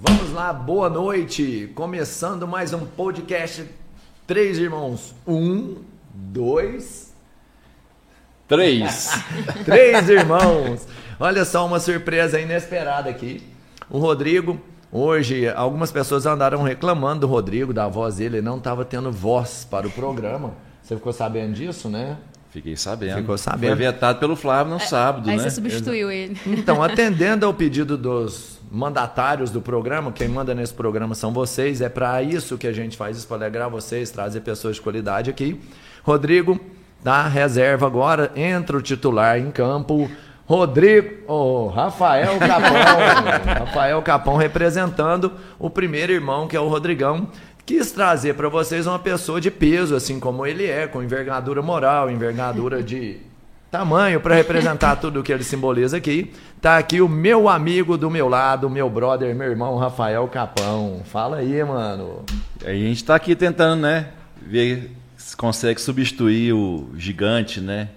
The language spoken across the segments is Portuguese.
Vamos lá, boa noite. Começando mais um podcast Três Irmãos. Um, dois, três. três irmãos. Olha só uma surpresa inesperada aqui. O Rodrigo, hoje algumas pessoas andaram reclamando do Rodrigo, da voz dele, ele não estava tendo voz para o programa. Você ficou sabendo disso, né? Fiquei sabendo. Ficou sabendo. Foi vetado pelo Flávio no sábado, É, Aí né? você substituiu ele. Então, atendendo ao pedido dos mandatários do programa, quem manda nesse programa são vocês, é para isso que a gente faz isso, para alegrar vocês, trazer pessoas de qualidade aqui. Rodrigo, da reserva agora, entra o titular em campo. Rodrigo, ô, Rafael Capão, Rafael Capão representando o primeiro irmão, que é o Rodrigão, quis trazer para vocês uma pessoa de peso, assim como ele é, com envergadura moral, envergadura de tamanho para representar tudo o que ele simboliza aqui. Tá aqui o meu amigo do meu lado, meu brother, meu irmão Rafael Capão. Fala aí, mano. Aí a gente tá aqui tentando, né? Ver se consegue substituir o gigante, né?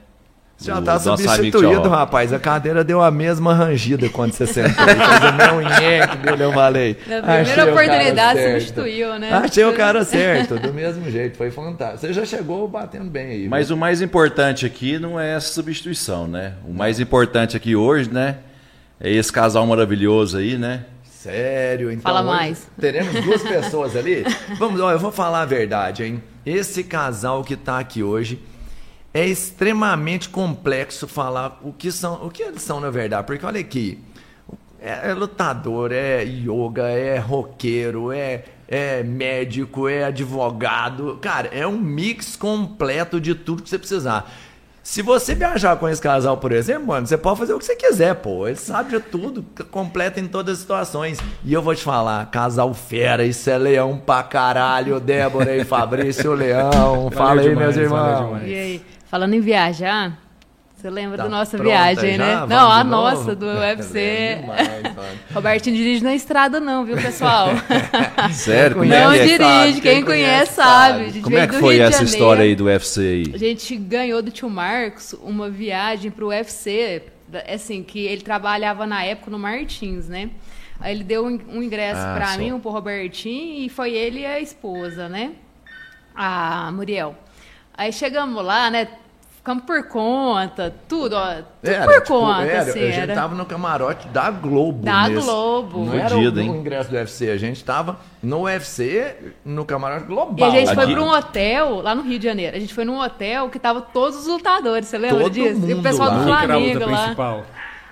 Já O tá nosso amigo substituído, Tchau. rapaz. A cadeira deu a mesma rangida quando você sentou. Fez o meu nheque dele, eu falei. Na Achei primeira o cara oportunidade certo. substituiu, né? Achei o cara certo, do mesmo jeito, foi fantástico. Você já chegou batendo bem aí. Mas o mais importante aqui não é essa substituição, né? O mais importante aqui hoje, né? É esse casal maravilhoso aí, né? Sério, então. Fala hoje mais. Teremos duas pessoas ali? Vamos, ó, eu vou falar a verdade, hein? Esse casal que tá aqui hoje é extremamente complexo falar o que são, o que eles são na verdade, porque olha aqui, é, é lutador, é yoga, é roqueiro, é é médico, é advogado. Cara, é um mix completo de tudo que você precisar. Se você viajar com esse casal, por exemplo, mano, você pode fazer o que você quiser, pô. Ele sabe de tudo, c- completa em todas as situações. E eu vou te falar, casal fera, isso é leão pra caralho, Débora e Fabrício Leão. Fala aí, demais, meus valeu irmãos. demais. E aí, é falando em viajar, você lembra Tá da nossa pronta viagem, já? né? Vamos Não, a de novo? nossa, do UFC. Demais, mano. Robertinho dirige na estrada, não, viu, pessoal? Sério, como não é que dirige, é? sabe, quem conhece sabe. A gente Como veio é que do foi Rio de essa Janeiro. história aí do UFC A aí? gente ganhou do tio Marcos uma viagem pro UFC, da- assim, que ele trabalhava na época no Martins, né? Aí ele deu um in- um ingresso Ah, pra só. mim, um pro Robertinho, e foi ele e a esposa, né? A Muriel. Aí chegamos lá, né? Ficamos por conta, tudo, ó. Tudo por tipo, conta, era, assim, a gente era. tava no camarote da Globo. Da nesse- Globo. Não era o, Fudido, hein? o ingresso do UFC, a gente tava no UFC, no camarote global. E a gente foi Aqui. pra um hotel, lá no Rio de Janeiro, a gente foi num hotel que tava todos os lutadores, você lembra Todo disso? e mundo o Tá. pessoal lá. do Quem que era a luta Flamengo lá. principal?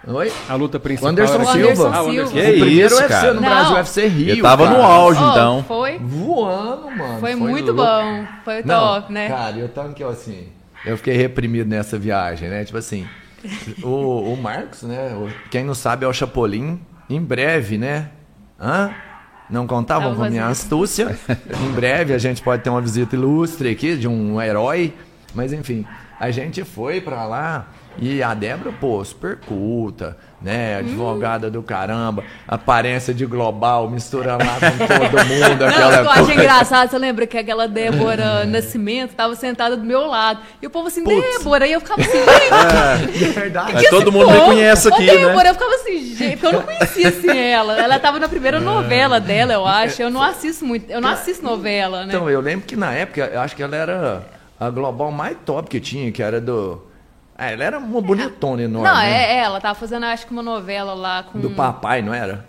Oi? A luta principal Anderson era- Silva. Ah, o Anderson Anderson Que o Silva. Silva. primeiro isso, UFC cara. no Não. Brasil, UFC Rio. Eu tava cara. no auge, Ó, então. Foi, Voando, mano. Foi muito louco. bom, foi top, Não, né? Cara, eu tanto que eu assim. Eu fiquei reprimido nessa viagem, né? Tipo assim. O, o Marcos, né? o- quem não sabe é o Chapolin. Em breve, né? Hã? Não contavam Tava com a minha astúcia. em breve a gente pode ter uma visita ilustre aqui de um herói. Mas enfim, a gente foi pra lá e a Débora, pô, super culta, né? Advogada do caramba, aparência de global, misturando lá com todo mundo, Não, o aquela que eu acho coisa. engraçado, você lembra que aquela Débora Nascimento tava sentada do meu lado. E o povo assim, Putz. É, Débora, e eu ficava assim, gente, Verdade. Mas todo esse mundo povo? reconhece Ô, aqui, Débora, né? eu ficava assim, gente, porque eu não conhecia assim ela. Ela tava na É. primeira novela dela, eu acho. Eu não assisto muito, eu não assisto novela, né? Então, eu lembro que na época, eu acho que ela era a global mais top que tinha, que era do. Ah, ela era uma bonitona enorme. É. não, né? é, Hum. é, ela tava fazendo, acho que uma novela lá com. Do papai, não era?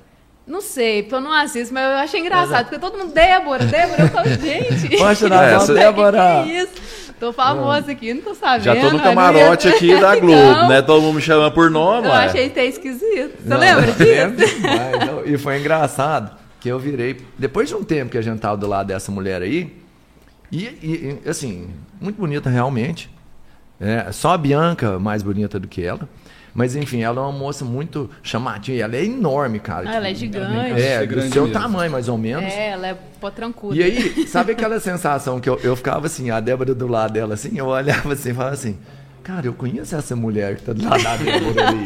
Não sei, porque eu não assisto, mas eu achei é. engraçado, porque todo mundo, Débora, Débora, eu falo, gente. Mostra na Débora, mão, Débora. Que que é isso? Tô famosa aqui, não tô sabendo. Já tô no ué, não camarote ia- aqui da Então, Globo, né? é. Todo mundo me chama por nome, Eu ué. achei até esquisito. Você Não, é eu lembra disso? lembro demais, não. E foi engraçado que eu virei. Depois de um tempo que a gente tava do lado dessa mulher aí, e, e- e, assim, muito bonita realmente. É, só a Bianca mais bonita do que ela. Mas enfim, ela é uma moça muito chamativa. e Ela é enorme, cara. Ah, ela é Tipo, gigante. Ela É, é do grande seu mesmo. tamanho, mais ou menos. É, ela é potrancuda. E aí, sabe aquela sensação que eu, eu ficava assim, a Débora do lado dela, assim, eu olhava assim e falava assim, cara, eu conheço essa mulher que tá do lado da Débora ali.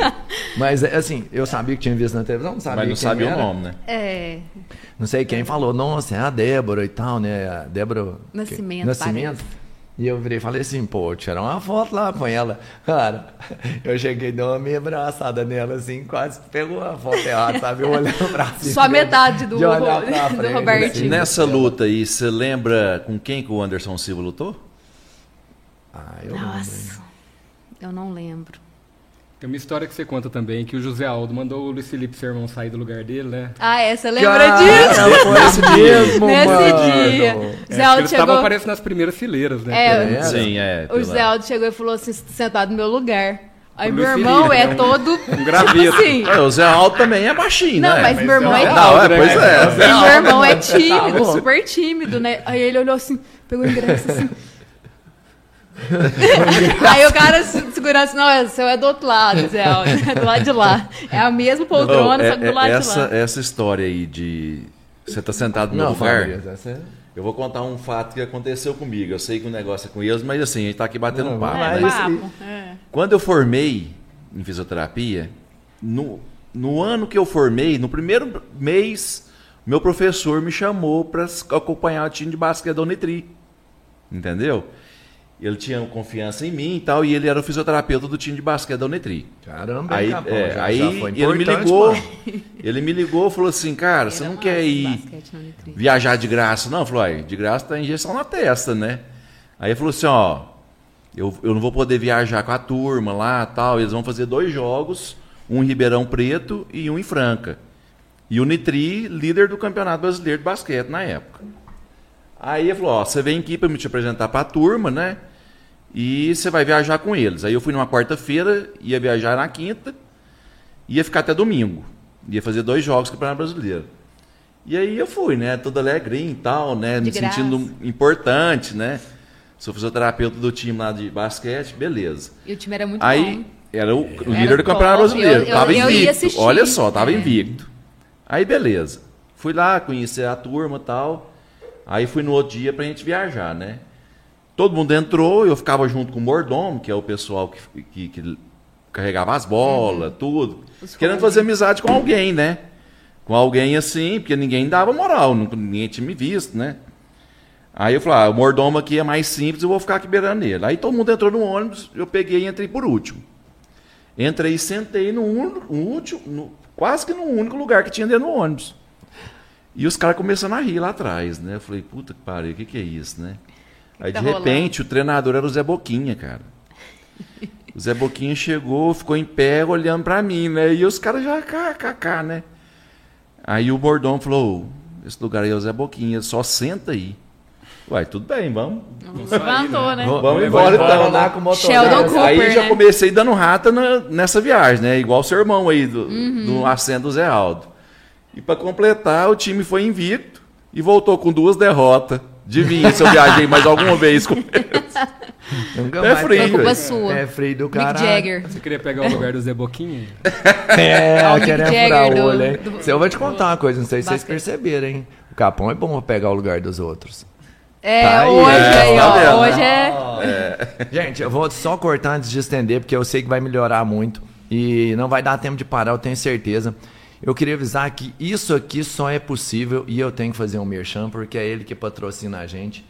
Mas é, assim, eu sabia que tinha visto na televisão, não sabia Mas não quem sabia era. o nome, né? É. Não sei quem falou, nossa, é a Débora e tal, né? A Débora. Nascimento, Nascimento. E eu virei e falei assim, pô, tirar uma foto lá com ela. Cara, eu cheguei, dei uma meia abraçada nela, assim, quase pegou a foto errada, sabe? Eu olhando pra cima. Só metade do, de olhar Ro- pra do frente, Robertinho. assim. Nessa luta aí, você lembra com quem que o Anderson Silva lutou? Ah, eu não lembro. Nossa, eu não lembro. Tem uma história que você conta também, que o José Aldo mandou o Luiz Felipe, seu irmão, sair do lugar dele, né? Ah, é, você lembra disso? Cara, foi esse mesmo, Nesse mano. dia. É, Zé porque Aldo eles estavam chegou. aparecendo nas primeiras fileiras, né? É, Pelo- Era? Sim, é. O pela- Zé Aldo chegou e falou assim: sentado no meu lugar. Aí O meu Luiz irmão Felipe, é né? Um- todo. um graveto. Tipo assim. É, o Zé Aldo também é baixinho, Não, né? mas meu irmão Zé é. Aldo, Não, é, né? pois E é. meu irmão é tímido, super tímido, né? Aí ele olhou assim, pegou o ingresso assim. Aí o cara se- segurando assim, não, o seu é do outro lado, Zé Aldo, é do lado de lá. É a mesma poltrona, Não, só que é- do lado é- essa, de lá. essa história aí de você tá sentado no Não, lugar. Fabrício, essa- é- Eu vou contar um fato que aconteceu comigo. Eu sei que o negócio é com eles, mas assim, a gente tá aqui batendo Não, um papo. vai lá, né? É, mas- papo. é. Quando eu formei em fisioterapia, no, no ano que eu formei, no primeiro mês, meu professor me chamou para acompanhar o time de basquete da Unitri. Entendeu? Ele tinha confiança em mim e tal, e ele era o fisioterapeuta do time de basquete da Unitri. Caramba, Aí, hein, Capão, é, já- já aí foi ele me importante, ligou, mano. ele me ligou e falou assim, cara, você Era não massa quer o ir basquete na Unitri. viajar de graça, não, Floyd. De graça tá injeção na testa, né? Aí ele falou assim, ó, eu, eu não vou poder viajar com a turma lá tal. Eles vão fazer dois jogos, um em Ribeirão Preto e um em Franca. E o Nitri, líder do Campeonato Brasileiro de Basquete na época. Aí ele falou, ó, você vem aqui pra me te apresentar pra turma, né? E você vai viajar com eles. Aí eu fui numa quarta-feira, ia viajar na quinta, ia ficar até domingo. Ia fazer dois jogos do Campeonato Brasileiro. E aí eu fui, né? Todo alegrinho e tal, né? me De graça. sentindo importante, né? Sou fisioterapeuta do time lá de basquete, beleza. E o time era muito Aí bom. era o, o Era líder do Campeonato top, Brasileiro. eu- eu- tava eu ia invicto. assistir, Olha só, tava é. invicto. Aí beleza. Fui lá conhecer a turma e tal. Aí fui no outro dia pra gente viajar, né? Todo mundo entrou, eu ficava junto com o mordomo, que é o pessoal que, que- que carregava as bolas, tudo. Uhum. Os querendo fones. fazer amizade com alguém, né? Com alguém assim, porque ninguém dava moral, nunca- ninguém tinha me visto, né? Aí eu falei, ah, o mordomo aqui é mais simples, eu vou ficar aqui beirando ele. Aí todo mundo entrou no ônibus, eu peguei e entrei por último. Entrei e sentei no único, no último, no- quase que no único lugar que tinha dentro do ônibus. E os caras começando a rir lá atrás, né? Eu falei, puta que pariu, o que, que é isso, né? Aí tá de repente o treinador era o Zé Boquinha, cara. O Zé Boquinha chegou, ficou em pé olhando pra mim, né? E os caras já kkk, né? Aí o Bordão falou: "Ô, esse lugar aí é o Zé Boquinha, só senta aí. Ué, tudo bem, vamos. Levantou, né? Vamos, Vamos embora, embora, então. então. Lá com o motorista. Sheldon Cooper. aí já né? comecei dando rata na- nessa viagem, né? Igual o seu irmão aí, do, Uhum. do acento do Zé Aldo. E pra completar, o time foi invicto e voltou com duas derrotas. Adivinha se eu viajei mais alguma vez com eles. Nunca É mais frio, tem- Foi culpa sua. É frio do Mick caralho. Jagger. Você queria pegar o lugar do Zé Boquinha? É, É o Mick querendo Jagger furar o do- olho, hein? do- Se eu vou te contar uma coisa, não sei se vocês basquete. perceberam, hein? O Capão é bom pra pegar o lugar dos outros. É, Tá aí, hoje é, aí, tá vendo, ó. né? Hoje é. Gente, eu vou só cortar antes de estender, porque eu sei que vai melhorar muito. E não vai dar tempo de parar, eu tenho certeza. Eu queria avisar que isso aqui só é possível e eu tenho que fazer um merchan, porque é ele que patrocina a gente.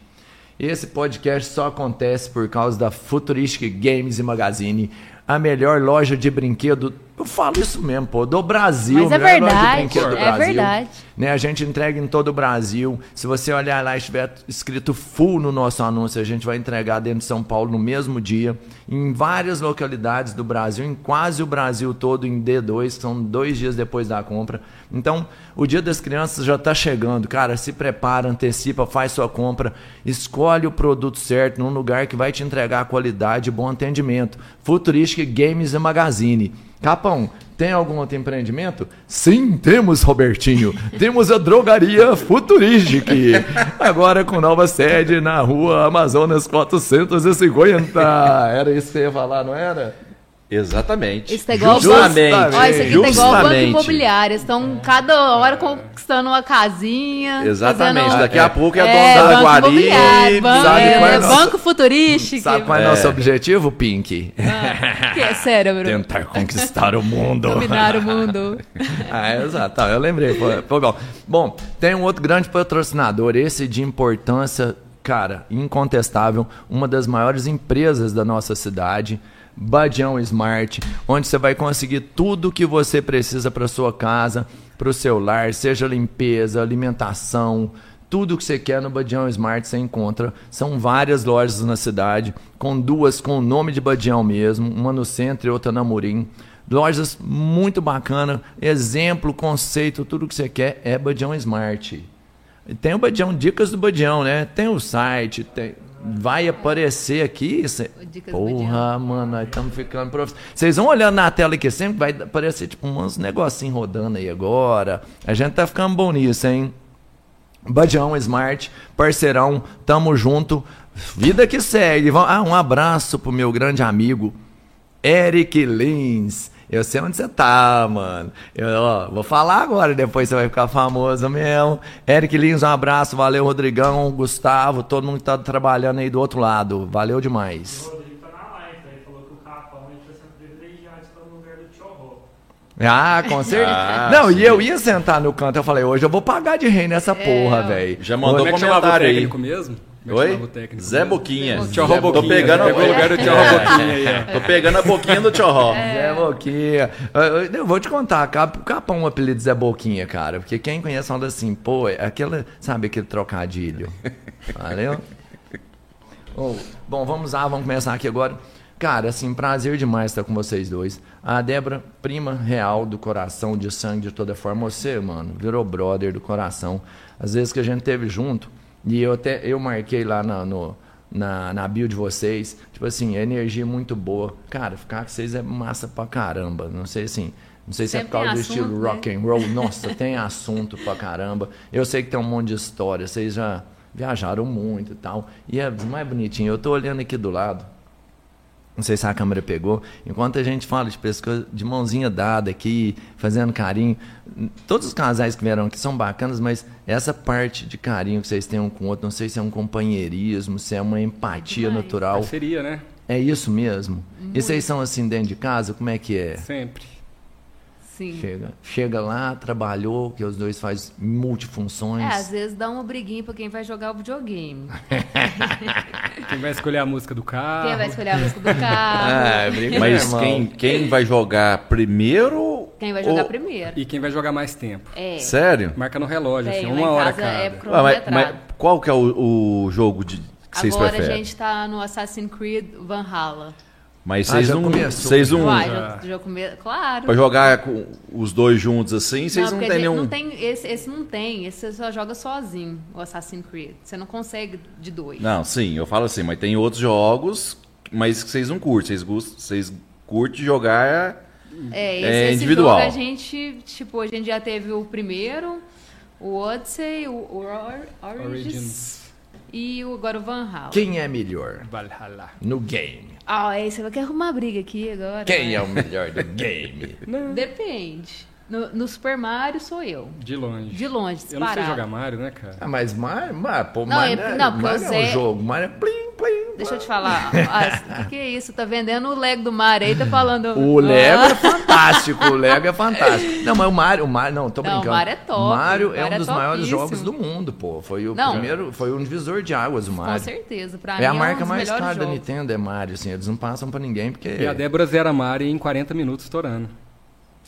Esse podcast só acontece por causa da Futuristic Games e Magazine, a melhor loja de brinquedo. Eu falo isso mesmo, pô, do Brasil. Mas é a melhor loja de verdade, brinquedo do é Brasil. verdade. Né, A gente entrega em todo o Brasil. Se você olhar lá e estiver escrito full no nosso anúncio, a gente vai entregar dentro de São Paulo no mesmo dia, em várias localidades do Brasil, em quase o Brasil todo, em D2, que são dois dias depois da compra. Então, o Dia das Crianças já está chegando. Cara, se prepara, antecipa, faz sua compra, escolhe o produto certo num lugar que vai te entregar qualidade e bom atendimento. Futuristic Games e Magazine. Capão, tem algum outro empreendimento? Sim, temos, Robertinho. temos a drogaria Futuristic. Agora com nova sede na rua Amazonas 450. Era isso que você ia falar, não era? Exatamente. Isso tá igual ao banco. Justamente. Ó, isso aqui tá igual ao banco Justamente. imobiliário. Estão cada hora conquistando uma casinha. Exatamente. fazendo- Daqui a pouco é a dona É, da banco Guari. imobiliário, Banco, sabe é, qual é nosso- banco futurístico. Sabe qual é, nosso objetivo, Pink? Que é cérebro. Tentar conquistar o mundo. Dominar o mundo. Ah, é, exato. Tá, Eu lembrei. Foi, foi bom. Bom, tem um outro grande patrocinador, esse de importância. cara, incontestável, uma das maiores empresas da nossa cidade. Badião Smart, onde você vai conseguir tudo que você precisa para sua casa, para o seu lar, seja limpeza, alimentação, tudo que você quer no Badião Smart você encontra. São várias lojas na cidade, com duas com o nome de Badião mesmo, uma no centro e outra na Murim. Lojas muito bacana, exemplo, conceito, tudo que você quer é Badião Smart. E Tem o Badião, dicas do Badião, né? Tem o site, tem- vai aparecer aqui. Cê... O Dicas do Porra, mano, nós estamos ficando profissionais. Vocês vão olhando na tela aqui sempre, vai aparecer tipo uns negocinhos rodando aí agora. A gente tá ficando bom nisso, hein? Badião Smart, parceirão, tamo junto. Vida que segue. Vam- Ah, um abraço pro meu grande amigo Eric Lins. Eu sei onde você tá, mano. Eu ó, vou falar agora, depois você vai ficar famoso mesmo. Eric Lins, um abraço. Valeu, Rodrigão, Gustavo, todo mundo que tá trabalhando aí do outro lado. Valeu demais. Rodrigo tá na live, tá? ele falou que o Capão a gente tá sendo privilegiado de estar no lugar do Tchorro. Ah, com certeza. Ah, Não, sim. É, e eu ia sentar no canto, eu falei, hoje eu vou pagar de rei nessa porra, velho. Já mandou Como é que chamava o comentário aí. técnico mesmo? Como é que chamava o Oi? técnico Zé mesmo? Boquinha. Tio Zé- Roboquinha. Tô pegando Pegou o lugar do Tio Roboquinha aí, É. ó. Tô pegando a boquinha do Tchorró. Zé Boquinha. Eu- Eu eu vou te contar, Cap- Capão o apelido de Zé Boquinha, cara. Porque quem conhece fala assim, pô, é aquele, sabe aquele trocadilho? Valeu? Ô, bom, vamos lá, vamos começar aqui agora. Cara, assim, prazer demais estar com vocês dois. A Débora, prima real do coração, de sangue, de toda forma. Você, mano, virou brother do coração. Às vezes que a gente teve junto, e eu até eu marquei lá na, no- na, na bio de vocês, tipo assim, energia muito boa. Cara, ficar com vocês é massa pra caramba. Não sei assim. Não sei se é Sempre por causa tem do assunto, estilo né? rock and roll. Nossa, tem assunto pra caramba. Eu sei que tem um monte de história. Vocês já viajaram muito e tal. E é mais bonitinho. Eu tô olhando aqui do lado. Não sei se a câmera pegou. Enquanto a gente fala de pescoço, de mãozinha dada aqui, fazendo carinho. Todos os casais que vieram aqui são bacanas, mas essa parte de carinho que vocês têm um com o outro, não sei se é um companheirismo, se é uma empatia Demais. natural. Parceria, né? É isso mesmo? E vocês são assim dentro de casa? Como é que é? Sempre. Sim. Chega, chega lá, trabalhou, que os dois fazem multifunções. É, às vezes dá uma briguinha pra quem vai jogar o videogame. Quem vai escolher a música do carro? Quem vai escolher a música É. do carro. Ah, briga, Mas irmão. quem, quem vai jogar primeiro? Quem vai jogar ou- primeiro. E quem vai jogar mais tempo? É. Sério? Marca no relógio, Tem, assim, lá uma em hora casa é cada. Ué, Ah, mas, cronometrado. mas qual que é o, o jogo de, que vocês Agora a preferem? gente tá no Assassin's Creed Valhalla. Mas Ah, vocês já não. começou. Vocês não. Uai, já. já, já come- Claro. Pra jogar com os dois juntos assim, vocês não, porque a tem gente nenhum. não tem esse, esse não tem, esse você só joga sozinho, o Assassin's Creed. Você não consegue de dois. Não, sim, eu falo assim, mas tem outros jogos, mas que vocês não curtem. Vocês, gostam, vocês curtem jogar. Ah, É, É esse, individual. Esse jogo a gente, tipo, a gente já teve o primeiro, o Odyssey, o, o Or- Origins, Origins. e o, agora o Van Halen. Quem é melhor Valhalla. no game? Ah, é, você vai querer arrumar briga aqui agora. Quem né? é o melhor do game? Depende. No, no Super Mario sou eu. De longe. De longe, Eu não sei disparado. jogar Mario, né, cara? Ah, mas Mar, Mar, pô, Não, Mar, é- né? não, porque Mar o é um Zé- jogo, Mar é plim, plim. Deixa eu te falar. O que, que é isso? Tá vendendo o Lego do Mario aí, tá falando. O Ah, Lego é fantástico, o Lego é fantástico. Não, mas o Mario, o Mario não, tô Não, o brincando. Mario é top, Mario o é Mario um é dos maiores topíssimo. jogos do mundo, pô. Foi o Não. primeiro, foi um divisor de águas o Com Mario. certeza, pra mim É a um marca dos mais melhores cara da jogos. Nintendo, é Mario, assim, eles não passam pra ninguém porque É. E a Débora zera Mario em 40 minutos estourando.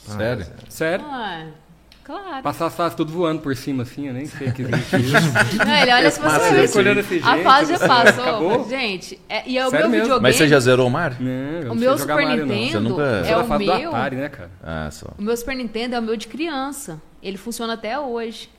Sério? Sério? Ah, claro. Passar as fases tudo voando por cima, assim, eu nem sei que existe isso. Não, ele olha se Mas você. eu olhando esse a jeito, fase já você- passou. acabou? Gente, é- e é o Sério meu mesmo? videogame. Mas você já zerou o Mario? Não, eu O não meu sei jogar Super Mario, não. Nintendo Você nunca- Eu é sou da o fase do meu. Atari, né, cara? Ah, só. O meu Super Nintendo é o meu de criança. Ele funciona até hoje.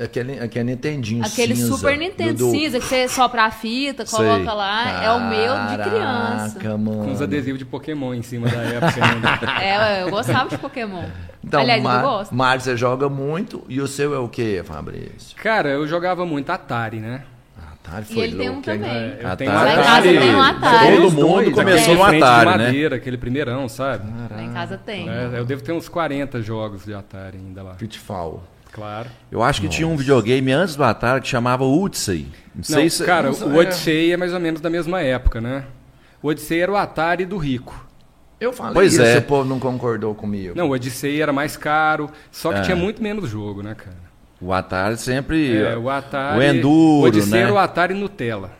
Aquele, aquele Nintendinho Aquele Um cinza, Super Nintendo do- do- cinza que você sopra a fita, coloca Sei. lá. É o meu de criança. Caraca, mano. Com os adesivos de Pokémon em cima da época. né? É, eu gostava de Pokémon. Então, Aliás, Mar- eu gosto. Mario você joga muito e o seu é o quê, Fabrício? Cara, eu jogava muito Atari, né? Ah, Atari E foi ele tem um louco, hein? também. É, eu Atari. tenho um Lá em casa tem um Atari. Todo mundo Dois, começou aquele no frente de Atari, né? madeira, aquele primeirão, sabe? Lá né? em casa tem. É, eu devo ter uns 40 jogos de Atari ainda lá. Pitfall. Claro. Eu acho que tinha um videogame antes do Atari que chamava Utsei. Não sei Não, se. cara, não sei, o Odyssey é. mais ou menos da mesma época, né? O Odyssey era o Atari do rico. Eu falei Pois isso, é. o povo não concordou comigo. Não, o Odyssey era mais caro, só que É. tinha muito menos jogo, né, cara? O Atari sempre. É, o Atari. O Enduro, pode ser né? o Atari Nutella.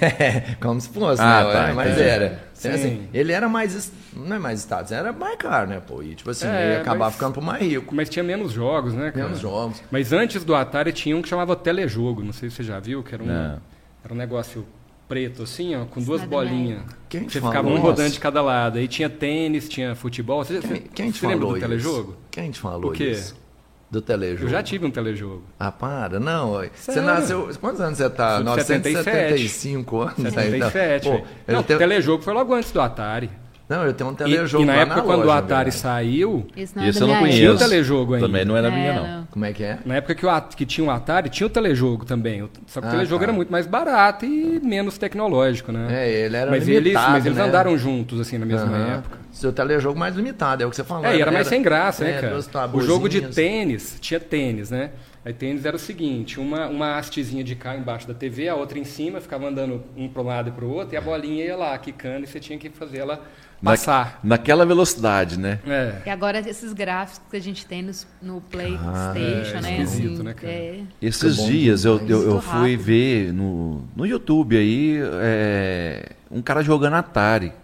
É, como se fosse, Ah, né? tá, É, mas entendi. era. Então, Sim. assim, ele era mais. es- Não é mais status, era mais caro, né, pô? E tipo assim, É, ele ia acabar mas- ficando pro mais rico. Mas tinha menos jogos, né? cara? Menos jogos. Mas antes do Atari tinha um que chamava Telejogo, não sei se você já viu, que era um, É. Não. era um negócio preto assim, ó, com duas Nada bolinhas. Quem te Você falou ficava um isso? rodando de cada lado. Aí tinha tênis, tinha futebol. Você, Quem, quem te você falou lembra do isso? telejogo? Quem te falou O quê? isso? Do telejogo. Eu já tive um telejogo. Ah, para, não. ué. Você Sério? nasceu. Quantos anos você tá? Sou de 975 anos aí. então. 77. Pô, eu não, tenho- telejogo foi logo antes do Atari. não, eu tenho um E- telejogo. né? e na lá época, quando loja, o na Atari verdade. saiu, Isso não é Isso da eu não minha conheço. o um telejogo ainda. Também não era época. minha, É, não. Como é que é? na época que, o At- que tinha o Atari, tinha o telejogo também. O- Só que Ah, o telejogo tá. era muito mais barato e menos tecnológico, né? É, ele era mas, limitado. eles, mas eles né? andaram juntos, assim, na mesma Aham. época. Seu telejogo mais limitado, é o que você falou. É, e era mais sem graça, é, né, cara? duas O jogo de tabuzinhas. tênis, tinha tênis, né? Aí tênis era o seguinte, uma, uma hastezinha de cá embaixo da TV, a outra em cima, ficava andando um para um lado e para o outro, e a bolinha ia lá, quicando, e você tinha que fazer ela Na- passar. naquela velocidade, né? É. E agora esses gráficos que a gente tem nos- no, PlayStation, né? Ah, esquisito, assim, né, cara? é- Esses bom dias eu, eu, eu Muito fui rápido. ver no, no YouTube aí é, um cara jogando Atari.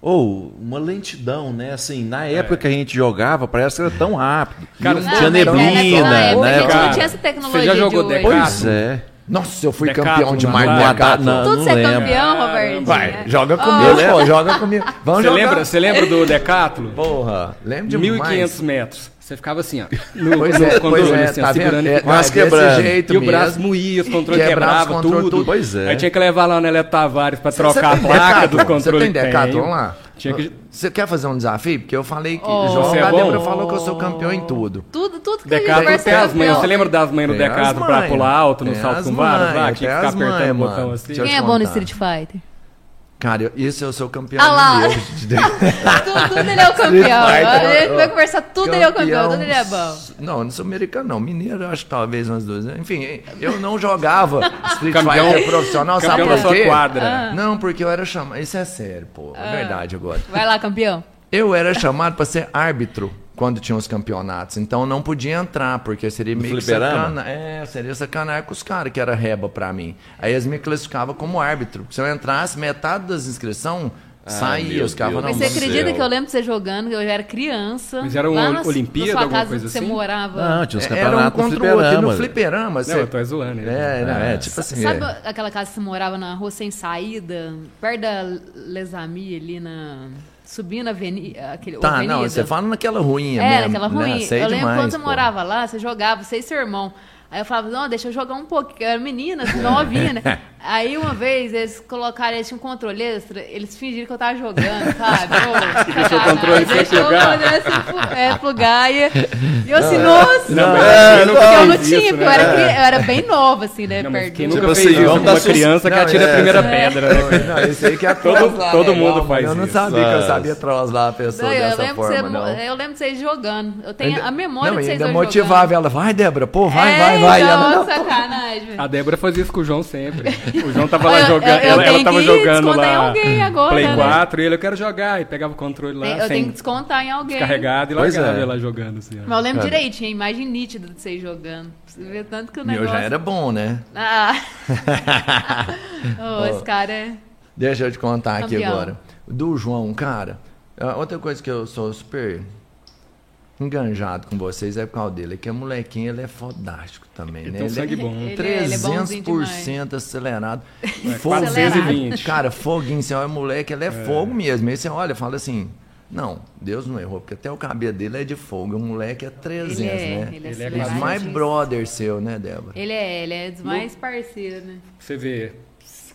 Ou uma lentidão, né? Assim, na É. época que a gente jogava, parece que era tão rápido. Cara, tinha não, mas é, neblina, era naquela né? época, Cara, gente não tinha essa tecnologia você já jogou de hoje. Pois Decathlon? é. Nossa, eu fui Decathlon, campeão de não Mario vai? Kacá. Não, Tudo não você é lembro. campeão, Roberto. Vai, É. joga comigo, pô, joga comigo. Vamos Você jogar. É. lembra, você lembra do Decathlon? Porra, lembra de 1.500 metros. Você ficava assim, ó. No, Pois é, no pois controle, é, assim, ó, tá vendo? segurando É, e não, é quase desse quebrando. jeito E o mesmo. braço moía, os controles Quebrava, quebrava, os controles, tudo. tudo. Pois é. Aí tinha que levar lá na Eletro Tavares pra Cê- trocar a cê tem placa Decathlon? do controle. Você tem Decathlon lá? Tinha que... Você quer fazer um desafio? Porque eu falei que Oh. João Você é a Débora bom? falou que eu sou campeão em tudo. Tudo, tudo que a gente Decathlon conversa é tem as manhas. campeão. Você lembra das manhas do Tem as Decathlon pra manhas. pular alto no Tem salto as com vara? manhas, lá, que Tinha que tem ficar as manhas, apertando o botão mano. assim. Deixa eu Quem te é bom no contar. Street Fighter? Cara, eu- isso eu sou campeão Ah lá. no meu, de Deus. tudo, tudo ele é o campeão. Fighter, A gente ó, vai conversar tudo ele é o campeão, tudo ele é bom. Não, eu não sou americano, não. Mineiro, eu acho que talvez umas duas. Enfim, eu não jogava Street Campeão- Fighter profissional, sabe campeão por da sua quê? quadra. Ah. Não, porque eu era chamado. Isso é sério, pô. É verdade agora. Vai lá, campeão. Eu era chamado pra ser árbitro quando tinha os campeonatos. Então eu não podia entrar, porque seria meio que fliperama? sacana. É, seria sacanagem com os caras que era reba pra mim. Aí eles me classificavam como árbitro. Se eu entrasse, metade das inscrições saía. meu Os caras Deus não, Mas do você não céu. acredita que eu lembro de você jogando, eu já era criança. Mas era uma lá na- Olimpíada, na sua alguma casa coisa que você assim? morava. Não, tinha uns Era um campeonatos no contra o outro. E no fliperama. fliperama, Não, você... eu tô zoando ele. É, não, é, tipo assim... Sabe é. aquela casa que você morava na rua sem saída? Perto da Lesami ali na. Subindo a avenida. Aquele, Tá, avenida. não, você fala naquela ruinha É, mesmo. naquela ruim. Né? Sei eu lembro demais, quando você pô. morava lá, você jogava, você e seu irmão. Aí eu falava, não, deixa eu jogar um pouquinho. Eu era menina, assim, novinha, né? Aí uma vez eles colocaram, eles tinham um controle extra, eles fingiram que eu tava jogando, sabe? Ô, Deixou o caralho, controle sem deixou o plugar. controle sem plu- é, plugar. E e eu assim, nossa! Não, mas É, quem nunca porque eu não fez tinha, isso, porque eu, né? era, É. cri- eu era bem nova, assim, né? Não, mas perto quem do- nunca Tipo fez assim, isso vamos com dar uma sus- criança que Não, atira é, a primeira é. pedra, né? cara? Não, esse aí que é Todo- trollar, todo legal, mundo mano. faz Eu não isso. sabia que eu Mas- sabia trollar a pessoa Não, eu, dessa lembro forma, que você, não. eu lembro de vocês jogando. Eu tenho Ainda- a memória não, de e vocês ainda dois motivava jogando. ela, vai, Débora, pô, vai, É, vai, vai. E então, ela, não, sacanagem, velho. A Débora fazia isso com o João sempre. O João tava Eu- lá eu- jogando. eu Ela, tenho ela tava que jogando descontar em lá. alguém agora, né? Play 4 e ele, eu quero jogar. E pegava o controle lá, Tem- eu tenho sem que descontar em alguém. carregado e Pois largava é. ela jogando assim. ó. Mas eu lembro direito, tinha imagem nítida de vocês jogando. Você vê tanto que o meu negócio... já era bom, né? Ah. Ô, esse cara é... Deixa eu te contar aqui Campeão. agora. Do João, cara, a outra coisa que eu sou super enganjado com vocês é por causa dele. É que o molequinho, ele é fodástico também, né? tem um Ele é sangue bom. Ele é- ele é bonzinho 300% acelerado. Acelerado. 420. Cara, foguinho, você olha o moleque, ele é, fogo mesmo. Aí você olha e fala assim: Não, Deus não errou, porque até o cabelo dele é de fogo. O moleque é 300, Ele é, né? ele é Ele é acelerado. mais brother seu, né, Débora? Ele é, ele é dos mais parceiros, né? Você vê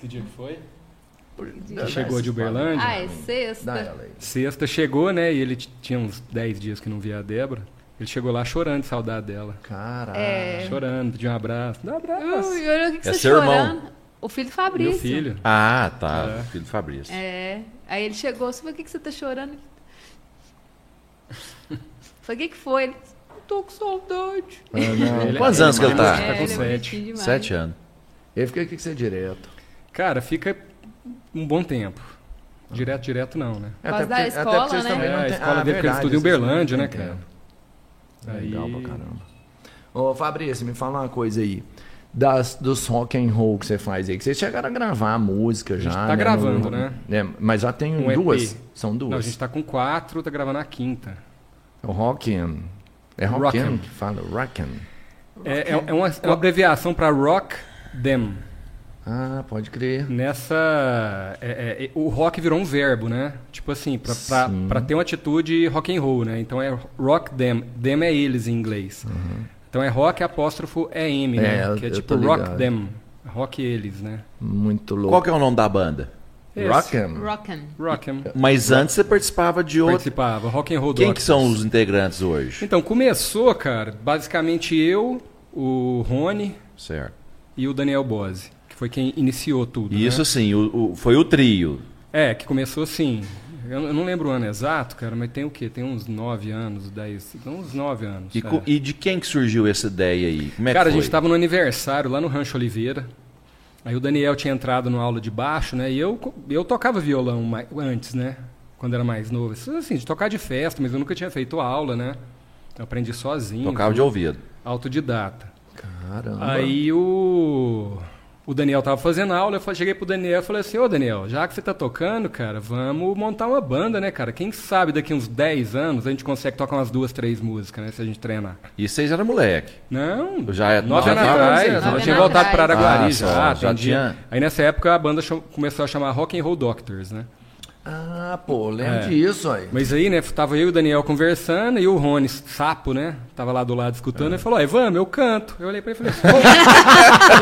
que dia que foi? Dá- dá Chegou esse de fala. Uberlândia. Ah, é Dá sexta. ela aí. Sexta chegou, né? E ele t- tinha uns 10 dias que não via a Débora. Ele chegou lá chorando de saudade dela. Caralho. É. Chorando, pediu um abraço. Dá um abraço. Ui, olha o que, que É você seu irmão. chorando. O filho do Fabrício. Meu filho. Ah, tá. Filho do Fabrício. É. Aí ele chegou, você falou, o que, que você tá chorando? Falei, o que, que foi? Ele, "Eu tô com saudade. Ele- Quantos anos que ele tá? Ele tá É, com ele é sete. bonitinho demais. Sete anos. Ele fica aqui com você é direto. Cara, fica um bom tempo. Direto, direto não, né? causa da têm- escola, né? É, a escola Ah, dele que ele verdade, estuda em vocês não Uberlândia, né, têm cara? tempo. Legal Aí- pra caramba. Ô, Fabrício, me fala uma coisa aí. Das, dos rock and roll que você faz aí, que vocês chegaram a gravar a música já. tá né, gravando, no- É, né? Mas já tem Um EP. duas? São duas. Não, a gente tá com quatro, tá gravando a quinta. O Rockin. É Rockin Rockin'. que fala, Rockin. É, é, é uma, é uma abreviação pra Rock Them. Ah, pode crer. Nessa. é- é- é- o rock virou um verbo, né? Tipo assim, pra, pra- Sim. pra ter uma atitude rock and roll, né? Então é rock them. Them é eles em inglês. Então é rock apóstrofo é M, É, né? eu- que é eu tipo tô rock ligado. them. Rock eles, né? Muito Qual louco. que é o nome da banda? é Esse. Rockin. Rockin'. Rock them. É. Mas antes você participava de outro. Participava, rock and roll Quem que Doctors. são os integrantes hoje? Então, começou, cara, basicamente eu, o Rony Certo. e o Daniel Bose, que foi quem iniciou tudo. E né? isso assim, o- o- foi o trio. É, que começou assim. Eu eu não lembro o ano exato, cara, mas tem o quê? Tem uns 9 anos, 10. Tem uns 9 anos. E, é. co- e de quem que surgiu essa ideia aí? Como é cara, que a foi? gente tava no aniversário lá no Rancho Oliveira. Aí o Daniel tinha entrado numa aula de baixo, né? E eu, co- eu tocava violão mai- antes, né? Quando era mais novo. Isso, Assim, de tocar de festa, mas eu nunca tinha feito aula, né? Eu aprendi sozinho. Tocava de ouvido. Autodidata. Caramba. Aí o, o Daniel tava fazendo aula, eu fa- cheguei pro Daniel e falei assim, ô Daniel, já que você tá tocando, cara, vamos montar uma banda, né, cara? Quem sabe daqui uns 10 anos a gente consegue tocar umas duas, três músicas, né, se a gente treinar. E vocês eram moleque. Não, Eu já- é- nove já anos tava- atrás, Nove eu tinha anos voltado para atrás. Araguari Ah, já, só, já atendi. tinha- Aí nessa época a banda cham- começou a chamar Rock and Roll Doctors, né? Ah, pô, lembro É. disso aí. Mas aí, né, tava eu e o Daniel conversando e o Rony, sapo, né, tava lá do lado escutando e falou, aí, vamos, eu canto. Eu olhei pra ele e falei, como,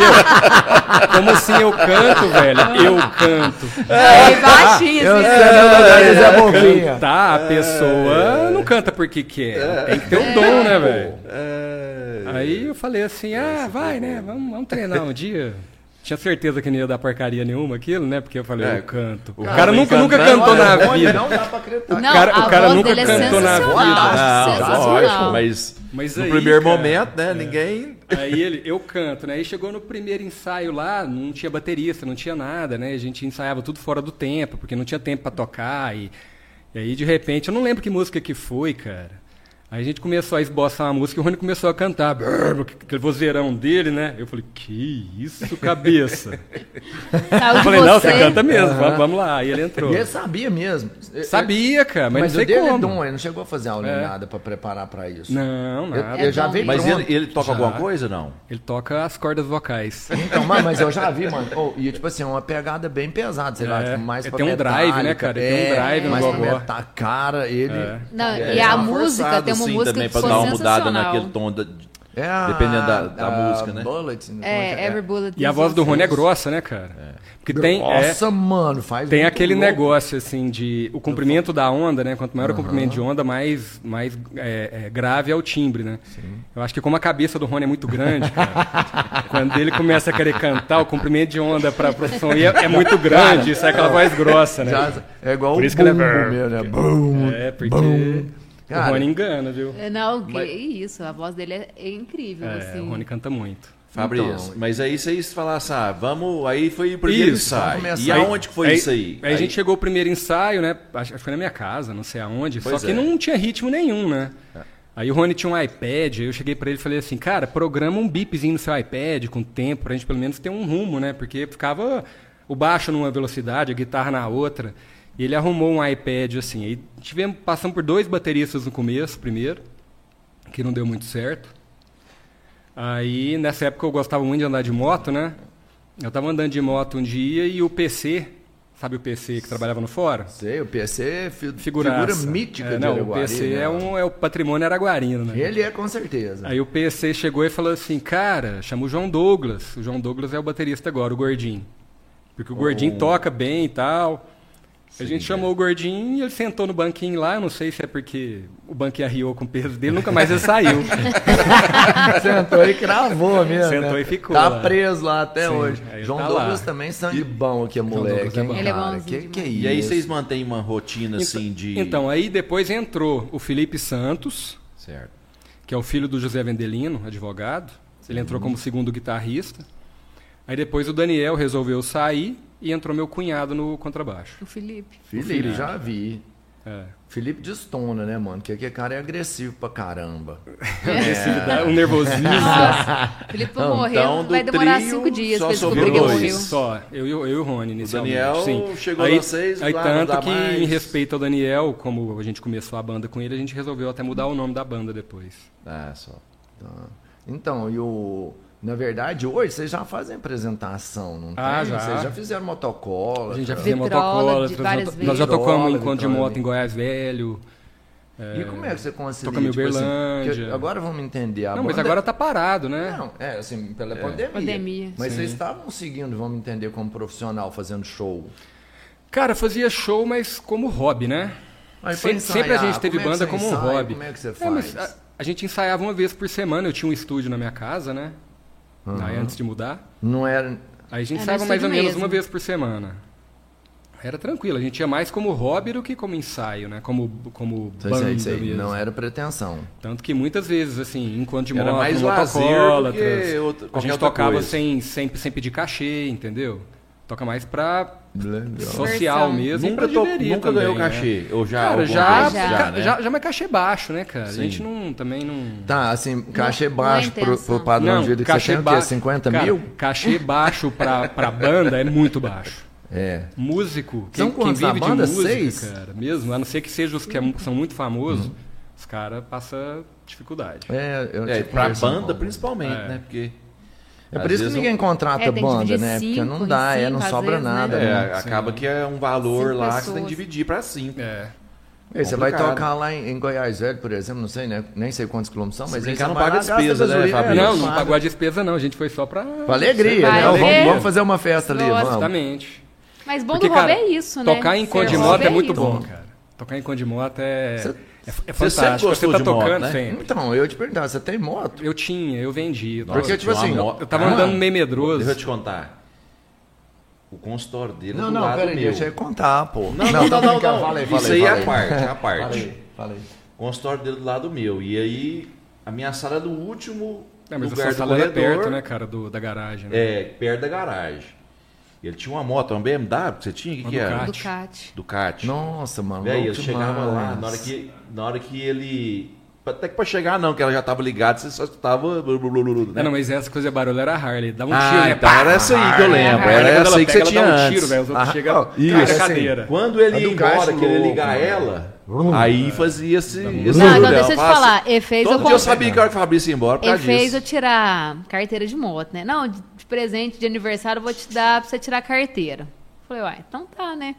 Eu, como assim eu canto, velho? Eu canto. É baixinho, Eu assim. sei, meu lugar é Zé Bovinha. Cantar, a É, pessoa não canta porque quer. Ela Tem que ter um dom, né, velho? É. Aí eu falei assim, ah, vai, né, vamos, vamos treinar um dia. Tinha certeza que não ia dar porcaria nenhuma aquilo, né? Porque eu falei, É, eu canto. O cara cara, vem nunca, nunca cantando, cantou na Olha, vida. Não dá pra acreditar. Não, cara- o a cara voz nunca dele é cantou na vida. Ah, sensacional. Não, lógico, Sensacional. mas, Mas no aí, primeiro cara, momento, né? Ninguém. Aí ele, eu canto, né? Aí chegou no primeiro ensaio lá, não tinha baterista, não tinha nada, né? A gente ensaiava tudo fora do tempo, porque não tinha tempo pra tocar. E, e aí, de repente, eu não lembro que música que foi, cara. Aí a gente começou a esboçar uma música e o Rony começou a cantar. brrr, Aquele vozeirão dele, né? Eu falei, que isso, cabeça. Saiu eu de falei, não, você Tá, você. canta mesmo, vamos, vamos lá. Aí ele entrou. E ele sabia mesmo. Sabia, cara, mas, Mas, não o sei dele é como. dom, ele não chegou a fazer aula nem É. nada pra preparar pra isso. Não, Eu, nada. eu já dom vi é Mas pronto. ele, ele toca alguma coisa não? Ele toca as cordas vocais. Então, mas, mas eu já vi, mano. Oh, e tipo assim, é uma pegada bem pesada, sei lá, É. tipo, mais Ele pra tem um drive, metálica, é, né, cara? Ele tem um drive no mais pra gogó. metar a cara, ele... É, Não, É, e dá a uma música, tá Forçado, tem uma assim, música também que pra ficou dar uma mudada sensacional. naquele tom. da- é a- Dependendo da- da a música, né? Bullet, como É, Every Bullet. E a is voz do Yours. Rony é grossa, né, cara? Porque tem. é- Nossa, mano, faz um Tem muito aquele louco. negócio, assim, de o comprimento da onda, né? Quanto maior o comprimento de onda, mais, mais é, é, grave é o timbre, né? Eu acho que como a cabeça do Rony é muito grande, cara, quando ele começa a querer cantar, o comprimento de onda para pro som é, é muito grande, sai aquela voz grossa, né? Já- é igual Por o isso que ele é bumbo brrr. mesmo, né? Bum, É, porque bum. o Cara, Rony engana, viu? É, Não, que Mas- isso, a voz dele é- é incrível, É, assim. o Rony canta muito. Fabrício, Então, mas aí vocês falassem, ah, vamos, aí foi o primeiro Isso, ensaio. vamos E começar. aonde que foi isso aí? Aí, a gente chegou o primeiro ensaio, né? Acho acho que foi na minha casa, não sei aonde. Pois só que é. não tinha ritmo nenhum, né? Aí o Rony tinha um iPad, aí eu cheguei pra ele e falei assim, cara, programa um bipzinho no seu iPad com tempo, pra gente pelo menos ter um rumo, né? Porque ficava o baixo numa velocidade, a guitarra na outra. E ele arrumou um iPad, assim. Aí tivemos, passamos por dois bateristas no começo, primeiro, que não deu muito certo. Aí, nessa época, eu gostava muito de andar de moto, né? Eu tava andando de moto um dia e o PC, sabe o PC que trabalhava no fórum? sei, o PC é fi- Figuraça. figura mítica é, de não, Araguari, o PC né? é, um, é o patrimônio araguarino, né? Ele é, com certeza. Aí o PC chegou e falou assim, cara, chama o João Douglas. O João Douglas é o baterista agora, o Gordinho. Porque o Gordinho Oh. toca bem e tal. a gente é. chamou o Gordinho e ele sentou no banquinho lá. Eu não sei se é porque o banquinho arriou com o peso dele, nunca mais ele saiu. Sentou e cravou mesmo. Sentou né? e ficou Tá lá. preso lá até Sim, hoje. aí ele João tá Douglas lá. também, é sangue bom aqui, moleque. Douglas é bom. hein, Ele é cara? bonzinho Que que é isso? demais. E aí vocês mantêm uma rotina assim de. Então, aí depois entrou o Felipe Santos, Certo. que é o filho do José Vendelino, advogado. Ele entrou como segundo guitarrista. Aí depois o Daniel resolveu sair e entrou meu cunhado no contrabaixo. O Felipe. Felipe, já vi. É. Felipe destona, né, mano? Porque aquele cara é agressivo pra caramba. É. Agressividade, Um nervosismo. Ah, Nossa, Felipe pra Então, morrer do vai demorar trio, cinco dias só pra ele sobrou descobrir que dois. morreu. Só, eu, e o- eu e o Rony inicialmente. Daniel sim. chegou aí, a vocês, aí lá, não tanto dá que mais. em respeito ao Daniel, como a gente começou a banda com ele, a gente resolveu até mudar o nome da banda depois. Ah, só. Tá. Então, e o. Na verdade, hoje vocês já fazem apresentação, não Ah, tem? já. Vocês já fizeram motocola. A gente já tá? fez Vitrola, motocola, de nós várias já to- vezes. nós já tocamos Vitrola, encontro de vitrola. moto em Goiás Velho. E como é que você concilia? Toca-me assim, Uberlândia. porque agora vamos entender. A Não, mas banda- agora tá parado, né? Não, é assim, pela pandemia. Pandemia. Mas vocês estavam seguindo, vamos entender, como profissional, fazendo show. Cara, fazia show, mas como hobby, né? Aí pra sempre, ensaiar, sempre a gente teve como é que banda você como um ensaia? hobby. Como é que você Não, mas faz? a, a gente ensaiava uma vez por semana, eu tinha um estúdio na minha casa, né? Aí antes de mudar. Não era. Aí a gente É, ensaiava no mais ou estúdio menos mesmo. uma vez por semana. Era tranquilo, a gente ia mais como hobby do que como ensaio, né? Como, como Sei, banda sei, sei, mesmo. é, Não era pretensão. Tanto que muitas vezes, assim, enquanto de moto, Era mais lazer motocola, do que trans- outra- a qualquer gente outra tocava coisa. sem, sem, sem pedir cachê, entendeu? Toca mais pra social Diversão. mesmo. e Nunca, pra tô- divertir nunca ganhou também, né? cachê. Ou já, Cara, alguma já, coisa, Já. já, né? já, mas cachê baixo, né, cara? Sim. A gente não, também não... Tá, assim, cachê não é baixo pro, intenção. pro padrão não, de vida que você tem, o quê? ba- 50 Cara, mil? Cachê baixo pra, pra banda é muito baixo. É. Músico, São quem, quem quantos na vive de banda? música, Seis? cara, mesmo, a não ser que sejam os que é mu- são muito famosos, os caras passam dificuldade. É, eu É, tinha pra conversado banda, com- principalmente, É. né? Porque. É às por isso que vezes ninguém um- contrata É, tem que banda, dividir né? Porque cinco não em dá, é, não cinco, às sobra vezes, né? nada. É, né? acaba que é um valor Cinco lá que você tem que pessoas. dividir pra Uhum. cinco. É. Ei, você vai complicado. tocar lá em, em Goiás Velho, por exemplo, não sei, né? Nem sei quantos quilômetros são, mas aí brincar, você não vai paga lá, gasta despesa, né, gasolina, Fabrício? Não, não É, paga. pagou a despesa não, a gente foi só pra... Pra alegria, Vai né? Vamos- ver. Vamos fazer uma festa ali, Lógico. vamos. Exatamente. Mas bom Porque, do Rob cara, é isso, né? tocar em Ser Condimota Rob é muito isso. bom, cara. Tocar em Condimota é, Cê- é, Você é sempre fantástico. Você gostou tá de moto, tocando né? sempre. Então, eu te perguntar, você tem moto? Eu tinha, eu vendi. eu tava- Porque, tipo tinha uma assim, moto- eu tava Cara, andando meio medroso. Deixa eu te contar. O consultório dele é Não, do não, lado peraí, meu. deixa eu contar, pô. tá Não, não, não, não, não. Falei, Isso aí é a parte, é a parte. Falei, falei. O consultório dele é do lado meu. E aí, a minha sala é do último É, mas a lugar sua do sala era corredor. perto, né, cara, do, da garagem. Né? É, perto da garagem. E ele tinha uma moto, uma BMW que você tinha? O que, Uma que era? Ducati. Ducati. Ducati. Nossa, mano, Véi, louco eu chegava demais. lá, na hora, que, na hora que ele. Até que pra chegar, não, que ela já tava ligada, você só escutava. blu, blu, blu, blu, né? Ah, não, mas essa coisa barulho era a Harley. Dava um tiro, Ah, né? então Pá! era essa aí que eu lembro. Ah, Era quando essa aí que você pega, tinha ela dá um antes. tiro, velho. Os outros Ah, chegam, ó, cai isso, da assim, cadeira. Quando ele A ia do caixa embora, que ele ia louco, ligar mano. ela, aí fazia esse. esse Não, então barulhão. deixa eu te Fala falar. assim, Ele fez eu Todo dia eu comprar- sabia que a hora que o Fabrício ia embora por Ele causa fez eu disso. tirar carteira de moto, né? Não, de de presente, de aniversário, eu vou te dar pra você tirar a carteira. Falei, uai, então tá, né?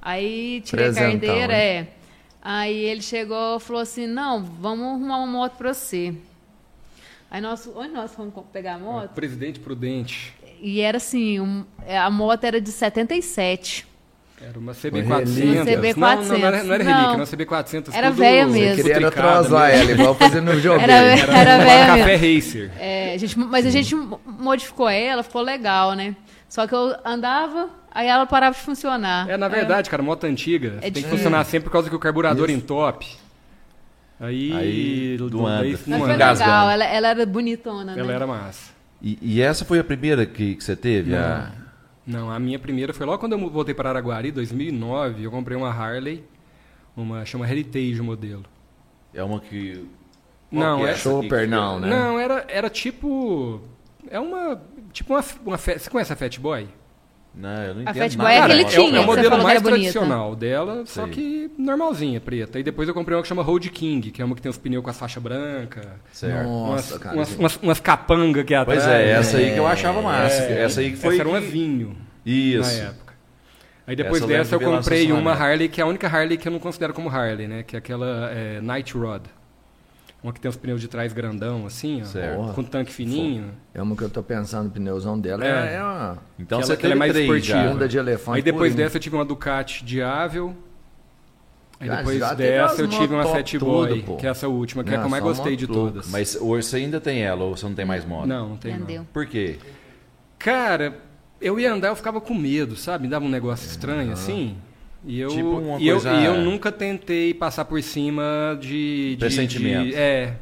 Aí tirei a Presentão, carteira, hein? é. Aí ele chegou e falou assim: não, vamos arrumar uma moto pra você. Aí nós, onde nós fomos co- pegar a moto? Presidente Prudente. E era assim: um- a moto era de 77. Era uma Uma CB400. CB400. Não, não, não era, não era relíquia, Não. era uma CB400. Era tudo velha Você mesmo. queria era futricada atrasar né? mesmo. ela, igual fazendo no jogo. Era- dele. Era Uma velha Café Racer. É, a gente, mas a gente mo- modificou ela, ficou legal, né? Só que eu andava, aí ela parava de funcionar. É, na Aí eu- verdade, cara, moto antiga. você tem que difícil. funcionar sempre por causa que o carburador entope. Aí. Aí, do- não anda. daí não Mas foi anda. legal. Engasgando. legal, né? ela, ela era bonitona, né? Ela era massa. E, e essa foi a primeira que, que você teve? A... Não, a minha primeira foi logo quando eu voltei para Araguari, em 2009. Eu comprei uma Harley, uma chama Heritage o modelo. É uma que. qual Não, que é- essa aqui Chopper, que- não, né? Não, era, era tipo. É uma. Tipo uma. uma fe- você conhece a Fat Boy? Não, eu não A entendo. Fat nada. Boy é Cara, aquele o- eu- tinha, é eu o você modelo falou que mais era bonita. tradicional dela, só Sei. que normalzinha, preta. E depois eu comprei uma que chama Road King, que é uma que tem os pneus com a faixa branca. Certo. Nossa, umas, cara. assim, umas, gente. umas, umas capanga que é atrás. Pois é, essa aí que eu achava massa. Essa aí que foi. É. Essa era uma que- vinho Isso. na época. Aí depois Essa eu lembro dessa eu de ver lá no comprei uma estacionamento. Harley, que é a única Harley que eu não considero como Harley, né? Que é aquela é, Night Rod. Uma que tem os pneus de trás grandão, assim, ó, Certo. com tanque fininho. É uma que eu tô pensando no pneuzão dela. É, É. é uma Então Que você ela- que teve ela é mais três já. esportiva. onda de elefante. Aí depois purinho. dessa eu tive uma Ducati Diável. Aí Cara, Ah, depois já teve umas dessa eu tive uma moto Fat tudo, Boy, pô. que é essa última, que é a Não, que eu mais só gostei de moto louca, todas. Mas é hoje você ainda tem ela ou você não tem mais moto? Não, não tem não. Entendeu? Por quê? Cara, eu ia andar, eu ficava com medo, sabe? Me dava um negócio estranho, assim. E eu, Tipo uma e, eu, coisa- e eu nunca tentei passar por cima de. de Pressentimento. de- é.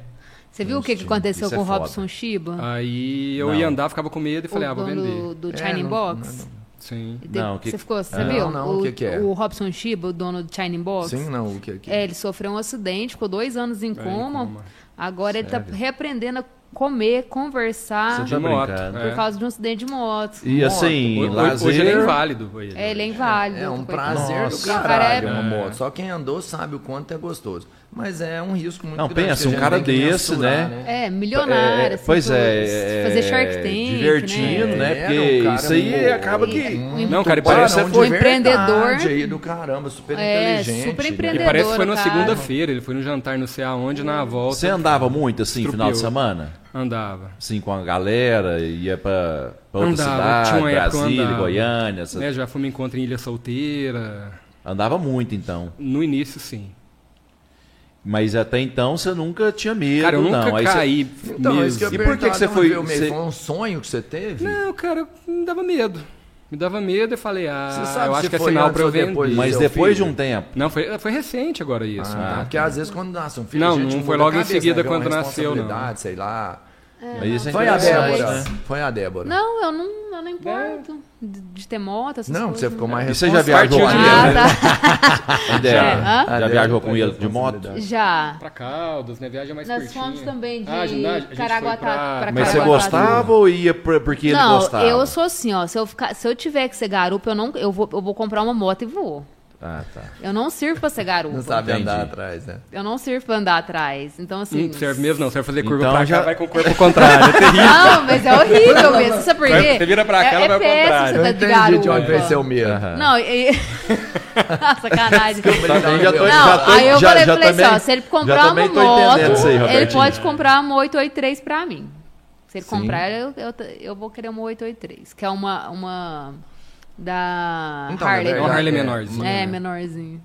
Você viu o que, que aconteceu Isso é com o foda. Robson Shiba? Aí eu Não. ia andar, ficava com medo e Ah, falei, o ah, vou dono vender. do, do É, Shining não- Box? Sim. E teve- Não, que- Você ficou, você Ah, viu? não, não, o que que é? O Robson Shiba, o dono do Shining Box. Sim, não, o que é que. É, ele sofreu um acidente, ficou dois anos em coma. É, coma. Agora ele tá reaprendendo a comer, conversar Você tá De moto, brincando. é. por causa de um acidente de moto. E assim, Hoje, lazer... hoje ele é inválido. Ele. É, ele é inválido. É um coitado. prazer Nossa, do E o caralho, cara é- uma moto. Só quem andou sabe o quanto é gostoso. Mas é um risco muito Não, grande. que pensa, a um gente cara tem que desse, mensurar, né? É, milionário. É, assim, pois tudo. é, é, Fazer Shark Tank, divertindo, né? né? É, Porque não, cara, isso aí um- acaba que... Um- Não, cara, e Parece parece, ser e um empreendedor. aí do caramba, super É, inteligente. super né? empreendedor. parece que foi na cara. segunda-feira. Ele foi no jantar, não sei aonde, na volta. Você andava muito assim, final de Estrupiou. semana? Andava. Assim, com a galera, ia pra, pra outra Andava, cidade, tinha uma época que eu Brasília, andava. Goiânia. essa- Né, já fomos em encontro em Ilha Solteira. Andava muito então. No início, sim. Mas até então você nunca tinha medo, Cara, eu nunca não. Aí você- caí Então, mesmo. isso que eu E por que perguntava, que você de foi- onde veio o medo? você- Foi um sonho que você teve? Não, cara, me dava medo. Me dava medo, eu falei, ah, Você sabe eu se acho que é foi sinal antes pra eu ou depois vender. do Mas seu depois filho. de um tempo. Não, foi, foi recente agora isso. Ah, né? Porque às vezes quando nasce um filho, Não, a gente não muda foi a logo em cabeça, seguida né? Vê uma quando nasceu, não. responsabilidade, sei lá. Mas isso é Foi a interessante, Débora. né? É. Foi a Débora. Não, eu não, eu não importo de, de ter moto, essas Não, coisas. você ficou mais E você já responsável. viajou com Ah, ele? tá. Débora? Já. Hã? A Já Débora viajou foi com ele de responsabilidade. moto? Já. Pra Caldas, né? Viagem mais Nós curtinha. fomos também de Ah, já- a gente foi Caraguatá pra- pra Mas você Caraguatá. gostava ou ia pra- porque ele não, gostava? eu sou assim, ó. Se eu, ficar, se eu tiver que ser garupa, eu, não, eu, vou, eu vou comprar uma moto e vou. Ah, tá. Eu não sirvo pra ser garupa. Não sabe Entendi. andar atrás, né? Eu não sirvo pra andar atrás. Então, assim. Hum, serve mesmo não, serve fazer curva Então pra já- cá, vai com o corpo ao contrário. é terrível. Não, mas é horrível mesmo. Sabe por Vai- quê? você vira pra cá, é, ela vai é ao péssimo contrário. você Eu tá de entendi garupa. de onde veio seu medo. Não, e. Sacanagem. Também já tô- Não, já tô- aí eu já- falei, já falei assim, também- ó, se ele já comprar uma também tô entendendo isso moto, aí, ele Robertinho. pode comprar uma 883 pra mim. Se ele Sim. comprar, eu, eu, eu vou querer uma 883, que é uma, uma da Então, Harley. é É uma Harley É, menorzinha. É, né? menorzinho.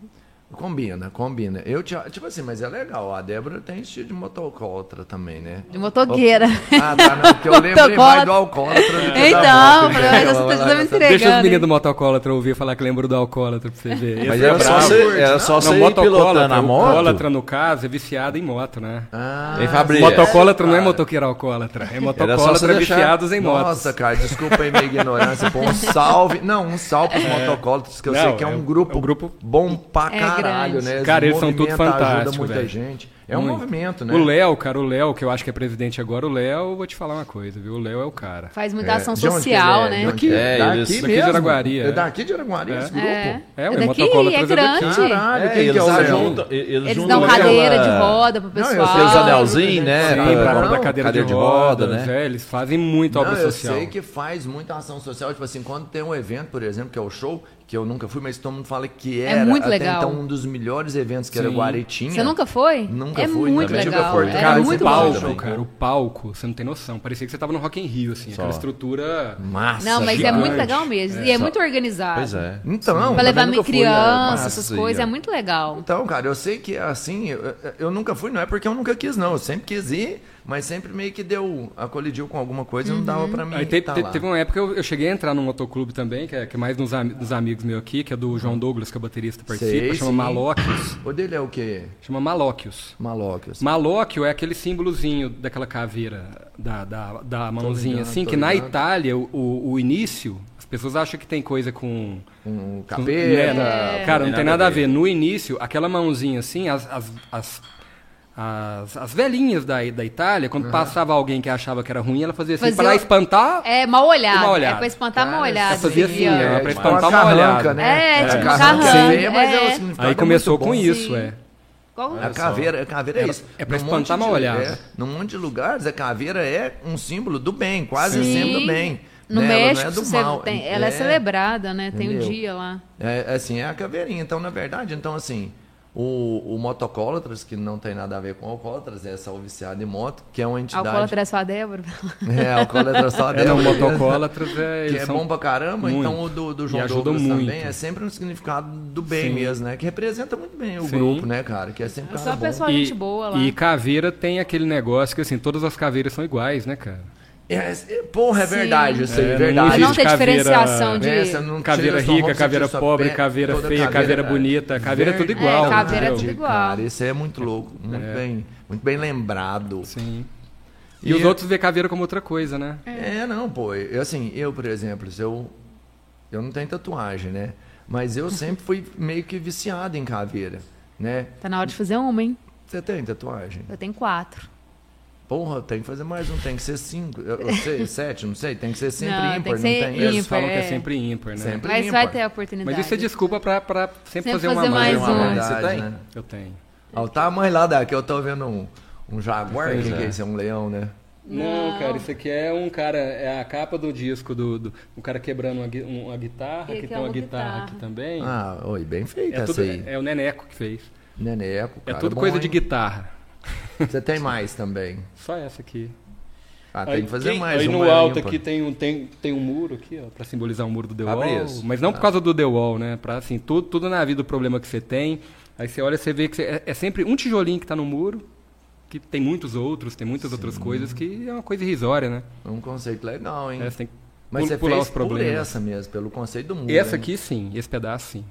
Combina, combina. Eu, tinha- tipo assim, mas é legal. A Débora tem estilo de motocoltra também, né? De motogueira. Ah, tá, não, porque eu lembrei mais do alcoólatra do que da Então, moto, mas entendeu? eu só tô Ela- me ela- entregando. Deixa os meninos do motocólatra ouvir falar que lembrou do alcoólatra pra você ver. Mas Esse era é só bravo. você, era só Não, você ir pilotando a o moto? alcoólatra, no caso, é viciado em moto, né? Ah, Ei, Fabrício. motocólatra não é motoqueiro alcoólatra, é você motocólatra deixar- viciados em motos. Nossa, cara, desculpa aí minha ignorância. Pô, um salve. Não, um salve pros motocólatras, que eu Não, sei que é é um um- grupo, é um grupo bom pra É caralho, grande. né? Esse Cara, eles são tudo movimento ajuda fantásticos, muita velho. gente. É um Muito. movimento, né? O Léo, cara, o Léo, que eu acho que é presidente agora, o Léo, vou te falar uma coisa, viu? O Léo é o cara. Faz muita É, ação de onde que ele social, é? né? De onde que ele É, daqui eles- mesmo? daqui de Araguari, é. É daqui de Araguari, esse grupo? É, É, é o daqui, motocolatras é é daqui. grande. Caralho, É, quem que é eles o Léo? ajuntam- eles Eles juntam dão cadeira aquela- de roda pro eu sei, pessoal. os Aqueles anelzinhos, Sim, né? pra- pra pra- comprar cadeira, de, roda, né? É, eles fazem muita obra Não, eu social. sei que faz muita ação social. Tipo assim, quando tem um evento, por exemplo, que é o show, que eu nunca fui, mas todo mundo fala que era É muito até legal. então um dos melhores eventos que era Sim. Guaritinha. Você nunca foi? Nunca é fui, muito também. legal. Nunca fui, é cara, Cara, esse muito o pau, bom. palco, também. cara, o palco, você não tem noção. Parecia que você tava no Rock in Rio, assim, aquela estrutura. Massa. Não, mas é gigante. muito legal mesmo. E é muito organizado. Pois é. Então, Pra também levar nunca minha fui, né? criança, Massa essas isso aí, coisas, ó. é muito legal. Então, cara, eu sei que assim, eu, eu nunca fui, não é porque eu nunca quis, não. Eu sempre quis ir, mas sempre meio que deu, a colidiu com alguma coisa e não dava Uhum. pra mim. Aí teve, tá te- lá. teve um- uma época que eu, eu cheguei a entrar num motoclube também, que é, que é mais dos, ami- dos amigos meus aqui, que é do João Douglas, que é o baterista, participa, Sei, chama sim. Malóquios. O dele é o quê? assim, Chama Malóquios. Malóquios. Malóquio é aquele símbolozinho daquela caveira da, da, da mãozinha, ligado, assim, tô que na ligado. Itália, o, o, o início, as pessoas acham que tem coisa com... Um com- capeta. É. né, Cara, não tem nada a ver. No início, aquela mãozinha assim, as... as, as as, as velhinhas da, da Itália, quando passava alguém que achava que era ruim, ela fazia assim, Fazia para o- espantar É mal olhado. Mal olhado. É pra espantar mal olhado. eu fazia né? assim, ó, pra tipo uma espantar uma olhada. carranca, né? É, tipo carranca. carranca, Sim, mas é o é. significado Aí é começou muito com bom. isso, Sim. é. Qual- A caveira, a caveira é, isso. é pra Num espantar monte de- uma olhada. É, num monte de lugares, a caveira é um símbolo do bem, quase Sim. sempre do bem. No né? ela México, não é do você mal. tem- ela é. celebrada, né? Tem um Entendeu? dia lá. É, assim, é a caveirinha. Então, na verdade, então assim, o, o motocólatras, que não tem nada a ver com alcoólatras, é só o viciado em moto, que é uma entidade... Alcoólatra é só a Débora. É, alcoólatra só a É, não, Débora, motocólatras é, Que eles é são- bom pra caramba, muito. então o do, do João E ajuda Douglas muito. também é sempre um significado do bem Sim. mesmo, né? Que representa muito bem o Sim. grupo, né, cara? Que é sempre cara só bom. pessoal gente boa lá. e caveira tem aquele negócio que assim, todas as caveiras são iguais, né, cara? É, é- porra, é Sim. verdade isso aí, É, é não verdade. existe Não tem caveira- É, diferenciação de. Né, você não Caveira tira sua rica, roupa, caveira você tira sua pobre, pe- caveira toda feia, caveira é. bonita, caveira é tudo Verdade, igual, É, caveira é tudo cara, igual. Isso é muito louco, muito bem, muito bem lembrado. Sim. E, E os é- outros vê caveira como outra coisa, né? É, não, pô. Eu, assim, eu, por exemplo, se eu Eu não tenho tatuagem, né? Mas eu sempre fui meio que viciado em caveira, né? Tá na hora de fazer uma, hein? Você tem tatuagem? Eu tenho quatro. Porra, tem que fazer mais um, tem que ser cinco, eu, eu sei, sete, não sei, tem que ser sempre Não, tem ímpar, que não ser tem? ímpar. Eles falam que é é. sempre ímpar, né? Sempre. Mas Primo, vai pai. ter a oportunidade. Mas isso é desculpa pra, pra sempre, fazer, uma Tem mais mais. uma um. verdade, Você tem? né? Eu tenho. Olha o tamanho lá daqui, eu tô vendo um, um jaguar, o Pois que, que é. é isso? É um leão, né? Não, cara, isso aqui é um cara, é a capa do disco do, do um cara quebrando uma, gui- uma guitarra, E que aqui tem é uma uma guitarra, guitarra. aqui também. Ah, oi, bem feita é, essa tudo, aí. é o Neneco que fez. Neneco, É cara, tudo bom, coisa de hein? guitarra. Você tem mais também. Só essa aqui. Ah, tem que fazer quem- mais Aí uma no é alto ímpar. aqui tem um, tem, tem um muro aqui, ó, pra simbolizar o muro do The Abre Wall. isso. Mas Ah. não por causa do The Wall, né? Pra, assim, tudo, tudo na vida, o problema que você tem. Aí você olha, você vê que você- é, é sempre um tijolinho que tá no muro, que tem muitos outros, tem muitas outras coisas, que é uma coisa irrisória, né? Um conceito legal, hein? É, você tem que Mas pul- você pular fez os por problemas. essa mesmo, pelo conceito do mundo. né? Essa hein? aqui sim, esse pedaço sim.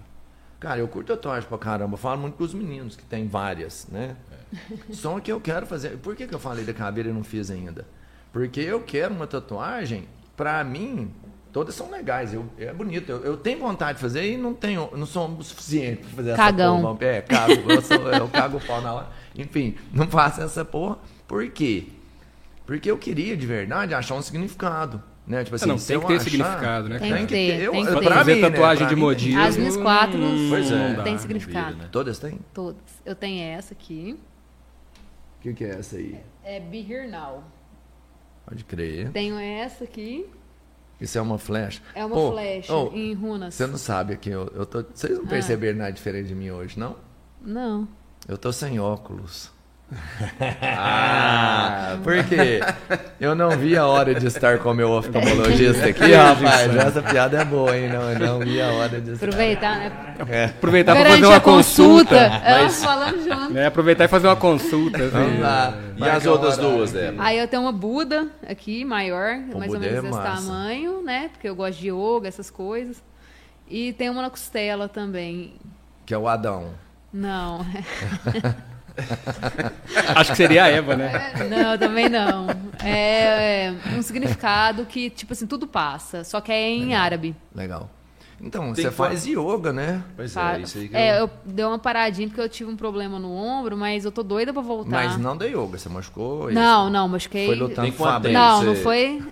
Cara, eu curto tatuagem pra caramba. Eu falo muito com os meninos, que tem várias, né? É. Só que eu quero fazer. Por que, que eu falei da caveira e não fiz ainda? Porque eu quero uma tatuagem, pra mim, todas são legais. Eu, é bonito. Eu, eu tenho vontade de fazer e não tenho. Não sou o suficiente pra fazer Cagão. essa porra. É, cago. Eu, sou- eu cago o pau na hora. Enfim, não faço essa porra. Por quê? Porque eu queria de verdade achar um significado. Né? Tipo assim, É, não, se tem eu que ter achar- significado, né, Tem cara? que ter, tem que ter. pra Fazer mim, né, tatuagem pra de mim, modismo. As minhas quatro Pois é. não Não tem dá, significado. não vira, né? Todas têm? Todas. Eu tenho essa aqui. O que, que é essa aí? É Be Here Now. Pode crer. Tenho essa aqui. Isso é uma flecha. É uma Ô, flecha ô, em runas. Você não sabe que eu, eu tô. Vocês Ah. não perceberam nada diferente de mim hoje, não? Não. Eu tô sem óculos. ah, por quê? Eu não vi a hora de estar com o meu oftalmologista aqui, rapaz. Essa piada é boa, hein? Não, eu não vi a hora de estar. Aproveitar, né? Aproveitar para Perante fazer uma a consulta. consulta. Ah, falando junto. né? Aproveitar e fazer uma consulta. Vamos Assim. lá. E as Marca a outras hora. duas, Débora? Aí eu tenho uma Buda aqui, maior, mais Buda ou menos é desse massa. tamanho, né? Porque eu gosto de yoga, essas coisas. E tem uma na costela também. Que é o Adão. Não. Acho que seria a Eva, né? Não, também não. É, é um significado que, tipo assim, tudo passa. Só que é em árabe. Legal. Então, Tem você que faz yoga, né? Pois Fa- é, isso aí que é, eu... eu dei uma paradinha porque eu tive um problema no ombro, mas eu tô doida pra voltar. Mas não da yoga, você machucou. é isso. Não, não, machuquei. Foi lutando Tem com quanto a tempo? Bel. Não, Você- não foi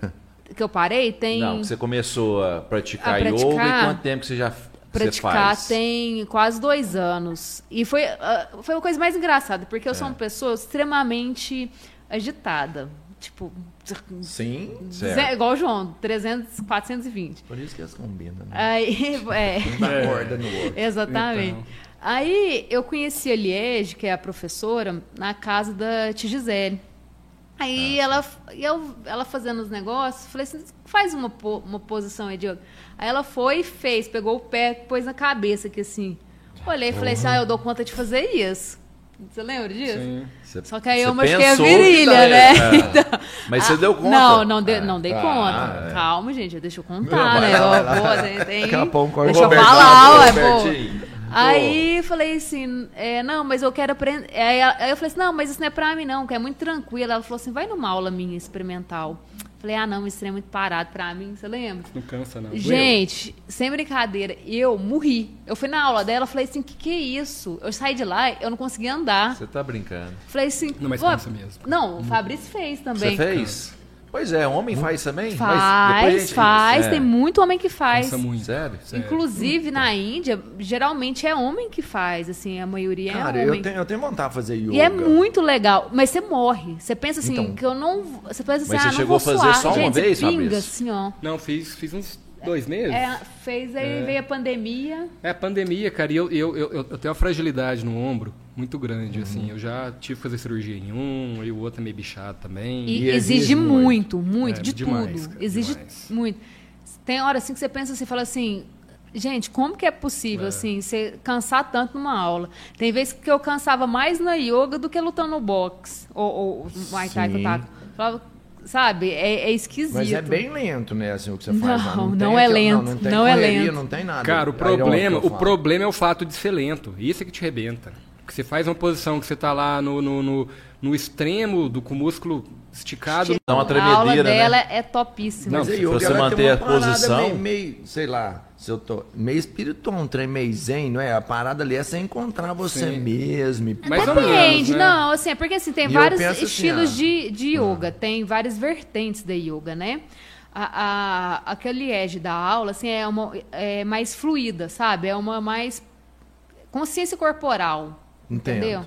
que eu parei, tem Não, que você começou a praticar, A yoga praticar- e quanto tempo que você já f- praticar você faz? tem quase dois anos. E foi, ah, foi a coisa mais engraçada, porque eu sou É. uma pessoa extremamente agitada. Tipo, Sim. Certo. ze- igual o João, 300, 420. Por isso que elas combinam, né? Aí, é. Um dá corda no outro. Exatamente. Então. Aí eu conheci a Liege, que é a professora, na casa da tia Gisele. Aí Ah, ela, e eu, ela fazendo os negócios, falei assim, faz uma, po- uma posição aí, Diogo. Aí ela foi e fez, pegou o pé, pôs na cabeça aqui assim. Olhei e falei assim, ah, eu dou conta de fazer isso. Você lembra disso? Você- Só que aí eu você machuquei a pensou que virilha, tá- né? é. Então- Mas você Ah, deu conta? Não, não, de- Ah, não dei ah, conta. é. Calma, gente, deixa eu Não, contar, vai né? lá, vai Ó, lá. pô, tem- tem- Daqui a pouco, corta. Deixa eu Roberto, falar, ué, pô. Robertinho. Aí falei assim, é, não, mas eu quero aprender. Aí, ela- aí eu falei assim, não, mas isso não é pra mim, não, que é muito tranquilo. Ela falou assim, vai numa aula minha experimental. Falei, ah, não, isso é muito parado pra mim, você lembra? Não cansa, não. Gente, sem brincadeira, eu morri. Eu fui na aula dela, falei assim, que que é isso? Eu saí de lá, eu não consegui andar. Você tá brincando. Falei assim, Não, mas "Ué, cansa mesmo. Não, o Fabrício fez também. Você fez? Pois é, homem faz também? Mas depois a Faz, gente- faz, É. tem muito homem que faz. Cansa muito. Sério? Sério. Inclusive na Índia, geralmente é homem que faz, assim, a maioria Cara, é homem. eu tenho, eu tenho vontade de fazer yoga. E é muito legal, mas você morre. Você pensa assim, Então. que eu não. Você pensa assim, Mas você ah, não chegou vou a fazer suar. só uma Gente, vez, você pinga, Fabrício? assim, ó. Não, fiz, fiz uns dois meses. É, É, fez aí, veio a pandemia. a É, pandemia, cara, e eu, eu, eu, eu tenho uma fragilidade no ombro muito grande, Uhum. assim. Eu já tive que fazer cirurgia em um, e o outro é meio bichado também. E, E exige exige muito. muito, muito, É, de demais, tudo. cara, exige demais. muito. Tem hora assim que você pensa assim, fala assim. Gente, como que é possível, assim, você cansar tanto numa aula? Tem vezes que eu cansava mais na yoga do que lutando no boxe. Ou, ou Muay Thai que eu Sim. tava. Falava, Sabe? É, é esquisito. Mas é bem lento, né, assim, o que você faz lá. Não, tem não é aquela- lento, Não, tem não é correria, lento. Não tem nada. Cara, o Aí, ó, problema, que eu o falo. problema é o fato de ser lento. Isso é que te rebenta. Porque você faz uma posição que você tá lá no, no, no, no extremo do com o músculo esticado. Dá uma a aula tremedeira, dela né? é topíssima. Não, Mas é se yoga, você ela tem manter uma a parada posição- Meio, meio, sei lá, Se eu tô meio espiritual, um trem meio zen, não é? A parada ali é você encontrar você Sim. mesmo. e- Mais ou Depende, menos, né? não, assim, é porque assim, tem E eu vários penso assim, estilos ah, de, de yoga, tem várias vertentes da yoga, né? A, a, aquele edge da aula, assim, é, uma, é mais fluida, sabe? É uma mais consciência corporal, Entendo. entendeu?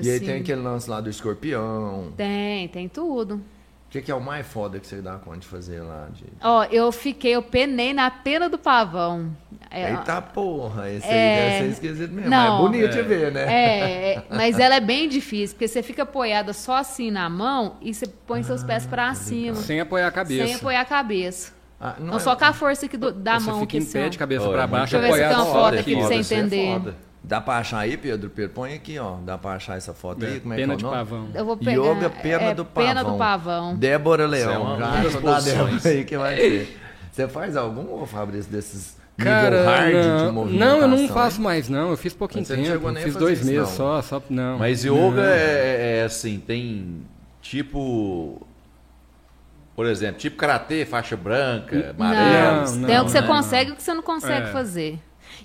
E aí tem Assim, aquele lance lá do escorpião. Tem, tem tudo. O que, que é o mais foda que você dá conta de fazer lá? De... Ó, eu fiquei, eu penei na pena do pavão. É, Eita porra, esse É. aí deve ser esquisito mesmo. Não. Mas é bonito de ver, né? É, é, mas ela é bem difícil, porque você fica apoiada só assim na mão e você põe seus pés pra cima, Sem apoiar a cabeça. sem apoiar a cabeça. Ah, Não, é- só com a força aqui do- da Você mão fica aqui, em assim, pé ó. de cabeça Olha, é pra muito baixo, Deixa eu ver se apoiado tem uma só foto aqui. aqui pra você isso é entender. foda. Dá pra achar aí, Pedro? Pedro, põe aqui, ó. Dá pra achar essa foto aí? Como é Pena que de é o nome? pavão. Eu vou pegar. Yoga Pena é, do Pavão. Pena do pavão. Débora Isso é Leão. uma Já das acha da Débora posições. aí que vai ser. Você faz algum, ô, Fabrício, desses nível Cara, hard de não, movimentação? não, eu não hein? faço mais, não. Eu fiz pouquinho Mas você não tempo. chegou nem a fiz fazer dois isso, meses não. só, só. Não. Mas yoga é, é assim, tem tipo. Por exemplo, tipo karatê, faixa branca, assim, amarela. não, não, tem o que você né? consegue e o que você não consegue É. fazer.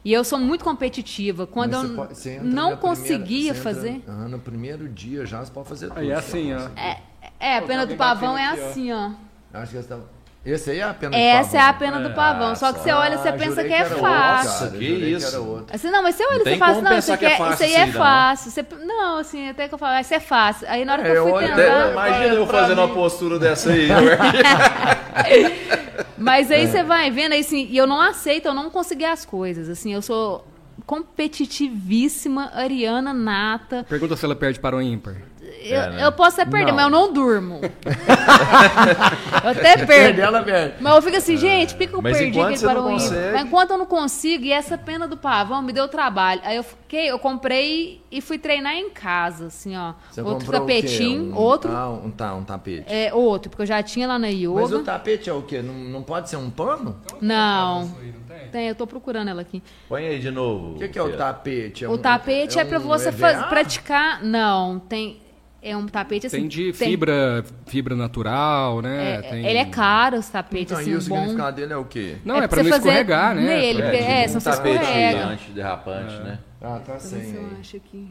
E eu sou muito competitiva. Quando Mas eu você pode- você entra não na primeira- conseguia você entra- fazer. ah, no primeiro dia já você pode fazer tudo. Aí é assim, ó. É, é, a Pô, pena do alguém batendo pavão é aqui, ó. assim, ó. Acho que você tá... Esse aí é a pena do Essa é a pavão. pena do pavão. Só que você olha, você Ah, pensa jurei que é era fácil. outro, cara, Que jurei isso? era outro. Assim, não, mas você olha, Não você tem fala, assim, como não, isso pensar aqui que é é- isso fácil aí é assim, não, né? fácil. Você- Não, assim, até que eu falo, isso é fácil. Aí na hora É, que eu fui eu olho tentar. até- Até, imagina eu Pra fazendo mim. uma postura dessa aí. né? Mas aí você vai vendo, aí assim, e eu não aceito, eu não consegui as coisas. Assim, eu sou competitivíssima, ariana nata. Pergunta se ela perde para o ímpar. Eu, É, né? eu posso até perder, Não. mas eu não durmo. eu até Perde perdo. ela, velho. Mas eu fico assim, gente, por que, que eu Mas perdi enquanto aquele você não para o ímpar? consegue- Mas enquanto eu não consigo, e essa pena do pavão me deu trabalho. Aí eu fiquei, eu comprei e fui treinar em casa, assim, ó. Você outro comprou o quê? tapetinho, Um- outro. Ah, um, tá, um tapete. É, outro, porque eu já tinha lá na yoga. Mas o tapete é o quê? Não, não pode ser um pano? Não. Tem, eu tô procurando ela aqui. Põe aí de novo. O que, que é o tapete? É O um- tapete é, pra um você EVA? faz- praticar. Não, tem. É um tapete assim. Tem de fibra, fibra natural, né? é, tem- Ele é caro, os tapetes, Então, assim, e o bom. significado dele é o quê? Não, é é, pra pra não você fazer escorregar, né? nele, Pra- ele pe- é, tipo são um seus tapete colegas. antiderrapante, né? Ah, tá Deixa eu ver se sem. eu acho aqui.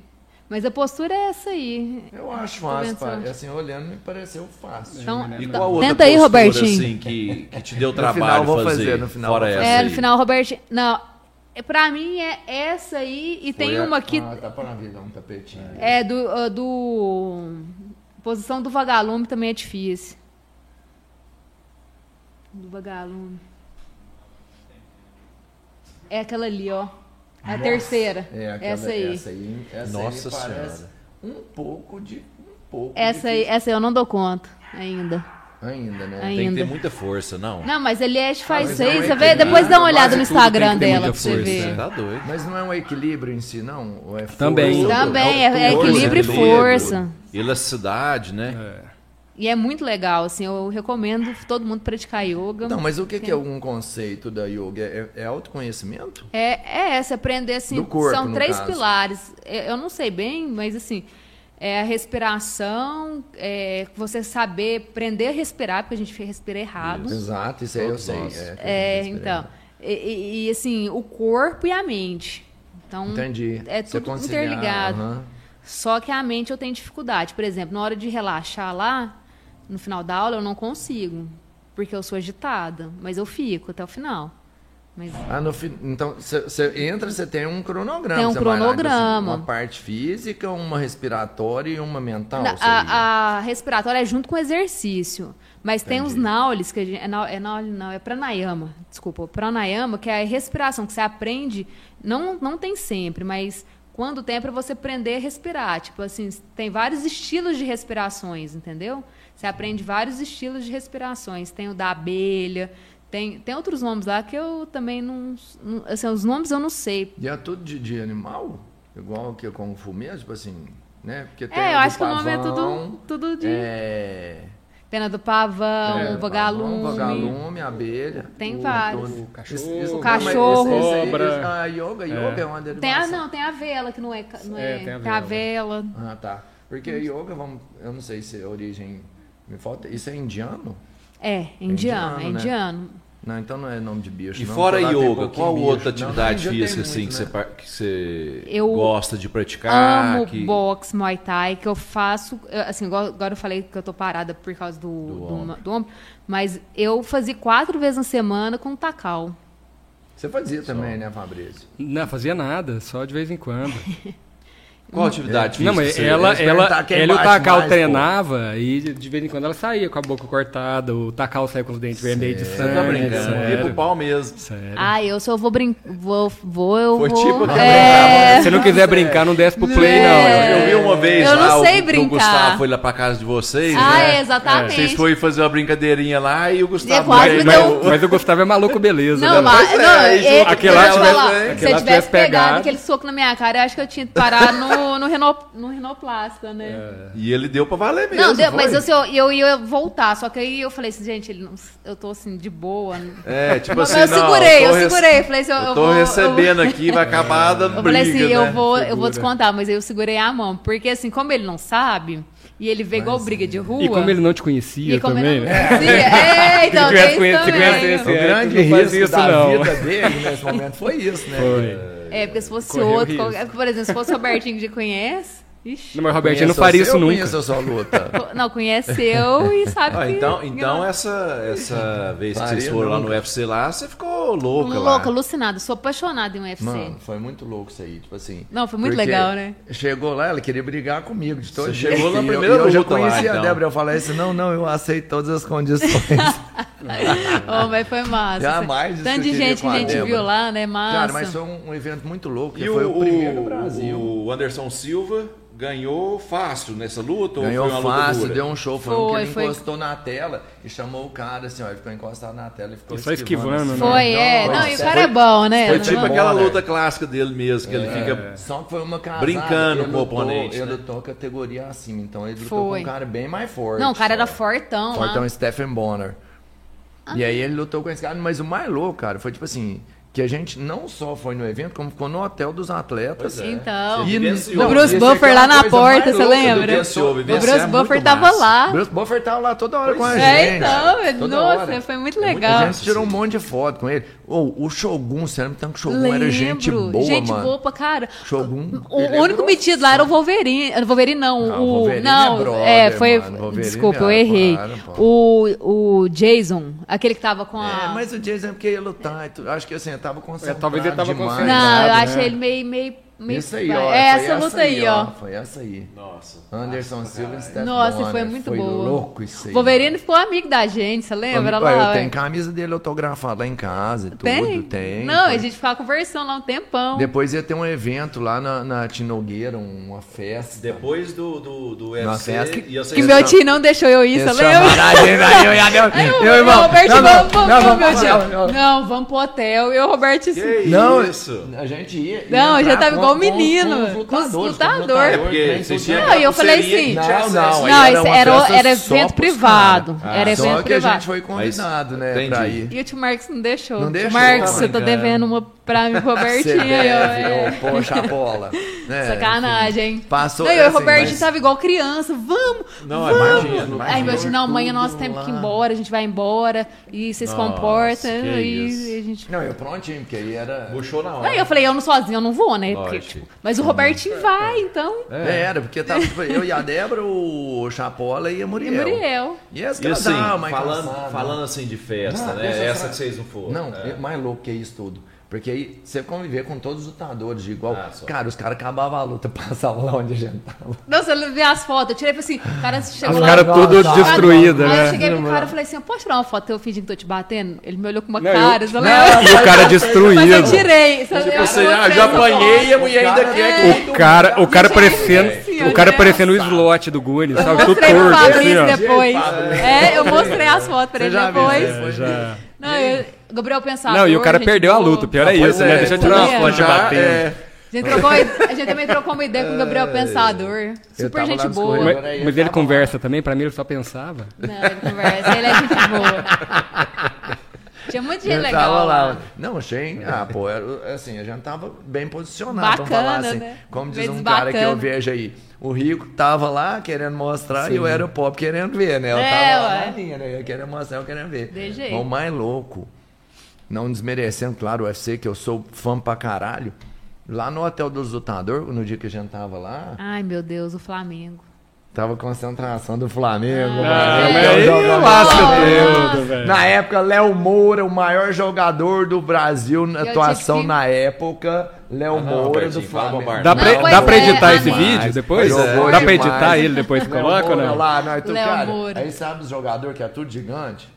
Mas a postura é essa aí. Eu acho vendo fácil, se pá. eu acho. Assim, olhando me pareceu fácil. Então, E tá- qual outra tenta aí, postura, Robertinho. assim, que, que te deu É. final trabalho eu vou fazer, fazer, no final fora eu vou essa é, aí? no final, Robertinho. Não, é, pra mim é essa aí e tem a- uma que Ah, tá para vida, um tapetinho. é do, ah, do. Posição do vagalume também é difícil. Do vagalume. É aquela ali, ó. É a terceira. É, aquela, essa aí. Essa aí, essa Nossa aí me parece Senhora. um pouco de. Um pouco Essa aí, essa aí eu não dou conta ainda. Ainda, né? Ainda. Tem que ter muita força, não. Não, mas ele é, faz mas isso aí, não é você que vê, nada, depois dá uma quase olhada no tudo tem que ter Instagram dela pra muita você força, ver. Você tá doido. Mas não é um equilíbrio em si, não? Ou é força? Também. então, Também, é, é Força, equilíbrio e dedo, força. Elasticidade, né? É. E é muito legal, assim, eu recomendo todo mundo praticar yoga. Não, mas o que, que é um conceito da yoga? É, é autoconhecimento? É, é essa, aprender assim, Do corpo, são no três caso. pilares. É, Eu não sei bem, mas assim, é a respiração, é você saber, aprender a respirar, porque a gente respira errado. Exato, isso aí eu Todos sei. nós. é, que É, eu respirei. então. E, e- e, assim, o corpo e a mente. Então, Entendi. é Você tudo conciliar, interligado. aham. Só que a mente eu tenho dificuldade. Por exemplo, na hora de relaxar lá, no final da aula, eu não consigo. Porque eu sou agitada. Mas eu fico até o final. Mas Ah, no fi- Então, você entra, você tem um cronograma. Tem um cê vai lá, tipo assim, cronograma. uma parte física, uma respiratória e uma mental. Na- seria. a, a respiratória é junto com o exercício. Mas tem uns naules que a gente. É, nau- é naule não, é pranayama. Desculpa, pranayama, que é a respiração, que você aprende. Não, não tem sempre, mas quando tem é pra você aprender a respirar. Tipo assim, tem vários estilos de respirações, entendeu? Você aprende vários estilos de respirações. Tem o da abelha, tem, tem outros nomes lá que eu também não. não- assim, os nomes eu não sei. E é tudo de, de animal? Igual que é Kung Fu mesmo, tipo assim, né? Porque tem É, eu do acho que o nome é tudo, pavão, tudo de. É... Pena do pavão, é, um vagalume. pavão, vagalume, abelha. Tem vários. todo- cachorro, Isso- o não, mas cachorro. esse- esse aí- Cobra. esse- a yoga, yoga é, uma derivação. Tem ah, a, não, tem a vela, que não é. ca- Não é, É, tem a tem a vela. Ah, tá. Porque yoga, vamos, eu não sei se é origem... Me falta... Isso é indiano? É, indiano, indiano, é né? indiano. Não, então não é nome de bicho. E não, então fora porque lá tem yoga, um pouquinho qual bicho. outra Não, atividade já tem física muito, assim que né? você, par- que você Eu gosta de praticar? Amo que... boxe, muay thai, que eu faço. eu, Assim, igual- agora eu falei que eu tô parada por causa do, do, ombro. ma- do ombro, mas eu fazia quatro vezes na semana com tacal. Você fazia também, né, Fabrício? Não, fazia nada, só de vez em quando. Qual É. atividade física? Não, mas que você- ela, eles perguntaram ela, quem ela e o bate Takal mais, pô. treinava e de vez em quando ela saía com a boca cortada, o Takal saía com os dentes vermelhos de sangue. Você tá brincando, é sério, ia pro pau mesmo. sério. Ah, eu só vou brincar. Vou, vou, eu Foi vou. tipo, não, é... Né. Se não quiser brincar, não desce pro play, não. Eu, eu vi uma vez Eu lá, não o- sei o, brincar. Gustavo foi lá pra casa de vocês, Ah, né? é, exatamente. Vocês foram fazer uma brincadeirinha lá e o Gustavo... quase Mas- me mas- deu- um- Mas, mas o Gustavo é maluco, beleza. Não, né? lá, Pois é, aí não, é- junto deixa eu aquela falar, tivesse- se aquela eu tivesse tivesse pegado, pegado. aquele soco na minha cara, eu acho que eu tinha que parar no, no, Reno, no Renoplasta, né? E ele deu pra valer mesmo, não, deu- foi? mas eu, se eu, eu ia voltar, só que aí eu falei assim, gente, ele não- eu tô assim, de boa. É, tipo Mas assim, eu não, segurei, tô eu rece- segurei, falei assim, eu- eu tô vou- eu- recebendo aqui, vai acabar dando Eu briga, falei assim, né? eu, vou, eu vou Segura. descontar, mas aí eu segurei a mão, porque assim, como ele não sabe, e ele vê igual briga de rua... E como ele não te conhecia e como ele também, não né? conhecia, é, então, Se tem tivesse isso conhe- se tivesse também. esse- O É, grande tu não faz risco isso, da não. vida dele nesse momento foi isso, né? É, porque se fosse Correu outro, risco. qualquer- por exemplo, se fosse o Robertinho que já conhece, ixi. Não, mas o Robertinho Conheço não faria você, isso eu nunca. Conheço a sua luta. Co- Não, conheceu e sabe Ah, que... então, então essa, essa vez que Faria vocês foram lá no nunca. UFC lá, você ficou louca, Louca, lá. alucinada. Sou apaixonada em UFC. Mano, foi muito louco isso aí, tipo assim. Não, foi muito porque legal, né? Chegou lá, ela queria brigar comigo de todo Você jeito. chegou na E eu- primeira e eu, já luta lá, conhecia a então. Débora, eu falei assim, não, não, eu aceito todas as condições. oh, mas foi massa. Jamais isso Tanto eu de queria gente que com a a gente Débora. viu lá, né? Massa. Cara, mas foi um, um evento muito louco, E que foi o, primeiro o- do Brasil. o Anderson Silva ganhou fácil nessa luta? Ganhou ou foi uma luta fácil, dura? deu um show, foi, um que Foi, ele foi. encostou na tela e chamou o cara assim, ó, ele ficou encostado na tela e ficou E só esquivando, assim. né? Foi, é. Nossa, Não, e o cara é bom, né? Foi Não, tipo Bola. aquela luta clássica dele mesmo, que ele fica... Só que foi uma casada. Brincando ele com o lutou- oponente, Ele né? lutou categoria acima, então ele lutou Foi. com um cara bem mais forte. Não, o cara era só. fortão, Foi lá. então Stephen Bonner. E aí ele lutou com esse cara, mas o mais louco, cara, foi tipo assim, que a gente não só foi no evento, como ficou no hotel dos atletas. Então. Você vivenciou. O Isso Bruce é Buffer lá aquela na coisa porta, mais você louca do lembra? vivenciou, O vivenciar é Bruce muito Buffer tava massa. lá. Bruce Buffer tava lá toda hora com a Pois gente. É, então, Toda nossa, hora. foi muito muito legal. A gente tirou um monte de foto com ele. Ou o Shogun, você lembra tanto que o Shogun Lembro. era gente boa, gente mano. boa pra cara. Shogun, O ele é único grossão. metido lá era o Wolverine. Era O Wolverine não. Não, o, o Wolverine não, é brother, foi. mano. Wolverine desculpa, eu é, errei. claro, pô. o, o Jason, aquele que tava com a. É, mas o Jason é porque ia lutar. e tu- Acho que assim, eu tava concentrado É, talvez ele tava demais. concentrado. Não, eu né? acho ele meio. meio, meio Isso aí, ó. É foi essa luta aí, ó. Foi essa aí. Nossa. Anderson Silva e Steph Nossa, Bonner. foi muito foi boa. louco isso aí. Wolverine é ficou amigo da gente, você lembra? Ué, lá, Eu ué. tenho camisa dele autografada lá em casa e tudo. Tem? Tem? tem Não, a gente ficava conversando lá um tempão. Depois ia ter um evento lá na, na Tinogueira, uma festa. Depois do, do, do Nossa, UFC... é que- e vocês- que meu tio não deixou eu ir, você Eles lembra? chamaram a gente, aí eu e a Débora- eu e o irmão, Roberto, não, não, vamos, vamos, não, vamos, vamos meu pra- tio. Não, vamos pro hotel. Eu, Roberto, assim. Que Não, isso? a gente ia. Não, ia já entrar tava com- um- igual com- menino, com os com lutadores, os com um os lutador. lutadores, É porque né, vocês então, tinham Não, e eu falei Pulseirinha assim, que tinha não, acesso. não, Não, era isso uma era, festa era só evento pros privado. caras. era Só evento que a gente privado. foi convidado, né, entendi. pra ir. E o tio Marcos não deixou. Não O tio deixou, Marcos, tá você tá brincando. devendo uma pra mim, Robertinho. Você aí, ó, é. deve, ô, Poxa, bola. né? Sacanagem, hein? Passou- Não, eu e o assim, Robertinho mas- tava igual criança. Vamos! Não, Vamos! imagina. Ai, Aí meu tio, não, amanhã tudo nós temos que ir lá. embora, a gente vai embora. E vocês Nossa, comportam. que isso. E, e a gente Não, eu prontinho, porque aí era. Puxou na hora. Aí eu falei, eu não sozinho, eu não vou, né? Porque, Lógico. tipo, mas o é. Robertinho vai, então. É, Era, porque tava tipo, eu e a Débora, o Chapola e a Muriel. E Muriel. E as E assim, casal, mas falando, cansado. falando assim de festa, Não, deixa né? eu Essa falar. que vocês não foram. Não, É. é mais louco que isso tudo. Porque aí você conviver com todos os lutadores de igual. Ah, só. cara, os caras acabavam a luta, passavam lá onde a gente tava. Nossa, eu vi as fotos, eu tirei e falei assim, o cara chegou As lá. caras tudo Nossa. destruídas, Aí eu né? cheguei pro cara e falei assim, eu posso tirar uma foto eu fingindo que tô te batendo? Ele me olhou com uma Não, eu- cara, eu... falei, E o cara mas eu destruído. tirei. Tipo eu assim, eu ah, tirei já essa apanhei, foto. a mulher ainda quer que- O cara, o cara Gente, assim, parecendo, ó, o cara né? parecendo o slot do Goonies, Eu sabe? Tudo mostrei pro torto, assim, Fabrício ó. depois. É, eu mostrei as fotos pra Você ele já viu, depois. né? Já. Não, eu, Gabriel pensava. Não, e o cara perdeu a luta, o pior é Pois isso, né? é, Deixa eu tirar uma pois foto de é. batendo. A gente, trocou, a gente também trocou uma ideia com o Gabriel Pensador. Super tava lá gente nos boa. corredores. Agora aí Mas, mas eu ele tava conversa também, pra mim ele só pensava. Não, ele conversa, ele é gente boa. Tinha muito gente Eu legal. né? tava lá. lá. Não, achei. Ah, pô, era, assim, a gente tava bem posicionado. vamos Bacana, falar assim. né? Como diz Vezes um cara que eu bacana. vejo aí. O Rico tava lá querendo mostrar e eu era o pop querendo ver, né? Eu É, tava lá ué. na minha, né? Eu queria mostrar, eu querendo ver. De jeito. Mas O mais louco Não desmerecendo, claro, o UFC, que eu sou fã pra caralho. Lá no Hotel dos Lutador, no dia que a gente tava lá, Ai, meu Deus, o Flamengo. tava concentração do Flamengo. Ah, mano. mas Eu é. aí jogava- lasca Nossa. tudo, velho. Na época, Léo Moura, o maior jogador do Brasil na Eu atuação tive que- na época. Léo Ah, não, Moura do Robertinho, fala Flamengo. bobagem. Dá Não, pra, pois dá pra é, editar esse Ramon. vídeo depois? Pois é. Dá pra Demais. editar ele depois que coloca ou Moura não? lá, não, tu, Léo cara, Moura. Aí sabe os jogadores que é tudo gigante?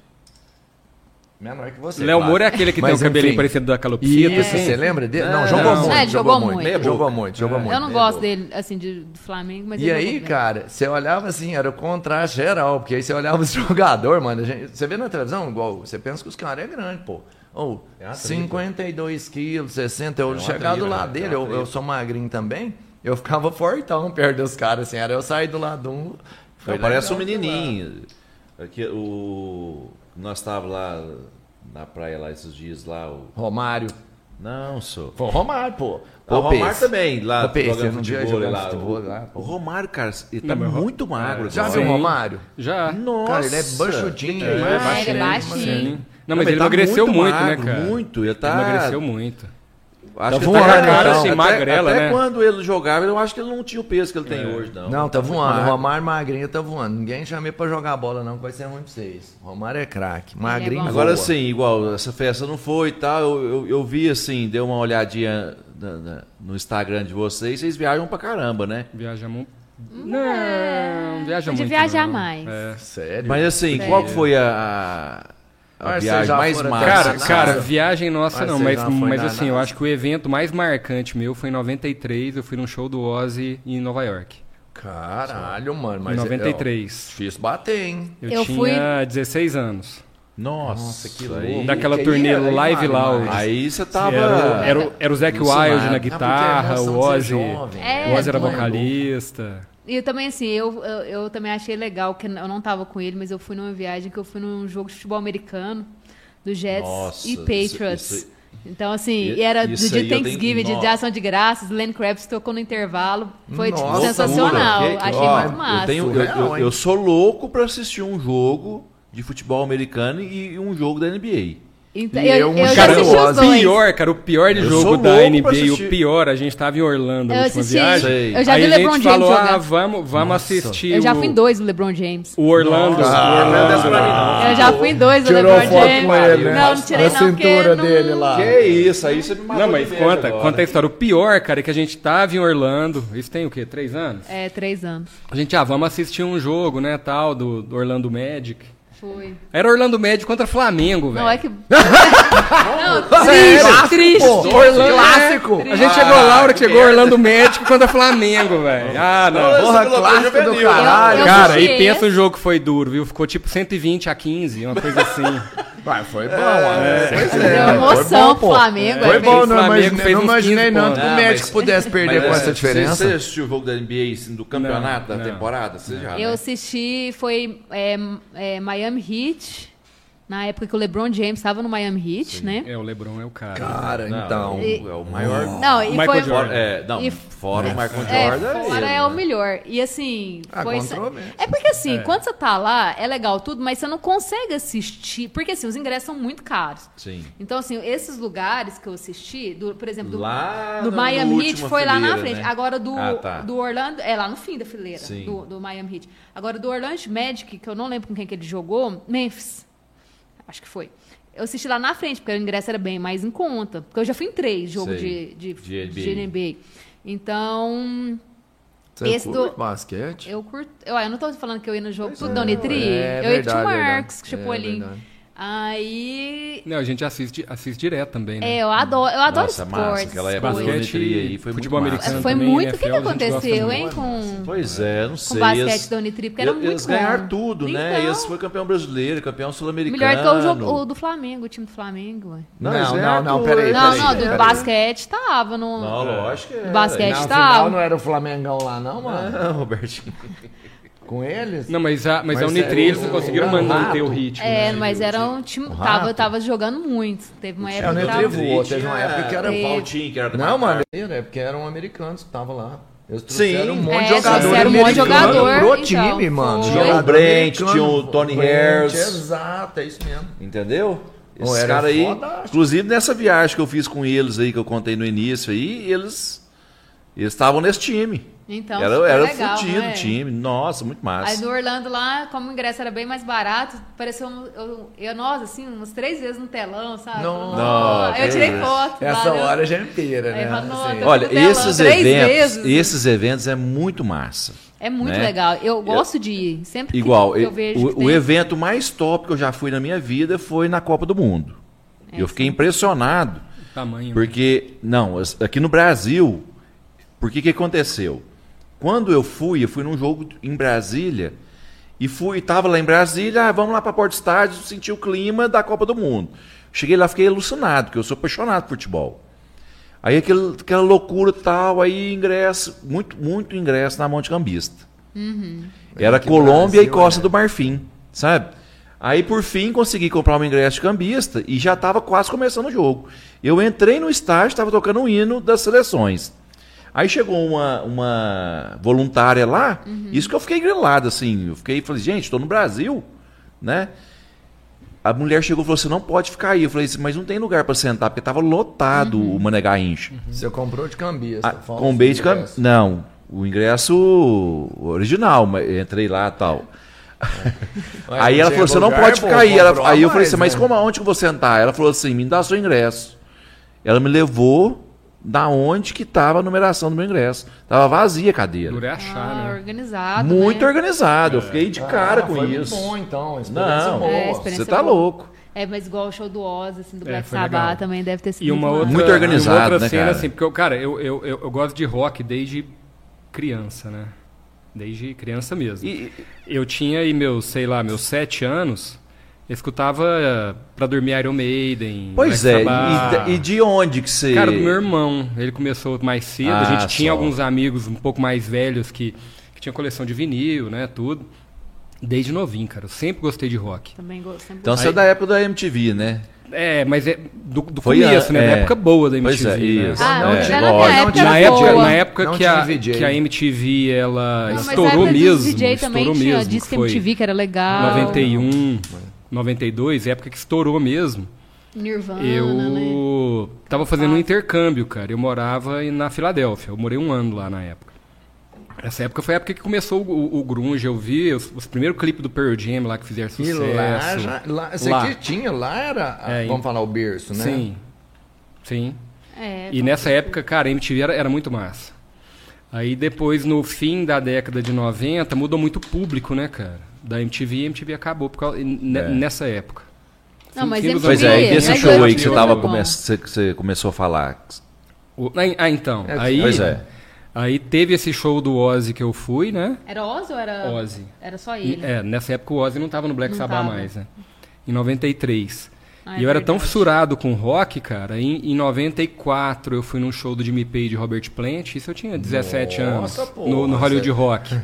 Menor que você. Léo claro. Moura é aquele que tem Mas, o cabelinho enfim. parecido da Isso, calopsita, assim. você lembra dele? Não, É, jogou não. muito. É, ele jogou muito. Jogou muito, jogou muito. jogou muito. Eu não Meia gosto boca. dele, assim, de, do Flamengo, mas E ele aí, jogou bem. cara, você olhava assim, era o contraste geral, porque aí você olhava os jogadores, mano. a gente- Você vê na televisão, igual, você pensa que os caras é grande, pô. Ou É uma 52 quilos, 60, É eu uma chegava do treta, lado né? É dele, uma eu, eu treta. sou magrinho também, eu ficava fortão perto dos caras, assim, era eu sair do lado de um. foi Não, parece um legal. menininho. Aqui, o... Nós estávamos lá na praia lá esses dias lá. O... Romário. Não, sou. Foi o Romário, pô. Ah, o Romário Pês. também, lá O Pês, jogando um dia futebol, jogando lá. futebol lá, o pô. Romário, cara, ele tá Não, mas- muito magro. Já cara. viu o Sim. Romário? Já. Nossa. Cara, ele é banchudinho. É, né? Ah, ele é baixinho. Sim. Não, mas Não, ele mas tá emagreceu muito muito, magro, né, cara? muito, ele tá- Emagreceu muito. Acho Tá que ele tá voando, com a cara então. assim, Até- magrela, até né? quando ele jogava, eu acho que ele não tinha o peso que ele tem hoje, não. Não, tá voando. magro. Romário magrinho tá voando. Ninguém chama ele pra jogar bola, não, que vai ser ruim pra vocês. Romário é craque. Magrinho. bom. voa. Agora sim, igual essa festa não foi e tal, eu, eu, eu vi assim, dei uma olhadinha na- na- no Instagram de vocês, vocês viajam pra caramba, né? Viajamos. Não, viaja Tem de muito. viajar não. mais. É. Sério? Mas assim, qual que foi a, a- a Mas vocês viagem já mais foram massa? até Cara, Nossa, cara, Ah, nossa. viagem nossa Mas não, você mas, já foi mas na assim, eu NASA. acho que o evento mais marcante meu foi em 93, eu fui num show do Ozzy em Nova York. Caralho, mano. em Mas é- 93. Difícil bater, hein? Eu, Eu tinha fui- 16 anos. Nossa, que louco. Daquela que é turnê era, hein, Live Mário? Loud. Aí você tava. Era, o- era, o- era o Zac Alucinado. Wild Ah, na porque Ah, porque é guitarra, emoção o de ser Ozzy. jovem, É, né? o Ozzy era Mano, vocalista. E também, assim, eu, eu, eu também achei legal, que eu não tava com ele, mas eu fui numa viagem que eu fui num jogo de futebol americano, do Jets Nossa, e isso- Patriots. isso- Então, assim, I- e era do isso dia aí eu tenho- Thanksgiving, de, de Nossa. ação de graças, Len Kravitz tocou no intervalo. Foi, tipo, Nossa, sensacional. loucura. Achei Ó, muito massa. Eu, tenho- eu- Surreal, eu- hein? eu sou louco pra assistir um jogo de futebol americano e um jogo da NBA. Então, E eu, eu, um eu já cara, assisti eu os acho dois. Pior, cara, é o pior de Eu jogo sou da louco pra NBA, o assistir. pior, a gente tava em Orlando na Eu última assisti. viagem. Sei. Eu já Aí vi a LeBron gente James falou, ah, jogar. vamos, vamos assistir Eu já o- fui em dois do LeBron James. o Orlando. o Orlando. Eu já fui em dois do Tirou LeBron foto James. com ele, né? Não, não tirei A não, cintura porque não... dele lá. Que isso, aí você me matou. Não, mas de inveja conta, agora. conta a história. O pior, cara, é que a gente tava em Orlando, isso tem o quê? Três anos? É, três anos. A gente, ah, vamos assistir um jogo, né, tal, do, do Orlando Magic. Foi. Era Orlando Magic contra Flamengo, velho. Não, é que... não, triste, triste. Pô, né? Orlando clássico. é A gente chegou lá, a hora que chegou Orlando Magic contra Flamengo, velho. Ah, não. Porra, Esse clássico colocou do juvenil. caralho. Eu- eu- Cara, assisti e pensa o esse. jogo que foi duro, viu? Ficou tipo 120 a 15, uma coisa assim. Vai, foi bom, é, Pois Deu emoção pro Flamengo. Foi é, bom, não Flamengo imaginei, fez não uns 15 imaginei não é pontos. que o Ah, médico mas- pudesse perder com Mas, essa é, Você, você diferença. assistiu o jogo da NBA, assim, do campeonato, não. da temporada? Você já, Eu né? assisti, foi é, é, Miami Heat, na época que o LeBron James estava no Miami Heat, né? É, o Lebron é o cara. Cara, Não, então... é o- é o maior... Não, e Michael foi... Jordan. Fora, é, não, E- fora o Michael É, Jordan. fora ele, é o né? melhor. E assim, Ah, foi. controverso. É porque assim, quando você tá lá, é legal tudo, mas você não consegue assistir. Porque assim, os ingressos são muito caros. Sim. Então, assim, esses lugares que eu assisti, do- por exemplo, do, Lá do no- Miami no Heat último foi lá na fileira, frente. né? Agora do, Ah, tá. do Orlando. É lá no fim da fileira, Sim. do, do Miami Heat. Agora do Orlando Magic, que eu não lembro com quem que ele jogou, Memphis. Acho que foi. Eu assisti lá na frente, porque o ingresso era bem mais em conta. Porque eu já fui em três jogos de, Sei. de, De NBA. de NBA. Então, Você Esse curte do- basquete? eu curto. Ó, eu não tô falando que eu ia no jogo pro Donetri. É, eu ia com o verdade, Tio verdade. Marx, É, Chapolin. verdade. Aí. Não, a gente assiste, assiste direto também, né? É É, eu adoro, eu adoro Nossa, massa, é esportes. aquela época coisas. do Basquete Unitri aí e foi futebol muito americano. massa. Foi também, muito. NFL, O que, que a gente gosta aconteceu, muito. hein? Com, Pois é, não sei. Hum. com o basquete eles- do Unitri, porque era muito Eles ganharam bom. tudo, né? Então, Eles foi campeão brasileiro, campeão sul-americano. Melhor que o, jogo, o do Flamengo, o time do Flamengo. ué. Não, é eles não, ganharam não, tudo. peraí, Não, peraí, não, do peraí. basquete tava. No, Não, lógico que do é. basquete Na final tava. não era o Flamengão lá, não, mano? Não, Robertinho. Com eles? Não, mas a, mas Mas a Unitri é, eles o- conseguiram o rato. manter o ritmo. É, né? mas era um time. O Tava, rato. tava jogando muito. Teve uma É, o época que né, Neutri tava. voou. Teve uma época que era o o É, Valtinho, que era do Não, mano, Macaco. é porque eram americanos que estavam lá. Eles Sim. trouxeram um monte de É, jogador. trouxeram um monte de americano jogador, Pro então, time, mano. foi. Tinha o Jogador Brent, americano, tinha o Tony Brent, Harris. Exato, é isso mesmo. Entendeu? Ou Esses era caras aí, foda, inclusive nessa viagem que eu fiz com eles aí, que eu contei no início aí, eles eles estavam nesse time. Então, era super era legal, fudido né? o time. Nossa, muito massa. Aí do Orlando lá, como o ingresso era bem mais barato, pareceu um- eu, eu- nós, assim, umas três vezes no telão, sabe? Não. Nossa, Não, eu tirei que foto. Essa lá, né? hora já é inteira, Aí né? fala, nossa, Assim, eu- Olha, do telão esses três né? eventos, vezes. esses eventos é muito massa. É muito né? legal. Eu gosto de ir. Sempre que- Igual, que eu e- vejo. o, que o tem- evento mais top que eu já fui na minha vida foi na Copa do Mundo. É eu fiquei impressionado, Tamanho. porque, não, as- aqui no Brasil, porque que aconteceu? Quando eu fui, eu fui num jogo em Brasília, e fui, tava lá em Brasília, ah, vamos lá pra Porto Estádio, senti o clima da Copa do Mundo. Cheguei lá, fiquei alucinado, porque eu sou apaixonado por futebol. Aí aquele, aquela loucura e tal, aí ingresso, muito, muito ingresso na mão de cambista. Era Que Colômbia Brasil, e Costa né? do Marfim, sabe? Aí por fim consegui comprar um ingresso de cambista e já estava quase começando o jogo. Eu entrei no estádio, estava tocando o hino das seleções. Aí chegou uma, uma voluntária lá, isso que eu fiquei grilado, assim. Eu fiquei, falei, gente, estou no Brasil, né? A mulher chegou e falou, você não pode ficar aí. Eu falei, assim, mas não tem lugar para sentar, porque estava lotado o Mané Garrincha. Você comprou de cambista. Ah, Fala assim, né? com os bait cam... ingressos. Não, o ingresso original, mas entrei lá e tal. Ué, aí ela chega falou, você não lugar, é pode pô, ficar aí. Ela- comprou a aí eu falei mais, assim, mas né? como aonde que eu vou sentar? Ela falou assim, me dá seu ingresso. Ela me levou da onde que estava a numeração do meu ingresso. Tava vazia a Dura cadeira. é Ah, achar, né? organizado. Muito né? organizado, eu fiquei de cara Ah, com foi isso. Muito bom, então. experiência Não, boa. É, você experiência tá boa. louco. É, mas igual o show do Oz, assim, do É, Black foi Sabbath legal. também deve ter sido E uma massa. outra, Muito e uma organizado, outra né, cena, cara? assim, porque, eu, cara, eu, eu, eu, eu gosto de rock desde criança, né? Desde criança mesmo. E- Eu tinha aí meus, sei lá, meus sete anos, eu escutava eh, pra dormir Iron Maiden. pois Black é, Sabbath. e, e de onde que você... Cara, do meu irmão, ele começou mais cedo, a Ah, gente tinha só. alguns amigos um pouco mais velhos que, que tinham coleção de vinil, né, tudo. Desde novinho, cara, eu sempre gostei de rock. Também gosto. Sempre Então você é da época da MTV, né? É, mas é do, do Foi começo, a- né, da é. época boa da MTV, Pois é, né? isso. Ah, não, É, já na minha lógico. época Na era época, boa. na época Não que, a, tinha VJ. que a MTV ela Não, mas a estourou época dos mesmo, DJ também estourou tinha mesmo, Disque que foi MTV, que era legal. 91, Ah. 92, época que estourou mesmo. um. Nirvana, né? Eu tava fazendo um Ah. intercâmbio, cara. Eu morava em- na Filadélfia. Eu morei um ano lá na época. Essa época foi a época que começou o, o- o grunge. Eu vi os, os primeiros clipes do Pearl Jam lá que fizeram E sucesso. lá, né? já, lá, esse Lá. aqui tinha, lá era, É, vamos e- falar, o berço, né? Sim. Sim. É, E nessa época, cara, a MTV era, era muito massa. Aí depois, no fim da década de 90, mudou muito o público, né, cara? Da MTV e a MTV acabou por causa- ne- É. nessa época. Não, mas Fim dos Pois MTV, anos é, e 80. desse mas show aí que antes você, do tava Bom. come... você, você começou a falar. O- ah, ah, então. aí, pois é. aí teve esse show do Ozzy que eu fui, né? Era Oz ou era... Ozzy. Era só E, ele. é, nessa época o Ozzy não tava no Black Não Sabbath tava. mais, né? Em 93. Ah, é e eu era tão verdade. fissurado com rock, cara, em, em 94 eu fui num show do Jimmy Page e Robert Plant, isso eu tinha 17 Nossa, anos, pô, no, no você- Hollywood Rock.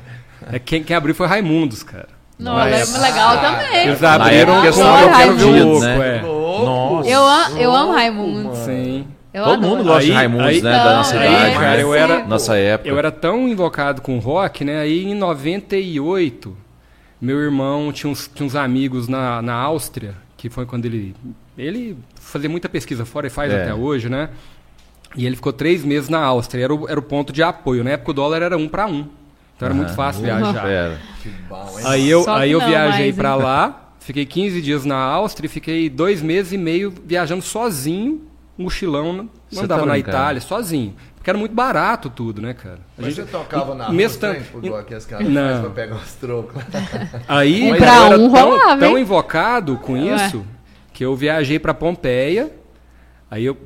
É, quem, quem abriu foi Raimundos, cara. Não, era legal também. Eles Na abriram época, com só Eu não Quero Ver o acredito, Louco, né? é. Nossa. Eu, am- eu amo Raimundo. Sim. Eu Todo adoro. mundo gosta de Aí- Raimundos, aí- né? Não, da nossa é, idade. cara, eu né? era- Nossa época. Eu era tão invocado com rock, né? Aí em 98, meu irmão tinha uns, tinha uns amigos na, na Áustria, que foi quando ele. Ele fazia muita pesquisa fora e faz É. até hoje, né? E ele ficou três meses na Áustria. Era o, era o ponto de apoio. Na época o dólar era um para um. Então era muito Ah, fácil viajar. Era. Que bom, hein? Aí eu, Só que aí eu não, viajei mas, pra hein? lá, fiquei 15 dias na Áustria e fiquei dois meses e meio viajando sozinho, um mochilão, Você não andava tá na brincando? Itália, sozinho. Porque era muito barato tudo, né, cara? A Mas gente- você tocava e- na rua, mesmo mesmo tanto- igual aqui as caras Não. fazem pra pegar os trocos. Aí Um mas pra eu era um tão, rolava, tão hein? invocado com Ué. isso que eu viajei pra Pompeia, aí eu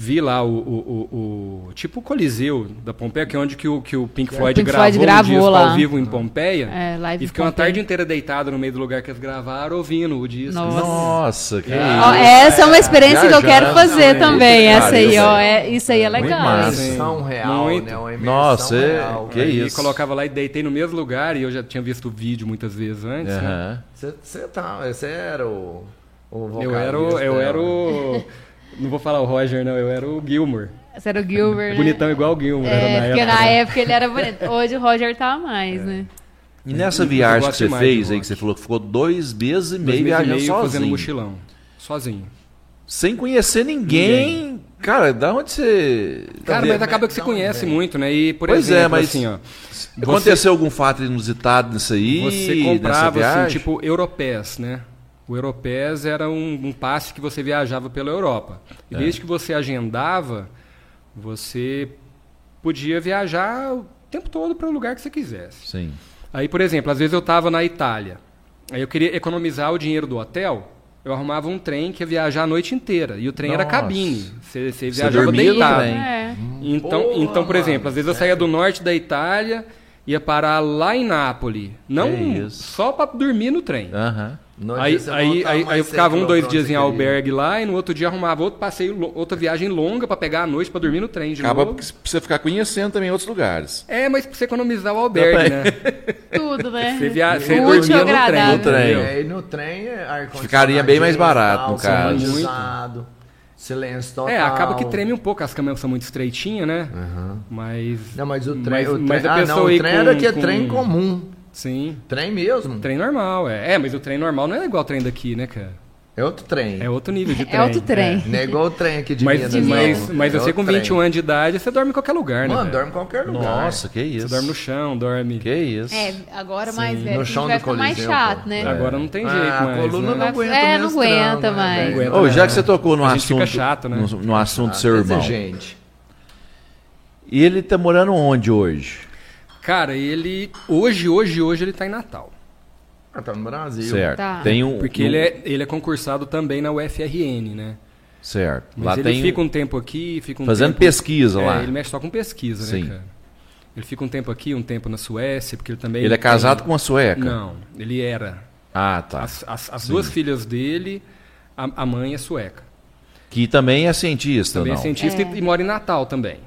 vi lá o, o- o- o- tipo o Coliseu da Pompeia, que é onde que o, que o Pink Floyd Pink gravou, Floyd um gravou disco lá. ao vivo em Pompeia. É, live e em fiquei uma Pompeia. tarde inteira deitado no meio do lugar que eles gravaram, ouvindo o disco. Nossa. Nossa, Ah, que Ó, isso. essa é uma experiência que eu Viajar, quero fazer não, também. isso, essa cara, aí, isso ó. aí. é- isso aí é Muito legal. Uma massa. imersão Sim, real, muito. né? Uma imersão Nossa, é- real. né? que Aí isso. colocava lá e deitei no mesmo lugar e eu já tinha visto o vídeo muitas vezes antes. né? Aham. Você tá, você era o, o Eu vocalista. era o, eu né? era o- não vou falar o Roger não, eu era o Gilmore. Esse era o Gilbert. né? É Bonitão igual o Gilmore era É, na porque época. na época ele era bonito. Hoje o Roger tá mais, né? E nessa Eu viagem gosto que você demais de fez aí, rock. que você falou que ficou dois meses e Dois meio meses e viajando meio fazendo sozinho. mochilão. Sozinho. Sem conhecer ninguém. Cara, da onde você. Cara, vendo, mas acaba né? que você Não, conhece velho. muito, né? E, por é Pois exemplo, é, mas assim, ó. Aconteceu algum fato inusitado nisso aí? Você nessa comprava, viagem? assim, tipo, Europés, né? O Europés era um, um passe que você viajava pela Europa. E É. desde que você agendava, você podia viajar o tempo todo para o lugar que você quisesse. Sim. Aí, por exemplo, às vezes eu estava na Itália. Aí eu queria economizar o dinheiro do hotel. Eu arrumava um trem que ia viajar a noite inteira. E o trem era Nossa. cabine. Você, você Você viajava dormia no deitado. trem. É. Então, Boa, então, por mano, exemplo, às vezes eu saía do norte da Itália, ia parar lá em Nápoles. Que Não isso. só para dormir no trem. Aham. No Aí, dia você aí, voltava aí, mais aí eu cedo ficava um, pra dois onde dias você em queria. albergue lá e no outro dia arrumava outro passeio, lo- outra viagem longa para pegar à noite para dormir no trem de Acaba novo. que você ficar conhecendo também outros lugares. É, mas pra você economizar o albergue, né? Tudo, né? Você, via... você Útil, dormia no trem. agradável. No trem. entendeu? É, e no trem é ar-condicionado. Ficaria bem mais barato, no caso. Climatizado, silêncio total. É, acaba que treme um pouco, as camas são muito estreitinhas, né? Mas. Não, mas o trem, o trem, mas a ah, pessoa não, o ir trem era com- que é com- trem comum. Sim. Trem mesmo. Trem normal, é. É, mas o trem normal não é igual o trem daqui, né, cara? É outro trem. É outro nível de trem. É outro trem. Não é igual o trem aqui de Mas, Minas. mas, não. mas É você com outro trem. 21 anos de idade, você dorme em qualquer lugar, né? Mano, velho? dorme em qualquer lugar. Nossa, que isso. Você dorme no chão, dorme. Que isso. É, agora mais velho, no a gente chão vai do ficar mais Coliseu, chato, pô. É. né? Agora não tem jeito Ah, mais. a coluna né? não aguenta É, não o mestrão, aguenta né, mais. velho? Não Ô, já aguenta, que você tocou no É. A gente assunto, fica chato, é né? no, no assunto do seu irmão, Gente, e ele tá morando onde hoje? Cara, ele. Hoje, hoje, hoje ele tá em Natal. ah, tá no Brasil. Certo. Tá. Tem um, Porque um- ele, é, ele é concursado também na UFRN, né? certo. Mas Lá ele tem fica um tempo aqui, fica um fazendo tempo... pesquisa É, lá. ele Ele, mexe só com pesquisa, Sim. né, cara? Ele fica um tempo aqui, um tempo na Suécia, porque ele também. é casado com uma sueca. Não, ele era. Ah, tá. As, as- as duas filhas dele, a, a mãe é sueca. Que também é cientista, Também é não? cientista É. e, e mora em Natal também.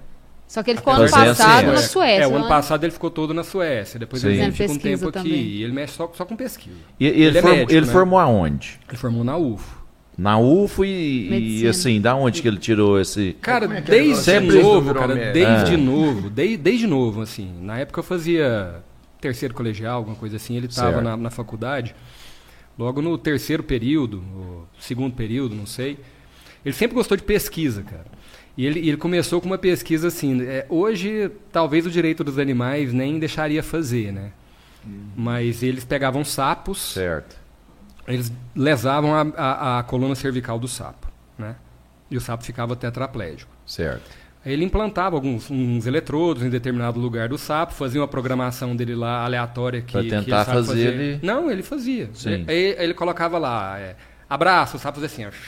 Só que ele ficou Até ano hoje é passado assim, na é. Suécia. É, o né? ano passado ele ficou todo na Suécia, depois Sim. ele Fazendo fica um pesquisa tempo também. aqui. E ele mexe só, só com pesquisa. E, e ele Ele é form- médico, ele né? formou aonde? Ele formou na UFO. Na UFO e, e, Medicina. assim, da onde que ele tirou esse. Cara, como é que é o desde negócio? Sempre novo, isso cara, virou desde É. merda. novo, de- desde novo, assim. Na época eu fazia terceiro colegial, alguma coisa assim, ele estava Certo. na, na faculdade, logo no terceiro período, ou segundo período, não sei. Ele sempre gostou de pesquisa, cara. E ele, e ele começou com uma pesquisa assim, é, hoje talvez o direito dos animais nem deixaria fazer, né? Hum. Mas eles pegavam sapos, Certo. eles lesavam a, a- a coluna cervical do sapo, né? E o sapo ficava tetraplégico. Certo. Aí Ele implantava alguns uns eletrodos em determinado lugar do sapo, fazia uma programação dele lá aleatória que Pra que ele tentar sabe fazer ele- Não, ele fazia. Sim. Aí ele, colocava lá, é, abraça, o sapo fazia assim, ó,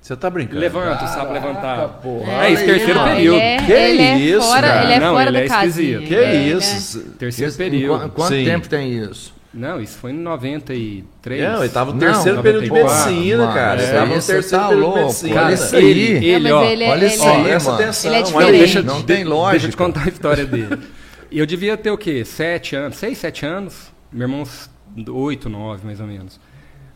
Você tá brincando? levanta, o sapo levantava. porra. É isso, terceiro Não, período. Ele é, Que ele é isso, fora, cara. Ele é Não, fora ele da é casinha. esquisito. Que Ele é- isso? Terceiro Isso- período. qu- Quanto Sim. tempo tem isso? Não, isso foi em 93. Não, ele tava no Não, terceiro período de 94, medicina, mano, cara. Ele isso tava aí no você terceiro tá período de louco, medicina. olha Cara, isso aí. ele, ele, Não, ó, mas ele é- olha isso ele- Ó, aí, presta mano. atenção. Ele é olha, diferente. deixa- Não tem Deixa eu te lógica. contar a história dele. E eu devia ter o quê? Sete anos, seis, sete anos. Meu irmão, uns oito, nove, mais ou menos.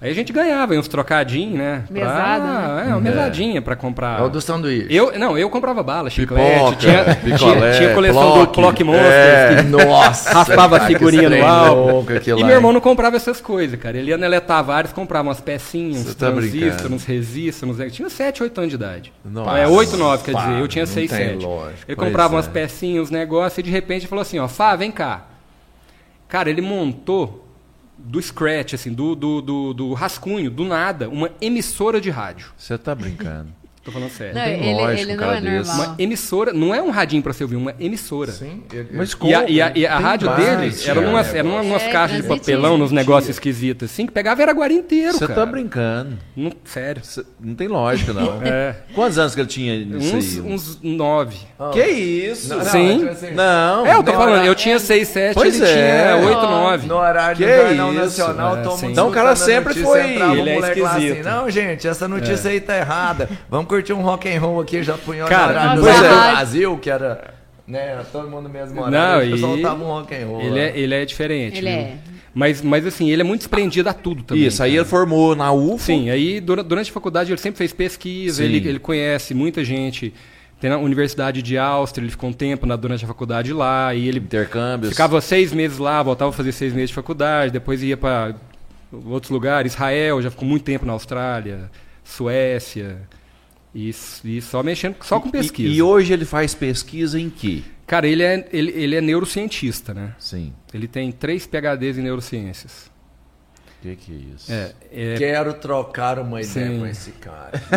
Aí a gente ganhava aí uns trocadinhos, né? Pra- Mesada, É, uma mesadinha pra comprar. É o do sanduíche. Eu, não, eu comprava bala, Pipoca, chiclete, tinha, picolé, tinha, tinha coleção do Plock. Clock Monsters. É. Nossa. Raspava cara, figurinha que no trem álbum. louco aquilo E lá, meu irmão hein? não comprava essas coisas, cara. Ele ia na Letavares, comprava umas pecinhas, Você uns tá transistores, brincando. uns resistores. Uns... Tinha 7, 8 anos de idade. Nossa. é 8, 9, quer dizer. Eu tinha Não 6, tem 7. lógica, Ele pois comprava umas é. pecinhas, uns negócios, e de repente falou assim, ó, Fá, vem cá. Cara, ele montou do scratch, assim, do, do, do, do rascunho, do nada, uma emissora de rádio. Você tá brincando. Tô falando sério. Não, tem ele, lógica ele um não cara é desse. Uma normal. emissora, não é um radinho pra você ouvir, uma emissora. Sim, eu- eu- Mas como? E a, e a- e a Tem rádio mais, dele era cara. umas, era umas É, caixas de transitinho, papelão, nos negócios esquisitos, assim, que pegava era guarda inteiro, Você cara. tá brincando. Não, sério. Cê- Não tem lógica, não. É. Quantos anos que ele tinha nisso Uns, aí? uns nove. Que isso? Não, não, Sim. tipo assim, Não. é, eu tô não, falando, era- eu tinha seis, sete, Pois ele é. tinha oito, Ó, nove. No horário Que do Jornal isso? Nacional, É, todo sim. mundo Então o cara escutando a sempre notícia, foi- entrava um ele é moleque lá assim, esquisito. não, gente, essa É. notícia aí tá errada. Vamos curtir um rock and roll aqui, já punhou Cara, no horário do pois é. Brasil, que era, né, todo mundo mesmo horário. Não, o pessoal e- tava um rock and roll. Ele é, ele é diferente. Ele viu? é. Mas, mas assim, ele é muito desprendido a tudo também. Isso, aí cara. ele formou na UFO. Sim, aí dura- durante a faculdade ele sempre fez pesquisa, Sim. ele, ele conhece muita gente. Tem na Universidade de Áustria, ele ficou um tempo na, durante a faculdade lá, e ele Intercâmbios. Ficava seis meses lá, voltava a fazer seis meses de faculdade, depois ia para outros lugares, Israel, já ficou muito tempo na Austrália, Suécia. E, e só mexendo, só com pesquisa. E, e hoje ele faz pesquisa em que? Cara, ele é, ele, ele é neurocientista, né? Sim. Ele tem três PHDs em neurociências. O que, que é isso? É, é- Quero trocar uma ideia Sim. com esse cara.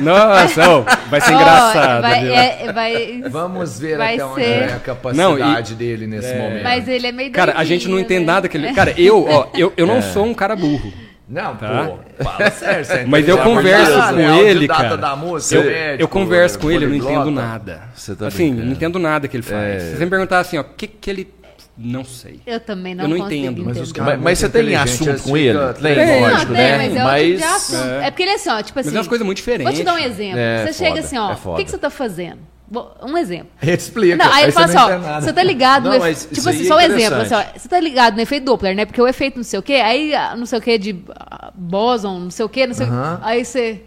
Nossa, ô, vai ser Ó, é engraçado. vai, viu? é- vai- Vamos ver Vai até onde ser. é a capacidade dele nesse momento. Mas ele é meio Cara, a gente não doidinho, entende né? nada que ele. Cara, eu, ó, eu, eu É. não sou um cara burro. Não, Tá. pô, fala sério. você é Mas eu inteligente, converso né? com É ele, autodidata cara. da música, Eu, é médico, eu converso com ele, eu não entendo poliglota. nada. tipo Você tá assim, brincando. não entendo nada que ele faz. É. Se você me perguntar assim, ó, o que que ele... Não sei. Eu também não Eu não consigo entendo, Mas os entender. caras Mas- muito mas você tem inteligentes, é assunto eles com ficam ele? três Tem, Tem, Não, lógico, tem, né? mas é outro Mas- de assunto. É. porque ele é assim, ó, tipo assim... Mas é uma coisa muito diferente. Vou te dar um exemplo. É, você foda, chega assim, ó, é o foda. que, que você tá fazendo? Vou- Um exemplo. Explica. Não, aí, você ele fala não assim, entende ó, nada. você tá ligado Não, no mas efe... isso Tipo assim, aí é só um exemplo, interessante. assim, ó, você tá ligado no efeito Doppler, né? Porque o efeito não sei o quê, aí ah, não sei o quê de ah, bóson, não sei o quê, não sei o Aham. quê. Aí você...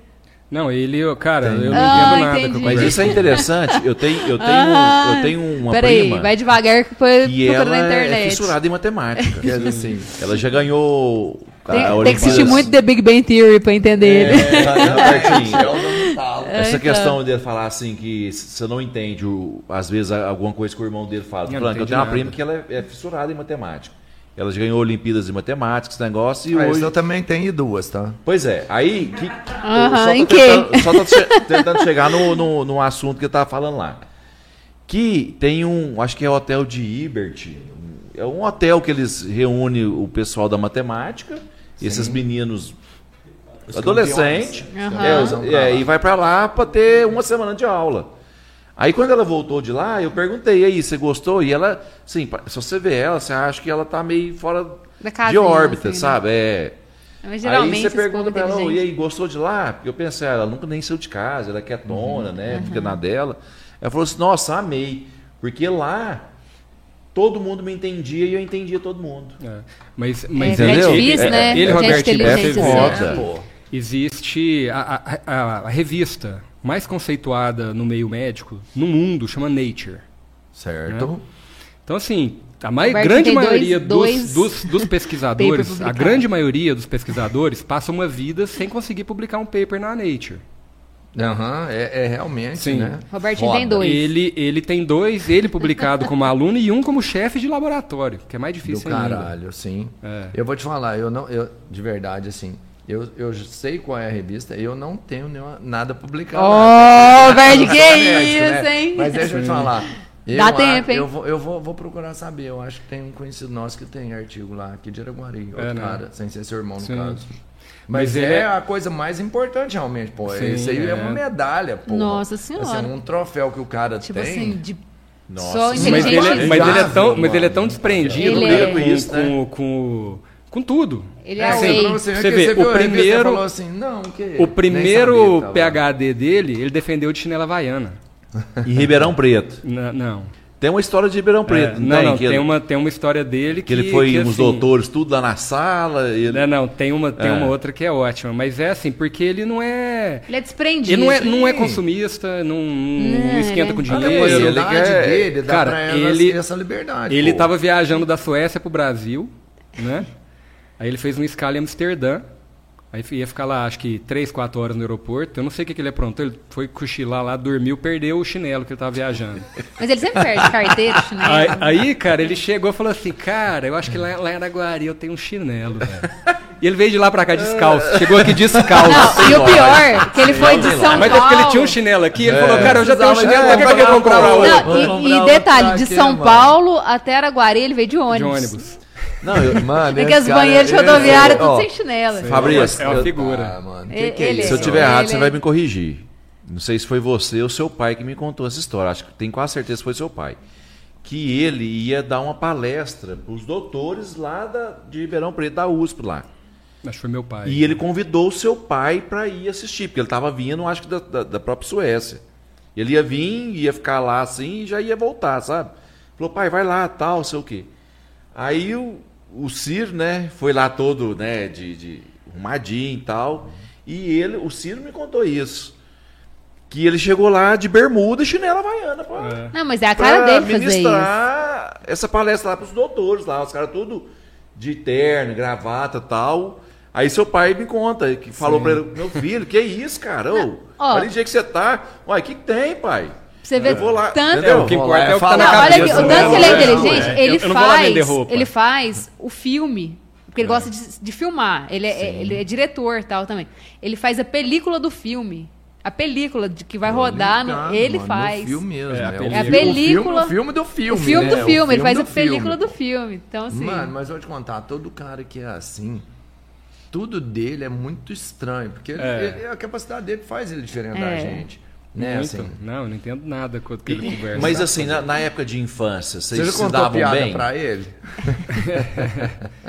Não, ele, ó, cara, eu não Ah, entendo nada. entendi. com Mas ele. isso é interessante. Eu tenho, eu tenho, Ah, eu tenho uma Peraí, prima vai devagar que foi que procura ela na é internet. fissurada em matemática. Quer dizer assim, Ela já ganhou a tem, tem que Olimpíadas. assistir muito The Big Bang Theory pra entender ele. É, Robertinho, é o nome tal. Essa então. questão dele falar assim que você não entende, o- às vezes, a- alguma coisa que o irmão dele fala. Eu não Franco, eu entendi tenho uma nada. prima que ela é, é fissurada em matemática. Ela já ganhou Olimpíadas em matemática, esse negócio, e Ah, hoje. isso eu também tenho duas, tá? Pois é, aí. Que... Aham, só tô em tentando, quem? só tô che- tentando chegar no, no, no assunto que eu tava falando lá. Que tem um. Acho que é o hotel de Ibert. É um hotel que eles reúnem o pessoal da matemática, esses meninos adolescentes. Aham. É, os- é, e vai pra lá pra ter uma semana de aula. Aí quando ela voltou de lá, eu perguntei, e aí, você gostou? E ela, sim, pa- se você vê ela, você acha que ela tá meio fora Da casinha, de órbita, assim, né? sabe? É. Mas Aí geralmente você esse povo pergunta pra ela, "Ô, e inteligente- aí, gostou de lá? Porque eu pensei, "Ah, ela nunca nem saiu de casa, ela é quietona, Uhum. né? Fica na dela. Ela falou assim, nossa, amei. Porque lá todo mundo me entendia e eu entendia todo mundo. É. Mas, É, mas é Entendeu? difícil, É- né? ele, Gente Roberto, inteligente, é assim. foda. Existe a, a- a- a revista mais conceituada no meio médico, no mundo, chama Nature. Certo. Então, assim, a mai- Roberto, grande tem dois- maioria dois dos, dos, dos papers pesquisadores, a publicados. grande maioria dos pesquisadores passa uma vida sem conseguir publicar um paper na Nature. Aham, é, é realmente, Sim. né? Robertinho Foda. tem dois. Ele, ele tem dois, ele publicado como aluno e um como chefe de laboratório, que é mais Do difícil ainda. caralho, sim. É. Eu vou te falar, eu não, eu, de verdade, assim, eu, eu sei qual é a revista, eu não tenho nenhuma, nada publicado. Ah, Ó, Verde, É que Sou isso, né? hein? Mas deixa eu te falar. Eu Dá acho- tempo, hein? Eu, vou, eu vou, vou procurar saber. Eu acho que tem um conhecido nosso que tem artigo lá, aqui de Araguari, outro É, né? cara, sem ser seu irmão, no Sim. caso. Mas, Mas é, ele é- a coisa mais importante, realmente, pô. Sim, Isso aí é. é. uma medalha, pô. Nossa Senhora. Assim, um troféu que o cara Tipo tem. assim, de... Nossa só Senhora. Mas, inteligente. ele, mas ele é tão, mas Mano. ele é tão desprendido Ele com, é. com, Isso, né? com, com, com tudo. Ele é Assim, Ei, pra você, ver você que vê, você viu o a revista e primeiro- falou assim, não, que O nem primeiro sabia tá que tava lá. PHD dele, ele defendeu de chinela havaiana. Em Ribeirão Preto. Na- não. Tem uma história de Ribeirão Preto, não, É, não, tem? não, É, que, tem, uma, tem uma história dele que. que ele foi que, uns assim, Né? doutores, tudo lá na sala. Ele... Não, não, tem uma, tem É. uma outra que é ótima. Mas é assim, porque ele não é. Ele é desprendido. Ele não é, Sim. não é consumista, não, não Não, esquenta ele- é com A dinheiro. Ele capacidade quer- dele dá Cara, pra ela ele- essa liberdade. Ele pô. estava viajando da Suécia pro Brasil, né? Aí ele fez uma escala em Amsterdã. Aí ia ficar lá, acho que 3, 4 horas no aeroporto. Eu não sei o que, que ele aprontou. Ele foi cochilar lá, dormiu, perdeu o chinelo que ele tava viajando. Mas ele sempre perde carteira, chinelo. Aí, aí, cara, ele chegou e falou assim: Cara, eu acho que lá, lá em Araguari eu tenho um chinelo, velho. E ele veio de lá pra cá descalço. Chegou aqui descalço. assim, Não, e o pior, que ele foi de São Mas é Paulo. porque ele tinha um chinelo aqui. Ele falou: Cara, eu já tenho um Precisava chinelo, de pra que que eu vou comprar comprar um. outro? Vamos Não, e, comprar e um detalhe, de daqui, São mano. Paulo até Araguari ele veio de De ônibus. é ônibus. Não, eu, mano, esse Porque É as cara- banheiras de ele- rodoviária tudo ó, sem chinelo. Fabrício, É uma eu- figura. Ah, mano, Ele- que que é ele- isso? se eu Não, tiver errado, ele você é- vai me corrigir. Não sei se foi você ou seu pai que me contou essa história. Acho que tenho quase certeza que foi seu pai. Que ele ia dar uma palestra para os doutores lá da- de Ribeirão Preto, da USP lá. Acho que foi meu pai. E ele convidou o seu pai para ir assistir, porque ele estava vindo, acho que da, da- da própria Suécia. Ele ia vir, ia ficar lá assim e já ia voltar, sabe? Falou, pai, vai lá, tal, sei o quê. Aí o, o Ciro, né, foi lá todo, né, de, de arrumadinho e tal. E ele, o Ciro me contou isso. Que ele chegou lá de bermuda e chinela havaiana, pô. Não, mas é a cara Pra dele fazer isso. ministrar essa palestra lá pros doutores lá, os caras tudo de terno, gravata e tal. Aí seu pai me conta, que falou pra ele, meu filho, que isso, cara? Ô, ó. olha o jeito que você tá. Ué, o que que tem, pai? Você vê Eu vou lá, tanto. entendeu? o que Vou importa lá, é o que tá eu na falo. Não, olha cabeça. aqui, o né? Dan, que ele é inteligente, Não, é. ele Eu- eu não vou lá vender faz, roupa. ele faz o filme, porque ele gosta de, de filmar, ele é, é- ele é diretor e tal também. Ele faz a película do filme, a película de que vai rodar, no- Ligado, ele um mano, faz. No filme mesmo. É, a o peli- fi- a o filme- película- O filme do o filme. filme né? do filme, ele filme faz do a filme. película do filme. Então, assim. Mano, mas vou te contar, todo cara que é assim, tudo dele é muito estranho, porque ele- É. ele- a capacidade dele faz ele diferente da É. gente. Né, Muito. assim. Não, eu não entendo nada com o que ele conversa. Mas assim, na, na época de infância, Você vocês já se contou davam piada bem? pra ele?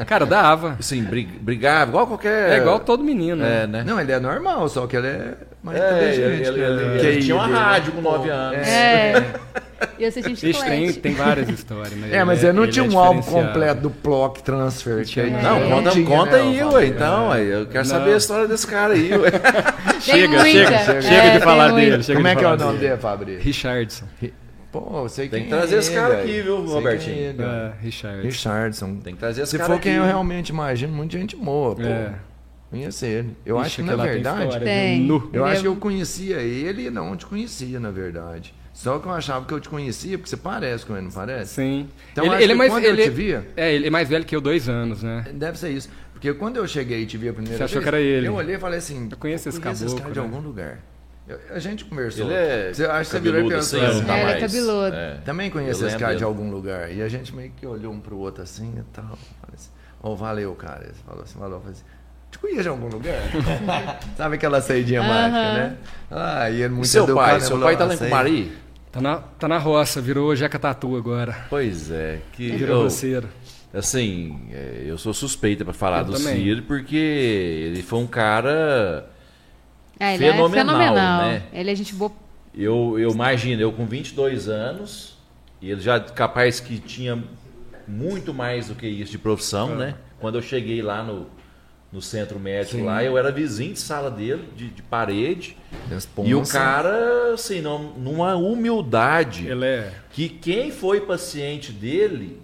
Cara, dava. Assim, bri- brigava, igual qualquer... É igual todo menino. É, né? né? Não, ele é normal, só que ele é mais É, inteligente. ele- né? ele- Que ele tinha um- uma dele, né? rádio com 9 anos. É. E eu sei gente Ixi, tem, chiclete. É tem várias histórias. Mas É, mas ele não é tinha um álbum diferenciado. um completo do Plock Transfer. que aí- Não, É. conta, tinha, conta né, aí, Paulo? ué, então, aí, eu quero Não. saber a história desse cara aí, ué. Tem Chega, muita. chega, chega, É, de tem falar muita. dele. Chega Como de é que é falar o nome dele, Fabrício? Richardson. Pô, eu sei Tem que quem trazer é esse cara ele, aqui, velho. viu, Sei quem Robertinho? é ele, É, Richardson. Richardson. Tem que trazer esse Se cara for quem aqui. eu realmente imagino, muita gente boa, pô. É. Conhecer ele. Eu Ixi, acho que, na aquela tem verdade, história, Tem. viu? Nu. eu Ele acho é- que eu conhecia ele e não te conhecia, na verdade. Só que eu achava que eu te conhecia, porque você parece com ele, não parece? Sim. Então, acho que quando eu te via- É, ele é mais velho que eu, dois anos, né? Deve ser isso. Porque quando eu cheguei e te vi a primeira Você achou vez, que era ele. eu olhei e falei assim, Eu conheço esse caboclo, cara de né? algum lugar. Eu- a gente conversou. Ele é você, acho que você virou e cabeludo pensou assim, assim, tá É, ele é mais- cabeludo. Também conheço Eu esse cara lembro. de algum lugar. E a gente meio que olhou um pro outro assim e tal. Falei assim, ô, valeu, cara. Ele falou assim, valeu. Eu falei assim, te conheço de algum lugar? Sabe aquela saidinha mágica, né? Ah, e ele E muito seu educado, pai, ele seu falou, pai tá "Ah, lá em sei." Cumari? Tá na, tá na roça, virou Jeca Tatu agora. Pois é, que... Virou ô, roceiro. Assim, é, eu sou suspeita pra falar Eu do também. Ciro, porque ele foi um cara. Ah, ele é Fenomenal, fenomenal. né? Ele é gente boa. Eu, eu imagino, eu com 22 anos, e ele já capaz que tinha muito mais do que isso de Ah. profissão, né? Quando eu cheguei lá no, no centro médico, lá, eu era vizinho de sala dele, de, de parede. Responsa. E o cara, assim, não- numa humildade, Ele é. que quem foi paciente dele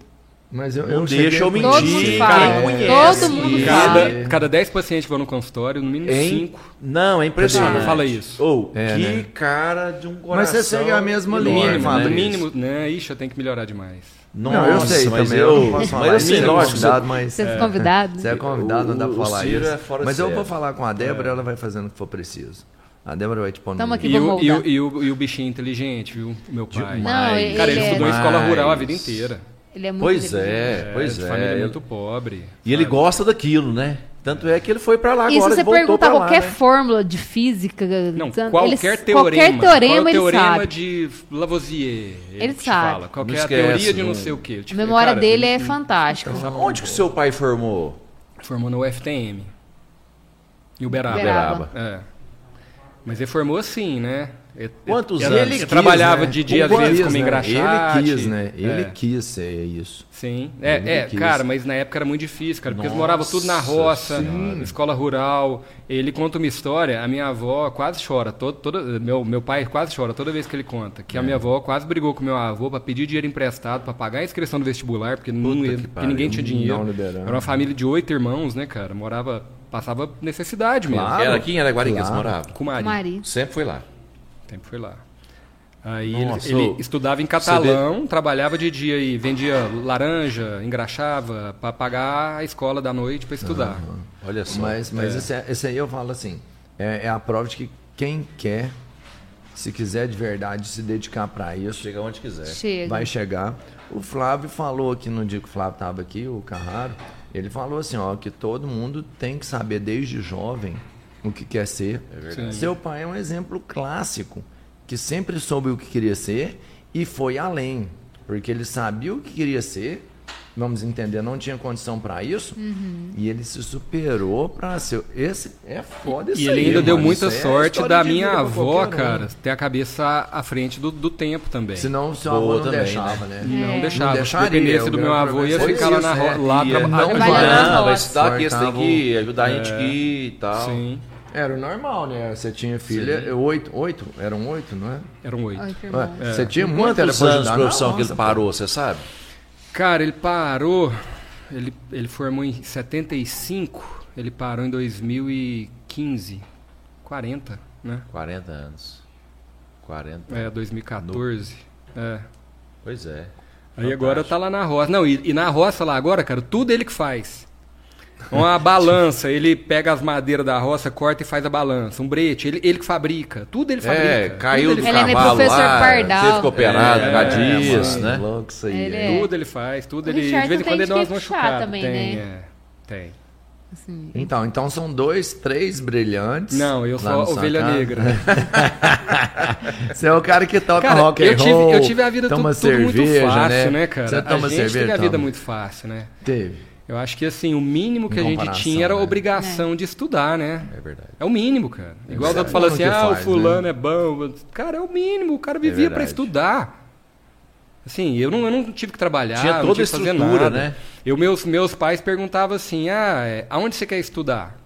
Mas eu, Não eu cheguei Um deixa eu a mentir, Todo conhecer. mundo Mentira, fala. cara, conhece. Todo mundo Sim. fala. Cada, cada dez pacientes que vão no consultório, no mínimo Hein? cinco. Não, é impressionante. Fala, fala isso. Ou, É, que né? cara de um coração. Mas você segue a mesma enorme, linha, mínimo, fala no isso. mínimo. Né? Ixi, eu tenho que melhorar demais. Nossa, não, eu sei mas também. Eu, Eu, não posso falar mas isso, assim, você é lógico, convidado, mas... Vocês são convidados. Você é convidado, não dá pra O- o falar Ciro isso. é fora de Mas eu série. É. vou falar com a Débora, ela vai fazendo o que for preciso. A Débora vai te pondo. um Tamo no- aqui. E o, vamos e, o, voltar. e, o, e o bichinho inteligente, viu? Meu pai. Demais. Não, ele Cara, ele estudou em é, Demais. escola rural a vida inteira. ele é muito Pois inteligente. é, pois de é. Família muito pobre. E ele gosta daquilo, né? Tanto é que ele foi pra lá E se agora você e voltou perguntar pra lá, qualquer né? fórmula de física, Não, tanto- qualquer Então, eles- teorema. qualquer teorema qual é o ele teorema sabe. de Lavoisier. Ele, Ele te sabe. Fala. Qualquer Não esquece, teoria de não não- sei o quê. Ele te A fala, memória cara, dele ele é fantástica. Onde que o seu pai formou? Formou na UFTM. E Uberaba. Uberaba. É. Mas ele formou assim, né? Ele- Quantos ele- anos? Ele Quis, trabalhava né? de dia às Quis, vezes como né? engraxate. Ele quis, né? Ele É. quis ser isso. Sim, é, é, quis. cara, mas na época era muito difícil, cara, porque eles Nossa moravam tudo na roça, escola rural. Ele conta uma história, a minha avó quase chora, todo, todo, meu, meu pai quase chora toda vez que ele conta, É. que a minha avó quase brigou com meu avô pra pedir dinheiro emprestado pra pagar a inscrição do vestibular, porque, não, Puta ia- que porque pariu, ninguém tinha dinheiro. não liberaram. Era uma família de oito irmãos, né, cara, morava, passava necessidade mesmo. Claro. Era aqui em Araguari que eles Claro. moravam. Com Maria, Mari. Sempre foi lá. sempre foi lá. Aí ele- Nossa, ele, ô, estudava em catalão, trabalhava de dia e vendia laranja, engraxava pra pagar a escola da noite pra estudar. Ah, Olha só. Mas, mas esse, é- esse aí eu falo assim: é, é a prova de que quem quer, se quiser de verdade se dedicar pra isso, Chega onde quiser. Chega. vai chegar. O Flávio falou aqui no dia que o Flávio tava aqui, o Carraro, ele falou assim, ó, que todo mundo tem que saber desde jovem o que quer ser. Seu pai é um exemplo clássico, que sempre soube o que queria ser e foi além, porque ele sabia o que queria ser. Vamos entender, não tinha condição pra isso. E ele se superou pra ser. Esse é foda isso E ele aí, ainda deu mano, muita isso é sorte história da de minha vida pra avó, qualquer um. cara, ter a cabeça à frente do, do tempo também. Senão o seu Boa avô não também, deixava, né? É. Não Não deixava. Se deixaria, dependesse o do meu grande avô, ia problema é ficar lá, na isso, ro- lá E é traba- não ajudando. vai lá na não, roça. vai estudar aqui, esse tem Cortava que ajudar a gente aqui e tal. Sim, Era o normal, né? Você tinha filha, eh, oito, oito? Eram oito, não é? eram oito. Ai, que irmão. Ué, É. Você tinha muito, era Quantos pra anos de ajudar profissão que ele nossa, parou, você sabe? Cara, ele parou, ele, ele formou em 75 Ele parou em 2015. 40, né? 40 anos. 40. É, 2014. É. Pois é. Aí agora tá lá na roça. Não, e, e na roça lá agora, cara, tudo ele que faz. Uma balança, ele pega as madeiras da roça, corta e faz a balança. Um brete, ele, ele que fabrica. Tudo ele fabrica. É, Tudo caiu ele do Ele é faz. cavalo professor lá, Pardal. teve que operar por causa É, disso, mano, né? Louco isso aí. Ele hein? é. Tudo ele faz, tudo O ele. De Richardson vez em quando tem ele dá umas de que puxar machucadas. também, tem, né? é, tem. Assim, Então, então são dois, três brilhantes. Não, eu lá no sou sua ovelha casa. negra. Você é o cara que toca Cara, rock eu and tive, roll. eu tive a vida tu- toma tudo, cerveja, muito fácil, né, cara? Você toma a gente cerveja? teve a vida Toma. muito fácil, né? Teve. Eu acho que assim, o mínimo que Em a gente comparação, tinha era a né? obrigação de estudar, né? É verdade. É o mínimo, cara. Igual o verdade. outro fala assim, Fulano que ah, o faz, fulano é bom. Cara, é o mínimo, o cara vivia pra verdade. estudar. Assim, eu não, eu não tive que trabalhar, ah, Tinha não toda tive a que fazer estrutura, nada. né? Eu, meus, meus pais perguntavam assim, ah, é, aonde você quer estudar?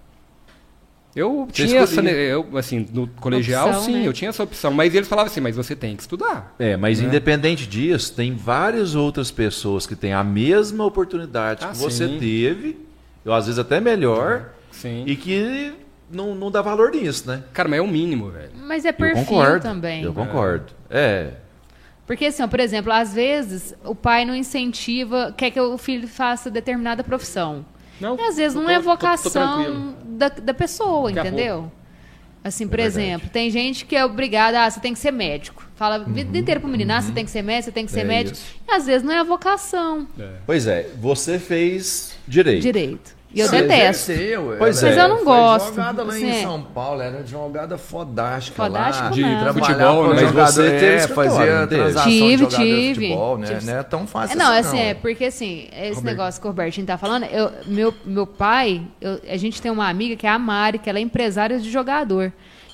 Eu Você tinha essa, escolhia. ne- eu, assim, no colegial Opção, sim, né? eu tinha essa opção, mas eles falavam assim, mas você tem que estudar. É, mas independente disso, tem várias outras pessoas que têm a mesma oportunidade Ah, que você sim. teve, ou às vezes até melhor, Sim. e que não, não dá valor nisso, né? Cara, mas é o mínimo, velho. Mas é Eu perfil concordo. também. Eu concordo. É. Porque, assim, ó, por exemplo, às vezes o pai não incentiva, quer que o filho faça determinada profissão. Não, E às vezes eu não tô- é tô- tô tranquilo. vocação da, da pessoa, Daqui a entendeu? Assim, por verdade. exemplo, tem gente que é obrigada, ah, você tem que ser médico. Fala a vida inteira pro menino, ah, você tem que ser médico, você tem que ser É médico. isso. E às vezes não é a vocação Pois é, você fez direito. direito. E eu Você detesto. exerceu, Pois ela é. Mas eu não né? foi gosto, jogada lá assim. em São Paulo, era jogada fodástica, Fodástica lá. De nada. trabalhar futebol, com né? Mas jogador, você teve é, escritório, fazia não teve? transação Tive, de jogador de tive. futebol, né? Tive. Não é tão É, fácil não, assim, assim, é porque assim, esse Roberto. negócio que o Robertinho tá falando, eu, meu, meu pai, eu- a gente tem uma amiga que é a Mari, que ela é empresária de jogador.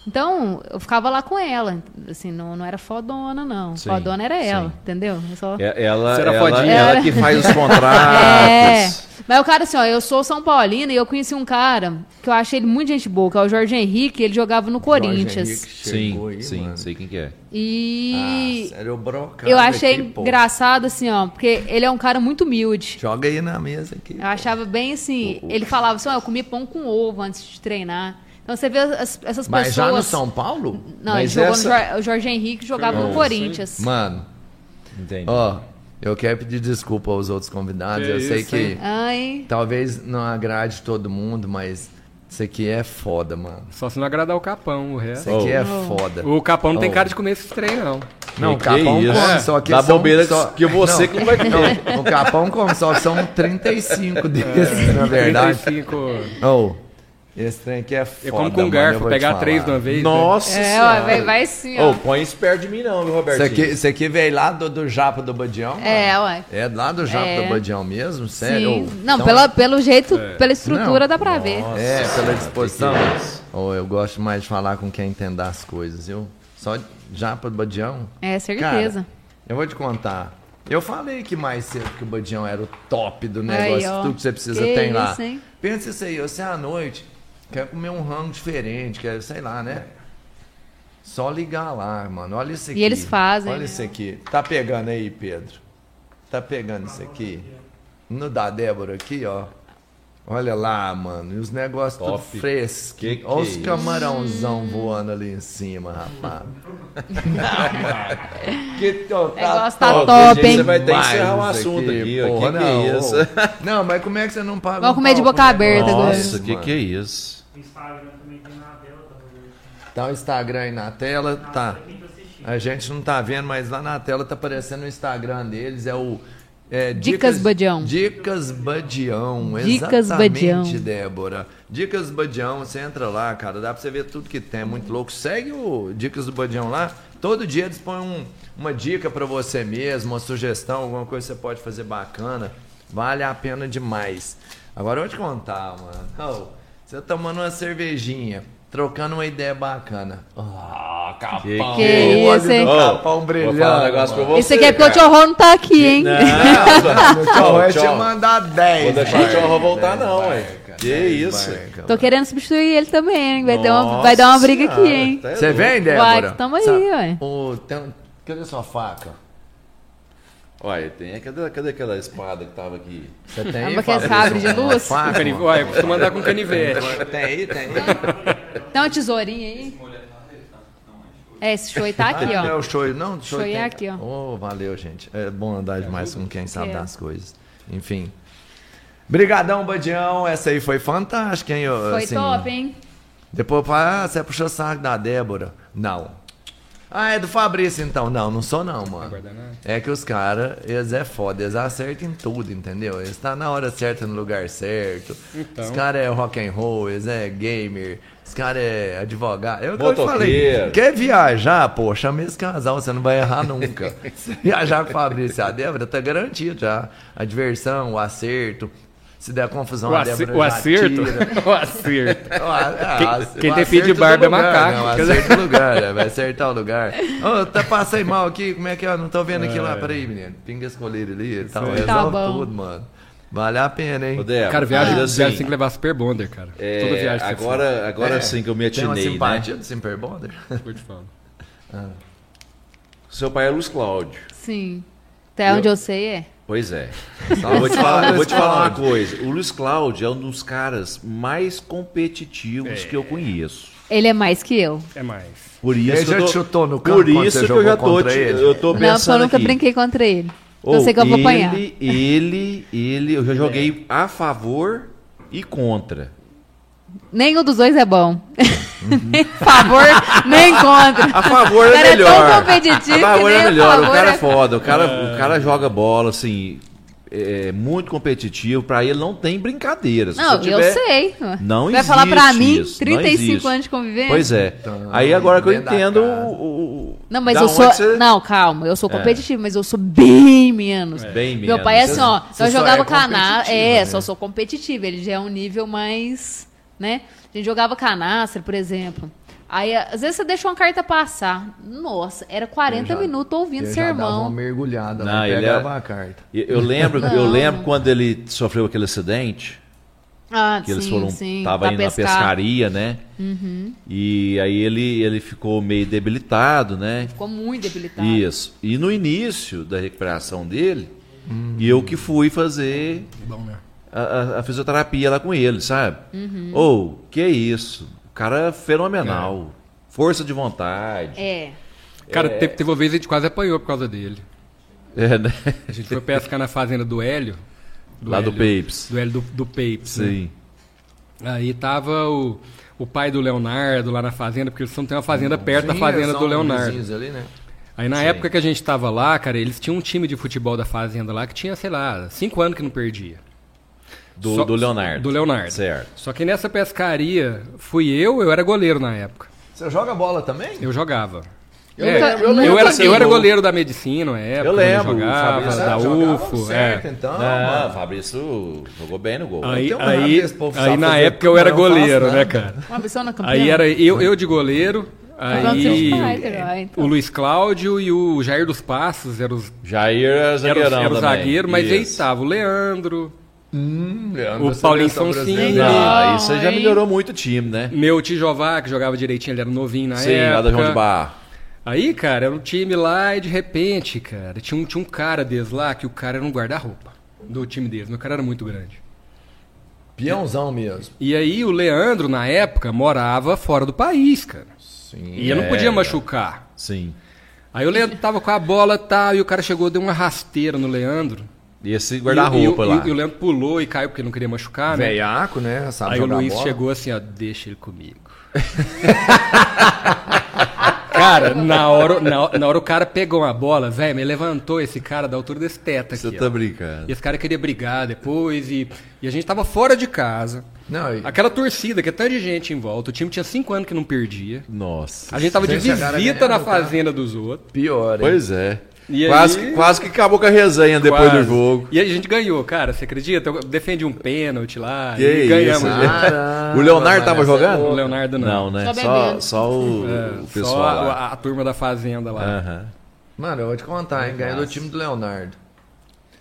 Então, eu ficava lá com ela, assim, não, não era fodona, não. Sim, fodona era sim. ela, entendeu? Eu só- É, Ela, Você era ela, fodinha. ela que faz os É. contratos. Mas o cara, assim, ó, eu sou São Paulino e eu conheci um cara que eu achei ele muito gente boa, que é o Jorge Henrique, ele jogava no Corinthians. Sim, sim, sei quem que é. E Ah, sério, brocado eu achei é aqui, pô. engraçado, assim, ó, porque ele é um cara muito humilde. Joga aí na mesa aqui. Eu achava bem assim. Ele falava assim: ó, eu comi pão com ovo antes de treinar. Então você vê as- essas Mas pessoas. já no São Paulo? Não, Mas ele jogou essa- no Jor- o Jorge Henrique jogava no Nossa, Corinthians. Mano, Entendi. ó, eu quero pedir desculpa aos outros convidados. Que eu sei isso, que hein? Ai. talvez não agrade todo mundo, mas isso aqui é foda, mano. Só se não agradar o capão, o resto. Isso aqui é Oh. foda. O capão não tem Oh. cara de comer esses trem, não. Não, Que o Capão isso? come, É, só que dá são, bobeira só... que você que não vai comer. o Capão come, só que são 35 É, desses, na verdade. 35. Oh, esse trem aqui é foda, Eu como com um mano, eu garfo, vou te pegar três de falar. uma vez. né? Nossa É, Senhora. ó, vai, vai sim, ó. Ô, põe isso perto de mim não, viu, Isso Robertinho? aqui, isso aqui veio lá do, do Japa do Badião? É, mano? ué. É lá do Japa É. do Badião mesmo? Sério? Sim. Ô, Não, então- pela, pelo jeito, pela estrutura Não. dá pra ver. É, pela disposição. que que é isso? Ô, eu gosto mais de falar com quem entender as coisas, viu? Só Japa do Badião? É, certeza. Cara, eu vou te contar. Eu falei que mais cedo que o Badião era o top do Aí, negócio, ó. tudo que você precisa Que tem isso, lá. hein? Pensa isso aí, você à noite quer comer um rango diferente, quer, sei lá, né? Só ligar lá, mano. Olha isso aqui. eles fazem, Olha né? isso aqui. Tá pegando aí, Pedro? Tá pegando isso aqui? No da Débora aqui, ó. Olha lá, mano. E os negócios tudo Top. frescos. Que que Olha é os isso? camarãozão voando ali em cima, rapaz. que to- Negócio tá top top, gente, hein? Você vai ter que demais encerrar o isso assunto aqui, ó. Que porra, que é não, isso? ô. Não, mas como é que você não paga? Vamos comer de boca aberta agora. Nossa, o que, que é isso? O Instagram também tem na tela, tá vendo? Tá o Instagram aí na tela, tá. Quem tá assistindo? A gente não tá vendo, mas lá na tela tá aparecendo o Instagram deles, é o... é, Dicas Badião. Dicas Badião, Dicas exatamente, Badião. Débora. Dicas Badião, você entra lá, cara, dá pra você ver tudo que tem, é muito louco. Segue o Dicas do Badião lá, todo dia eles põem um- uma dica pra você mesmo, uma sugestão, alguma coisa que você pode fazer bacana. Vale a pena demais. Agora eu vou te contar, mano. Ô, você tá tomando uma cervejinha, trocando uma ideia bacana. Ah, capão. Que é Que isso, hein? do capão Ô, brilhando. Vou falar um negócio pra você, Isso aqui é porque o cara. Tio Rô não tá aqui, hein? Não, Tchau, tchau, eu tinha tchau. mandado Vou 10. deixar o Tchorro voltar não, ué. cara, Que isso? Tô querendo substituir ele também, hein? Vai, dar uma, Nossa vai dar uma briga aqui, Senhora, hein? tá é Você louco. vem, Débora? tamo aí, Sabe- ué. Ô, tem... Cadê sua faca? Olha, tem cadê, cadê aquela espada que tava aqui? Você Ah, tem mas que é Fabrício, sabre de uma luz? faca, Cani- uma- Olha, costuma andar com canivete. Tem aí, tem aí. Dá uma tesourinha aí. É, esse show aí tá aqui, Ah, Não é ó. o show, não? Show é aqui, ó. Oh, valeu, gente. É bom andar demais com quem sabe É. das coisas. Enfim. Brigadão, Badião. Essa aí foi fantástica, hein? eu- Foi assim, top, hein? Depois, fala, ah, você puxou saco da Débora. Não. Ah, é do Fabrício, então. Não, não sou não, mano. né? É que os caras, eles é foda, eles acertam em tudo, entendeu? Eles tá na hora certa, no lugar certo. Então. Os caras é rock and roll, eles é gamer, os caras é advogado. Eu, eu Motoqueiro. falei, quer viajar, pô, chama esse casal, você não vai errar nunca. Se viajar com o Fabrício e a Débora, tá garantido já. A diversão, o acerto. Se der confusão, O, a acer- Débora o já acerto? tira. o acerto. Quem, quem tem filho de barba é macaco. acerta o lugar, né? vai acertar o lugar. Ô, tá, passei mal aqui, como é que é? Não tô vendo aqui lá, peraí, menino. Pinga esse colírio ali e tal. aí. Resolve Tá bom. tudo, mano. Vale a pena, hein? Ô, Débora, assim. Cara, viagem, É, assim, mas viagem tem que levar super bonder, cara. é, Toda viagem que você agora, agora É, sim que eu me Tem uma atinei, simpatia né? do Simper Bonder? for, eu te falo. Seu pai é Luiz Cláudio. Sim. Até onde eu sei é. Pois é. Eu vou te falar, eu vou te falar uma coisa. O Luiz Cláudio é um dos caras mais competitivos que eu conheço. Ele é mais que eu. É mais. Por isso Ele que eu já tô- te chutou no campo Por quando isso você que eu já jogou tô, contra te- ele? eu tô Não, porque eu pensando nunca aqui. brinquei contra ele. Ou eu sei que eu vou apanhar. Ele, ele, ele, eu já É. joguei a favor e contra. Nenhum dos dois é bom. nem favor, nem contra. A favor é O cara é melhor. tão competitivo a favor que nem é a melhor. O favor cara é é- foda. O cara, o cara joga bola, assim, é muito competitivo. Pra ele não tem brincadeira. Se Não, você eu tiver- sei. Não Vai existe falar pra mim, isso, não 35 existe. anos de convivência? Pois é. Então, Aí agora que eu dentro da entendo casa. o- o. o- Não, mas da eu onde sou. você- É. Não, calma, eu sou competitivo, mas eu sou bem menos. Bem Meu pai é assim, ó. Você Nós só jogava é canastra. competitiva, É, né? só sou competitivo. Ele já é um nível mais. né? A gente jogava canastra, por exemplo. Aí, às vezes, você deixou uma carta passar. Nossa, era 40 minutos ouvindo Ele seu já dava uma irmão. mergulhada, Não, não, ele pegava é- a carta. E Eu lembro, eu Não. lembro quando ele sofreu aquele acidente, Ah, que eles sim, foram sim. tava pra indo na pescar. Uhum. pescaria, né? E aí ele ele ficou meio debilitado, né? Ficou muito debilitado. Isso. E no início da recuperação dele, Hum. eu que fui fazer Bom, né? a, a- a fisioterapia lá com ele, sabe? Ou, que isso? O cara é fenomenal. É. Força de vontade. É. Cara, teve, teve uma vez que a gente quase apanhou por causa dele. É, né? A gente foi pescar na fazenda do Hélio. Lá do Hélio- Papes. Do Hélio do, do Papes, né? Sim. Aí tava o, o pai do Leonardo lá na fazenda, porque eles não tem uma fazenda perto da Sim, fazenda são do Leonardo. vizinhos Ali, né? Aí na época que a gente tava lá, cara, eles tinham um time de futebol da fazenda lá que tinha, sei lá, cinco anos que não perdia. Do, Só- do Leonardo. Do Leonardo. Certo. Só que nessa pescaria fui eu, eu era goleiro na época. Você joga bola também? Eu jogava. Eu É, lembro- eu eu, lembro era, assim, eu era o- goleiro da medicina na época. Eu quando lembro, o Jogava, Fabrício da Ah, jogava UFO. certo, é. então, Ah, mano. o Fabrício jogou bem no gol. Aí, Então, aí- maravilha, esse povo aí sabe na fazer época eu tudo, era mas não faz goleiro, nada. né, cara? Uma pessoa na campeã. Aí era eu, eu de goleiro, aí Então, você faz, ó, então. o Luiz Cláudio e o Jair dos Passos eram os Jair era era, zagueirão os- era também. o zagueiro, mas aí Isso. tava o Leandro, Hum, Leandro, O você Paulinho seleção Sonsini. brasileira. Não, Não, isso aí já hein? melhorou muito o time, né? meu tio Jová, que jogava direitinho, ele era novinho na Sim, época. lá da João de Barro. Aí, cara, era um time lá e de repente, cara, tinha um, tinha um cara deles lá que o cara era um guarda-roupa do time deles. Meu cara era muito grande. Peãozão mesmo. E aí o Leandro, na época, morava fora do país, cara. Sim. E eu não É, podia cara. machucar. Sim. Aí o Leandro tava com a bola e tal, e o cara chegou, deu uma rasteira no Leandro. E esse E o- guarda-roupa e o- lá. E o Leandro pulou e caiu porque não queria machucar, né? Veiaco, né? Sabe Aí o jogar Luiz bola. chegou assim, ó, deixa ele comigo. cara, na hora, na, hora- na hora o cara pegou uma bola, velho, me levantou esse cara da altura desse teto Você aqui. tá ó. brincando. E esse cara queria brigar depois e, e a gente tava fora de casa. Não, e... Aquela torcida que é tanta de gente em volta, o time tinha cinco anos que não perdia. Nossa. A gente tava de Esse cara visita na ganhando, cara. fazenda dos outros. pior, hein? Pois é. E quase, aí- que- quase que acabou com a resenha depois do Quase. jogo. E aí a gente ganhou, cara, você acredita? Eu defendi um pênalti lá Que e isso, ganhamos. né? né? Caramba, o Leonardo mano, tava essa é jogando? O Leonardo não. Não, né? Só Só, bebendo. só o, É, o pessoal só a, lá. a- a turma da fazenda lá. Aham. Mano, eu vou te contar, hein? Ganhou do time do Leonardo.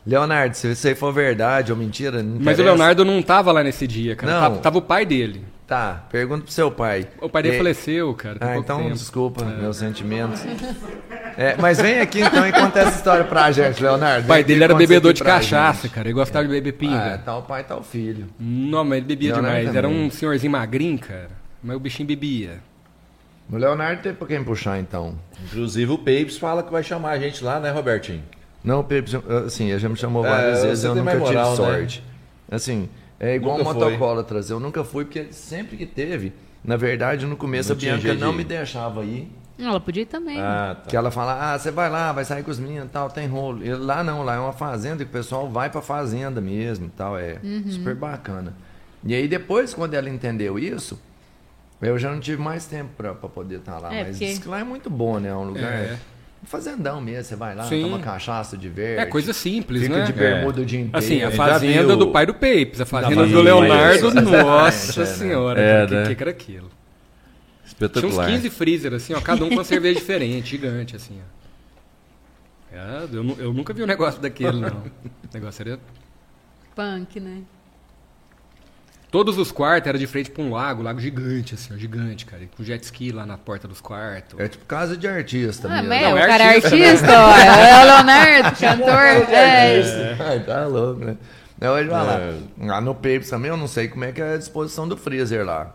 Leonardo, se isso aí for verdade ou mentira, não Mas interessa. o Leonardo não tava lá nesse dia, cara. Não. Tava, tava o pai dele. Tá, pergunta pro seu pai. O pai dele E- faleceu, cara. tem É. Ah, pouco então tempo. É. desculpa meus sentimentos. É, mas vem aqui então e conta essa história pra gente, Leonardo. O pai dele era bebedor de cachaça, cara. cara. Ele gostava de beber Ah, pinga. tal pai, tal filho. Não, mas ele bebia Leonardo demais. Era também. um senhorzinho magrinho, cara. Mas o bichinho bebia. O Leonardo tem pra quem puxar então. Inclusive o Peips fala que vai chamar a gente lá, né, Robertinho? Não, Pepe, assim, ele já me chamou várias É, vezes, você eu tem nunca mais moral, tive sorte. Assim, é igual Nunca foi. motocólatras, eu nunca fui, porque sempre que teve, na verdade, no começo Não a tinha Bianca jeito não de me ir. deixava ir. Ela podia ir também. né? Ah, Que ela fala, ah, você vai lá, vai sair com os meninos e tal, tem rolo. E lá não, lá é uma fazenda que o pessoal vai pra fazenda mesmo e tal, é Uhum. super bacana. E aí depois, quando ela entendeu isso, eu já não tive mais tempo pra, pra poder estar lá. É, mas porque- diz que lá é muito bom, né? É um lugar É. fazendão mesmo, você vai lá, Sim. toma cachaça, diverte. É coisa simples, Fica né? tipo de bermuda o dia inteiro. Assim, a já fazenda viu- do pai do Peips, a fazenda fazenda do do Leonardo, Peips, exatamente, nossa é, né? senhora, É, cara, né? que, que era aquilo? Tinha uns Espetacular. 15 freezer, assim, ó, cada um com uma cerveja diferente, gigante, assim, ó. É, eu, nu- eu nunca vi um negócio daquele, não. O negócio era. Punk, né? Todos os quartos eram de frente pra um lago, lago gigante, assim, ó, gigante, cara. e Com jet ski lá na porta dos quartos. É tipo casa de artista Ah, mesmo. mas Não, o é cara é artista, artista, ó. É o Leonardo, cantor. É, Ai, tá louco, né? Não, hoje vai lá. É. Lá no Pepsi também, eu não sei como é que é a disposição do freezer lá.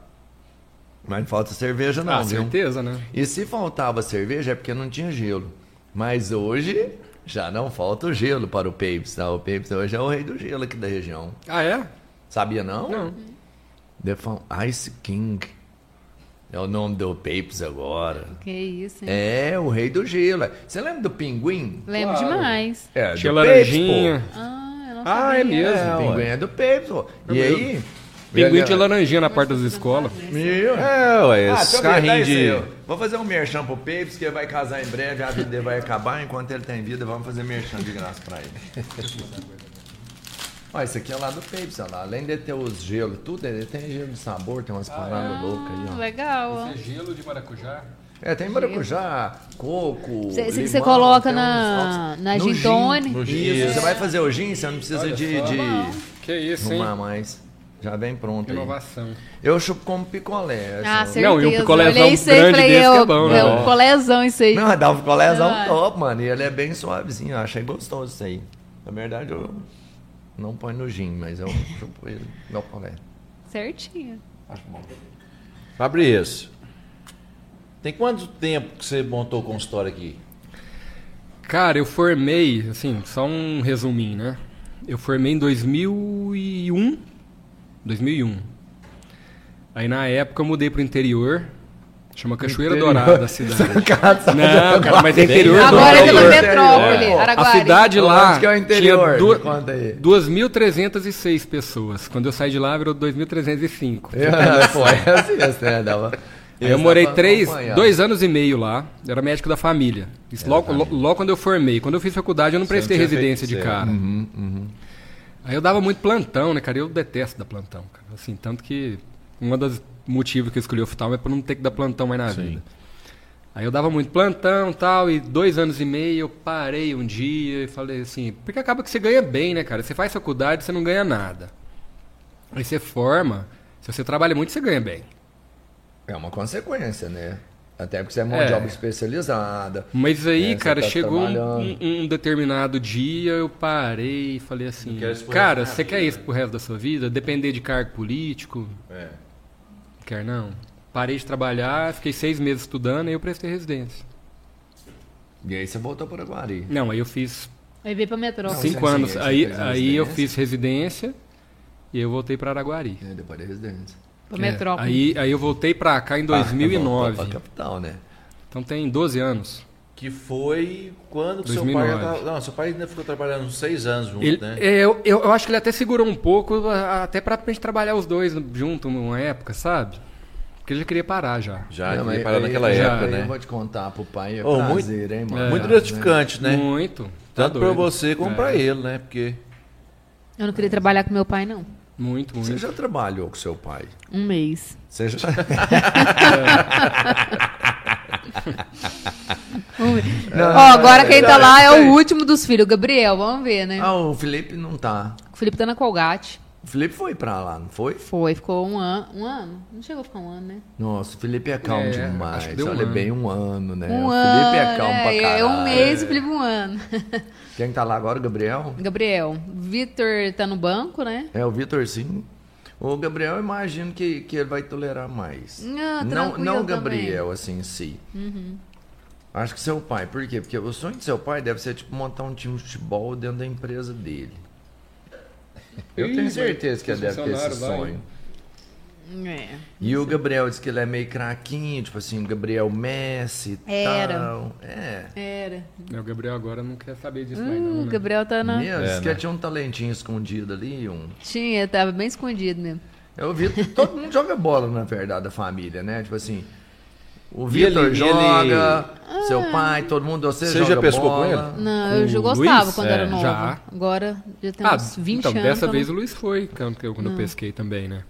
Mas não falta cerveja não, ah, viu? certeza, né? E se faltava cerveja é porque não tinha gelo. Mas hoje já não falta o gelo para o Pepsi, tá? O Pepsi hoje é o rei do gelo aqui da região. Ah, é? Sabia não? Não. Defam Ice King. É o nome do Pepsi agora. Que isso, hein? É, o rei do gelo. Você lembra do pinguim? Lembro demais. É, Tinha do Pepsi, pô. laranjinha. Ah, eu não Ah, é sabia. mesmo. É, pinguim. pinguim é do Pepsi, pô. E Meu aí? Pinguim de laranjinha na porta das escolas. Meu. É, ué, Ah, deixa eu esses aproveitar carrinhos isso de. aí, ó. Vou fazer um merchan pro Pepsi, que ele vai casar em breve, a vida dele vai acabar. Enquanto ele tá em vida, vamos fazer merchan de graça pra ele. Ó, isso aqui é lá do Pepsi, ó lá. Além de ter os gelos, tudo, ele tem gelo de sabor, tem umas paradas loucas Ah, aí, ó. legal, ó. gelo de maracujá? É, tem maracujá, coco, Cê- cê- limão, cê coloca tem uns na- outros- na no gin tonic. No gin. Isso, você vai fazer o gin, você não precisa Olha de, só. de Que isso, hein? arrumar mais. Já vem pronto aí. Inovação. Eu chupo como picolé. Ah, assim, certeza. Não, e o picolézão Olhei isso aí, grande falei, desse que é eu- bom, né? eu- Picolézão isso aí. Não, dá um picolézão Ah. top, mano. E ele é bem suavezinho. Eu achei gostoso isso aí. Na verdade, eu não ponho no gin, mas eu chupo ele no picolé. Certinho. Acho bom. Fabrício, tem quanto tempo que você montou o consultório aqui? Cara, eu formei, assim, só um resuminho, né? Eu formei em 2001. 2001. Aí na época eu mudei pro interior. Chama Cachoeira Dourada a cidade. Não, cara, mas é interior do Agora é pela interior. metrópole, É. A Araguari. cidade lá Onde que é o interior? tinha du- Me conta aí. 2.306 pessoas. Quando eu saí de lá, virou 2.305. Pô, é assim, assim, né? Dava- Aí eu morei dava pra três, acompanhar. dois anos e meio lá. Eu Era médico da família. Isso logo, lo- logo quando eu formei. Quando eu fiz faculdade, eu não não prestei tinha residência de feito, cara. é. Uhum, Aí eu dava muito plantão, né, cara? Eu detesto dar plantão, cara. Assim, tanto que um dos motivos que eu escolhi o oftalmo é pra não ter que dar plantão mais na Sim. vida. Aí eu dava muito plantão e tal, e dois anos e meio eu parei um dia e falei assim, porque acaba que você ganha bem, né, cara? Você faz faculdade, você não ganha nada. Aí você forma, se você trabalha muito, você ganha bem. É uma consequência, né? Até porque você é mão de É. obra especializada. Mas aí, É, você cara, tá chegou um, trabalhando. um determinado dia, eu parei e falei assim, quero isso pro cara, resto da você minha quer vida." isso pro resto da sua vida? Depender de cargo político? É. Não Quer não? Parei de trabalhar, fiquei seis meses estudando e eu prestei residência. E aí você voltou para Guari. Não, aí eu fiz Aí veio pra metrópole. Não, cinco sim, anos. sim, aí aí você fez aí eu residência. fiz residência e eu voltei pra Araguari. né, Depois da residência. Pra É, metrópole. Aí, aí eu voltei pra cá em Ah, é voltou 2009. tá, pra capital, né? Então tem 12 anos. Que foi quando que seu pai 2009. já tava... Não, seu pai ainda ficou trabalhando uns seis anos junto, Ele- né? é, eu, eu, eu acho que ele até segurou um pouco, a- até pra gente trabalhar os dois junto numa época, sabe? Porque ele já queria parar já. Já, Não, ele mas parou aí- naquela aí- época, aí Eu né? vou te contar pro pai, é Ô, muito- prazer, hein, mano? é. Muito Né? gratificante, né? Muito. Tá Tanto pra doido. você como É. pra ele, né? Porque Eu não queria trabalhar com meu pai, não. Muito, Você muito. já trabalhou com seu pai? Um mês. Você já... Um mês. Ó, agora quem tá lá é o último dos filhos, o Gabriel. Vamos ver, né? Ah, o Ah, Felipe não tá. O Felipe tá na Colgate. O Felipe foi pra lá, não foi? Foi, ficou um ano. Um ano? Não chegou a ficar um ano, né? Nossa, o Felipe é calmo É, demais. acho que deu um Olha ano. bem um ano, né? um o Felipe ano. é calmo pra caralho. é um mês, o Felipe um ano. Quem tá lá agora, o Gabriel? Gabriel, Vitor tá no banco, né? É, o Vitor sim. O Gabriel, eu imagino que, que ele vai tolerar mais. Ah, não, tranquilo não o também. Uhum. Gabriel, assim, em si. Acho que seu pai. Por quê? Porque o sonho de seu pai deve ser, tipo, montar um time de futebol dentro da empresa dele. Eu Ih, tenho vai- certeza que ele deve ter esse funcionário vai. sonho. É. E o Gabriel disse que ele é meio craquinho, tipo assim, Gabriel Messi e Era. tal. É. Era. É, O Gabriel agora não quer saber disso mais Hum, não, o né? Gabriel tá na. Meu, disse É, que né? ele tinha um talentinho escondido ali, um... Tinha, tava bem escondido mesmo. Eu vi, todo mundo joga bola, na verdade, da família, né? Tipo assim, o E ele- Vitor ele- joga, seu pai, todo mundo, Ah. você, Você já joga pescou com bola. Não, Com eu já o gostava Luiz? quando É, era novo. já. Agora já tem Ah, uns 20 então, anos. dessa eu vez não- Ah. o Luiz foi quando eu, quando eu pesquei também, né?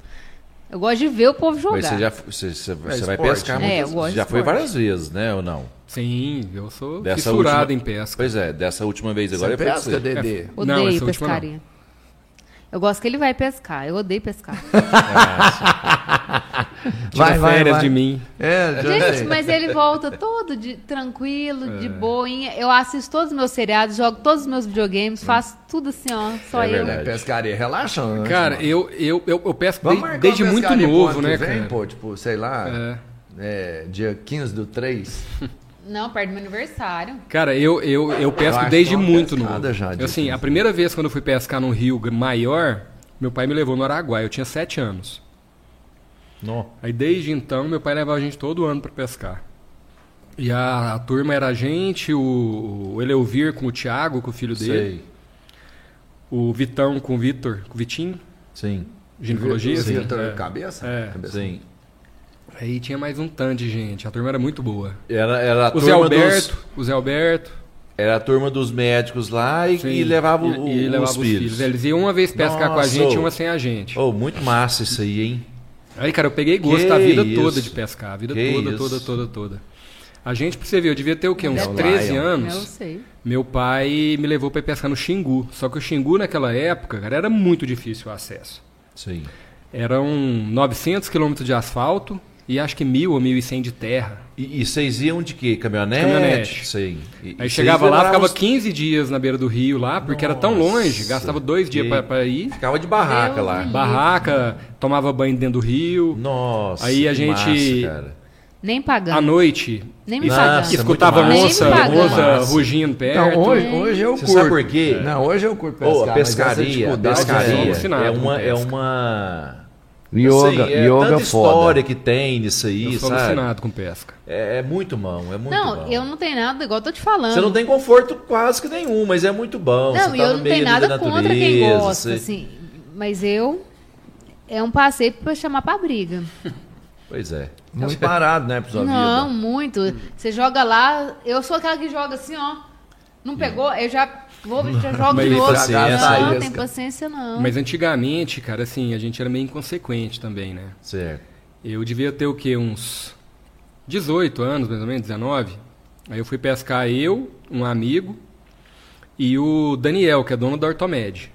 Eu gosto de ver o povo jogar. Mas você já você, É você- você vai esporte, pescar né? muitas- É, eu gosto de Já foi esporte. várias vezes, né? Ou não? Sim, eu sou Dessa fissurado última- em pesca. Pois é, dessa última vez agora Você eu fui pesca, você. Dedê? Não, Odeio essa última não. pescaria. Eu gosto que ele vai pescar. Eu odeio pescar. Tira férias de mim. É, já Gente, sei. mas ele volta todo de, tranquilo, É. de boinha. Eu assisto todos os meus seriados, jogo todos os meus videogames, faço tudo assim, ó. Só É eu. verdade. Pescaria é relaxante. Cara, mano. eu, eu, eu, eu pesco Vamos de- marcar uma desde muito pescaria pro novo, ano né, que vem, cara? pô, tipo, sei lá, É. é, dia 15 do 3. Não, perto do meu aniversário. Cara, eu, eu, eu pesco acho desde que é uma muito pescada novo. já, Eu, assim, Dickens. a primeira vez quando eu fui pescar num rio gr- maior, meu pai me levou no Araguaia, eu tinha sete anos. Não. Aí desde então, meu pai levava a gente todo ano pra pescar. E a, a turma era a gente, o, o Eleuvir com o Thiago, com o filho dele, Sei. o Vitão com o Vitor, com o Vitinho, Sim. ginecologista. Vitor, É. cabeça? É. Cabeça. Sim. Aí tinha mais um tanto de gente, a turma era muito boa. Era, era a O Zé turma Alberto, dos, o Zé Alberto. era a turma dos médicos lá e, Sim. e levava, o- E- e levava os filhos. Eles iam uma vez pescar com a Nossa, gente e ô. uma sem a gente. Oh, muito massa isso aí, hein? Aí, cara, eu peguei gosto Que a vida isso. toda de pescar. A vida Que toda, isso. toda, toda, toda. A gente, pra você ver, eu devia ter o quê? Uns Não, 13 Lion. Eu anos. sei. Meu pai me levou pra ir pescar no Xingu. Só que o Xingu, naquela época, cara, era muito difícil o acesso. Sim. Eram 900 quilômetros de asfalto e acho que 1.000 ou 1.100 de terra. E, e vocês iam de quê? Caminhonete? Caminhonete. Sim. E- e Aí vocês chegava lá, levavam ficava os- 15 dias na beira do rio lá, porque era tão longe, gastava dois dias que- pra, pra ir. Ficava de barraca Deus lá. me Barraca, tomava banho dentro do rio. Nossa, Aí a que gente- massa, cara. Nem À pagando. noite, Nem me Nossa, Isso que é pagando. muito Então, escutava massa. onça, Nem me onça pagando. rugindo Não, perto. hoje, hoje eu Você curto. É. sabe por quê? Não, hoje eu curto pescar. Ô, a mas é tipo, tipo, essa pescaria, a dificuldade- pescaria ensinado é com uma, é pesca. uma Yoga, assim, é yoga tanta foda. história que tem nisso aí, eu sou sabe? alucinado com pesca. É, é muito bom, é muito Não, bom. eu não tenho nada, igual eu tô te falando. Você não tem conforto quase que nenhum, mas é muito bom. Não, você e tá eu no não meio tenho ali da nada natureza, contra quem gosta, você- assim. Mas eu. É um passeio pra chamar pra briga. Pois é. Muito parado, né, pra sua Não, vida. muito. Você joga lá. Eu sou aquela que joga assim, ó. Hum. Não pegou? Eu já vou, já jogo Mas de novo. paciência, não, não isca. tem paciência, não. Mas antigamente, cara, assim, a gente era meio inconsequente também, né? Certo. Eu devia ter o quê? Uns 18 anos, mais ou menos, 19. Aí eu fui pescar eu, um amigo e o Daniel, que é dono da Ortomed,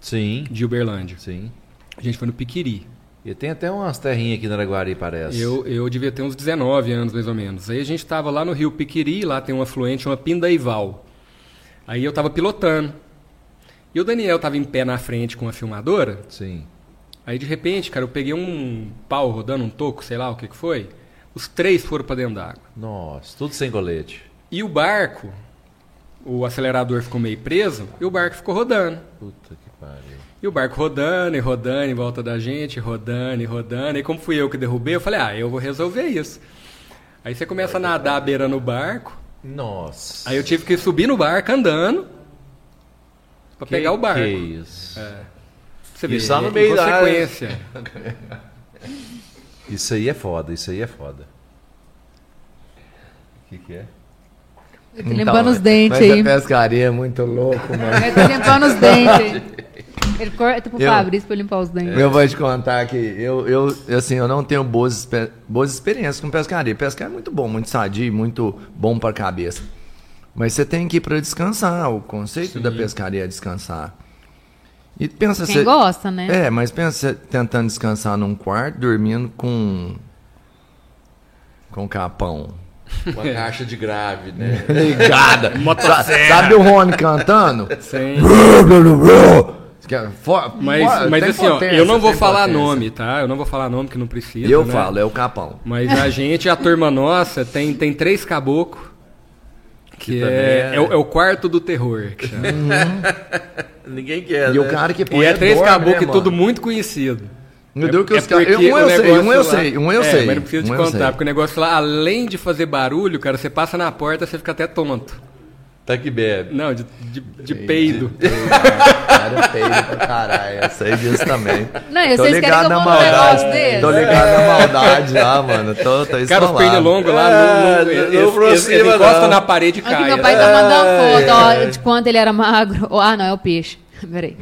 Sim, de Uberlândia. sim. A gente foi no Piquiri. E tem até umas terrinhas aqui na Araguari, parece. Eu, eu devia ter uns 19 anos, mais ou menos. Aí a gente estava lá no Rio Piquiri, lá tem um afluente, uma Pindaival. Aí eu estava pilotando. E o Daniel estava em pé na frente com a filmadora. Sim. Aí de repente, cara, eu peguei um pau rodando, um toco, sei lá o que, que foi. Os três foram para dentro d'água. Nossa, tudo sem colete. E o barco, o acelerador ficou meio preso e o barco ficou rodando. Puta que pariu. E o barco rodando e rodando em volta da gente, rodando e rodando. E como fui eu que derrubei, eu falei, ah, eu vou resolver isso. Aí você começa a nadar beirando o barco. Nossa. Aí eu tive que subir no barco andando pra Que- pegar o barco. É. Que é isso. Você Isso lá no meio da área. consequência. Isso aí é foda, isso aí é foda. O que, que é? Eu tô tá limpando os dentes então, mas é aí. a pescaria é muito louco, mano. Eu tô tá limpando os dentes. Ele corta pro Eu- Fabrício pra eu limpar os dentes. Eu vou te contar que eu, eu, assim, eu não tenho boas, espe- boas experiências com pescaria. Pescar é muito bom, muito sadio, muito bom pra cabeça. Mas você tem que ir pra descansar. O conceito da pescaria é descansar. E pensa Quem você- gosta, né? É, mas pensa você tentando descansar num quarto, dormindo com. com capão. Com a caixa de grave, né? Ligada! Sa- Sabe o Rony cantando? Sim. Que é fo- fo- Mas, mas tem assim, ó, potência, eu não vou tem falar potência. nome, tá? Eu não vou falar nome que não precisa. Eu né? falo, é o capão. Mas a gente, a turma nossa, tem, tem três caboclos. Que, Que também é, é- é o, é o quarto do terror. que chama. Ninguém quer. E o né? cara que põe e é três dor, né, caboclos e todo mano? muito conhecido. Eu digo que É os caras. porque Um o eu sei, um negócio eu lá- sei, um eu É, sei. Mas não precisa te um eu contar, sei. porque o negócio lá, além de fazer barulho, cara, você passa na porta, você fica até tonto. Tá que bebe. Não, de, de, de peido. Cara, feio pra caralho. Eu sei disso também. Não, e tô vocês querem que eu ligado na mande um maldade. né? negócio desse? Tô ligado na maldade lá, mano. Tô, tô Cara, os esfolado. pernilongos lá, É, não, não, não eles- eles- aproxima, eles encostam não. na parede e É. Aqui caem. meu pai tá É. mandando foto, ó, de quando ele era magro. Ó, ah, não, é o peixe. Peraí.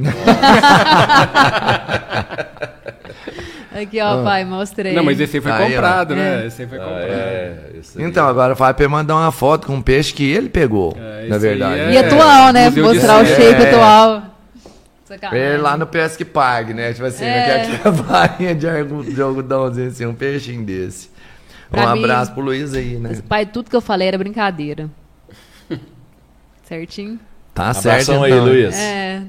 Aqui, Ah. ó, pai, mostrei. Não, mas esse aí foi Tá Aí, ó. Tá comprado, né? É. Esse aí foi Ah, comprado. é, isso aí. Então, agora o Fábio mandar uma foto com um peixe que ele pegou, É, na isso aí verdade. é- E atual, né? Museu de Mostrar o Ciência. shape É. atual. Sacanagem. Ele lá no PS que pague, né? Tipo assim, É. eu quero que a varinha de algu- de algodãozinho, assim, um peixinho desse. Pra um mim- abraço pro Luiz aí, né? Mas, pai, tudo que eu falei era brincadeira. Certinho? Tá certo, Abração aí, então. Luiz. É.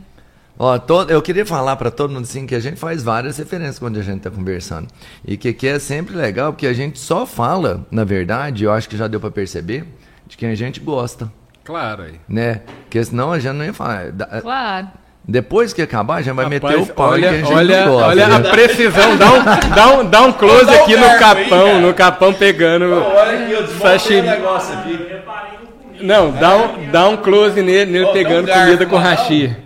Ó, to- eu queria falar pra todo mundo assim que a gente faz várias referências quando a gente tá conversando. E que, que é sempre legal, porque a gente só fala, na verdade, eu acho que já deu pra perceber, de quem a gente gosta, Claro aí. né? Porque senão a gente não ia falar. Da- Claro. Depois que acabar, a gente vai meter Rapaz, o É pau em olha, quem a gente olha, não gosta. olha né? a precisão. Dá um, dá um, dá um close Dá um aqui no garfo aí, capão, cara. no capão pegando. Olha aqui, eu desmontei o Sashimi. negócio Eu aqui. reparei no comigo. Não, dá um, dá um close nele, nele Ó, dá um pegando garfo, comida com mano. hashi.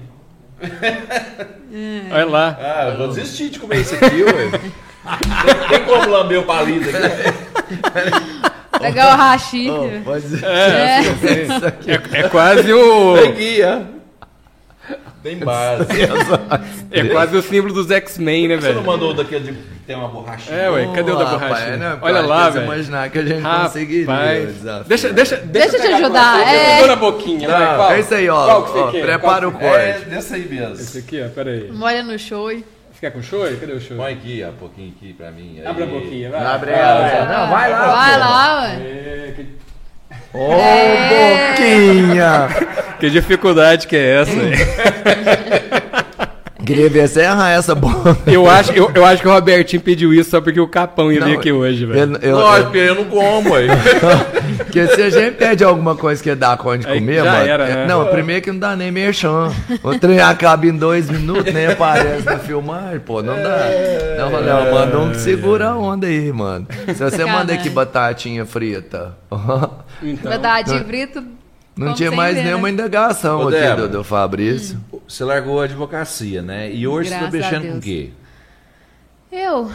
É. Olha lá. Ah, eu vou desistir de comer isso aqui, ué. Tem- Tem como lamber o palito aqui. Pegar o hashi. Ô, mas- É, é quase o. Aqui, ó. Tem base. É quase o símbolo dos X-Men, né, Você não velho? mandou daquele de... tem uma borracha? É, ué, cadê o da Ô, rapaz, borracha? né? Porque eu Olha acho lá, que você velho. imaginar que a gente conseguiria. o Rapaz. desafio. Deixa, deixa, Deixa eu te ajudar. Segura na É. boquinha, Tá, vai, qual? é isso aí, ó. Qual que você Ó, quer? Prepara o Qual que- É, corte. desse aí Esse mesmo. aqui, ó, pera aí. Molha no show e. Você quer com show? Cadê o show? Põe aqui, ó, um pouquinho aqui pra mim. aí. Abre a boquinha, vai. Abre aí, abre aí. Não, vai lá. Vai Ah, pô. lá, ué. É, que- Ô, boquinha. Que dificuldade que é essa, velho? Queria ver você errar essa bola. Eu acho, eu, eu acho que o Robertinho pediu isso só porque o Capão ia vir aqui hoje, velho. Eu, eu, Lógico, porque eu não como, aí. porque se a gente pede alguma coisa que dá conta de Aí comer, já mano. é, era, né? Não, primeiro que não dá nem merchan. O trem acaba em dois minutos, nem aparece na filmagem, pô. Não dá. Não, não, manda É. um que segura a onda aí, mano. Se você manda aqui Sacanagem. batatinha frita. Então, Verdade, Brito. Não como tinha sem mais ver, né? nenhuma indagação Ô, aqui Débora. do, do Fabrício. Você largou a advocacia, né? E hoje você tá Graças a mexendo com o Deus. quê? Eu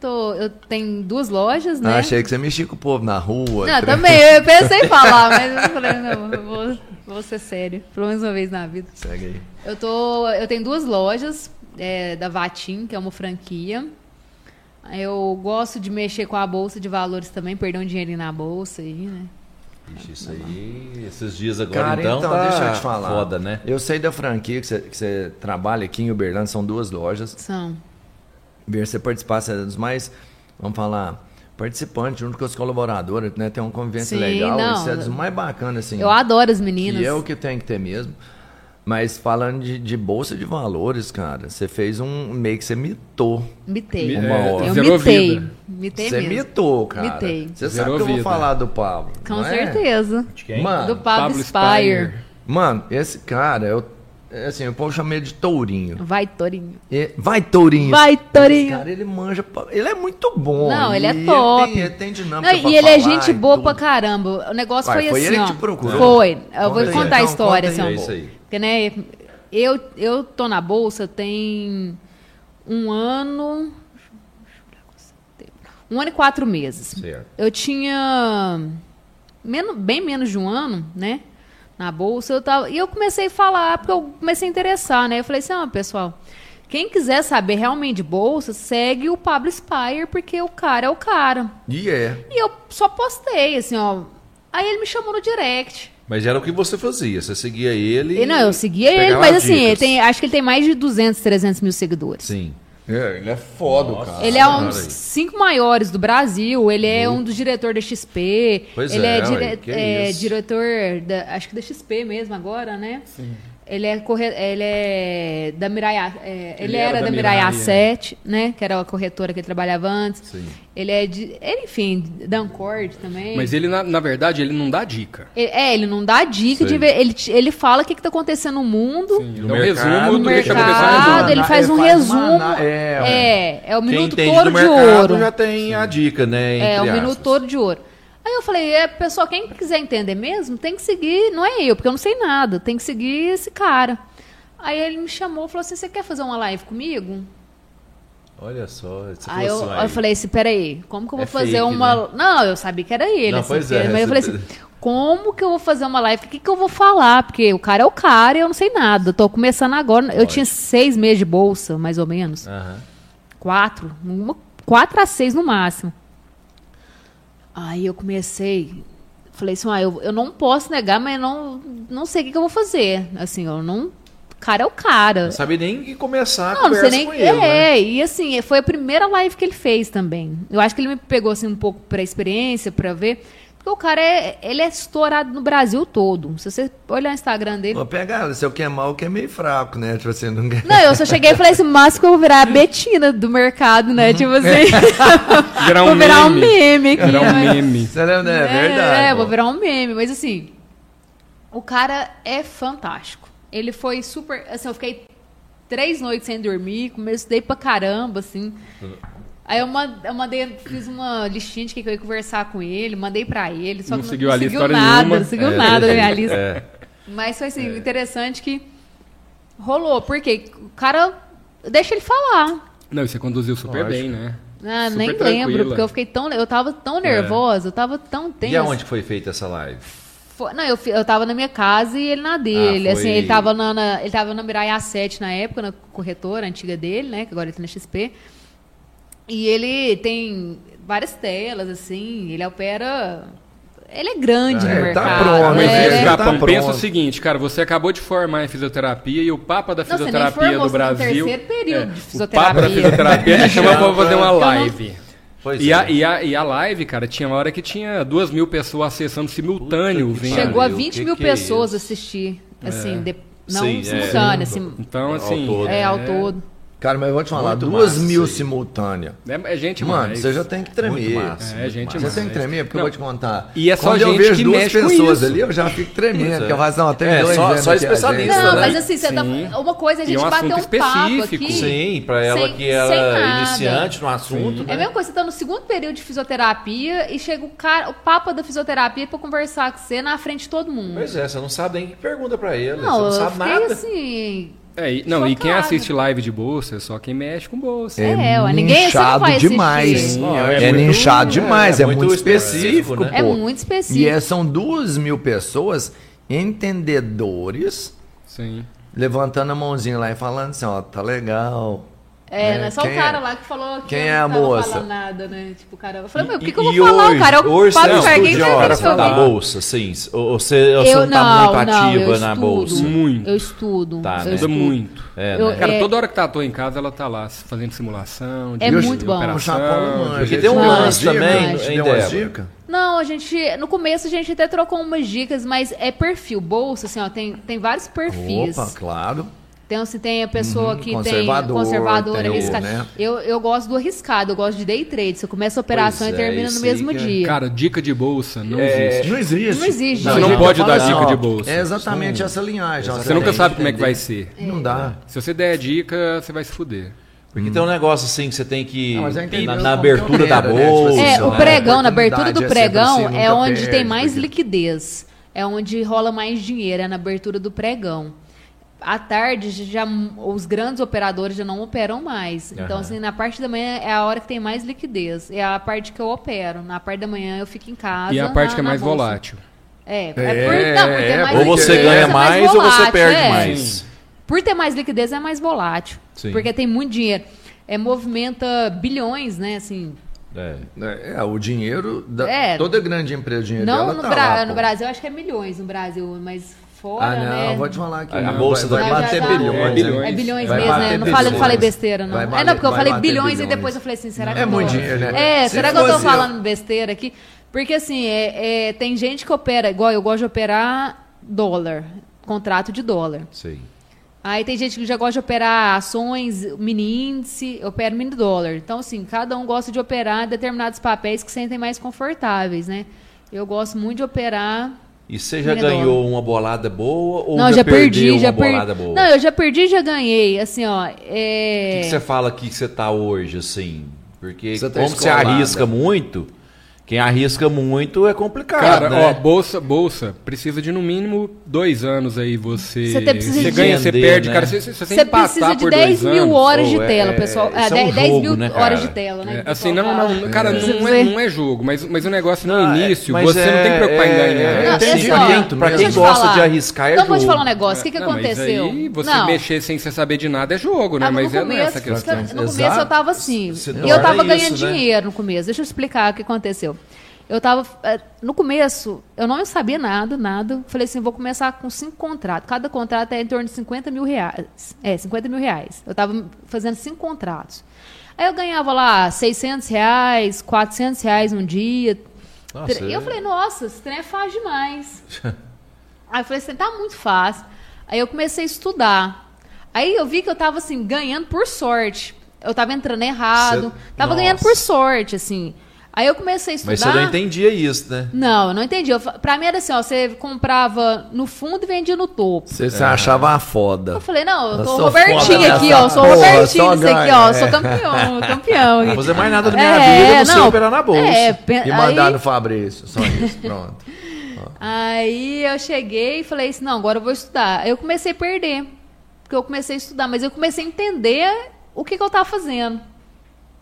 tô. Eu tenho duas lojas, Ah, né? Achei que você mexia com o povo na rua. Não, tá trem. também, eu pensei em falar, mas eu falei, não, eu vou, vou ser sério, pelo menos uma vez na vida. Segue aí. Eu, tô, eu tenho duas lojas é, da Vatim, que é uma franquia. Eu gosto de mexer com a bolsa de valores também, perder um dinheirinho na bolsa aí, né? Ixi, isso aí, esses dias agora Cara, então, então, tá deixa eu te falar. foda, né? Eu sei da franquia que você, que você trabalha aqui em Uberlândia, são duas lojas. São. Ver você participar, você é dos mais, vamos falar, participantes, junto com os colaboradores, né? Tem uma convivência Sim, legal. não. Isso é dos mais bacanas, assim. Eu adoro as meninas. que é o que tem que ter mesmo. Mas falando de, de bolsa de valores, cara, você fez um meio que você mitou. Mitei. Uma hora. Eu Zerou mitei. vida. Mitei Você mesmo. mitou, cara. Mitei. Você sabe Zerou que eu vou vida. falar do Pablo. Com não é? Ah, certeza. Quem? Mano, Do Pablo, Pablo Spire. Spire. Mano, esse cara, eu, é assim, o povo chama ele de tourinho. Vai, Torinho. É. E- vai, tourinho! Vai, Esse Torinho. cara, ele manja. pra- Ele é muito bom. Não, e ele é top. Ele tem, ele tem dinâmica. Não, pra e ele é falar gente e boa tudo. pra caramba. O negócio Vai, foi, foi assim, ele ó. que te procurou. Foi. Eu Conta vou aí. contar a Então, história, conta assim, aí. ó. É isso aí. Porque, né, eu, eu tô na bolsa tem um ano. Um ano e quatro meses. Certo. Eu tinha menos, bem menos de um ano, né? Na bolsa, eu tava. E eu comecei a falar, porque eu comecei a interessar, né? Eu falei assim, ah, pessoal, quem quiser saber realmente de bolsa, segue o Pablo Spire, porque o cara é o cara. E é. E eu só postei, assim, ó. Aí ele me chamou no direct. Mas era o que você fazia, você seguia ele. E, não, eu seguia pegava ele, mas as assim, ele dicas. tem, acho que ele tem mais de 200, 300 mil seguidores. Sim. É, ele é foda, o cara. Ele é um cara dos aí. cinco maiores do Brasil, ele é um dos diretores da XP, Pois ele é, ué, é, dire- que é, isso. diretor, da- acho que da XP mesmo agora, né? Sim. Ele é, corre, ele é da Mirai, A- é, ele, Ele era, era da, da Mirai Mirai, A7, né? Que era a corretora que ele trabalhava antes. Sim. Ele é de, ele, enfim, da Ancord também. Mas ele, na, na verdade, ele não dá dica. Ele- é, ele não dá dica de Sei. ver, ele, te- ele fala o que, que tá acontecendo no mundo. Ele No dá um mercado, resumo No do que tá mercado, acontecendo. ele faz Ele um faz resumo. uma ana- é, é, é, o Quem minuto entende todo do de mercado ouro. já tem a dica, né? É, o entre minuto aspas. todo de ouro. Aí eu falei, é, pessoal, quem quiser entender mesmo, tem que seguir, não é eu, porque eu não sei nada, tem que seguir esse cara. Aí ele me chamou, falou assim, você quer fazer uma live comigo? Olha só, você aí eu, falou assim, eu falei assim, peraí, como que eu vou É fazer fake, uma... Não, eu sabia que era ele, Não, assim, pois porque- é, mas eu falei você- assim, como que eu vou fazer uma live? O que, que eu vou falar? Porque o cara é o cara e eu não sei nada, eu tô começando agora, eu tinha seis meses de bolsa, mais ou menos. Aham. Quatro. Uma, quatro a seis no máximo. Aí eu comecei. Falei assim, ah, eu, eu não posso negar, mas eu não, não sei o que, que eu vou fazer. Assim, eu não. O cara é o cara. Não sabia nem que começar a Não, não tá conversa sei nem. com ele, é, né? e assim, foi a primeira live que ele fez também. Eu acho que ele me pegou assim um pouco pra experiência, pra ver. Porque o cara é. Ele é estourado no Brasil todo. Se você olhar o Instagram dele. Ô, pega, é se eu queimar, eu queimei fraco, né? Tipo assim, não Não, eu só cheguei e falei assim, mas que eu vou virar a Betina do mercado, Uhum. né? Tipo assim. Virar um vou virar um meme. meme aqui. Era um né? meme. Você lembra, né? É, É, verdade. É, vou virar um meme. Mas assim, o cara é fantástico. Ele foi super. Assim, eu fiquei três noites sem dormir, comecei pra caramba, assim. Aí eu man- eu mandei, fiz uma listinha de que eu ia conversar com ele, mandei pra ele, só Não que seguiu não a lista seguiu hora nada, nenhuma. É. não seguiu É, nada da minha é. lista. Mas foi assim, interessante que rolou, porque o cara deixa ele falar. Não, e você conduziu super Lógico. bem, né? Ah, Super nem lembro, tranquila. porque eu fiquei tão. Eu tava tão nervosa, eu tava tão tensa. E aonde que foi feita essa live? Foi- não, eu, fi- eu tava na minha casa e ele na dele. Ah, foi- assim, ele tava na, na- ele tava na Mirai A7 na época, na corretora antiga dele, né? Que agora ele tá na XP. E ele tem várias telas, assim, ele opera. Ele é grande É, no tá mercado. pronto, né? Mas É, é, ele Capão, tá pronto. pensa o seguinte, cara, você acabou de formar em fisioterapia e o Papa da Não, você nem Fisioterapia formou, do você tá no Brasil. É, terceiro período de O Papa fisioterapia. da Fisioterapia me chamou pra fazer uma não- live. Pois E é. a, e, a, e a live, cara, tinha uma hora que tinha duas mil pessoas acessando simultâneo. que vendo. pariu. Chegou a Meu, 20 que mil que é pessoas isso? assistir, assim, de- não Sim, é. simultâneo, assim, Então, assim. todo. é, ao todo. Cara, mas eu vou te falar, Muito duas massa mil isso aí. simultânea. É, é gente Mano, mais. você já tem que tremer. Muito massa. É, gente Você mais. tem que tremer, porque eu vou te contar. E é só Quando eu gente vejo que duas mexe com pessoas isso. ali, eu já fico tremendo, porque a razão tem É, dois só- anos só que a gente- especialista, Não, né? mas assim, você tá- Sim. uma coisa é a E é gente um bater um assunto papo específico. aqui. Sim, pra ela sem- que sem era nada. iniciante no assunto, É a né? mesma coisa, você tá no segundo período de fisioterapia e chega o cara, o papa da fisioterapia pra conversar com você na frente de todo mundo. Pois é, você não sabe nem que pergunta pra ele, não, você não eu sabe fiquei nada. assim. É, e- não, e quem Chocada. assiste live de bolsa é só quem mexe com bolsa. É, ué, ninguém você não inchado vai assistir. demais. Sim, É, é é muito- inchado demais, é, é muito, muito específico, específico, né? pô. É muito E específico. é, são duas mil pessoas entendedores Sim. levantando a mãozinha lá e falando assim, ó, tá legal. É, não é só Quem o cara é? lá que falou que Quem eu é não a tava moça? falando nada, né? Tipo, o cara, eu falei, meu, o E- que, que eu vou e falar? hoje- o cara é o hoje você é Fábio Ferguei, estudiosa vai ver se eu da vi. bolsa, sim. Ou você, ou você não Eu tá muito não, não, eu ativa na estudo. bolsa. Muito. Eu estudo. Tá, eu né? Muda estudo. muito. É, Eu- né? Cara, É. toda hora que tá à toa em casa, ela tá lá fazendo simulação. É de- de muito bom. operação, O Japão não manja. Porque Ele tem um deu umas lance dicas, também, né? Ele hein, deu umas Débora? dicas. Não, a gente. No começo a gente até trocou umas dicas, mas é perfil. Bolsa, assim, ó, tem, tem vários perfis. Opa, claro. Tem, assim, tem a pessoa que Uhum. conservador, tem conservadora, tem o, arriscada. né? Eu, eu gosto do arriscado, eu gosto de day trade. Você começa a operação Pois e é, termina no isso mesmo aí que é- dia. Cara, dica de bolsa não É. existe. Não existe. Não existe. Você não gente, pode eu falo dar dica de bolsa. É exatamente essa linhagem. ó, Você nunca tem sabe como é que vai entender. ser. Não dá. Se você der a dica, você vai se fuder. Porque Hum. tem um negócio assim que você tem que. Ah, mas eu entendi na, como na que abertura da opera, né? Tipo bolsa. assim, É, o né? pregão, na Oportunidade abertura do é sempre pregão assim, é nunca onde tem perde, mais porque- liquidez. É onde rola mais dinheiro, é na abertura do pregão. À tarde, já os grandes operadores já não operam mais. Então, assim, na parte da manhã é a hora que tem mais liquidez. É a parte que eu opero. Na parte da manhã eu fico em casa. E a parte na- que é na mais bolsa. volátil. É, é, É, por, não, porque é, é mais Ou você liquidez, ganha é mais, ou você volátil, perde é. mais. Por ter mais liquidez, é mais volátil. Sim. Porque tem muito dinheiro. É, movimenta bilhões, né? Assim, É. É, é, o dinheiro da É. toda grande empresa, o dinheiro Não dela no, tá Bra- lá, pô. no Brasil, eu acho que é milhões no Brasil, mas fora, Ah, não, né? vou te falar que A não, bolsa vai, da- vai bater já- já- bilhões. É né? bilhões. É bilhões Vai mesmo, né? bater Eu Não falei, não falei bilhões. besteira, não. Vai é, não, porque eu bater- falei vai bater bilhões, e bilhões. depois eu falei assim, será É que eu tô- muito dinheiro, né? É, Se será que eu tô fosse eu- falando besteira aqui? Porque assim, é, é, tem gente que opera, igual eu gosto de operar dólar, contrato de dólar. Sim. Aí tem gente que já gosta de operar ações, mini índice, eu opero mini dólar. Então, assim, cada um gosta de operar determinados papéis que sentem mais confortáveis, né? Eu gosto muito de operar. E você já Minha dona. ganhou uma bolada boa ou não, já, já perdeu perdi, já uma bolada perdi. boa? Não, eu já perdi e já ganhei. Assim, ó. É... O que que você fala que você tá hoje, assim? Porque Você tá como você escolada. arrisca muito, quem arrisca muito é complicado, Cara, né? ó, bolsa, bolsa, precisa de no mínimo dois anos aí você. Você até precisa de- ganha, você Entender, perde, né? cara. Você, você, você Você precisa empatar de por 10 dois mil anos. horas de Ou é- tela, é- pessoal. isso é um 10, mil jogo, né, cara? horas de tela, né? É, que o assim, pessoal não, fala. não, cara, não é, Você- não é jogo, mas, mas o negócio no Ah, é, início, mas você não tem que preocupar em é- ganhar. é- É, Não, assim, é entendi. só, Pra quem- pra deixa quem eu te gosta falar. de arriscar é Então, vou te jogo. falar um negócio. O que, que Não, mas aconteceu? aí você não. mexer sem você saber de nada é jogo, né? Tava mas Ah, no é começo, nessa a questão. No começo Exato. eu tava assim. Se E eu torna tava isso, ganhando né? dinheiro no começo. Deixa eu explicar o que aconteceu. Eu tava. eh, No começo, eu não sabia nada, nada. Falei assim, vou começar com cinco contratos. Cada contrato é em torno de 50 mil reais. É, 50 mil reais. Eu tava fazendo cinco contratos. Aí eu ganhava lá 600 reais, 400 reais um dia. Nossa, Tre- eu é- falei, nossa, esse trem é fácil demais. Aí eu falei assim, tá muito fácil. Aí eu comecei a estudar. Aí eu vi que eu tava assim, ganhando por sorte. Eu tava entrando errado. Cê- Tava Nossa. ganhando por sorte, assim. Aí eu comecei a estudar. Mas você não entendia isso, né? Não, eu não entendi. Eu, fa- pra mim era assim, ó, você comprava no fundo e vendia no topo. Você se achava foda. Eu falei, não, eu Tá Eu tô sou Robertinho foda aqui, nessa ó. Sou porra, Robertinho só nisso aqui, ganha, ó. é. Sou campeão, campeão. Não fazer mais nada da minha vida, não, sei operar na bolsa. É, pe- E aí- mandar no Fabrício, só isso, pronto. Aí eu cheguei e falei assim, não, agora eu vou estudar. Aí eu comecei a perder, porque eu comecei a estudar, mas eu comecei a entender o que, que eu tava fazendo,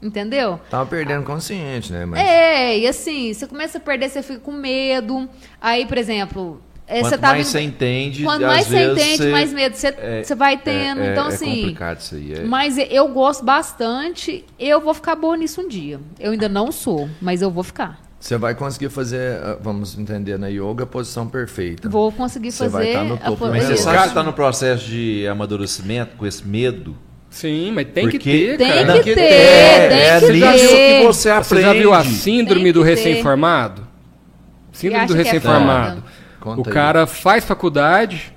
entendeu? Tava perdendo consciente, né? Mas É, e assim, você começa a perder, você fica com medo. Aí, por exemplo, é, Quanto você tá mais vindo- você entende, Quanto às mais você vezes entende, você- mais medo você, É, você vai é- tendo. é- então, é assim. complicado isso aí. é. Mas eu gosto bastante, eu vou ficar boa nisso um dia. Eu ainda não sou, mas eu vou ficar. você vai conseguir fazer, ah, vamos entender, na yoga, a posição Tá. perfeita. Vou conseguir Você fazer. vai tá no a topo, po- Mas Mas você eu- sabe que Cara- você tá no processo de amadurecimento com esse medo? Sim, mas tem que Porque- ter, Tem cara. que Porque ter, tem é que nisso ter. que você aprende. Você já viu assim? a síndrome Tem do que ter. recém-formado? E Síndrome acha do que é recém-formado. foda. o Conta aí. cara faz faculdade.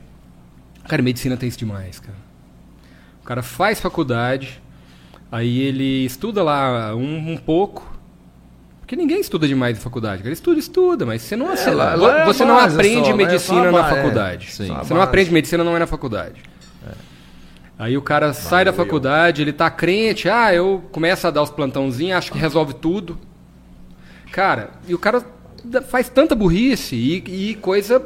Cara, medicina tem isso demais, cara. O cara faz faculdade, aí ele estuda lá um, um pouco. Porque ninguém estuda demais em faculdade. cara. Ele estuda, estuda, mas você não, você, lá- lá é a você não base aprende só, né? É só a medicina na ba- é, faculdade. sim. Só a Você não base. É. aprende medicina, não é na faculdade. Aí o cara sai da faculdade, ele tá crente, ah, eu começo a dar os plantãozinhos, acho que resolve tudo. Cara, e o cara da- faz tanta burrice e, e coisa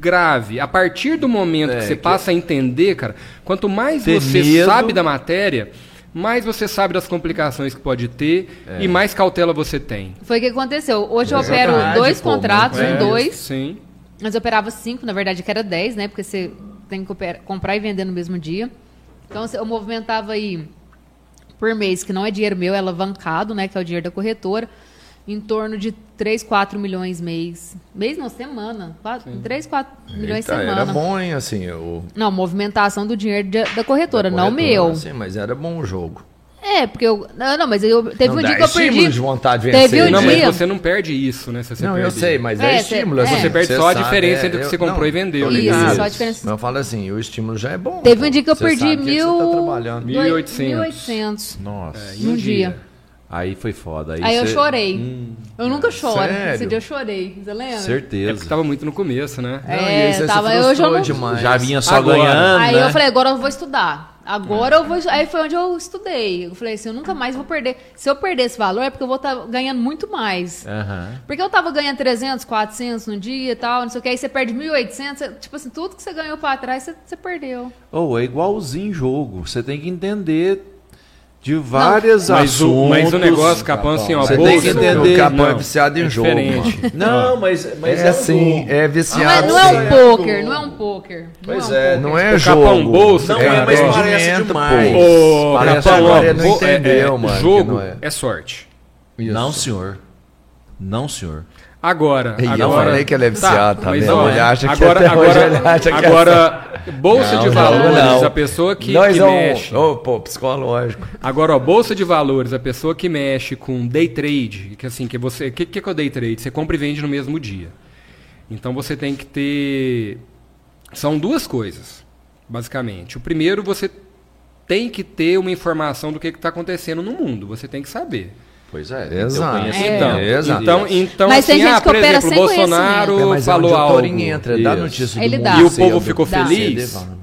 grave. A partir do momento É, que você passa a entender, cara, quanto mais Ter você medo. sabe da matéria, mais você sabe das complicações que pode ter e mais cautela você tem. Foi o que aconteceu. Hoje eu É opero verdade, dois pô, contratos, É. muito um bem. dois. Sim. Mas eu operava cinco, na verdade, que era dez, né? Porque você tem que opera- comprar e vender no mesmo dia. Então se- eu movimentava aí por mês, que não é dinheiro meu, é alavancado, né? Que é o dinheiro da corretora, em torno de 3, 4 milhões mês. Mês não, semana. 3, 4 milhões Eita, semana. era bom, hein, assim, o... Não, movimentação do dinheiro de- da corretora, não corretor, meu. Assim, mas era bom o jogo. É, porque eu. Não, não, mas eu teve Não um dá dia que eu estímulo perdi. de vontade de Teve vencer. né? um Não, mas dia- você não perde isso, né? Se você Não, eu perde. sei, mas é, É, estímulo. cê- assim, Você perde só a sabe, diferença é, entre o que eu- você comprou não, e vendeu. né? tô Isso, ligado. só a diferença. Mas eu falo assim, o estímulo já é bom. Teve pô. um dia que eu Cê perdi sabe o que que mil. você tá trabalhando. dois- 1.800. 1.800. Nossa. É, Num dia. Aí foi foda. Aí, Aí eu você- chorei. eu nunca choro. Esse Hum. sério? dia eu chorei. Você lembra? É porque Certeza. tava muito no começo, né? Não, e É, aí cê se tava- eu já frustrou não- demais. Já vinha só Agora. ganhando, Aí né? eu falei, agora eu vou estudar. Agora É. eu vou. estu- Aí foi onde eu estudei. Eu falei assim, eu nunca mais vou perder. Se eu perder esse valor, é porque eu vou estar ganhando muito mais. É. Aham. Porque eu tava ganhando 300, 400 no dia e tal, não sei o que. Aí você perde 1.800. você- Tipo assim, tudo que você ganhou pra trás, você, você perdeu. Ou é igualzinho jogo. Você tem que entender de várias Mas assuntos. o, mas o negócio, Capão, assim, ó, Você tem bolsa- que entender. O Capão é Não, viciado em é jogo, diferente. Não, mas, mas É um assim, jogo. é Não é, viciado. não é um sim. pôquer, não é um pôquer. não Pois um é. pôquer. Não é O jogo. Capão Bolsa, é cara, mas é parece investimento, demais. pô. Ô, parece Capão, agora ó, ele não bo- é- entendeu, é, mano. que Jogo não é. é sorte. Isso. Não, senhor. Não, senhor. Agora, E eu agora. falei que ele é viciado, tá mas vendo? ó, Ele acha que agora, até hoje agora, ele acha que é agora, bolsa de Não, valores, não. a pessoa que, Nós que é um- mexe. Ô, pô, psicológico. Agora, ó, bolsa de valores, a pessoa que mexe com day trade, que assim, que você. O que, que é o day trade? Você compra e vende no mesmo dia. Então você tem que ter. São duas coisas, basicamente. O primeiro, você tem que ter uma informação do que está acontecendo no mundo. Você tem que saber. Pois é. Exato. Eu conheço- É. Então, Exato. então, então Mas tem gente que por opera exemplo, o sem Bolsonaro conhecimento. falou É, onde o algo. Torinho entra, dá Isso. notícia do Ele mundo dá. E o cedo. povo ficou Dá. feliz. Cedo, Evandro.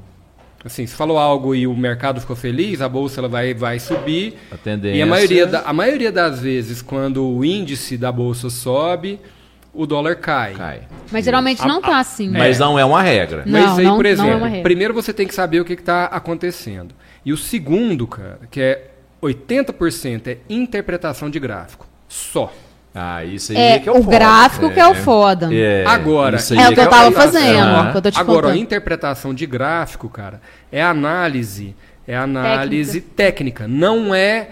Assim, se falou algo e o mercado ficou feliz, a bolsa ela vai, vai subir. A tendência- E a maioria, da- a maioria das vezes, quando o índice da bolsa sobe, o dólar cai. Cai. Mas geralmente não tá assim. Mas não é uma regra. Não. Mas aí, não por é exemplo, uma regra. primeiro você tem que saber o que está acontecendo. E o segundo, cara, que é 80% é interpretação de gráfico. Só. Ah, isso aí É, que é o foda. gráfico que é o foda. É, Agora, isso aí É o que eu é tava foda. fazendo, Ah. ó, que eu tô te Agora, ó, contando. interpretação de gráfico, cara, é análise, é análise técnica, não é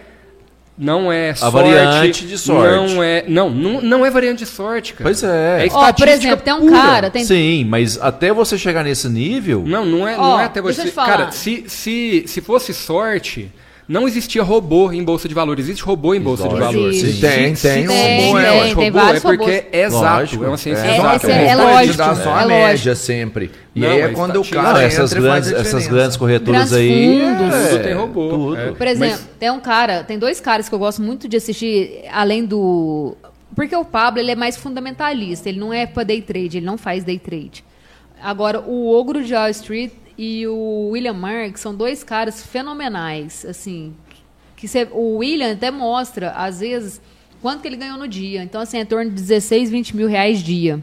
não é A variante de sorte. Não é, não, não, não é variante de sorte, cara. Pois é. É Ó, por estatística exemplo, tem um pura. cara, tem Sim, mas até você chegar nesse nível. Não, não é, Ó, não é até deixa você. eu te falar. Cara, se, se, se fosse sorte, não existia robô em bolsa de valor. Existe robô em bolsa de valor. Existe. Se- Tem, se- um tem, tem, se robô é tem, ótimo, tem robô é vários porque robôs. é exato, Lógico. é uma ciência É, exata. esse é- é robô Pode lógico, dar só a é média sempre. E Não, aí é mas quando tá o tirando. cara Não, essas, entra e grandes, faz a essas diferença. grandes corretoras Grandes aí. fundos, é, Tudo tem robô. tudo. é. Por exemplo, tem um cara, tem dois caras que eu gosto muito de assistir, além do. Porque o Pablo ele é mais fundamentalista, ele não é pra day trade, ele não faz day trade. Agora, o Ogro de Wall Street e o William Mark são dois caras fenomenais, assim. Que cê- o William até mostra, às vezes, quanto que ele ganhou no dia. Então, assim, é em torno de 16, 20 mil reais dia.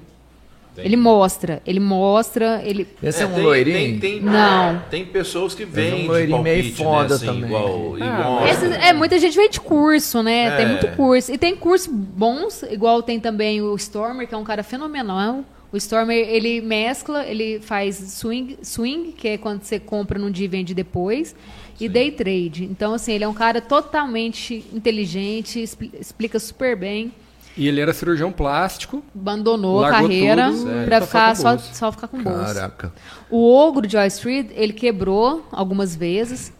Ele mostra, ele mostra, ele. Esse é, um tem- loirinho? tem- Não. Tem pessoas que um vêm né, loirinho meio foda também. assim, Igual, igual- Ah, Esses- é, muita gente vende curso, né? É. Tem muito curso. E tem cursos bons, igual tem também o Stormer, que é um cara fenomenal. O Stormer, ele mescla, ele faz swing, swing que é quando você compra num dia e vende depois, e day trade. Então, assim, ele é um cara totalmente inteligente, expli- explica super bem. E ele era cirurgião plástico. Abandonou a Largou carreira tudo, sério, pra ficar só ficar só, com bolsa. só ficar com bolsa. Caraca. O ogro de Wall Street, ele quebrou algumas vezes.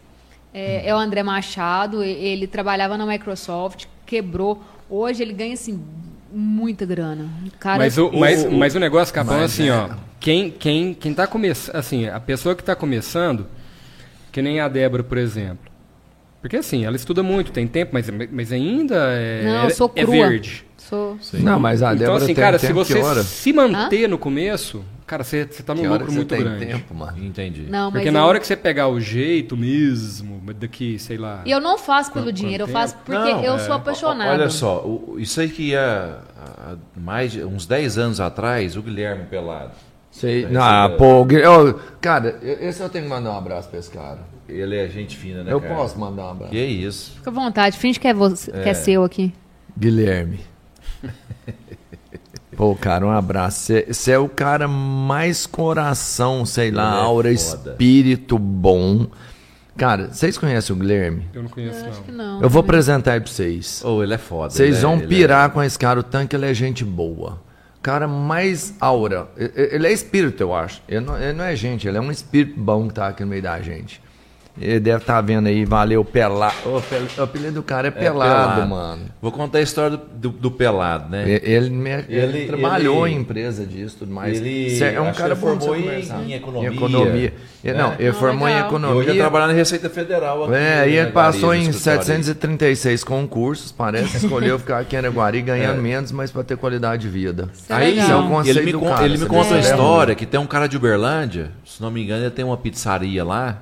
É, é o André Machado, e- ele trabalhava na Microsoft, quebrou. Hoje ele ganha, assim, muita grana. O Cara, mas, o, é mas, mas o negócio, Capão, é assim, ó. Quem, quem, quem tá começando. Assim, a pessoa que tá começando, que nem a Débora, por exemplo. Porque assim, ela estuda muito, tem tempo, mas, mas ainda é, Não, eu sou é crua. verde. sou- Não, mas a então, Débora assim, tem cara, se tempo você que hora? se manter no começo, cara, você, você tá num Que hora lucro que você muito tem grande. tempo, mano? Entendi. Não, mas Porque na eu- hora que você pegar o jeito mesmo, daqui, sei lá. E eu não faço pelo Quanto- dinheiro, eu quanto faço porque Não, eu é. sou apaixonada. O- Olha só, o- isso aí que há, há mais de uns 10 anos atrás, o Guilherme Pelado, Sei. Ah, pô, Gui- ô, cara, eu- esse eu tenho que mandar um abraço pra esse cara. ele é gente fina, né, Eu cara? posso mandar um abraço. Que é isso. Fica à vontade, finge que é, você, que é seu aqui. Guilherme. Pô, cara, um abraço. Você é o cara mais coração, sei lá, Ele é aura, foda. espírito bom. Cara, vocês conhecem o Guilherme? Eu não conheço, Acho que não. não. Eu vou apresentar aí pra vocês. Ou ele é foda. ele Vocês é- vão ele é- pirar com esse cara. O tanque, ele é gente boa. Cara, mais aura. E- e- Ele é espírito, eu acho. Ele não, ele não é gente, ele é um espírito bom que tá aqui no meio da gente. Ele deve estar vendo aí, valeu, pelado. O apelido do cara é, é pelado, mano. Vou contar a história do, do- do Pelado, né? E- Ele, me- ele trabalhou ele- em empresa disso, tudo mais. ele- Cê- é um acho cara que bom ele de você formou em- conversar. em economia, Ele- né? Não, ele Ah, formou em legal. E economia. hoje ele trabalha na Receita Federal. aqui, É, e né, ele passou Guarulhos, em no escritório. 736 concursos, parece. Escolheu ficar aqui em Araguari ganhando menos, mas para ter qualidade de vida. é Aí então, legal. Isso é o ele conceito me, do con- cara. ele me você conta uma percebe? história que tem um cara de Uberlândia, se não me engano, ele tem uma pizzaria lá,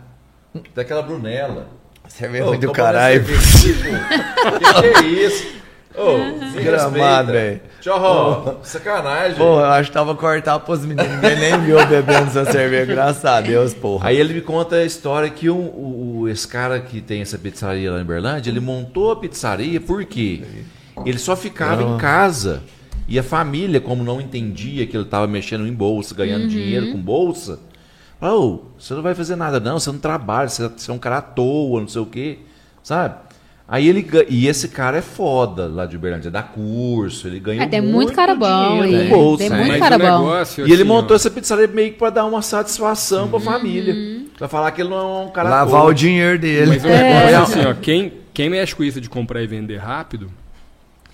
daquela Brunella. Você é Ô, ruim do tomando caralho. então cerveja, tipo, que que é isso? Ô, me Desgramado, respeita. velho. Tchorró, sacanagem. Porra, eu acho que tava cortado pros meninos. Ninguém nem viu eu bebendo essa cerveja, graças a Deus, porra. Aí ele me conta a história que um, o, o- esse cara que tem essa pizzaria lá em Berlândia, ele montou a pizzaria porque ele só ficava em casa. E a família, como não entendia que ele estava mexendo em bolsa, ganhando Uhum. dinheiro com bolsa, falou, "Ô, você não vai fazer nada não, você não trabalha, você, você é um cara à toa, não sei o quê, sabe? Aí ele ga- e esse cara é foda lá de Uberlândia, dá curso, ele ganha um É, tem muito, muito cara bom dinheiro no aí. bolso, Tem né? muito Mas cara o bom. negócio, E ele assim, montou ó, essa pizzaria meio que pra dar uma satisfação Uhum. pra família. Pra falar que ele não é um cara Lavar o todo. dinheiro dele. Mas o negócio é assim, ó, quem, quem mexe com isso de comprar e vender rápido,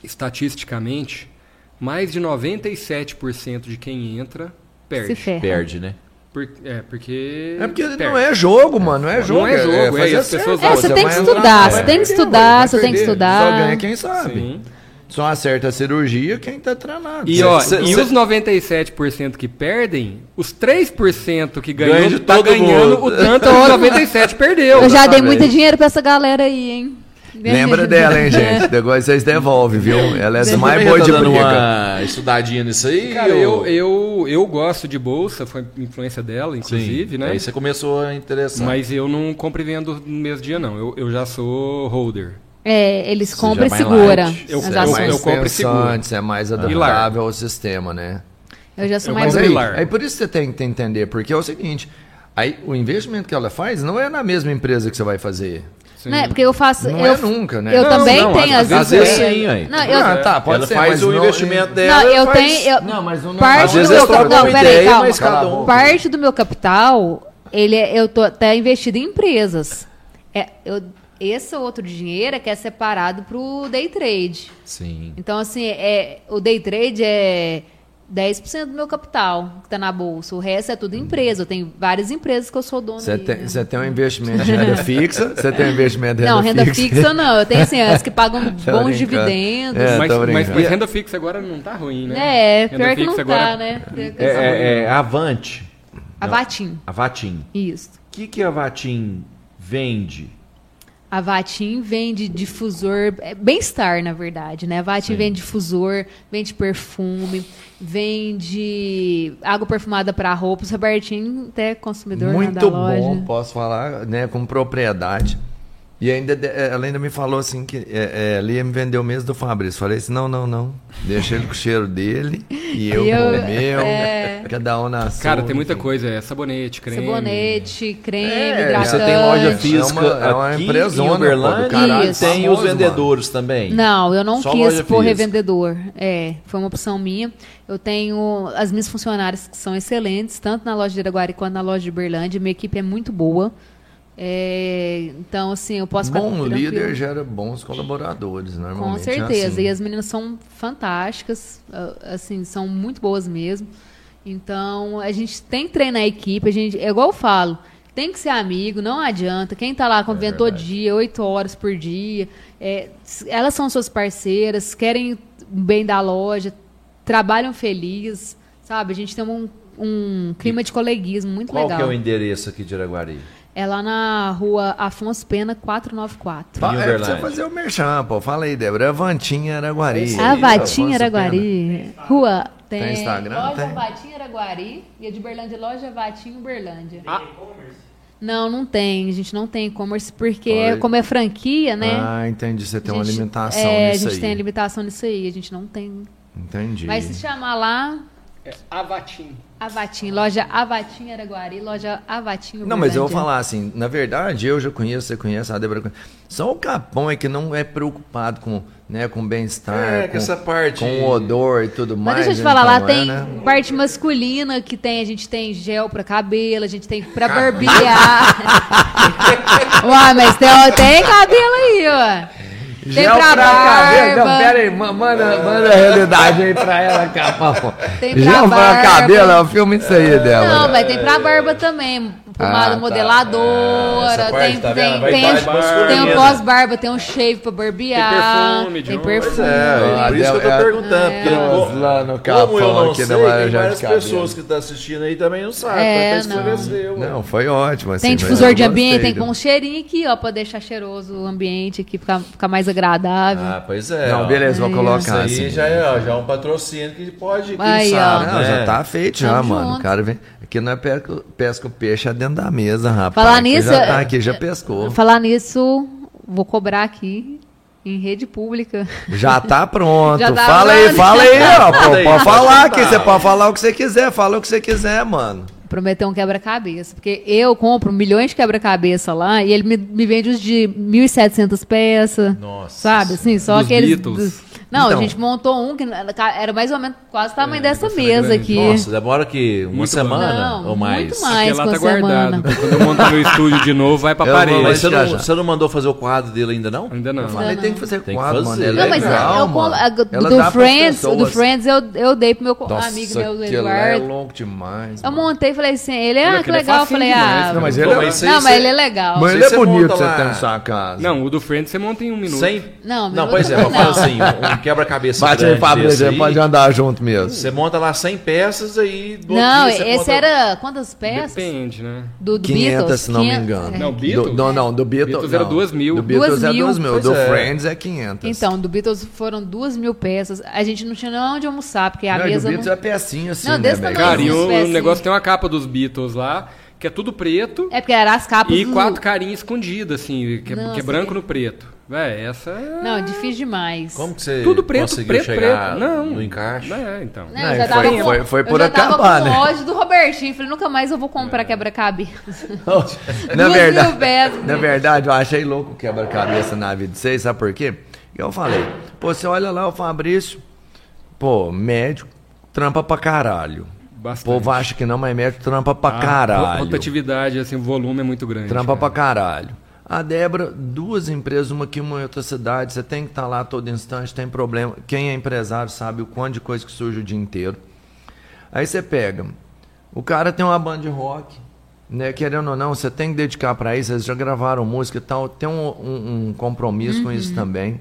estatisticamente, mais de 97% de quem entra perde. Se ferra. Perde, né? Por- é, porque. É porque perde. não é jogo, mano. Não é jogo. Não é jogo, é, fazer e as pessoas É, Pô, você você tem que vai estudar, entrar, você vai tem que perder, estudar, vai você tem que perder. Só ganha estudar. quem sabe. Sim. Só acerta a cirurgia quem tá treinado. E, Cê- ó, cê- e cê- os 97% que perdem, os 3% que ganhou, Ganha de tá todo ganhando mundo. o tanto que o 97% perdeu. Eu já dei Exatamente. muito dinheiro pra essa galera aí, hein? Lembra dela, hein, gente? Depois vocês devolvem, viu? Ela é Você mais também boa tá de dando briga. uma estudadinha nisso aí? Cara, ou- eu, eu, eu gosto de bolsa, foi influência dela, Sim. inclusive, né? é Aí você começou a interessar. Mas eu não compro e vendo no mesmo dia, não. Eu, eu já sou holder. É, eles compram e já vai segura. light. Eu- Eu já É eu- sou- mais eu compro e seguro. Ah. pensante, cê é mais adaptável ao sistema, né? eu já sou eu mais Mas compro um. aí, pilar. aí por isso você tem que entender, porque é o seguinte, aí o investimento que ela faz não é na mesma empresa que você vai fazer. Né? Porque eu faço. Não eu, é nunca, né? Eu Não, também não, tenho as às- Às vezes sim, aí. Não, eu, Ah, tá, pode ela ser, faz mas o não- investimento dela. não, eu faz- tenho. Eu, Não, mas não- parte Às vezes do eles meu trocam capital. Não, uma peraí, ideia, calma. mas cada um- Parte do meu capital, ele, é- eu tô até investido em empresas. É, eu, esse outro dinheiro é que é separado pro day trade. Sim. Então, assim, é, o day trade é 10% do meu capital que tá na bolsa. O resto é tudo empresa. Eu tenho várias empresas que eu sou dono. Você aí, né? tem, você tem um investimento de renda fixa, você tem um investimento de renda Não, renda fixa. fixa não. Eu tenho, assim, as que pagam Tô bons brincando. dividendos. É, mas, tô mas- brincando. mas renda fixa agora não tá ruim, né? É, Renda pior que fixa não tá, agora- né? É, é, é, Avante. A Vatim. A Vatim. Isso. O que, que a Vatim vende? A Vatim vende difusor, é bem-estar, na verdade, né? A Vatim vende difusor, vende perfume, vende água perfumada para roupas. O Robertinho até é consumidor né, da Muito loja. bom, posso falar, né, com propriedade. E ainda, de- eh, ela ainda me falou assim que é, é, ela ia me vender o mesmo do Fabrício. Falei assim, não, não, não. Deixa ele com o cheiro dele e eu E com eu- o meu. é. Cada um na sua. Cara, tem muita enfim. coisa. É sabonete, creme. Sabonete, creme, É, hidratante. Você tem loja física física é uma, aqui em empresa Uberlândia Uberlândia e caralho, tem famoso, os vendedores também. Não, eu não Só quis loja pôr física. revendedor. É, foi uma opção minha. Eu tenho as minhas funcionárias que são excelentes, tanto na loja de Araguari quanto na loja de Berlândia. Minha equipe é muito boa. É, então, assim, eu posso Bom ficar líder tranquila. gera bons colaboradores, Com um normalmente. certeza. É assim. E as meninas são fantásticas, ah, assim, são muito boas mesmo. Então, a gente tem que treinar a equipe, a gente, é igual eu falo, tem que ser amigo, não adianta. Quem É tá lá convivendo todo dia, oito horas por dia, é, s- elas são suas parceiras, querem o bem da loja, trabalham felizes, sabe? A gente tem um, um clima de coleguismo muito Qual legal. que é o endereço aqui de Araguari? É lá na rua Afonso Pena 494. Fa- É, Uberlândia. precisa fazer o merchan, pô. Fala aí, Débora. Avantinha Araguari. A Afonso Vatinha Pena. Araguari. Rua. Tem, Tem Instagram? Loja Tem. Vatinha Araguari e a de Berlândia, loja Vatinha Uberlândia. Ah. Tem e-commerce? Não, não tem. A gente não tem e-commerce porque, Olha. como é franquia, né? Ah, entendi. Você tem a uma gente- limitação é, nisso a gente aí. tem a limitação nisso aí. A gente não tem. Entendi. Mas se chamar lá, É avatim. Avatim, loja Avatim Araguari, loja Avatim Uberlândia. Não, mas eu vou falar assim, na verdade, eu já conheço, você conhece, a Débora conhece. Só o Capão é que não é preocupado com, né, com bem-estar, É, com com, essa parte- com o odor e tudo Mas mais. deixa eu te falar, lá então, é, tem né? parte masculina que tem, a gente tem gel pra cabelo, a gente tem pra barbear. Uai, mas tem, ó, tem cabelo aí, ó. Tem Gel pra cabelo. Não, barba. pera aí, ma- manda, manda a realidade aí pra ela, Capão. Tem pra Gel barba. pra cabelo, é o filme disso aí dela. né? Não, mas tem pra barba também. Ah, Pomada tá. Ah, essa modeladora, parte, tem, tá tem, vendo? Vai tem, parte tem, masculina. o pós-barba, tem um shave pra barbear. perfume de Tem um- Pois perfume. é, Ah, por isso que eu tô é- perguntando. é. porque eu- Nós lá no como eu Capão, não aqui sei, na tem Marajá de várias Cabelo. pessoas que estão assistindo aí também não sabem. É, É, não. escureceu. Não, foi ótimo. assim, Tem mas difusor eu de ambiente, gostei tem com um do- cheirinho aqui, ó, pra deixar cheiroso o ambiente aqui, ficar, ficar mais agradável. Ah, pois é. ó. Não, beleza, vou Aí, Isso colocar aí assim. já, é, ó, já é um patrocínio que pode, quem Aí, ó. sabe. Não, né? já tá feito já, Tamo mano. junto. O cara vem. Aqui não é pesca, pesca o peixe, é dentro da mesa, rapaz. Falar Aqui nisso, Já tá é- aqui, já pescou. Falar nisso, vou cobrar aqui em rede pública. Já tá pronto. Já tá fala aí, rolando. fala aí, ó. pô, aí, pode pode falar contar. aqui. Você pode falar o que você quiser, fala o que você quiser, mano. prometeu um quebra-cabeça. Porque eu compro milhões de quebra-cabeça lá e ele me, me vende os de 1.700 peças. Nossa Sabe, assim, só Dos aqueles... Beatles. dos- Não, Então. a gente montou um que era mais ou menos quase o É, tamanho dessa dessa mesa grande. aqui. Nossa, demora que uma Muito semana Não, ou mais. muito mais. Aquela com tá a semana. guardada. Quando eu montar meu estúdio de novo, vai pra Eu vou parede. Mas você Já, não, já. você não mandou fazer o quadro dele ainda não? Ainda não. Falei, tem que fazer Tem que quadro, fazer. mano. É Não, mas legal, eu, mano. a- Ela é do, dá assim. pras Friends, do pessoas. Friends eu, eu dei pro meu co- Nossa, amigo, né, o que lá é Eduardo. louco demais. Eu mano. montei e falei assim, ele, ah, Olha, que ele é legal. eu facinho falei, demais, ah, né? Não, mas Pô, ele é- mas isso aí não, mas você- ele é legal. Mas Sei ele é que você bonito monta você lá. ter na sua casa. Não, o do Friends você monta em um minuto. Sem... Não, não, minuto pois é, também eu falo não. assim, um quebra-cabeça Bate aí, grande Fábio, desse você aí, pode andar junto mesmo. Você monta lá 100 peças aí do outro Não, dia você esse monta- era quantas peças? Depende, né? Do, do 500, Beatles? se não me 500, engano. é. Não, Do, Beatles? não, não, do Beatles. Beatles era não. duas mil. Do Beatles Duas é mil. 2 mil. Pois Do é. Friends é 500. Então, do Beatles foram duas mil peças. A gente não tinha nem onde almoçar, porque a Não, e do mesa Beatles não... é pecinho assim. Não, né, desse velho? tamanho. Cara, e Isso, o, é o assim. negócio tem uma capa dos Beatles lá, que é tudo preto. É porque eram as capas E do- quatro carinhas escondidas, assim, que é, Nossa, que é branco no preto. Véi, essa é. Não, difícil demais. Como que você Tudo preto, conseguiu preto, chegar preto. Não. no encaixe? É, então. Não, eu Não, foi- já tava com, foi- foi por eu já tava acabar, com né? ódio do Robertinho. Falei, nunca mais eu vou comprar quebra-cabeça. na Duas mil verdade, peças. na verdade, eu achei louco o quebra-cabeça na vida de vocês, sabe por quê? Eu falei, pô, você olha lá o Fabrício, pô, médico, trampa pra caralho. O Bastante. povo acha que não, mas médico trampa pra A caralho. Rotatividade, assim, o volume é muito grande. Trampa pra cara. caralho. A Débora, duas empresas, uma aqui, uma em outra cidade, você tem que estar lá todo instante, tem problema. Quem é empresário sabe o quanto de coisa que surge o dia inteiro. Aí você pega, o cara tem uma banda de rock, né? Querendo ou não, você tem que dedicar pra isso, eles já gravaram música e tal, tem um, um- um compromisso com isso também.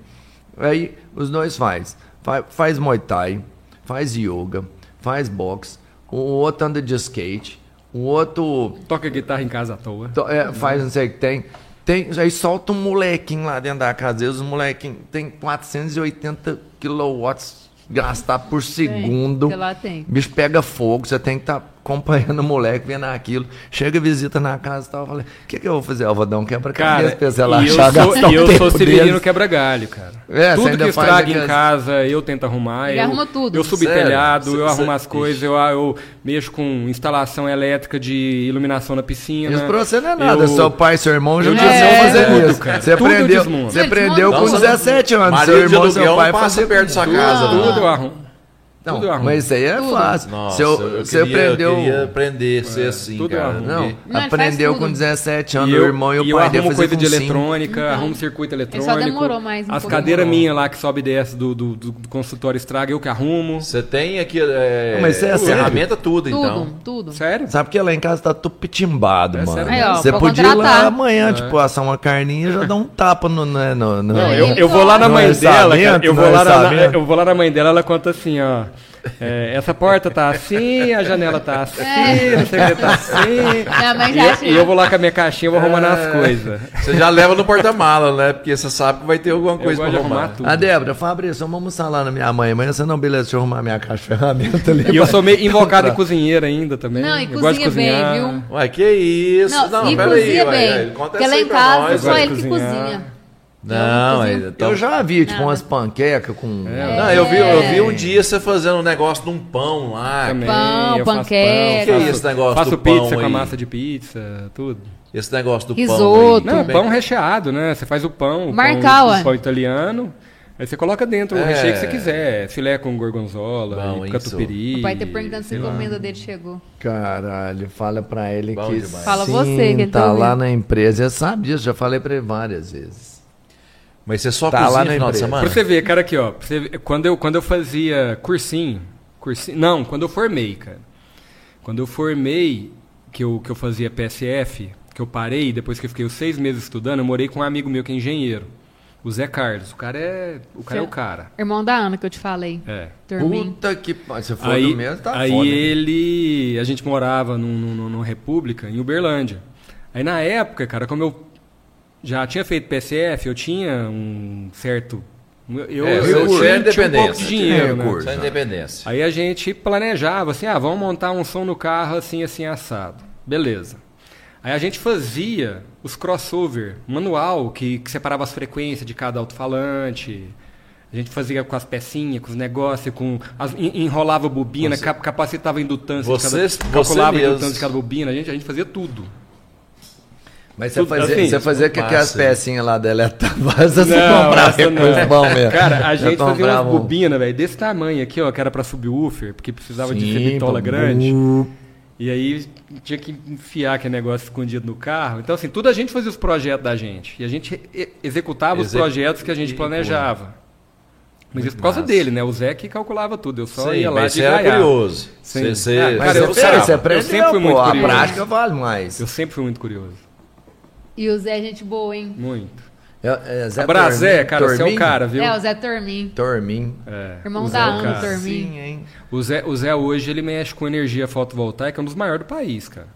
Aí os dois faz. Fa- Faz Muay Thai, faz yoga, faz boxe, o outro anda de skate, o outro Toca guitarra em casa à toa. To- é, faz não sei o que tem. tem. Aí solta um molequinho lá dentro da casa deles. O molequinho tem 480 quilowatts gastados por segundo. sei lá, tem. O bicho pega fogo, você tem que estar acompanhando o moleque, vendo aquilo. Chega visita na casa e tal. Eu falei, o que, que eu vou fazer? Eu vou dar um quebra-cabeça Cara, pra ela e eu achar gastar sou, o e eu sou um tempo cirilino deles. quebra-galho, cara. É, você tudo ainda que faz estraga em aquelas- casa, eu tento arrumar. Ele eu, arruma tudo. Eu subi Sério? telhado, Cê- eu arrumo cê- as coisas, eu, eu mexo com instalação elétrica de iluminação na piscina. Isso pra você não é nada, Eu- seu pai, seu irmão já Eu tinha desmonto fazer tudo, isso. cara. Você Tudo aprendeu, desmonto. você Eles aprendeu montam com tudo. 17 anos. Marido Seu de irmão, seu aluguel pai não passa fazia perto da sua casa. não. Tudo eu arrumo. Não, Tudo eu arrumo. mas isso aí é fácil. Nossa, Você- eu, você queria, aprendeu. eu queria aprender a ser assim, tudo cara. arrumado. Não, porque- Não, ele aprendeu faz tudo. com 17 anos, E o eu, irmão e o e eu pai dele arrumo fazer coisa com um de 5. eletrônica, arrumo circuito eletrônico. Então, demorou mais um As pouco. cadeiras Demorou. minhas lá que sobe e desce do, do, do- do consultório estraga, eu que arrumo. Você tem aqui é, Mas isso é sério? ferramenta tudo, Tudo, então. tudo. Sério? Sabe que lá em casa tá tudo pitimbado, É mano. sério Aí, ó, Você vou podia ir lá contratar. amanhã, É. tipo, assar uma carninha e já dar um tapa no. no, no, no- Não, Eu, eu vou lá na No é mãe dela, cara, orçamento, eu, vou no lá na, orçamento. eu vou lá na mãe dela, ela conta assim, ó. é, essa porta tá assim, a janela tá assim, É. não sei o que tá assim. Minha mãe E, já eu- tinha. e eu vou lá com a minha caixinha, eu vou arrumando É. as coisas. Você já leva no porta-mala, né? Porque você sabe que vai ter alguma Eu coisa pra gosto de arrumar. arrumar tudo. A Ah, Débora, Fabrício, vamos almoçar lá na minha mãe. Amanhã você não, beleza, deixa eu arrumar minha caixa de ferramenta ali. E eu sou meio invocado em cozinheira ainda também. Não, e eu gosto de cozinha bem, cozinhar. viu? Ué, que isso? Não, e peraí, cozinha ué, bem. ué, conta porque essa lá aí em pra casa nós, só ué. ele que cozinhar. cozinha. Não, mas então- Eu já vi, tipo, umas panquecas com. Não, eu vi, eu É. vi um dia você fazendo um negócio num pão lá. Também, Pão, eu faço panqueca. pão, Que esse negócio faço do pão pizza com a aí? massa de pizza, tudo. Esse negócio do pão. Risoto. aí, Não, também. pão recheado, né? Você faz o pão, o Marcar, pão, ué. o pão italiano. Aí você coloca dentro É. o recheio que você quiser. Filé com gorgonzola, Bom, e hein, catupiry. O pai tá perguntando se a sei lá. encomenda dele chegou. Caralho, fala pra ele Bom que. demais. Fala sim, você que ele tá tá lá ouvindo. na empresa. Ele sabe disso, já falei pra ele várias vezes. Mas você só Tá lá na cozinha no final de empresa. semana? Pra você ver, cara, aqui, ó. pra você ver, quando, eu, quando eu fazia cursinho, cursinho. Não, quando eu formei, cara. Quando eu formei, que eu, que eu fazia PSF, que eu parei, depois que eu fiquei os seis meses estudando, eu morei com um amigo meu que é engenheiro. O Zé Carlos. O cara é. O cara é o Sim. cara. Irmão da Ana que eu te falei. É. Dormindo. Puta que pariu. Se for Aí, do mesmo, tá aí foda. ele. A gente morava num, num- num- numa república, em Uberlândia. Aí na época, cara, como eu já tinha feito PSF, eu tinha um certo. Eu, É, eu, você eu tinha tinha, tinha um independência, pouco de tinha dinheiro, né? recurso. Só independência. Aí a gente planejava assim, ah, vamos montar um som no carro assim, assim, assado. Beleza. Aí a gente fazia os crossover manual, que, que separava as frequências de cada alto-falante. A gente fazia com as pecinhas, com os negócios, com as- en- enrolava bobina, cap- capacitava a indutância, Vocês- de cada, calculava você a mesmo. indutância de cada bobina, a gente, a gente fazia tudo. Mas você Tudo fazia, assim, você fazia que, que massa. as pecinhas lá deletavam, você Não, comprava essa não. recurso bom mesmo. Cara, a Eu gente fazia umas comprava um- bobinas, velho, desse tamanho aqui, ó, que era pra subir woofer, porque precisava de Sim, ser bitola pô, grande. bu- E aí tinha que enfiar aquele negócio escondido no carro. Então, assim, tudo a gente fazia os projetos da gente. E a gente e- executava os Execu- projetos que a gente planejava. Mas isso por causa massa. dele, né? O Zé que calculava tudo. Eu só Sim, ia lá mas de você era gaiato. curioso. Sim. Você, você, Ah, Mas cara, você é eu- você, pera, buscava. você aprendeu, sempre fui pô, muito a curioso. prática vale mais. Eu sempre fui muito curioso. E o Zé, é gente boa, hein? Muito. Eu- é, Zé Abraço, Zé, Tormin- cara, você é o Tormin? cara, viu? É, o Zé Tormin. Tormin. É, Irmão o Zé da é o Ana, cara. Tormin. Sim, hein? O Zé, o Zé hoje ele mexe com energia fotovoltaica, é um dos maiores do país, cara.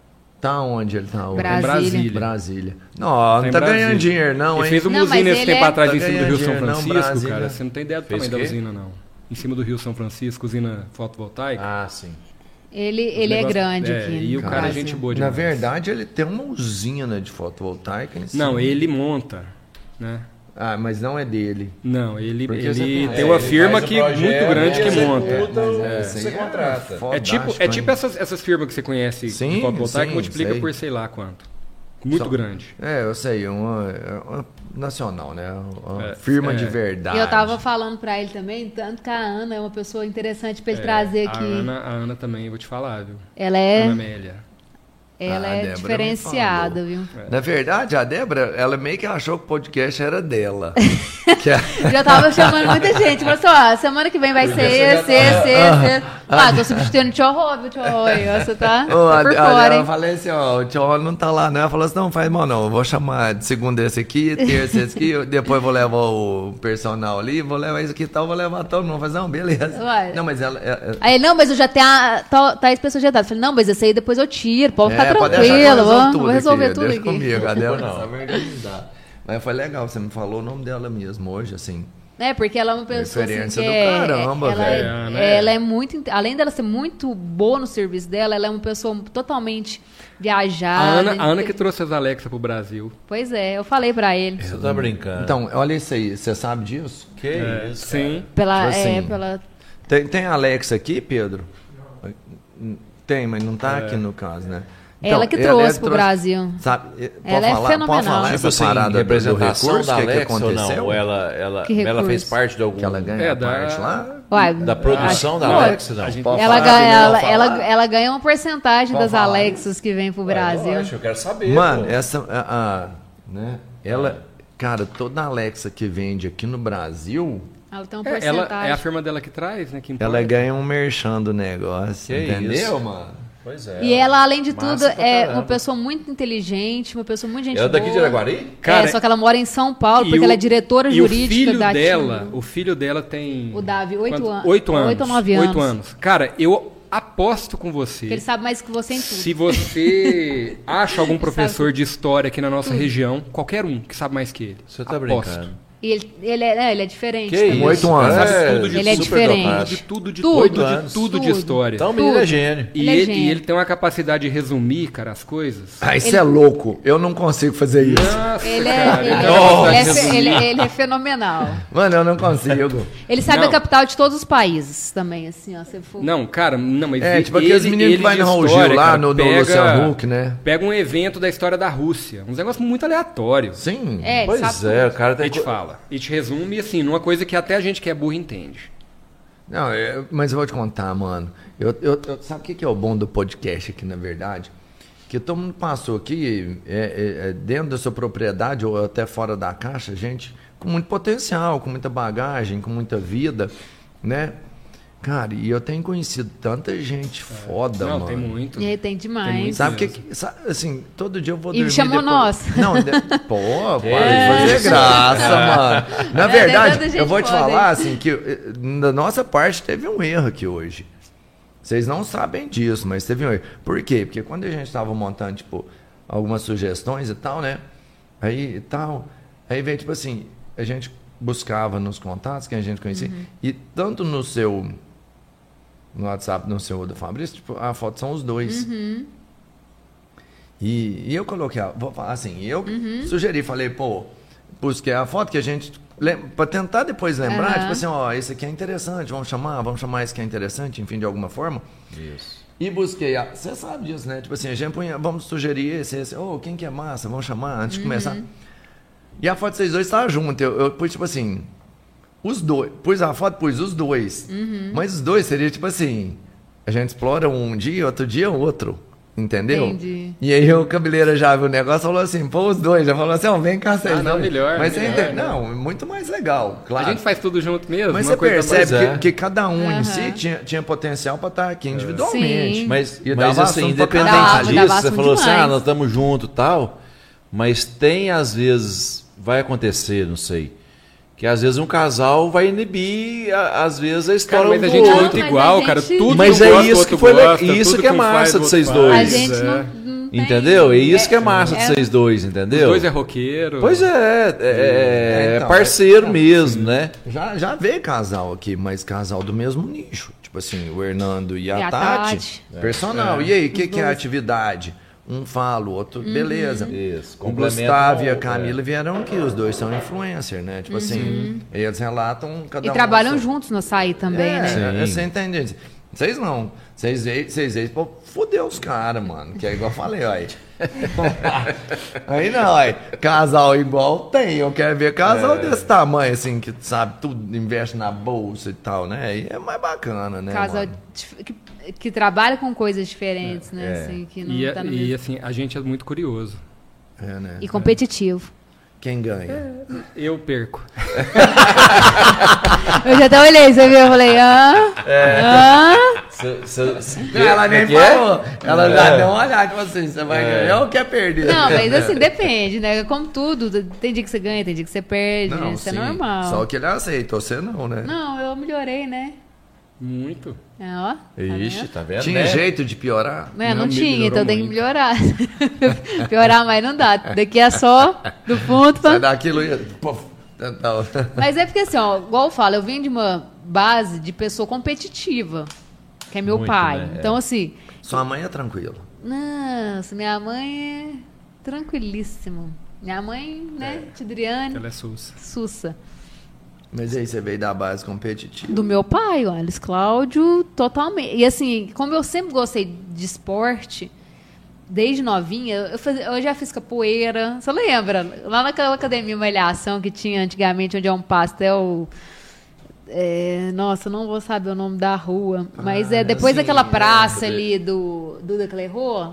Tá onde ele tá? hoje? Brasília. Brasília. Brasília. Não, Tá não em tá Brasília. ganhando dinheiro não, ele hein? fez uma Não, mas usina esse ele tempo é- atrás em Tá cima do Rio ganhando São dinheiro, não, Francisco, Brasília. cara. Você não tem ideia do Fez tamanho da o quê? usina, não. Em cima do Rio São Francisco, usina fotovoltaica. Ah, sim. Ele, Os ele é negócio- grande é, aqui. E no o cara é Brasil. gente boa Na demais. verdade, ele tem uma usina de fotovoltaica em cima. Não, ele monta, né? Ah, mas não é dele. Não, ele, Porque ele você tem, tem- É, uma ele firma faz o que projeto, muito grande que executa, monta. o- Mas essa Então, aí você é contrata. É tipo, é fodástico, tipo hein? essas, essas firmas que você conhece Sim, de fotovoltaica sim, multiplica sei. por sei lá quanto. Muito Só- grande. É, eu sei, uma, é uma nacional, né? Uma É, firma é. de E verdade. eu tava falando pra ele também, tanto que a Ana é uma pessoa interessante pra ele É, trazer a aqui. Ana, a Ana também, eu vou te falar, viu? Ela é, Ana Amélia. ela Ah, a Débora é me diferenciada, falou. viu? É. Na verdade, a Débora, ela meio que achou que o podcast era dela. que a- Já tava chamando muita gente. Falou assim, ó, semana que vem vai ser esse, esse, esse. Ah, tô substituindo o Tio Rô, viu, Tio Rô? aí, ó, Você tá, Ô, tá a, por a, fora, ela hein? falei assim, ó, o tio Rony não tá lá, não. Ela falou assim, não, faz mal não. Eu vou chamar de segunda esse aqui, terça esse aqui, eu- depois vou levar o personal ali, vou levar isso aqui e tal, vou levar tal, não. Fazer não, beleza. Uai. Não, mas ela. é- é- Aí, ele, não, mas eu já tenho a tá, tal, tais pessoas de idade. Eu Falei, não, mas esse aí depois eu tiro, pode ficar é, pode deixar que eu tranquilo, resolvo vou, vou resolver aqui, tudo deixa aqui. comigo, a Débora Não. sabe organizar. Mas foi legal, você me falou o nome dela mesmo hoje, assim. É, porque ela é uma pessoa assim, que Referência do é, caramba, ela, velho. É, é, né? ela é muito, inte- além dela ser muito boa no serviço dela, ela é uma pessoa totalmente A viajada. Ana, a Ana que inte- trouxe as Alexa pro Brasil. Pois é, eu falei pra ele. Você tá brincando. Então, olha isso aí, você sabe disso? que É, isso? sim. Pela, Tipo é, assim, pela Tem, tem a Alexa aqui, Pedro? Tem, mas não É. tá aqui no caso, né? então, Ela que a trouxe Alexa pro Brasil. Sabe, eh, pode Ela é falar, fenomenal. Pode falar Tipo Tipo essa assim, parada do- do representação recurso da que, que Alexa é ou aconteceu? não? É Ou ela, ela, Que ela fez recurso? parte de algum... Que ela ganha É, a da- parte lá? Uai, Da produção acho- da Pô, Alexa, não. a gente- Pode Ela falar, ganha, não ela, falar? ela, ela ganha uma porcentagem Pode das falar. Alexas que vêm pro Brasil. Lógico, eu quero saber. Mano, pô. essa. A, a- né? Ela. Cara, toda Alexa que vende aqui no Brasil, Ela tem uma É, ela, porcentagem. é a firma dela que traz, né? Que é ela importa. ganha um merchan do negócio. Que entendeu, isso? mano? Pois é. E ela, além de Massa tudo, pra é caramba. uma pessoa muito inteligente, uma pessoa muito gente Ela é daqui de boa. Araguari? Cara, é, só que ela mora em São Paulo, E porque o- ela é diretora e jurídica o filho da dela, Tim. o filho dela tem O Davi, oito Quanto? an- oito anos, oito ou nove Oito anos. anos. Cara, eu aposto com Porque você. ele sabe mais que você em tudo. Se você acha algum professor de história aqui na nossa região, qualquer um que sabe mais que ele. Você tá aposto. brincando. E ele, ele, é, né, ele é diferente. Que também. isso? oito anos. cara, Sabe tudo de Ele é super diferente. dotado. De tudo, de Tudo. tudo, Oito de anos. tudo de Tudo. história. Então, o menino é Tudo. gênio. e, ele é ele, gênio. e ele tem uma capacidade de resumir, cara, as coisas. Ah, isso é louco. Eu não consigo fazer isso. Nossa, Ele é, cara, ele, é- tem uma ele capacidade é de fe- resumir. ele- ele é fenomenal. Mano, eu não consigo. Ele sabe Não. a capital de todos os países também, assim, ó. Se for... Não, cara, não, mas É, ele- tipo aqueles ele- meninos que ele vai de no Raul Gil história, lá, cara, no- no pega- Luciano Huck, né? Pega um evento da história da Rússia, uns negócios muito aleatórios. Sim. É, ele Pois sabe é, o cara E tem... te fala. E te resume, assim, numa coisa que até a gente que é burro entende. Não, eu- mas eu vou te contar, mano. Eu, eu- eu- sabe o que que é o bom do podcast aqui, na verdade? Que todo mundo passou aqui, é, é, é, dentro da sua propriedade ou até fora da caixa, gente com muito potencial, com muita bagagem, com muita vida, né? Cara, e eu tenho conhecido tanta gente foda, É. não, mano. tem muito. E aí tem Tem demais. muito. Sabe o que, mesmo. que- sa- assim, todo dia eu vou E dormir chamou depois- nós. Não, de... pô, pode fazer graça, mano. Na É, verdade, tanta gente eu vou te foda, falar assim que eh, da nossa parte teve um erro aqui hoje. Vocês não sabem disso, mas teve um erro. Por quê? Porque quando a gente tava montando, tipo, algumas sugestões e tal, né? Aí e tal, aí veio tipo assim, a gente buscava nos contatos que a gente conhecia Uhum. e tanto no seu no WhatsApp, no seu do Fabrício, tipo, a foto são os dois. E, e eu coloquei, a- vou falar assim, eu sugeri, falei, pô, busquei a foto que a gente. lem- Pra tentar depois lembrar, Aham. tipo assim, ó, esse aqui é interessante, vamos chamar, vamos chamar esse que é interessante, enfim, de alguma forma. Isso. E busquei a. Você sabe disso, né? Tipo assim, a gente punha, vamos sugerir esse, esse. Oh, quem que é massa? Vamos chamar antes de começar. E a foto de vocês dois estava junto. Eu, eu pus, tipo assim. Os dois. Pus a foto, pus os dois. Uhum. Mas os dois seria, tipo assim. A gente explora um dia, outro dia outro. Entendeu? Entendi. E aí o cabeleira já viu o negócio e falou assim: pô, os dois. Já falou assim: ó, vem cá, vocês Ah, não, dois. melhor, Mas melhor, você entende? né? Não, muito mais legal, A claro. gente faz tudo junto mesmo. Mas uma você coisa mais- É. percebe mais- que, É. que cada um em si Aham. tinha, tinha potencial pra estar aqui individualmente. Sim. Mas, E mas dava assim, assunto pra independente caralho. Dava, disso, dava você assunto falou assim, demais. ah, nós estamos juntos e tal, mas tem às vezes, vai acontecer, não sei, que às vezes um casal vai inibir, a- às vezes, a Cara, história um mas a do gente é outro. muito Não, mas igual, a cara. gente- Tudo Mas que um é gosta, isso outro que foi le- gosta, isso tudo que é um faz, massa de outro vocês faz. A dois. gente É. não, não tem- Entendeu? E isso que é massa de é- vocês dois, entendeu? Dois é roqueiro. Pois é, é, é, É, então, parceiro mesmo, né? Já, já vê casal aqui, mas casal do mesmo nicho. Tipo assim, o Hernando e a, E a Tati, É. Tati. Personal. E aí, o que, que é atividade? Um fala, o outro, Uhum. beleza. Isso, O complementa Gustavo e um a ao Camila vieram aqui, os dois são influencer, né? Tipo assim, eles relatam cada Uhum. E um. trabalham seu- juntos no açaí também, é, né? é, Você entende? Vocês não. Vocês veem, vocês veem, pô, fudeu os caras, mano. Que é igual eu falei, ó. aí. aí não, aí. Casal igual tem. Eu quero ver casal É. desse tamanho, assim, que sabe, tudo investe na bolsa e tal, né? Aí é mais bacana, né? Casal mano? dif- que, que trabalha com coisas É. diferentes, né? Assim, que não É. E, tá no e mesmo- assim, a gente é muito curioso. É, né? e competitivo. Quem É. ganha? Eu perco. Eu já até olhei, você viu? Eu falei, hã? Hã? Cê- cê- cê- Ela nem Como é que é? falou. Ela já deu uma olhada, tipo assim, você vai ganhar ou quer perder? É. Não, mas assim, depende, né? Como tudo, tem dia que você ganha, tem dia que você perde, Não, isso sim. é normal. Só que ele aceita, você não, né? Não, eu melhorei, né? Muito. É, ó. tá vendo? Ixi, tá vendo? Tinha né? jeito de piorar? Né, não, Não, me tinha, então melhorou tem que muito. melhorar. Piorar mais não dá. Daqui é só do ponto pra Sai daqui, Luiz. Pô, tá, não. Mas é porque assim, ó, igual eu falo, eu vim de uma base de pessoa competitiva, que é meu Muito, pai. né? Então, assim, Sua mãe é tranquila. nossa, minha mãe é tranquilíssima. Minha mãe, né, Tidriane, Ela é sussa. Sussa. Mas aí você veio da base competitiva. Do meu pai, o Alice Cláudio, totalmente. E assim, como eu sempre gostei de esporte, desde novinha, eu, fazia- eu já fiz capoeira. Você lembra? Lá naquela academia Malhação que tinha antigamente, onde é um pastel. é, nossa, eu não vou saber o nome da rua. Mas Ah, é depois sim, daquela eu praça lembro ali do Duda Clerô.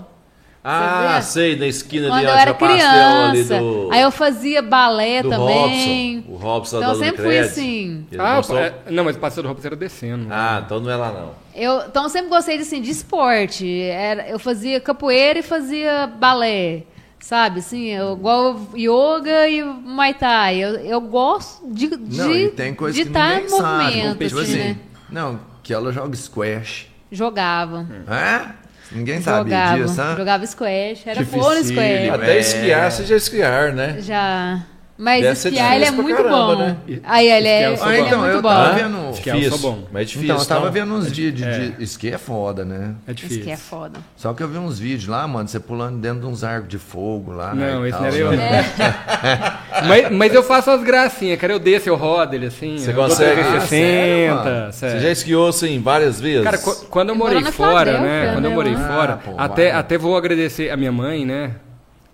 Ah, Você vê? sei, na esquina Quando ali, eu onde era é o pastel ali criança. do... Aí eu fazia balé do também. Robson. O Robson Então eu lá do sempre fui Lucrece. assim. Ele Ah, mostrou- é- não, mas o passeio do Robson era descendo. Ah, então não é lá não. Eu, então eu sempre gostei assim, de esporte. Era- eu fazia capoeira e fazia balé. Sabe, assim, eu, igual yoga e muay thai. Eu, eu gosto de de Não, e tem coisa de que tá ninguém em sabe. movimento, Tipo assim, assim, né? não, que ela joga squash. Jogava. Hum. Hã? Ninguém sabia Jogava. disso, hã? Então, Jogava squash, era Que boa no dificílimo, squash. Até é. esquiar, seja esquiar, né? Já. Mas Deve ser esquiar ele é difícil pra muito caramba, bom. né? Aí ele é, Esquiar eu ele sou Ah, é bom. então, muito eu bom. tava Hã? vendo... Esquiar eu sou bom. Mas é difícil, Então, eu tava não? vendo uns vídeos de... Esqui é foda, né? É difícil. Esquiar é foda. Só que eu vi uns vídeos lá, mano, você pulando dentro de uns arcos de fogo lá. Não, e esse tal, não era eu. né? mas, mas eu faço as gracinhas, cara. Eu desço, eu rodo ele assim. Você eu dou consegue? 360, Ah, sério, mano? Você sério. já esquiou, assim, várias vezes? Cara, qu- quando eu Ele morei morou na fora, Filadélfia, né? Quando eu né, morei lá. fora, Ah, pô, até, vai. até vou agradecer a minha mãe, né?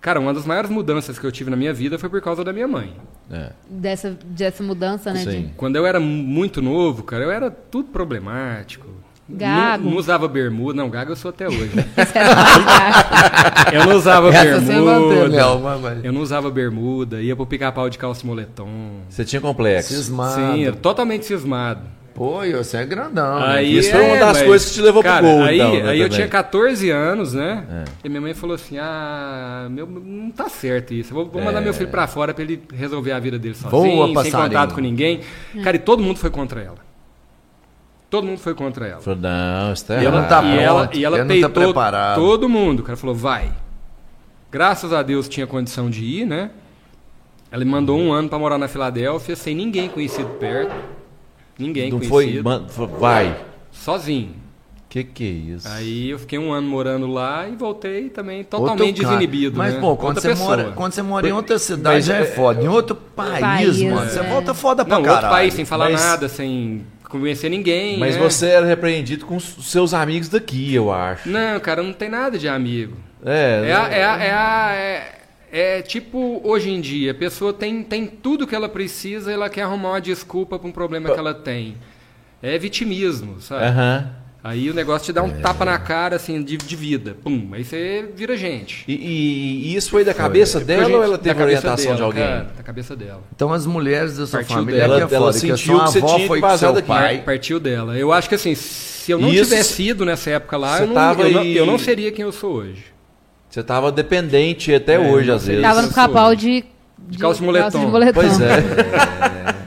Cara, uma das maiores mudanças que eu tive na minha vida foi por causa da minha mãe. É, Dessa, dessa mudança, né? de- sim. Quando eu era mu- muito novo, cara, eu era tudo problemático. Gago. Não, não usava bermuda. Não, gago eu sou até hoje. Esse era o lugar. eu não usava É, Essa você manteve, bermuda. Léo, mas- mas- Eu não usava bermuda. Ia pro pica-pau de calça e moletom. Você tinha complexo. Cismado. Sim, era totalmente cismado. Pô, e você é grandão. né? Aí, Isso foi uma é, das mas, coisas que te levou pro cara, gol, Aí, então, né, aí também. eu É. tinha 14 anos, né? E minha mãe falou assim: ah, meu, não tá certo isso. Eu vou, vou mandar É. meu filho pra fora pra ele resolver a vida dele Voa, sozinho, sem passarinho. contato com ninguém. Cara, e todo mundo foi contra ela. Todo mundo foi contra ela. Falou, não, isso tá E ela, errado. não tá e pronto, ela, e ela ele não tá peitou preparado. todo mundo. O cara falou, vai. Graças a Deus tinha condição de ir, né? Ela me mandou Uhum. um ano pra morar na Filadélfia, sem ninguém conhecido perto. Ninguém Não foi, conhecido. man- foi- vai. Sozinho. Que que é isso? Aí eu fiquei um ano morando lá e voltei também totalmente Outro cara. desinibido. Mas, né? pô, quando Outra você, pessoa. mora, quando você mora em outra cidade já é foda. Em outro país, País, mano. é. Você volta foda pra Não, caralho. outro país, sem falar Mas- nada, sem conhecer ninguém. Mas né? você era repreendido com os seus amigos daqui, eu acho. Não, cara, não tem nada de amigo. É, É, a- é, a- é, a- é, é tipo, hoje em dia, a pessoa tem, tem tudo que ela precisa e ela quer arrumar uma desculpa pra um problema que ela tem. É vitimismo, sabe? Aham. É. Aí o negócio te dá um tapa na cara, assim, de, de vida. Pum, aí você vira gente. E, e- e isso foi da cabeça dela Gente, ou ela teve da a cabeça orientação dela, de alguém? Cara, da cabeça dela. Então as mulheres da sua Partiu família dela. que é Ela- ela foda, que a sentiu sua que você avó tinha que foi com vazar seu daqui. pai. Partiu dela. Eu acho que assim, se eu não Isso- tivesse ido nessa época lá, Você eu não, tava eu, não, aí- eu não seria quem eu sou hoje. Você tava dependente É, até hoje, às vezes. Tava no Isso. pica-pau de, de calça e moletom. de moletom. é Pois é. é.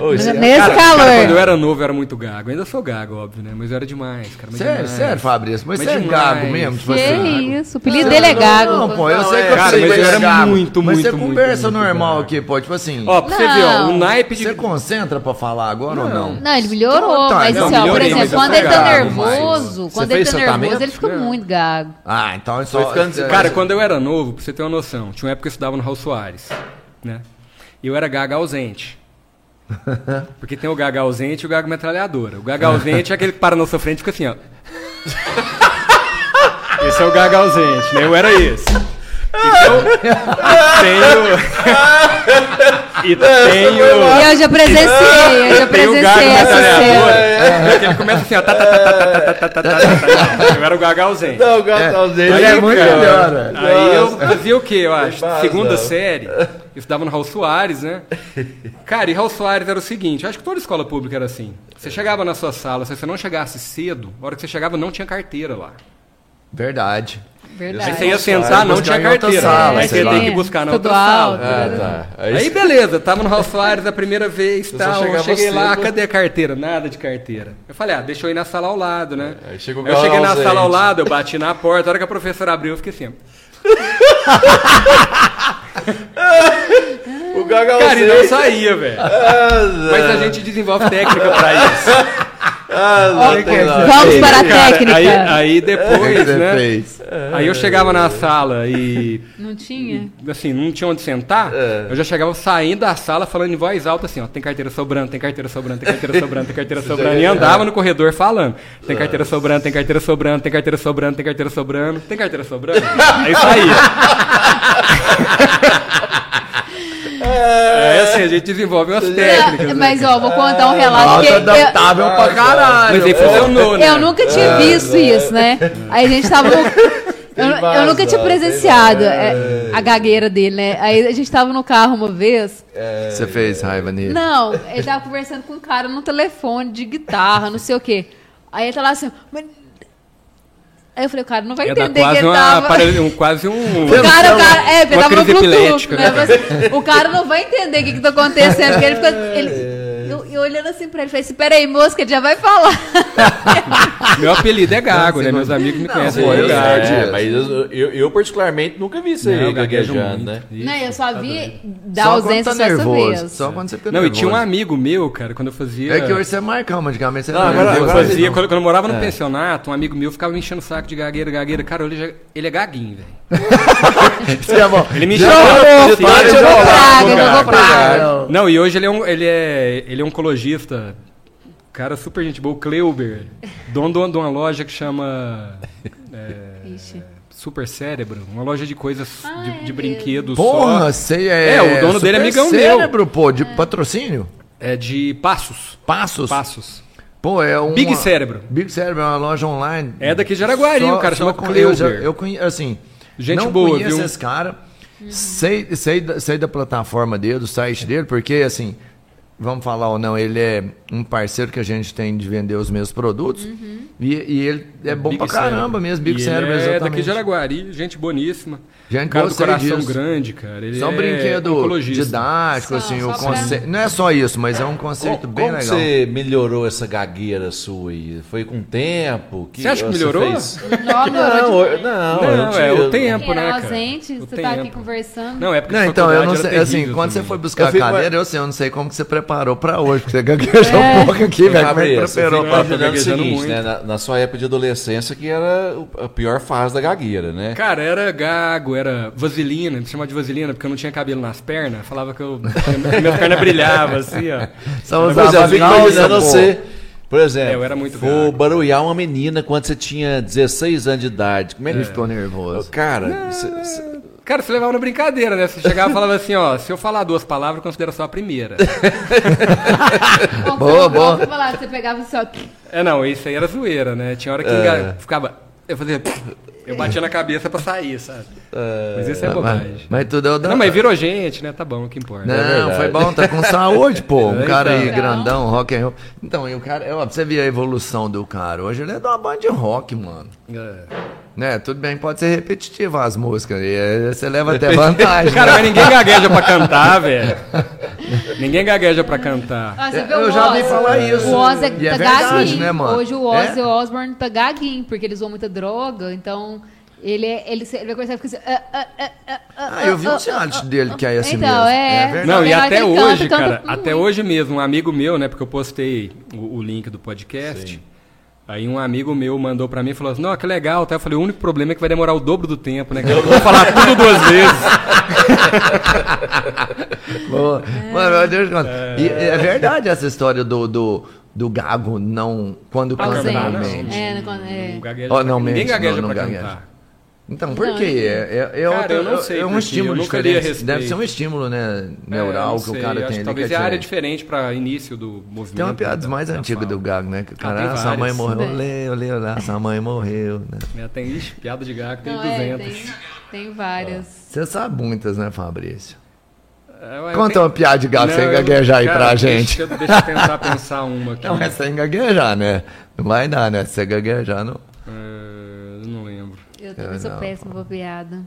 Ô, isso- Nesse cara, calor. Cara, quando eu era novo, eu era muito gago. Eu ainda sou gago, óbvio, né? Mas eu era demais, cara. mas Sério, demais. sério, Fabrício. Mas, Mas você é demais. gago mesmo? que Tipo assim. isso, o apelido dele é Gago. Não, pô, eu sei que Cara, eu sei mas que eu você é era gago, muito, Mas você muito, conversa muito, muito normal gago. aqui, pô. Tipo assim. Ó, pra você ver, ó, Não. o naipe de. Você é concentra pra falar agora ou não? Não, ele melhorou, Então, mas não, assim, ó, por melhorei, exemplo, mas eu quando sou ele tá gago, nervoso, mas- quando Você ele fez tá nervoso, tratamento? ele fica Não. muito gago. Ah, então é Foi só. ficando- Cara, quando eu era novo, pra você ter uma noção, tinha uma época que eu estudava no Raul Soares, né? E eu era gaga ausente. Porque tem o gaga ausente e o gaga metralhadora. O gaga ausente é aquele que para na sua frente e fica assim, ó. Esse é o gaga ausente, né? Eu era esse. Então, tem o... E tem o... E eu já presenciei, eu já Tem o gago presenciei essa metralhador. cena. É. que Ele começa assim, ó. Tá, tá, tá, tá, tá, tá, tá, tá, tá, tá. Eu era o gaga ausente. Não, tá gato, Ele Aí, é muito cara, melhor, velho. Aí eu fazia o quê, eu acho? Tem base, Segunda não. série, eu estudava no Raul Soares, né? Cara, e Raul Soares era o seguinte, acho que toda escola pública era assim. Você chegava na sua sala, se você não chegasse cedo, a hora que você chegava não tinha carteira lá. Verdade. Aí Verdade. você ia sentar, não buscar tinha em outra carteira. sala, aí sei você lá. tem que buscar na outra Estadual. sala. Ah, tá. Aí, Aí beleza, tava no Raul Soares a primeira vez, só tal. chegava Eu cheguei lá, cedo. cadê a carteira? Nada de carteira. Eu falei, ah, deixa eu ir na sala ao lado, né? É, aí chega o eu cara cheguei na ausente. sala ao lado, eu bati na porta, a hora que a professora abriu, eu fiquei assim. ó. o gaga é Ah, Cara, e não saía, velho. Mas a gente desenvolve técnica pra isso. Ah, Vamos para a Cara, aí, técnica. aí depois, Você né? É fez. Aí eu chegava na sala e, Não tinha? assim, não tinha onde sentar. É. Eu já chegava saindo da sala falando em voz alta, assim, ó, tem carteira sobrando, tem carteira sobrando, tem carteira sobrando, tem carteira sobrando. E andava no corredor falando, tem É. carteira sobrando, tem carteira sobrando, tem carteira sobrando, tem carteira sobrando, tem carteira sobrando. Aí saía. É assim, a gente desenvolve umas técnicas. né, Mas ó, vou contar um relato que Alta eu, adaptável pra caralho. Mas aí funcionou, né? eu nunca tinha visto isso, né? Aí a gente tava. no- Eu, eu nunca tinha presenciado é, a gagueira dele, né? Aí a gente tava no carro uma vez. Você fez raiva É. nele. Não, ele tava conversando com um cara no telefone de guitarra, não sei o quê. Aí ele tá lá assim. "Mas-" Aí eu falei, o cara não vai Ia dar entender que É, quase, ele uma, tava. aparelho- um, quase um... O cara, o cara, é, porque Uma tava no crise Bluetooth, epilética, né? né? Mas o cara não vai entender o que, que tá acontecendo, porque ele fica. Ele, eu, eu olhando assim pra ele, falei assim, peraí, moço, que ele já vai falar. Meu apelido é Gago, né? Meus amigos me conhecem. pô, como eu Gago. sei. É, mas eu, eu- eu particularmente nunca vi isso Não, aí eu gaguejo gaguejando, muito. né? Não, eu só tá vi da Só quando ausência tá só essa nervoso. vez. Só quando você fica Não, e nervoso. tinha um amigo meu, cara, quando eu fazia. É que hoje você é marcão, antigamente você Não, era agora- eu nervoso. agora você fazia, quando, quando eu morava no pensionato, um amigo meu ficava me enchendo o saco de gagueira, gagueira. Cara, ele, já- ele é gaguinho, velho. Você é bom. Ele me Já encheu o saco de para de gagueira. jogar, praga, cara. jogou praga. Não, e hoje ele é um, ele é, ele é oncologista. Cara, super gente boa. O Kleuber, dono de uma- de uma loja que chama. é, Ixi. Super Cérebro, uma loja de coisas Ah, de, é de mesmo. brinquedos Porra, só. você é. É, o dono dele é super amigão meu. cérebro, pô, de patrocínio? É de passos. Passos? Passos. Pô, é um. Big Cérebro. Big Cérebro é uma loja online. É daqui de Araguari, o cara chama con- eu, já- Kleuber. eu conheço, assim. Gente não boa, conheço viu? esse cara. Sei, sei, da, sei da plataforma dele, do site dele, porque, assim, vamos falar ou não, ele é um parceiro que a gente tem de vender os mesmos produtos. Uhum. E, e ele é bom pra caramba mesmo, Big E Cérebro, ele É exatamente. daqui de Araguari, gente boníssima. Gente cara boa, do sei coração disso. grande, cara. Ele Só um é brinquedo oncologista. didático, Só- assim, só o pra- conceito. Não é só isso, mas é um Como, conceito como bem que legal. você melhorou essa gagueira sua aí? Foi com o tempo? Você acha que melhorou? fez? Não, Não, eu- não, Não, eu é tive- o tempo, né, Era cara? ausente, O você tá aqui tempo. conversando. Não, é porque Não, a então, eu faculdade não era sei, assim, terrível quando você também. foi buscar Eu a fico- cadeira, eu sei, eu não sei como que você preparou pra hoje, porque você É. gaguejou um pouco aqui, velho. Como é que Gabriel, você preparou fica pra- imaginando o gaguejando seguinte, muito. né? Na, na sua época de adolescência, que era o- a pior fase da gagueira, né? Cara, era gago, era vaselina, me chamava de vaselina porque eu não tinha cabelo nas pernas, falava que eu, minhas pernas brilhavam assim, ó. Só Mas pois é, usava eu fico calça, imaginando pô. você, por exemplo, É, eu era muito for gago. barulhar uma menina quando você tinha 16 anos de idade. Como é que Ele ficou nervoso. Cara, cê- cê- Cara, você levava na brincadeira, né? Você chegava e falava assim, ó, se eu falar duas palavras, considera só a primeira. Boa, boa. Vou falar, você pegava só. É, não, isso aí era zoeira, né? Tinha hora que É. enga- ficava, eu fazia, eu batia na cabeça pra sair, sabe? Mas isso é Tá, Mas, bobagem. mas tudo é o da- Não, mas virou gente, né? Tá bom, o que importa. Não, verdade. foi bom, tá com saúde, pô. Um É, cara aí então. grandão, rock and roll. Então, e o cara, ó, pra você ver a evolução do cara. Hoje ele é de uma banda de rock, mano. É. Né? Tudo bem, pode ser repetitivo as músicas. E eh, você leva até vantagem. né? Cara, mas ninguém gagueja pra cantar, velho. Ninguém gagueja pra cantar. Ah, você É, viu eu o já Oz? ouvi falar isso. O Oz é, E é tá verdade, gaguinho. né, mano? Hoje o Oz É. Osborne tá gaguinho, porque ele usou muita droga, então ele, é- ele, se- ele vai começar a ficar assim. "Ah, ah, ah, ah, ah, Ah, eu vi ah, um reality dele que é assim Então, mesmo. é. verdade. Não, e Na hora que até ele canta, hoje, canta cara, muito. até hoje mesmo, um amigo meu, né, porque eu postei o, o link do podcast, aí um amigo meu mandou pra mim e falou assim, não, que legal, tá? Eu falei, o único problema é que vai demorar o dobro do tempo, né, É. que eu vou falar tudo duas vezes. Boa. Mano, meu Deus, mano. E é verdade essa história do, do, do gago não quando canta Ausente. não não. mente. ah, É, não con- é. Não gagueja Ó, pra- não ninguém mente, gagueja não, não pra gagueja. cantar. Então, por quê? É, é, é, Cara, outra- eu não sei é por um quê, estímulo eu nunca li a diferente. respeito. Deve ser um estímulo, né, neural É, não que o sei, cara acho tem que ali. Talvez que é é área diferente. diferente pra início do movimento. Tem uma piada da- mais da antiga fala. do gago, né? Que o cara, tem ah, sua mãe várias. morreu, Tem. olê, olê, olê, sua mãe morreu, né? É, tem, ixi, piada de gago, tem Não, é, 200. tem, tem várias. Você sabe muitas, né, Fabrício? É, ué, eu Conta tenho- uma piada de gago Não, sem eu- gaguejar aí cara, pra deixa- gente. Deixa eu tentar pensar uma aqui. Não, é sem gaguejar, né? Não vai dar, né? Se você gaguejar, não... É, eu não lembro. Eu também Eu sou não. péssima pra piada.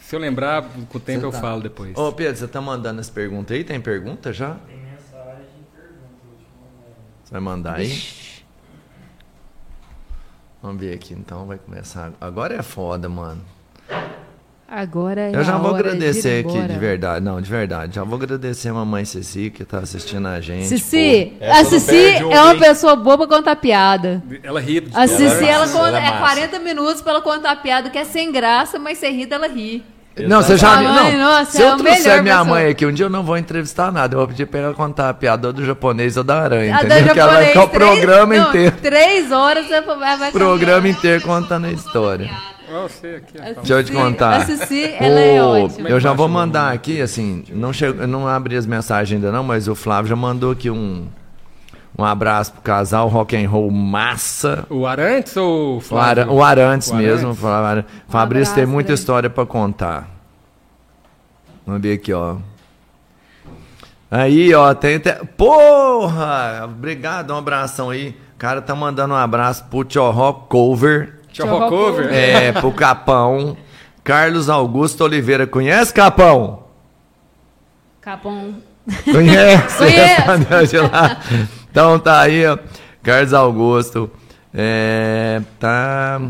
Se eu lembrar, com o tempo Você eu tá. falo depois. Ô, Pedro, você tá mandando as perguntas aí? Tem pergunta já? Tem mensagem e pergunta. eu te mando. Você vai mandar Tá aí? Vamos ver aqui, então. Vai começar. Agora é foda, mano. Agora é Eu já a vou hora de ir agradecer aqui, embora. de verdade. Não, de verdade. Já vou agradecer a mamãe Ceci, que tá assistindo a gente. Cici, essa a não Cici perde um, é uma hein? pessoa boa pra contar piada. Ela ri. de- A Cici, ela, massa, conta, ela é é massa. 40 minutos pra ela contar piada, que é sem graça, mas você ri, ela ri. Pô. Não, você já. A mãe, não, nossa, se é eu a trouxer melhor minha pessoa. mãe aqui, um dia eu não vou entrevistar nada. Eu vou pedir pra ela contar a piada ou do japonês ou da aranha. A da entendeu? Porque ela vai japonês, ficar o três- programa não, inteiro. Três horas você vai vai O programa inteiro contando a história. Ó, você aqui, ó, A calma. Deixa eu te Cici- contar. A Cici, ela é O- ótima. Eu já vou mandar aqui, assim, não, chego, não abri as mensagens ainda não, mas o Flávio já mandou aqui um, um abraço pro casal rock and roll massa. O Arantes ou o O, Ara, Flávio? o Arantes O mesmo. Arantes. Flávio Arantes. Fabrício tem abraço, muita grande. história pra contar. Vamos ver aqui, ó. Aí, ó, tem até... Porra! Obrigado, um abração aí. O cara tá mandando um abraço pro Tchorró Cover. Tio Rockover? É, pro Capão. Carlos Augusto Oliveira. Conhece Capão? Capão. Conhece? Conheço. Tá, né, Angela? então tá aí, ó. Carlos Augusto. É, tá.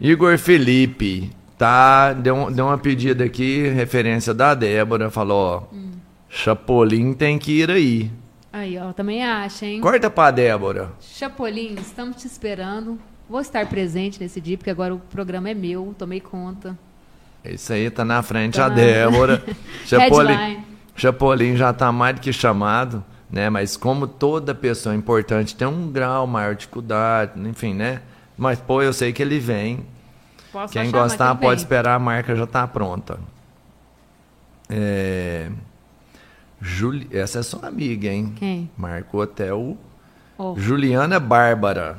Igor Felipe. Tá. Deu, um- deu uma pedida aqui, referência da Débora. Falou, ó. Hum. Chapolin tem que ir aí. Aí, ó, também acha, hein? Corta pra Débora. Chapolin, estamos te esperando. Vou estar presente nesse dia, porque agora o programa é meu, tomei conta. Isso aí, tá na frente Tá a na- Débora. Chapolin, Headline. Chapolin já tá mais do que chamado, né? Mas como toda pessoa importante tem um grau maior de dificuldade, enfim, né? Mas, pô, eu sei que ele vem. Posso Quem achar, mas gostar tudo bem. pode esperar, a marca já tá pronta. É... Juli... Essa é sua amiga, hein? Quem? Marcou até o... Ó, Juliana Bárbara.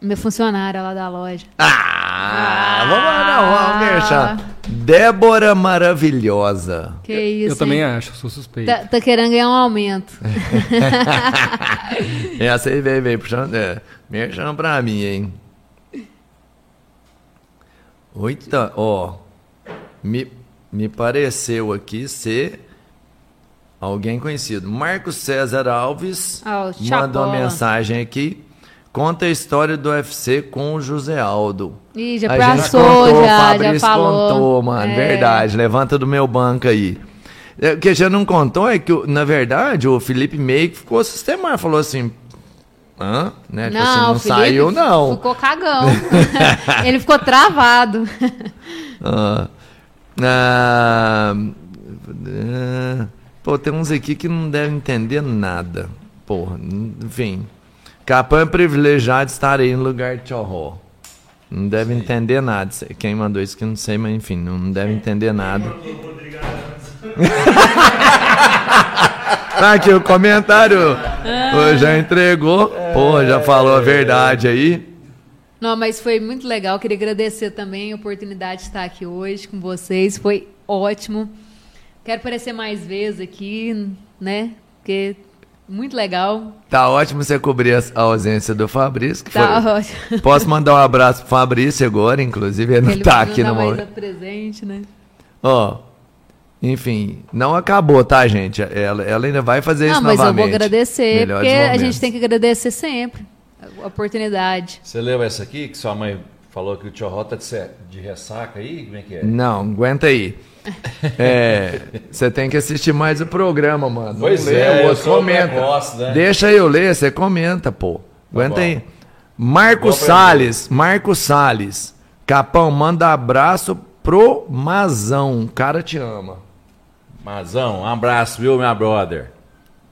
minha funcionária lá da loja. Ah, vamos lá, não, vamos merchan. Débora Maravilhosa. Que isso. Eu também hein? acho, sou suspeito. Tá, tá querendo ganhar um aumento. É. Essa aí veio, veio puxando. É, merchan pra mim, hein? Oita, ó. Me, me pareceu aqui ser alguém conhecido. Marcos César Alves Ah, o mandou uma Chapola. mensagem aqui. Conta a história do UFC com o José Aldo. Ih, já A gente passou, contou, o já, já Fabrício falou. contou, mano. É. Verdade. Levanta do meu banco aí. É, O que já não contou é que, o- na verdade, o Felipe meio que ficou sistemático. Falou assim: hã? Né? Tipo assim, Não, o Felipe saiu, não. Ficou cagão. Ele ficou travado. Ah, ah, ah, pô, tem uns aqui que não devem entender nada. Porra, enfim. Capão é privilegiado de estar aí no lugar de horror. Não deve entender nada. Sei- Quem mandou isso que eu não sei, mas enfim, não não É. deve entender nada. Mandou o Rodrigo Arantes. Tá aqui o comentário. Pô, já entregou. Pô, já falou a verdade aí. Não, mas foi muito legal. Queria agradecer também a oportunidade de estar aqui hoje com vocês. Foi ótimo. Quero aparecer mais vezes aqui, né? Porque muito legal. Tá ótimo você cobrir as- a ausência do Fabrício. Que Tá foi- ótimo. Posso mandar um abraço pro Fabrício agora, inclusive, ele não Ele tá não aqui tá no mais momento. presente, né? Ó, enfim, não acabou, tá, gente? Ela, ela ainda vai fazer isso não, mas eu novamente. vou agradecer, Melhores porque a momentos. gente tem que agradecer sempre a oportunidade. Você leu essa aqui que sua mãe falou que o tio Rota de, se- de ressaca aí? Como é que é? Não, aguenta aí. É, você tem que assistir mais o programa, mano. Pois Não lê, é, o eu outro sou comenta. precoce, né? Tá Deixa eu ler, você comenta, pô. Aguenta bom. aí. Marcos Igual pra Salles, Marcos Salles. Capão, manda abraço pro Mazão. O cara te ama. Mazão, um abraço, viu, minha brother?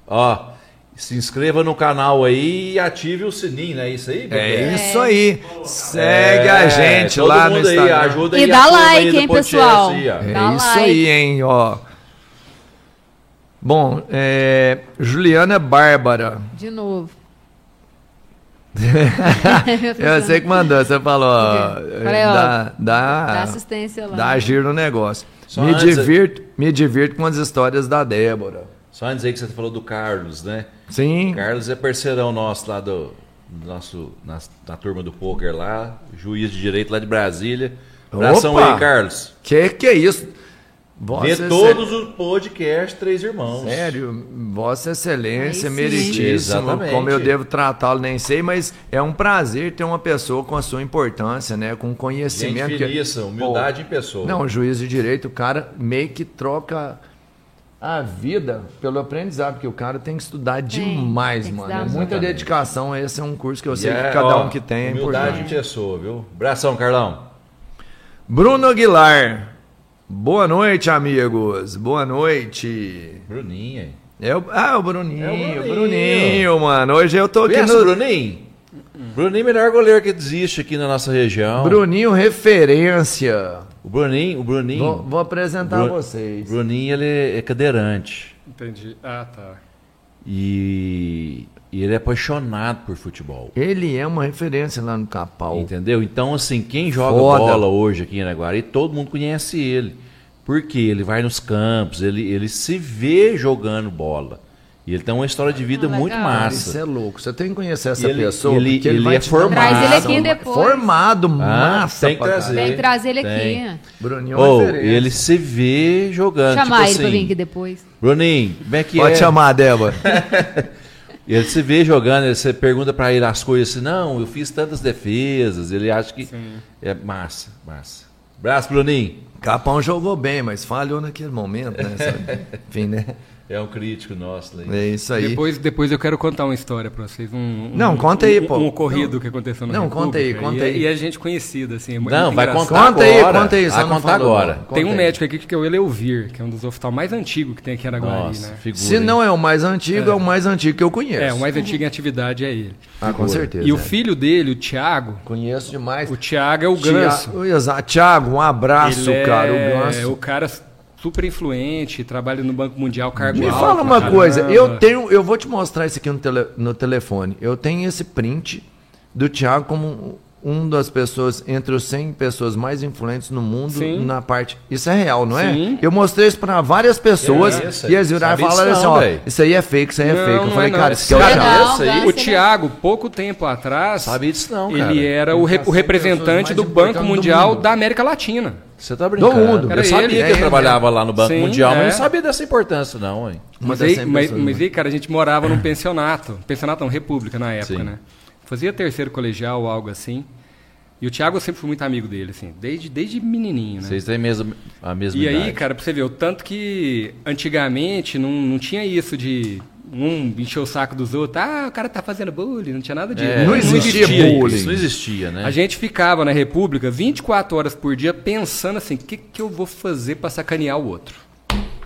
Ó, se inscreva no canal aí e ative o sininho, não é isso aí? Bebê? É isso aí. Segue a É, gente todo lá no mundo aí, Instagram. ajuda E aí dá a turma aí like, do hein, podcast pessoal? aí, ó. É Dá isso like. aí, hein, ó. Bom, é, Juliana Bárbara. De novo. É. Eu sei que mandou, você falou. ó, Ok. Falei, ó, dá, dá, Dá assistência lá. Ah, dá giro no negócio. Só me, antes- divirto, me divirto com as histórias da Débora. Só dizer que você falou do Carlos, né? Sim. Carlos é parceirão nosso lá do do nosso na, na turma do poker lá, juiz de direito lá de Brasília. Abração Opa! aí, Carlos. Que que é isso? Vê Vossa todos os podcasts Três Irmãos. é Sério, Vossa Excelência, Aí sim. meritíssimo, Exatamente. como eu devo tratá-lo, nem sei, mas é um prazer ter uma pessoa com a sua importância, né? Com Gente conhecimento. que- é? finíssima, Pô, humildade em pessoa. Não, o juiz de direito, o cara meio que troca a vida pelo aprendizado, porque o cara tem que estudar demais, tem que mano. É estudar muita muito. dedicação, esse é um curso que eu E sei é, que cada ó, um que tem é Humildade importante. em pessoa, viu? Abração, Carlão. Bruno Aguilar, boa noite, amigos. Boa noite. Bruninha. É o, ah, o Bruninho, É o o Bruninho. Bruninho, mano. Hoje eu tô aqui Conhece no... o Bruninho? Bruninho é o melhor goleiro que existe aqui na nossa região. Bruninho referência. O Bruninho, o Bruninho. Vou, vou apresentar Bru- vocês. Bruninho ele é cadeirante. Entendi. Ah, tá. E, e ele é apaixonado por futebol. Ele é uma referência lá no Capau. Entendeu? Então, assim, quem joga Foda. bola hoje aqui em Araguari, todo mundo conhece ele. Porque ele vai nos campos, ele, ele se vê jogando bola. E ele tem uma história de vida Ah, muito legal. massa. Isso é louco. Você tem que conhecer essa Ele- pessoa. ele- porque ele vai é te dar uma formado. Traz ele aqui ação. depois. Formado, massa. tem que pra trazer. caralho. Tem que trazer ele Tem. aqui. Bruninho é uma Ou referência. ele se vê jogando. Chamar tipo ele pra assim, vir aqui depois. Bruninho, como é que Pode é? chamar, Débora. Ele se vê jogando, ele- você pergunta pra ele as coisas assim, não, eu fiz tantas defesas, ele acha que é massa, massa. Abraço, Bruninho. Capão jogou bem, mas falhou naquele momento, né? sabe? Enfim, né? É um crítico nosso. Né? É isso aí. Depois, depois eu quero contar uma história pra vocês. Um, um- Não, conta aí, um- pô. Um ocorrido Não. que aconteceu na Não, República. conta aí, conta e, é- aí. E é gente conhecida, assim. é muito Não, vai engraçado. contar Conta aí, agora. conta aí, só Vai não contar falou. agora. Conta Tem um aí. médico aqui que é o Eleuvir, que é um dos hospitais mais antigos que tem aqui em Araguari, Nossa, né? figura. Se hein? não é o mais antigo, é, o mais antigo que eu conheço. É, o mais antigo em atividade é ele. Ah, com certeza. E o é. filho dele, o Tiago, Conheço demais. o Tiago é o ganso. Tia- Exa- Thiago, um abraço, Ele cara. O é Ganso. o cara super influente, trabalha no Banco Mundial, cargo Me alto fala pra uma caramba. coisa, eu tenho, eu vou te mostrar isso aqui no, tele- no telefone. Eu tenho esse print do Thiago como um das pessoas entre os 100 pessoas mais influentes no mundo Sim. na parte. Isso é real, não é? Sim. Eu mostrei isso pra várias pessoas É isso aí, e eles viraram e sabe falaram isso assim, não, ó, véi. isso aí é fake, isso aí é Não, fake. Eu não falei, é não, cara, é isso aqui é sério. real. Não, isso aí. Ganso, O ele- Thiago, pouco tempo atrás, Sabe disso não, cara. é ele era o, re- tá o representante do Banco Mundial da América Latina. Você tá brincando. Do mundo. Eu Era sabia ele, que é eu ele trabalhava lá no Banco Sim, Mundial, mas é. eu não sabia dessa importância não, hein. Uma Mas das aí, 100 mas, pessoas, mas né? aí, cara, a gente morava num um pensionato. Pensionato não, república na época, Sim. né? Fazia terceiro colegial ou algo assim. E o Thiago eu sempre fui muito amigo dele, assim, desde, desde menininho, né? Vocês têm mesmo, a mesma E idade. aí, cara, pra você ver, o tanto que antigamente não, não tinha isso de um encher o saco dos outros, ah, o cara tá fazendo bullying, não tinha nada disso. É, Não existia isso. bullying. Isso não existia, né? A gente ficava na República 24 horas por dia pensando assim, o que, que eu vou fazer pra sacanear o outro?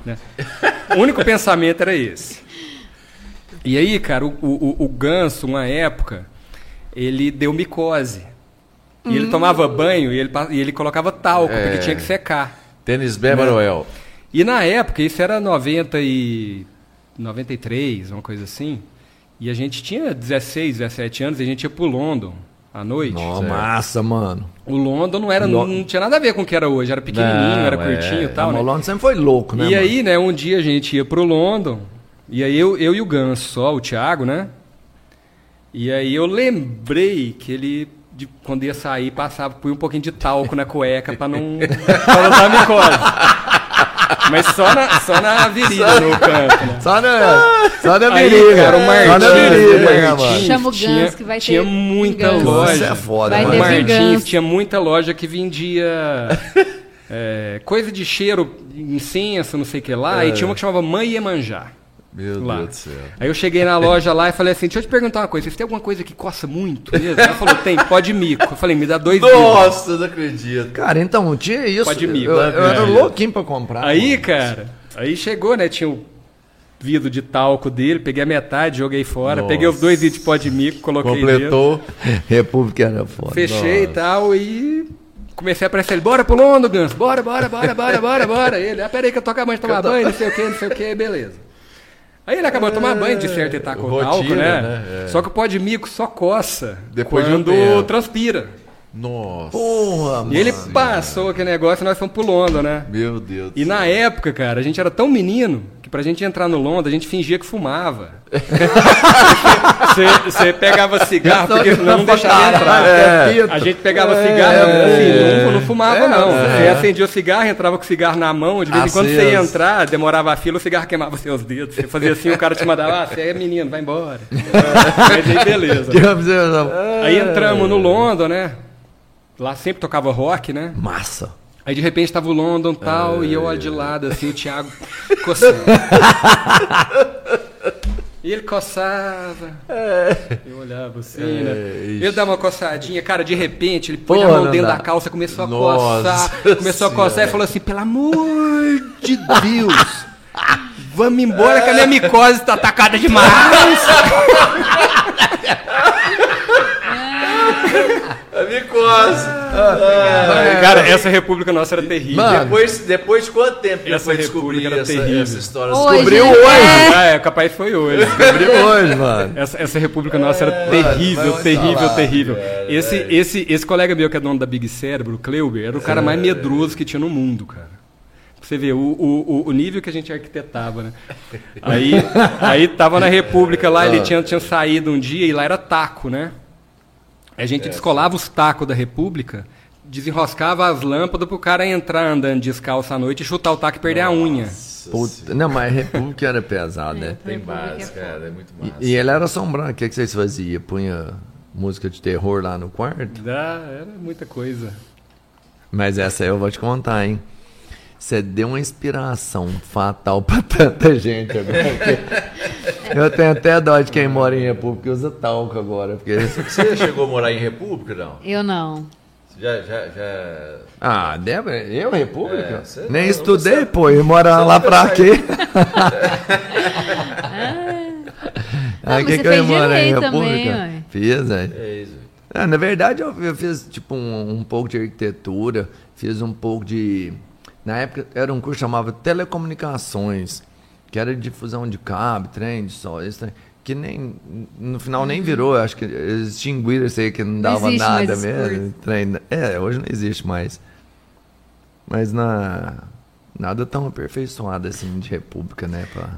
Né? o único pensamento era esse. E aí, cara, o, o, o- o Ganso, uma época, ele deu micose. E ele tomava banho e ele, pa- e ele colocava talco, É. porque tinha que secar. Tênis Beberoel. E na época, isso era 90 e 93, uma coisa assim. E a gente tinha 16, 17 anos e a gente ia pro London à noite. Ó, massa, mano. O London não era, Lo- não tinha nada a ver com o que era hoje, era pequenininho, Não, era é. curtinho e tal, o né? Molon sempre foi louco, né? E mano? aí, né, um dia a gente ia pro London, e aí eu, eu e o Ganso, só o Thiago, né? E aí eu lembrei que ele, de- quando ia sair, passava, põe um pouquinho de talco na cueca pra não, pra não dar micose. Mas só na, só na virilha, no canto, né? Só na, só na Aí, virilha. cara, o só na Martins, virilha, o né, Martins mano? Chama o Gans, tinha- que vai ter Tinha muita vingança. loja. Isso é foda, Vai O mano. ter Martins vingança. né, tinha muita loja que vendia é, coisa de cheiro, incenso, não sei o que lá, e tinha uma que chamava Mãe Iemanjá. Meu Lá. Deus do céu. Aí eu cheguei na loja lá e falei assim, deixa eu te perguntar uma coisa, vocês têm alguma coisa que coça muito mesmo? Ela falou, tem, pó de mico. Eu falei, me dá dois micos. Nossa, eu não acredito. Cara, então, tinha isso. Pode me- eu, eu era louquinho pra comprar. Aí, mano. cara, aí chegou, né, tinha o vidro de talco dele, peguei a metade, joguei fora, Nossa. peguei os dois vidros de pó de mico, coloquei dentro. Completou. República era foda. Fechei e tal e comecei a pressionar ele, bora pro London, Ganso, bora, bora, bora, bora, bora, bora. Ele, ah, peraí que eu tô acabando de tomar banho, não sei o que, não sei o que, beleza. Aí ele acabou de tomar banho, de certo ele tá com rotina, talco, né? né? É. Só que o pó de mico só coça Depois de um quando tempo. transpira. Nossa. Porra, mano. E ele passou aquele negócio e nós fomos pro London, né? Meu Deus do E na céu. época, cara, a gente era tão menino que pra gente entrar no Londres, a gente fingia que fumava. Você- Você pegava cigarro, porque senão não deixava entrar. A gente pegava cigarro, assim, não, não fumava, não. Você acendia o cigarro, entrava com o cigarro na mão, de vez em quando você ia Aceso. entrar, demorava a fila, o cigarro queimava seus dedos. Você fazia assim, o cara te mandava, ah, você é menino, vai embora. Mas aí beleza. Aí entramos no London, né? Lá sempre tocava rock, né? Massa. Aí de repente tava o London e tal, e eu olho É. de lado, assim, o Thiago coçando. e ele coçava. É. Eu olhava assim, né? Ele dava uma coçadinha, cara, de repente ele pôs a Porra, mão dentro não dá. da calça, começou a Nossa coçar, começou a coçar e falou assim: pelo amor de Deus! Vamos embora que a É. minha micose tá atacada demais! Micose. Cara, essa república nossa era terrível. É. Mano, Depois, depois de quanto tempo já Essa foi descobrir república era essa, terrível. essa história? Hoje, Descobriu né? hoje. Ah, é, capaz foi hoje. Abriu hoje, mano. Essa, essa república nossa era terrível, É, vai É, terrível, falar, terrível. Esse, esse, esse colega meu que é dono da Big Cérebro, o Kleuber, era o cara mais medroso que tinha no mundo, cara. Pra você ver o, o, o- o nível que a gente arquitetava, né? Aí, aí tava na República lá, Ah. ele tinha, tinha saído um dia e lá era taco, né? A É, gente descolava os tacos da República, desenroscava as lâmpadas pro cara entrar andando descalço à noite e chutar o taco e perder a unha. Puta, não, mas República era pesado, né? Tem mais, cara. É muito massa. E ele era assombrado. O que, que vocês faziam? Punha música de terror lá no quarto? Ah, era muita coisa. Mas essa aí eu vou te contar, hein? Você deu uma inspiração fatal pra tanta gente agora. porque Eu tenho até dó de quem mora em República e usa talco agora. Porque... Você chegou a morar em República, não? Eu não. Você Já, já, já... Ah, Débora, eu, República? É, cê Nem não- estudei, você- pô, e morar lá pra quê? Ah, mas É, que você que eu ia fez morar em direito República? também, ué. Fiz, velho. É isso. Ah, na verdade, eu, eu fiz tipo um, um pouco de arquitetura, fiz um pouco de. Na época era um curso que chamava Telecomunicações, que era de difusão de cabo, trem, de sol, esse trem, que nem. No final nem virou, eu acho que eles extinguiram isso aí que não dava Uhum. existe mais nada esse mesmo. curso. Trem, é, hoje não existe mais. Mas na. Nada tão aperfeiçoado assim de república, né? pra-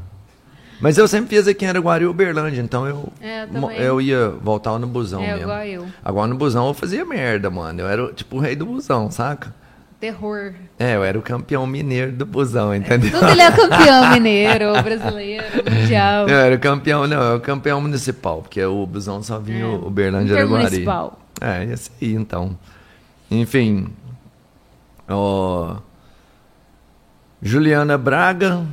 Mas eu sempre fiz aqui em Araguari e Uberlândia, então eu, É, eu mo- também. eu ia voltar no busão É, mesmo. igual eu. Agora no busão eu fazia merda, mano. Eu era o- tipo o rei do busão, saca? Terror. É, eu era o campeão mineiro do busão, entendeu? Tudo ele é campeão mineiro, brasileiro, mundial. Eu era o campeão, não, eu era o campeão É, municipal, porque o busão só vinha o Uberlândia e Araguari. Intermunicipal. É, esse aí então. Enfim. ó, Juliana Braga,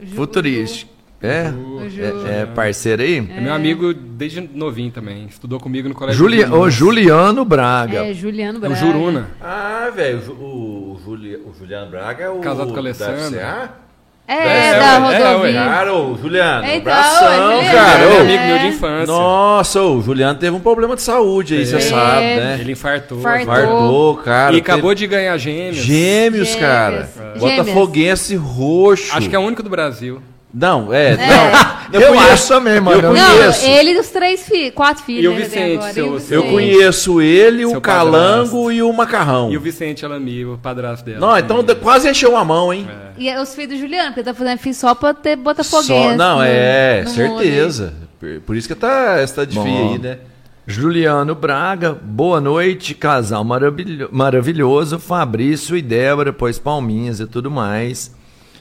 Ju- futurística. É? o Ju- É, é parceira aí? É meu amigo desde novinho também. Estudou comigo no colégio. Juli... de ô, Minas. Juliano Braga. É, Juliano É Braga. o Juruna. Ah, velho, o Ju- o, o, Juli- o Juliano Braga é o. Casado com a da Alessandra. FCA? É, É, da ué, é, ué. rodovia. Cara, ô, Juliano, Então, abração, é, cara. ô. Ele é É. amigo meu de infância. Nossa, ô, o Juliano teve um problema de saúde aí, você Teve. sabe, né? Ele infartou. Infartou. Guardou, cara. E teve- acabou de ganhar gêmeos. Gêmeos, Gêmeos. cara. Gêmeas. Botafoguense roxo. Acho que é o único do Brasil. Não, é. É. Não. Eu conheço- acho também, mano. Eu Não, conheço. ele e os três filhos, quatro filhos. E o né, ele tem Vicente, agora, seu- e o seu Eu Vicente. conheço ele, o Seu Calango padrasto. e o Macarrão. E o Vicente Alami, o padrasto dela. Não, então também. de- quase encheu a mão, hein? E é os filhos do Juliano, porque ele tá fazendo filho só né? pra ter Só- botafoguense. não, no- é, no certeza. Por- Por isso que tá essa de Bom. aí, né? Juliano Braga, boa noite, casal maravilho- maravilhoso, Fabrício e Débora, pois Palminhas e tudo mais.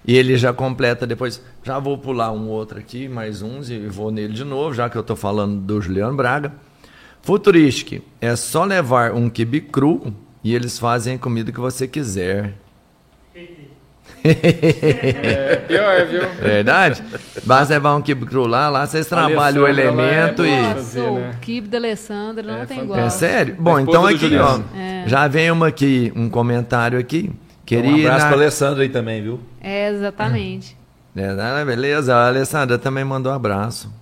E ele já completa depois. Já vou pular um outro aqui, mais uns, e vou nele de novo, já que eu tô falando do Juliano Braga. Futuristic, é só levar um quibe cru e eles fazem a comida que você quiser. É pior, viu? Verdade? Basta levar um quibe cru lá, lá vocês trabalham o Alessandra, ela é elemento boa. e. Nossa, Nossa, né? o Kibe da Alessandra não É tem fantástico. igual. É sério? Bom, esposa então do aqui, ó, Juliano. É. Então, já vem uma aqui, um comentário aqui. Queria um abraço na- pra Alessandro aí também, viu? É, exatamente. É, ah, beleza, a Alessandra também mandou um abraço.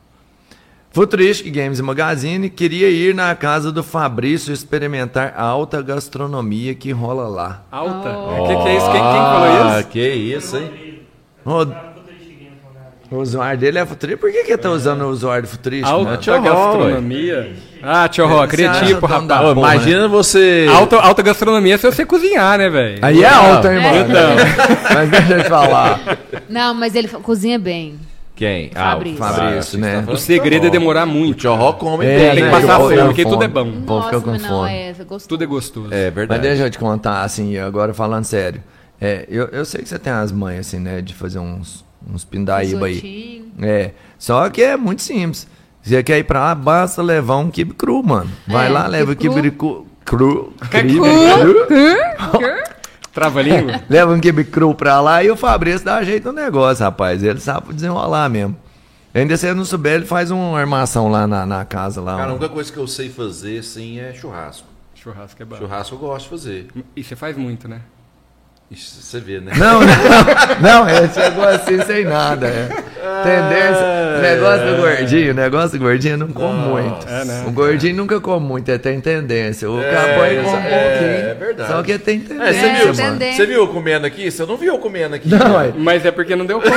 Futuristic Games Magazine queria ir na casa do Fabrício experimentar a alta gastronomia que rola lá. Alta. Oh. O que, que é isso? Quem, quem falou Ah, isso? que isso, hein? Rod- Cara, futurística, hein, cara? O usuário dele é futurista? Por que que tá usando o usuário futurista? Alta Tio Ró, gastronomia. Ah, tio Ró, acha acredito, dono rapaz. da Ô, porra, né? imagina você. Alta, alta gastronomia é se você cozinhar, né, velho? Aí é alta, hein, É. mano? Então. Mas deixa eu te falar. Não, mas ele fa- cozinha bem. Quem? Ah, Fabrício. Fabrício, né? O segredo é demorar muito. O Tchorró come É, bem, Tem que né? passar Tio Ró, fome, né? porque tudo é O bom. povo fica com mas não, fome. é gostoso. Tudo é gostoso. É Mas verdade. deixa eu te contar, assim, agora falando sério. É, eu, eu sei que você tem as manhas, assim, né, de fazer uns, uns pindaíba aí. Risotinho. É, só que é muito simples. Você quer ir pra lá, basta levar um quibe cru, mano. Vai É, lá, leva o quibe É quibe cru. cru, É quibe Cu, cru. né? cu, cu. Trava a língua? Leva um quibe cru pra lá e o Fabrício dá jeito no negócio, rapaz. Ele sabe desenrolar mesmo. Ainda se ele não souber, ele faz uma armação lá na, na casa. lá. Cara, a um- única coisa que eu sei fazer, assim, é churrasco. Churrasco é bom. Churrasco eu gosto de fazer. E você faz muito, né? Isso você vê, né? Não, não, não, ele chegou assim sem nada. É. Tendência, negócio do gordinho, negócio do gordinho não come muito. É, né? O gordinho nunca come muito, ele tem tendência. O É, caboi come um pouquinho. é, é verdade. Só que ele tem É, tendência. você, É, viu, mano. tendência. você viu eu comendo aqui? Você não viu eu comendo aqui? Não, é. Mas é porque não deu conta.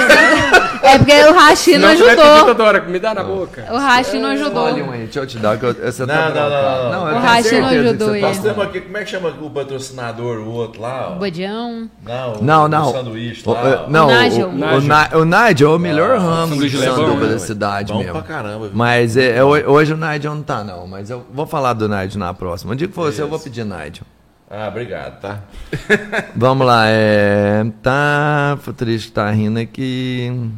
É porque o Rashi não Senão você vai pedir ajudou. É toda hora, me dá na boca. O Rashi não Olha um ajudou. aí, deixa eu te dar. Que eu, você Não, tá não, bravo. não, não, não. eu O tenho Rashi não certeza que ajudou você Nós tá- ele. temos aqui, como é que chama o patrocinador, o outro lá? Ó? Badião. Não, Não, o não. sanduíche O, lá. eh, não, O o, Nigel. o, Na- o Nigel é o Ah, melhor ramo sanduíche de é bom, sanduba né, da velho? cidade Bom mesmo. pra caramba, viu? Mas é, é, ho- hoje o Nigel não tá, não. Mas eu vou falar do Nigel na próxima. O dia que for você, eu vou pedir Nigel. Ah, obrigado, tá? Vamos lá, é. Tá. Futurista tá rindo aqui.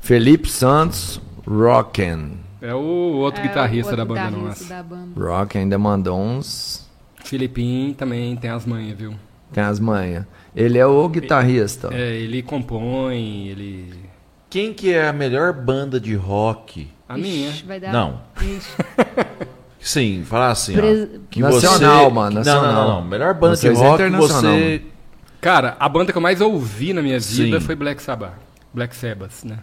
Felipe Santos, Rockin. É o outro É, guitarrista outro da banda é? guitarrista nossa. da banda. Rockin ainda mandou uns. Filipim também tem as manhas, viu? Tem as manhas. Ele é o guitarrista. Tá. É, ele compõe, ele. Quem que é a melhor banda de rock? A minha. Ixi, vai dar. Não. Ixi. Sim, falar assim, Pres- ó, que Nacional, você... mano, Não, não, nacional. não, não. Melhor banda Vocês de é rock que internacional. você... Cara, a banda que eu mais ouvi na minha vida Sim. foi Black Sabbath. Black Sabbath, né?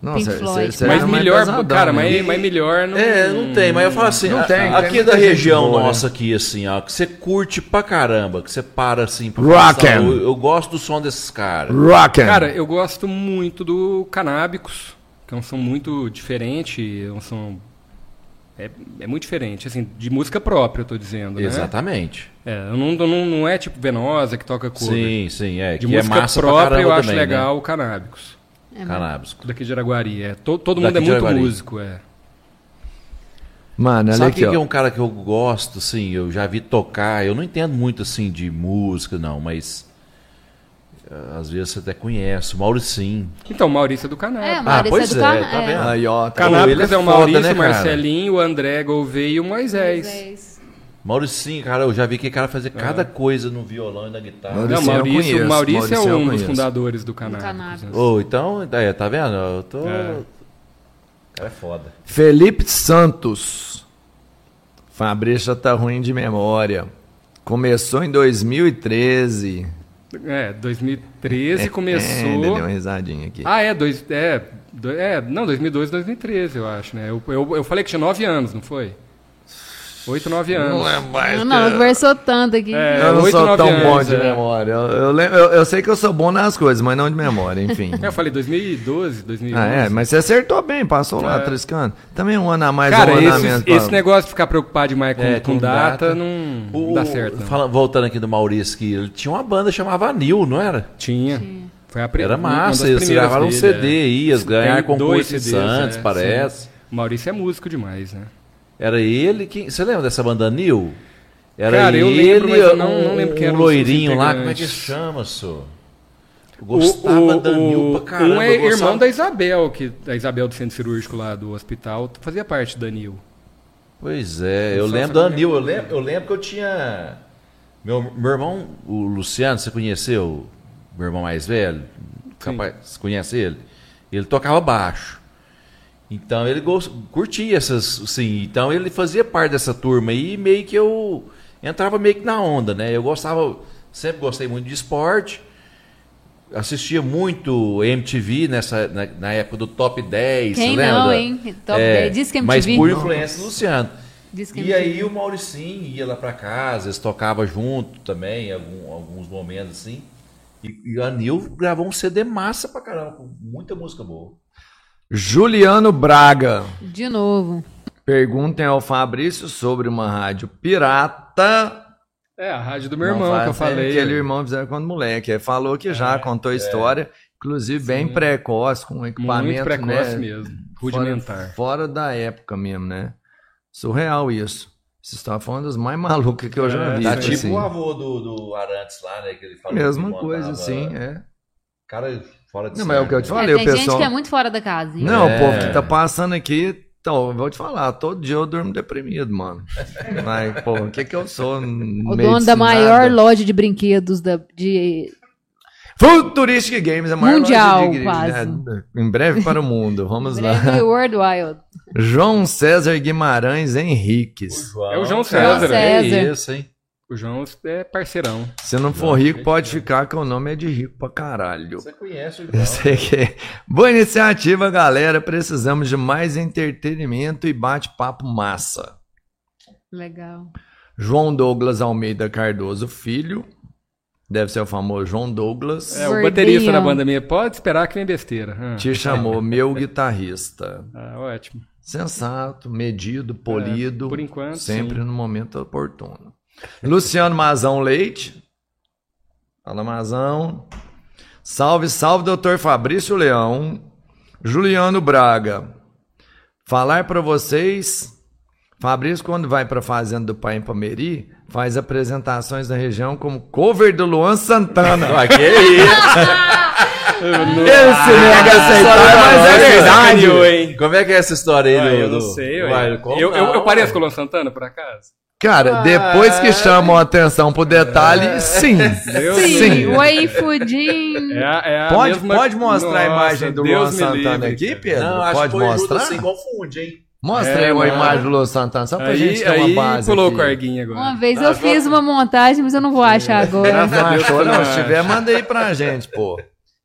Nossa, Pink Floyd. você mas é mais melhor, pesadão, cara, né? mas, mas melhor não. É, não tem, mas eu falo assim, Não a- tem, aqui tem muita da gente região boa, né? nossa aqui, assim, ó, que você curte pra caramba, que você para assim pra Rock pensar, and- eu, eu gosto do som desses caras. Rockin. Cara, eu gosto muito do Canábicos, que é um som muito diferente, é um som. É, é muito diferente, assim, de música própria, eu tô dizendo. né? Exatamente. É, eu não, não, não é tipo Venosa que toca cover. Sim, sim, é. De que é música massa pra própria eu caramba acho também, legal o Canábicos. é, Né? Cannabis. Daqui de Araguari. É. To- Todo, mundo Daqui é de muito Araguari. músico, é. Mano, olha Sabe aqui, quem que é ó. um cara que eu gosto, assim, eu já vi tocar, eu não entendo muito, assim, de música, não, mas eh, às vezes você até conhece, o Mauricinho. Então, Maurício é do Canábicos. É, Maurício pois é é, do Cana- tá vendo? Aí, ó. tá- Cara, Canábicos ele é é, o foda, Maurício, né, o cara? é é Marcelinho, o André Gouveia e o Moisés. Moisés. Mauricinho, cara, eu já vi que cara fazer cada coisa no violão e na guitarra. Não, Maurício eu Maurício, conheço, Maurício, é Maurício eu um dos conheço. fundadores do assim. canal. Canábicos. Ou então, é, tá vendo? Eu tô. É. Cara, é foda. Felipe Santos. Fabrício tá ruim de memória. Começou em 2013. É, 2013 É, ele começou. deu uma risadinha aqui. ah, é, dois, é, do- é, não, 2012, 2013, eu acho, né? Eu, eu, eu falei que tinha 9 anos, não foi? 8, 9 anos. Não, é. não, conversou tanto aqui. É. eu não oito, sou nove tão anos, bom de é. memória. Eu, eu lem- eu- eu sei que eu sou bom nas coisas, mas não de memória, enfim. É, eu falei 2012, 2011. Ah, é, mas você acertou bem, passou lá É. triscando. Também um ano a mais, Cara, um ano a esse, menos. esse pra- negócio de ficar preocupado demais com, É, com com data, data. não O- dá certo. Não. fala- voltando aqui do Maurício, que ele tinha uma banda chamava Anil, não era? Tinha. Foi a pri- um- Era uma das massa, eles primeiras gravaram um dele, CD é. aí, eles ganharam Tem dois concurso em CDs, Santos, é, parece. sim. O Maurício é músico demais, né? Era ele que. Você lembra dessa banda Anil? Era Cara, eu ele, lembro, mas eu não- um, não lembro quem eram um os loirinho lá, como é que integrantes. chama, senhor? Eu O- Gostava o- da Anil o- pra caramba. Um é eu gostava- irmão da Isabel, que a Isabel do centro cirúrgico lá do hospital fazia parte do Danil. Pois é, eu Só lembro você da não Anil, eu lembra. lembro, eu lembro que eu tinha. Meu, meu irmão, o Luciano, você conheceu? Meu irmão mais velho? Capaz, você conhece ele? Ele tocava baixo. Então ele gos- curtia essas. Assim, então ele fazia parte dessa turma aí e meio que eu entrava meio que na onda, né? Eu gostava, sempre gostei muito de esporte. Assistia muito MTV nessa, na, na época do top 10. Quem você lembra? É, não, hein? Top 10. Diz que é Mas MTV. por influência do Luciano. Diz que E MTV. aí o Mauricinho ia lá pra casa, eles tocavam junto também, em algum- alguns momentos assim. E, e o Anil gravou um CD massa pra caramba, com muita música boa. Juliano Braga. De novo. Perguntem ao Fabrício sobre uma rádio pirata. É, a rádio do meu Não irmão que eu faz tempo falei. É, Que ele e o irmão fizeram quando moleque. Ele falou que já contou a história, inclusive bem precoce, com um Muito equipamento. precoce né? mesmo. Fora- Rudimentar. Fora da época mesmo, né? Surreal isso. Você está falando das mais malucas que eu já É, vi. Tá Sim, tipo assim. o avô do, do Arantes lá, né? Que ele falou Mesma que montava- coisa, sim, é. Cara, fora de Não, mas é o série, que eu te né? Valeu, É, tem gente pessoal. que é muito fora da casa. hein? Não, É. o povo que tá passando aqui, então, eu vou te falar, todo dia eu durmo deprimido, mano. Mas, pô, o que que eu sou? O dono da maior loja de brinquedos da, de Futuristic Games, a maior Mundial, loja de gringos, né? Em breve para o mundo, vamos lá. Breve World Wild. João César Guimarães O Henriques. João, É o João cara, César. É César. isso, hein? O João é parceirão. Se não for rico, pode ficar, que o nome é de rico pra caralho. Você conhece o Eu João. sei que- Boa iniciativa, galera. Precisamos de mais entretenimento e bate-papo massa. Legal. João Douglas Almeida Cardoso Filho. Deve ser o famoso João Douglas. É, o Gordinho. baterista da banda minha. Pode esperar que vem besteira. Ah, Te chamou meu guitarrista. ah, ótimo. Sensato, medido, polido. É, por enquanto, Sempre sim. no momento oportuno. Luciano Mazão Leite. Fala, Mazão. Salve, salve, doutor Fabrício Leão. Juliano Braga. Falar pra vocês. Fabrício, quando vai pra Fazenda do Pai em Pameri, faz apresentações na região como cover do Luan Santana. Ah, que isso? Esse nega aceitar, mas é verdade. hein? Como é que é essa história aí, Ah, do- eu não do- sei, do- é ué. Vai, conta, eu, eu, eu ué. pareço com o Luan Santana, por acaso? Cara, depois Ah. que chamam a atenção pro É. detalhe, sim. Sim. Sim. Oi, Fudim. É, a- é a Pode, mesma- pode mostrar a Nossa, imagem do Luan Deus me Santana aqui, livre, cara. Pedro? Não, acho pode que foi ajuda mostrar? sem confunde, hein? Mostra É, aí uma mano. imagem do Luan Santana, só pra gente Aí, ter uma aí base. pulou aqui. o carguinho agora. Uma vez Tá, eu agora- fiz uma montagem, mas eu não vou achar agora. Não achou, não? Se acho. tiver, manda aí pra gente, pô.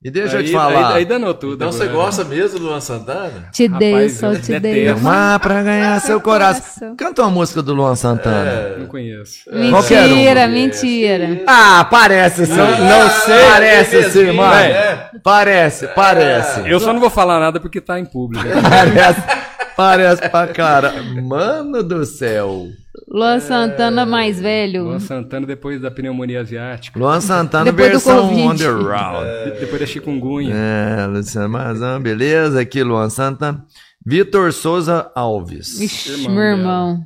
E deixa eu Aí- te falar. Aí, aí danou tudo. Então você agora. gosta mesmo do Luan Santana? Te dei, Rapaz, só eu te dei. detesto. Amar pra ganhar seu coração. coração. Canta uma música do Luan Santana. Não conheço. Qualquer um. Mentira, mentira. Ah, parece sim. Ah, não sei. Parece sim, é mesmo, mano. é. Parece, parece. Eu só não vou falar nada porque tá em público. Parece, parece pra cara. Mano do céu. É. Luan Santana mais velho. Luan Santana, depois da pneumonia asiática, Luan Santana Depois do versão Covid. underground. de- depois da chikungunya. É, Luciano Mazan, beleza. Aqui, Luan Santana. Vitor Souza Alves. Ixi, Irmão meu dela. irmão.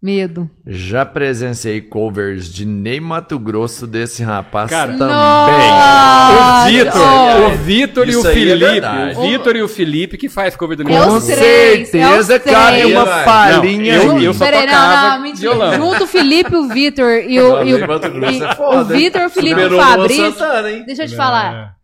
Medo. Já presenciei covers de Ney Mato Grosso desse rapaz Cara, também. Nossa! O Vitor, Ó, o Vitor e Isso o aí é Felipe. verdade. o Vitor e o Felipe que faz cover do É Com os três, certeza, é os cara, três. e uma Não, palhinha eu- aí. eu só Peraí, não, tocava não, mentira. violão. Junto o Felipe, o Vitor e o. E Não, Mato o, Grosso e é o foda, hein? Vitor, o Felipe e o Superou Luan Fabrício. Santana, hein? Deixa eu te falar. Vocês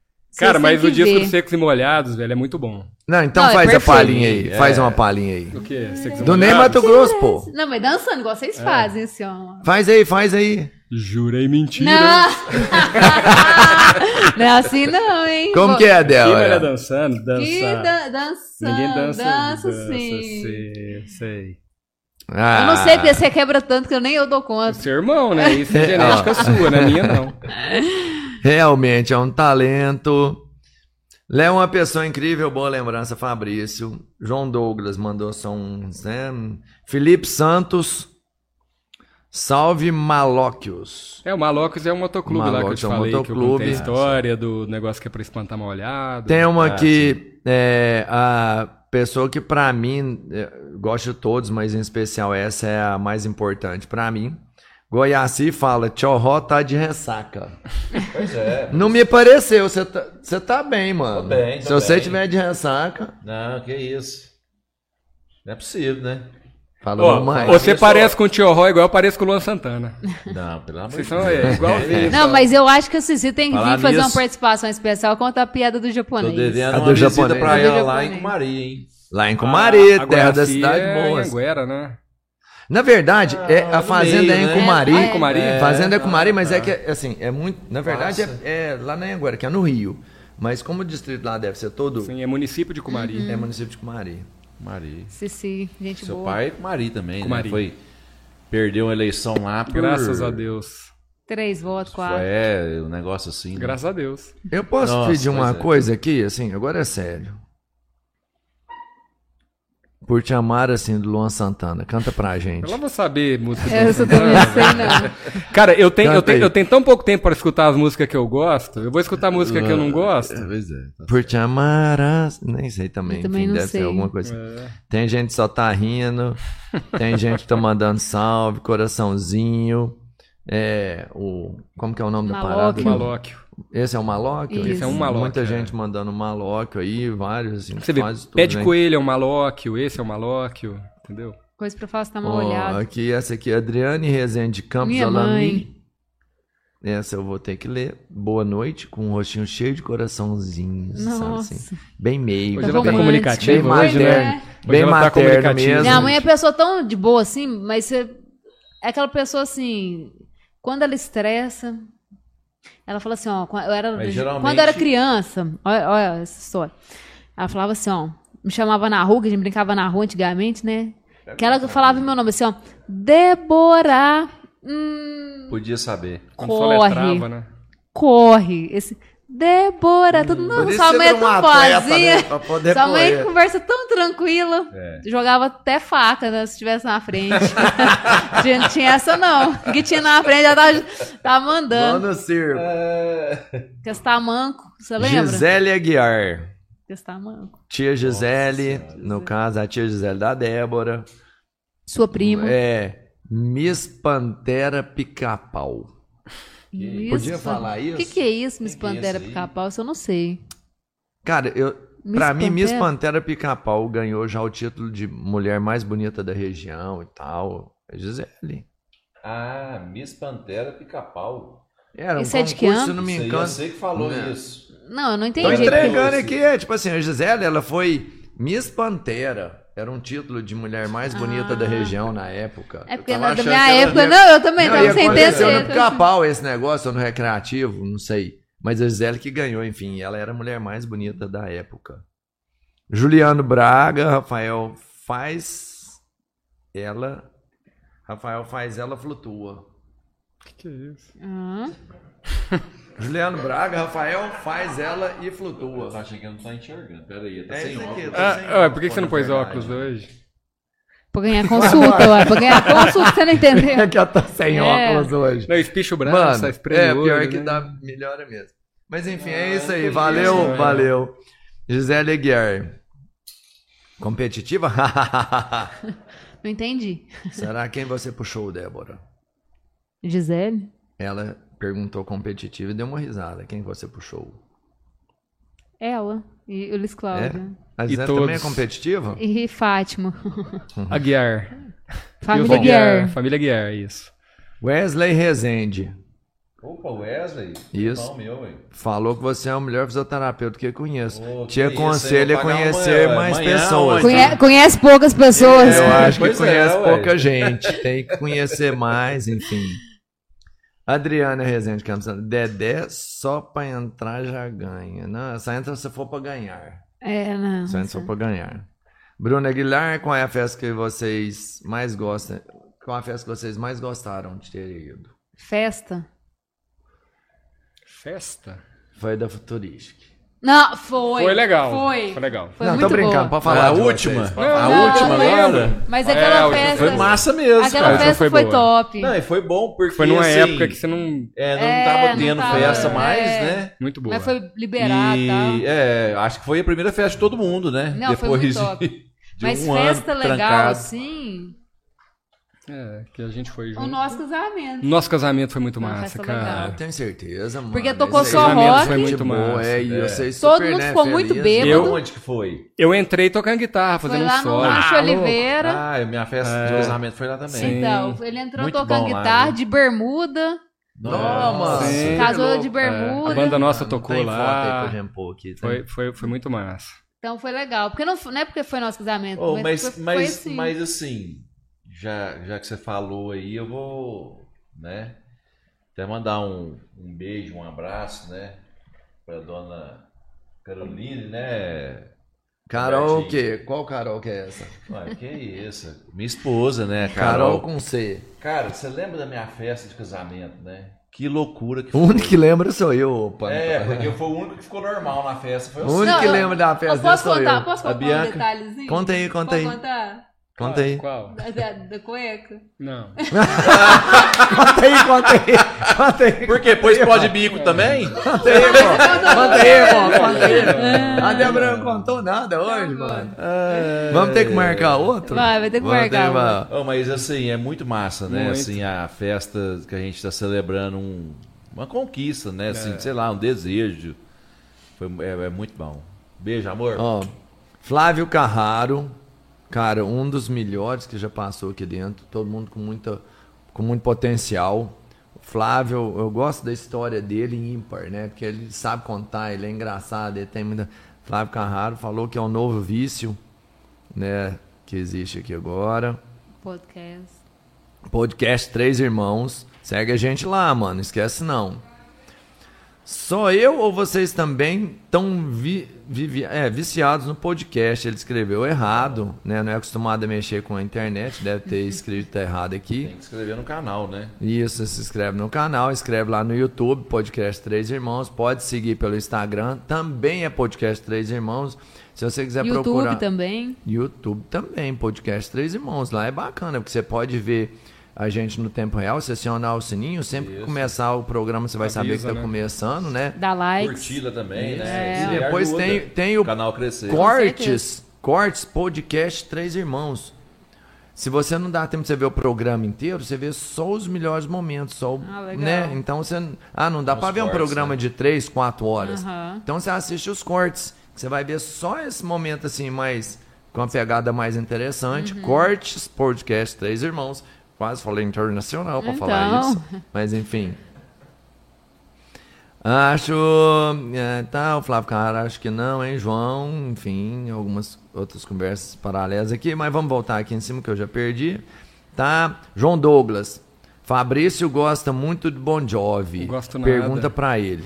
É. Cara, têm mas que o disco ver. dos Secos e Molhados, velho, é muito bom. Não, então Não, é faz a perfeito. palhinha aí. É. Faz uma palhinha aí. O É. quê? Secos e Do Ney Molhados? Mato Grosso, pô. Não, mas dançando, igual vocês fazem, assim, ó. Faz aí, faz aí. Jurei mentira. Não! não é assim, não, hein? Como que é, Quem vai lá Débora? dançando? Que Dança. dan dançando, é? Ninguém dança. dança, dança, assim. sim. sei, sei. Ah, Eu não sei, porque você quebra tanto que eu nem eu dou conta. Seu irmão, né? Isso é genética sua, né? Minha não. Realmente é um talento. Léo é uma pessoa incrível, boa lembrança, Fabrício. João Douglas mandou só uns, né? Felipe Santos. Salve Malóquios. É, o Malocos é um motoclube lá que eu Malocos te é um falei, que eu motoclube. contei a história do negócio que é pra espantar mal olhado. Tem uma Ah, que é a pessoa que pra mim, é, gosto de todos, mas em especial essa é a mais importante pra mim. Goiaci fala, Tchorró tá de ressaca. Pois é. Não me pareceu, você tá, você tá bem, mano. Tô bem, tô Se você bem. tiver de ressaca, Não, que isso. Não é possível, né? falou Ó, mais. você Pessoal. parece com o Tio Ró igual eu pareço com o Luan Santana. Não, pelo amor de Vocês Deus. são é, igualzinhos. Não, mas eu acho que a Cici tem que Falar vir fazer nisso- uma participação especial contar a piada do Tô japonês. devendo A uma do visita japonês. pra A do ela lá em japonês. Comaria, hein? Lá em Comaré, A terra da Guaraci cidade Ah, é boa. em Anguera, né? Na verdade, é, a no fazenda meio, é né? em Cumari. É, é. Cumari? É, fazenda é não, Cumari, mas tá. é que, assim, é muito... Na verdade, é, Nossa. é lá na Anguera, que é no Rio. Mas como o distrito lá deve ser todo... Sim, é município de Cumari. Uhum. É município de Cumari. Maria. Cici, gente Seu boa. pai é Cumari também, Cumari. né? Foi, perdeu a eleição lá por... É Graças Uhum. a Deus. Três votos, quatro. Foi, é, um negócio assim. né? Graças a Deus. Eu posso Nossa, pedir uma pois é. coisa aqui, assim, agora é sério. Por te amar, assim, do Luan Santana. Canta pra gente. Eu lá vou saber música do É, Eu só também não sei, né? não. Cara, eu tenho, eu, Canta tenho, aí. eu tenho tão pouco tempo pra escutar as músicas que eu gosto. Eu vou escutar a música que eu não gosto. É, pois é. Por te amar, as- nem sei também. Eu também enfim, não deve sei. ser alguma coisa. É. Tem gente que só tá rindo, tem gente que tá mandando salve, coraçãozinho. É, o. Como que é o nome da parada? Malóquio. Malóquio. Esse é o malóquio? Isso. Esse é um malóquio, Muita é. gente mandando malóquio aí, vários, assim, Você vê, quase tudo. pé de né? coelho é um malóquio, esse é um malóquio, entendeu? Coisa pra falar, você tá mal Ó, olhado. aqui, essa aqui, Adriane Rezende Campos Minha Alami. Essa eu vou ter que ler. Boa noite, com um rostinho cheio de coraçãozinhos, sabe Nossa. assim? Bem meio. Hoje ela bem, tá romântico. bem comunicativa hoje, materno. né? Hoje Bem ela tá materno comunicativa. mesmo. Minha mãe é pessoa tão de boa assim, mas você. É aquela pessoa assim. Quando ela estressa. Ela fala assim, ó. Eu era, Mas geralmente- Quando eu era criança. Olha, olha essa história. Ela falava assim, ó. Me chamava na rua, que a gente brincava na rua antigamente, né? Que ela falava meu nome assim, ó. Débora. Hum, Podia saber. Quando soletrava, Corre. né? corre. Esse. Hum. Débora, todo Por mundo, isso sua você mãe é vira um tão atleta, boazinha. né? Pra poder Sua mãe correr. conversa tão tranquila. É. Jogava até faca, né? Se tivesse na frente. A gente não tinha essa, não. O que tinha na frente, ela tava, tava mandando. Mano Circo. É, Castamanco, você lembra? Gisele Aguiar. Castamanco. Tia Gisele, no caso, a tia Gisele da Débora. Sua prima. É. Miss Pantera Pica-Pau. Miss Podia Pan- falar O isso? que, que é isso, Miss Que que é Pantera isso aí? Pica-Pau? Isso eu não sei. Cara, eu, Miss pra mim, Miss Pantera? Pantera Pica-Pau ganhou já o título de mulher mais bonita da região e tal. É Gisele. Ah, Miss Pantera Pica-Pau. Era um Isso é de que concurso, se ano? não me Isso aí, engano. Eu sei que falou Não. isso. Não, eu não Tô entendi. entrei. entregando aqui, é, tipo assim, a Gisele, ela foi Miss Pantera. Era um título de mulher mais bonita da região na época. Ah. É porque Eu na, tava da achando minha que ela época. ia- Não, eu também Não, tava e sem aconteceu no entender. pica-pau esse negócio, no recreativo, não sei. Mas a Gisele que ganhou, enfim, ela era a mulher mais bonita da época. Juliano Braga, Rafael faz ela. Rafael faz ela flutua. Que que é isso? Ah, Juliano Braga, Rafael faz ela e Eu flutua. achei que eu não tá enxergando. Pera aí, tá É sem isso aqui, óculos. tá sem Ah, ah, por que, que você não Pode pôs pegar, óculos né? hoje? pra ganhar consulta, ué. Pra ganhar consulta, você não entendeu? que ela tá sem É. óculos hoje. Não, espicha o braço, Mano, é espreme o pior olho, que né? dá melhora mesmo. Mas enfim, Ah, é isso entendi, aí. Valeu, né? valeu. Gisele Aguiar. Competitiva? Não entendi. Será quem você puxou, Débora? Gisele? Ela perguntou competitiva e deu uma risada. Quem você puxou? Ela e o Luiz Cláudio. A E Gisele também é todos. competitiva? E Fátima. Aguiar. Família Guerra. Família Guiar, isso. Wesley Rezende Opa, Wesley. Isso. Total meu, hein? falou que você é o melhor fisioterapeuta que eu conheço. Ô, Te Oh, que isso, aconselho hein? a Vou pagar conhecer amanhã, mais amanhã, pessoas. hoje. Conhe- conhece poucas pessoas. Eu acho que Pois é, conhece ué. pouca gente. Tem que conhecer mais, enfim. Adriana Rezende Campos. Santos. Dedé só pra entrar já ganha. Não, só entra se for pra ganhar. É, não. Só entra se for pra ganhar. Bruna Aguilar, qual é a festa que vocês mais gostam? Qual é a festa que vocês mais gostaram de ter ido? Festa? Festa. Foi da Futuristic. Não, foi. Foi legal. Foi. Foi legal. Foi não, muito tô brincando, boa. pode falar. a de última? vocês. Não, a não, última lembro. agora? Mas É, aquela a última festa. Foi massa mesmo, Aquela cara. Essa festa foi foi, foi boa. top. Não, é e foi bom porque Foi numa assim, época que você não. É, não É, tava não tendo tava, festa mais, é. né? Muito boa. Mas foi liberado e tal. é, acho que foi a primeira festa de todo mundo, né? Não, foi Depois muito de, top. de Mas um festa ano legal, trancado. assim. É, que a gente foi O junto. nosso é casamento. Nosso casamento foi muito Uma massa, festa Ah, eu cara. tenho certeza, mano. Porque tocou Esse só casamento rock. Foi muito Tipo, massa. é, e vocês Todo super, mundo né, ficou muito felizes, bêbado. né? Eu... Eu- Onde que foi? Eu entrei tocando guitarra, Foi fazendo um lá no solo. Márcio Ah, louco. Oliveira. Ah, minha festa de casamento foi lá também. É. Sim. então, ele entrou Muito tocando bom lá, guitarra viu? de bermuda. Não, mano. Sim. Casou de É, bermuda. a banda nossa Não tocou tem foto Tá aí lá. que eu já pôr aqui, tá? Foi, foi, foi muito massa. Então foi legal. Porque não, f- não é porque foi nosso casamento. Oh, mas, mas, foi, mas, foi assim. mas assim, já, já que você falou aí, eu vou, né? Até mandar um, um beijo, um abraço, né? Pra dona Caroline, né? Carol o quê? Qual Carol que é essa? Ué, que isso? Minha esposa, né, Carol Carol? com C. Cara, você lembra da minha festa de casamento, né? Que loucura que O foi. único que lembra sou eu, opa. É, porque foi o único que ficou normal na festa. Foi O você. único Não, que eu- lembra da Eu festa posso sou contar? eu. Posso A contar Bianca- um detalhezinho? Conta aí, conta aí. Posso contar? Conta aí. Qual? Da, da, da cueca? Não. Conta aí, conta aí. Conta aí. Por quê? Pôs pó de bico também? Conta aí, irmão. Conta aí, irmão. Conta aí. É. A Débora não contou nada hoje, Não, mano. É. Vamos ter que marcar outro? Vai, vai ter que Vamos marcar uma- Ô, mas assim, é muito massa, né? Muito. Assim, a festa que a gente está celebrando um- uma conquista, né? Assim, É. sei lá, um desejo. Foi, é, é muito bom. Beijo, amor. Ó, Flávio Carraro, cara, um dos melhores que já passou aqui dentro, todo mundo com, muita, com muito potencial. Flávio, eu gosto da história dele ímpar, né? Porque ele sabe contar, ele é engraçado, ele tem muita. Flávio Carraro falou que é o novo vício, né? Que existe aqui agora. um Podcast. Podcast Três Irmãos. Segue a gente lá, mano. Esquece não. Só eu ou vocês também estão vi, vivi- é, viciados no podcast? Ele escreveu errado, né? Não é acostumado a mexer com a internet, deve ter escrito errado aqui. Tem que inscrever no canal, né? Isso, se inscreve no canal, inscreve lá no YouTube, Podcast Três Irmãos. Pode seguir pelo Instagram, também é Podcast Três Irmãos. Se você quiser YouTube procurar. também. YouTube também, podcast Três Irmãos. Lá é bacana, porque você pode ver a gente no tempo real, se acionar o sininho, sempre que começar o programa você vai Avisa, saber que está né? começando, né? Dá likes. Curtida também, É. né? Isso E aí depois ajuda tem- tem o canal crescer. Cortes, certeza. cortes, podcast Três Irmãos. Se você não dá tempo de você ver o programa inteiro, você vê só os melhores momentos, só o, Ah, legal. né? Então você ah, não dá Os para ver um cortes, programa né? de três, quatro horas. Aham. Então você assiste os cortes, que você vai ver só esse momento assim mais com uma pegada mais interessante. Cortes, podcast Três Irmãos. Quase falei internacional para falar Então. isso, mas enfim. Acho. É, tá, o Flávio Carrara, acho que não, hein, João? Enfim, algumas outras conversas paralelas aqui, mas vamos voltar aqui em cima que eu já perdi. Tá? João Douglas. Fabrício gosta muito de Bon Jovi. Não gosto nada. Pergunta pra ele.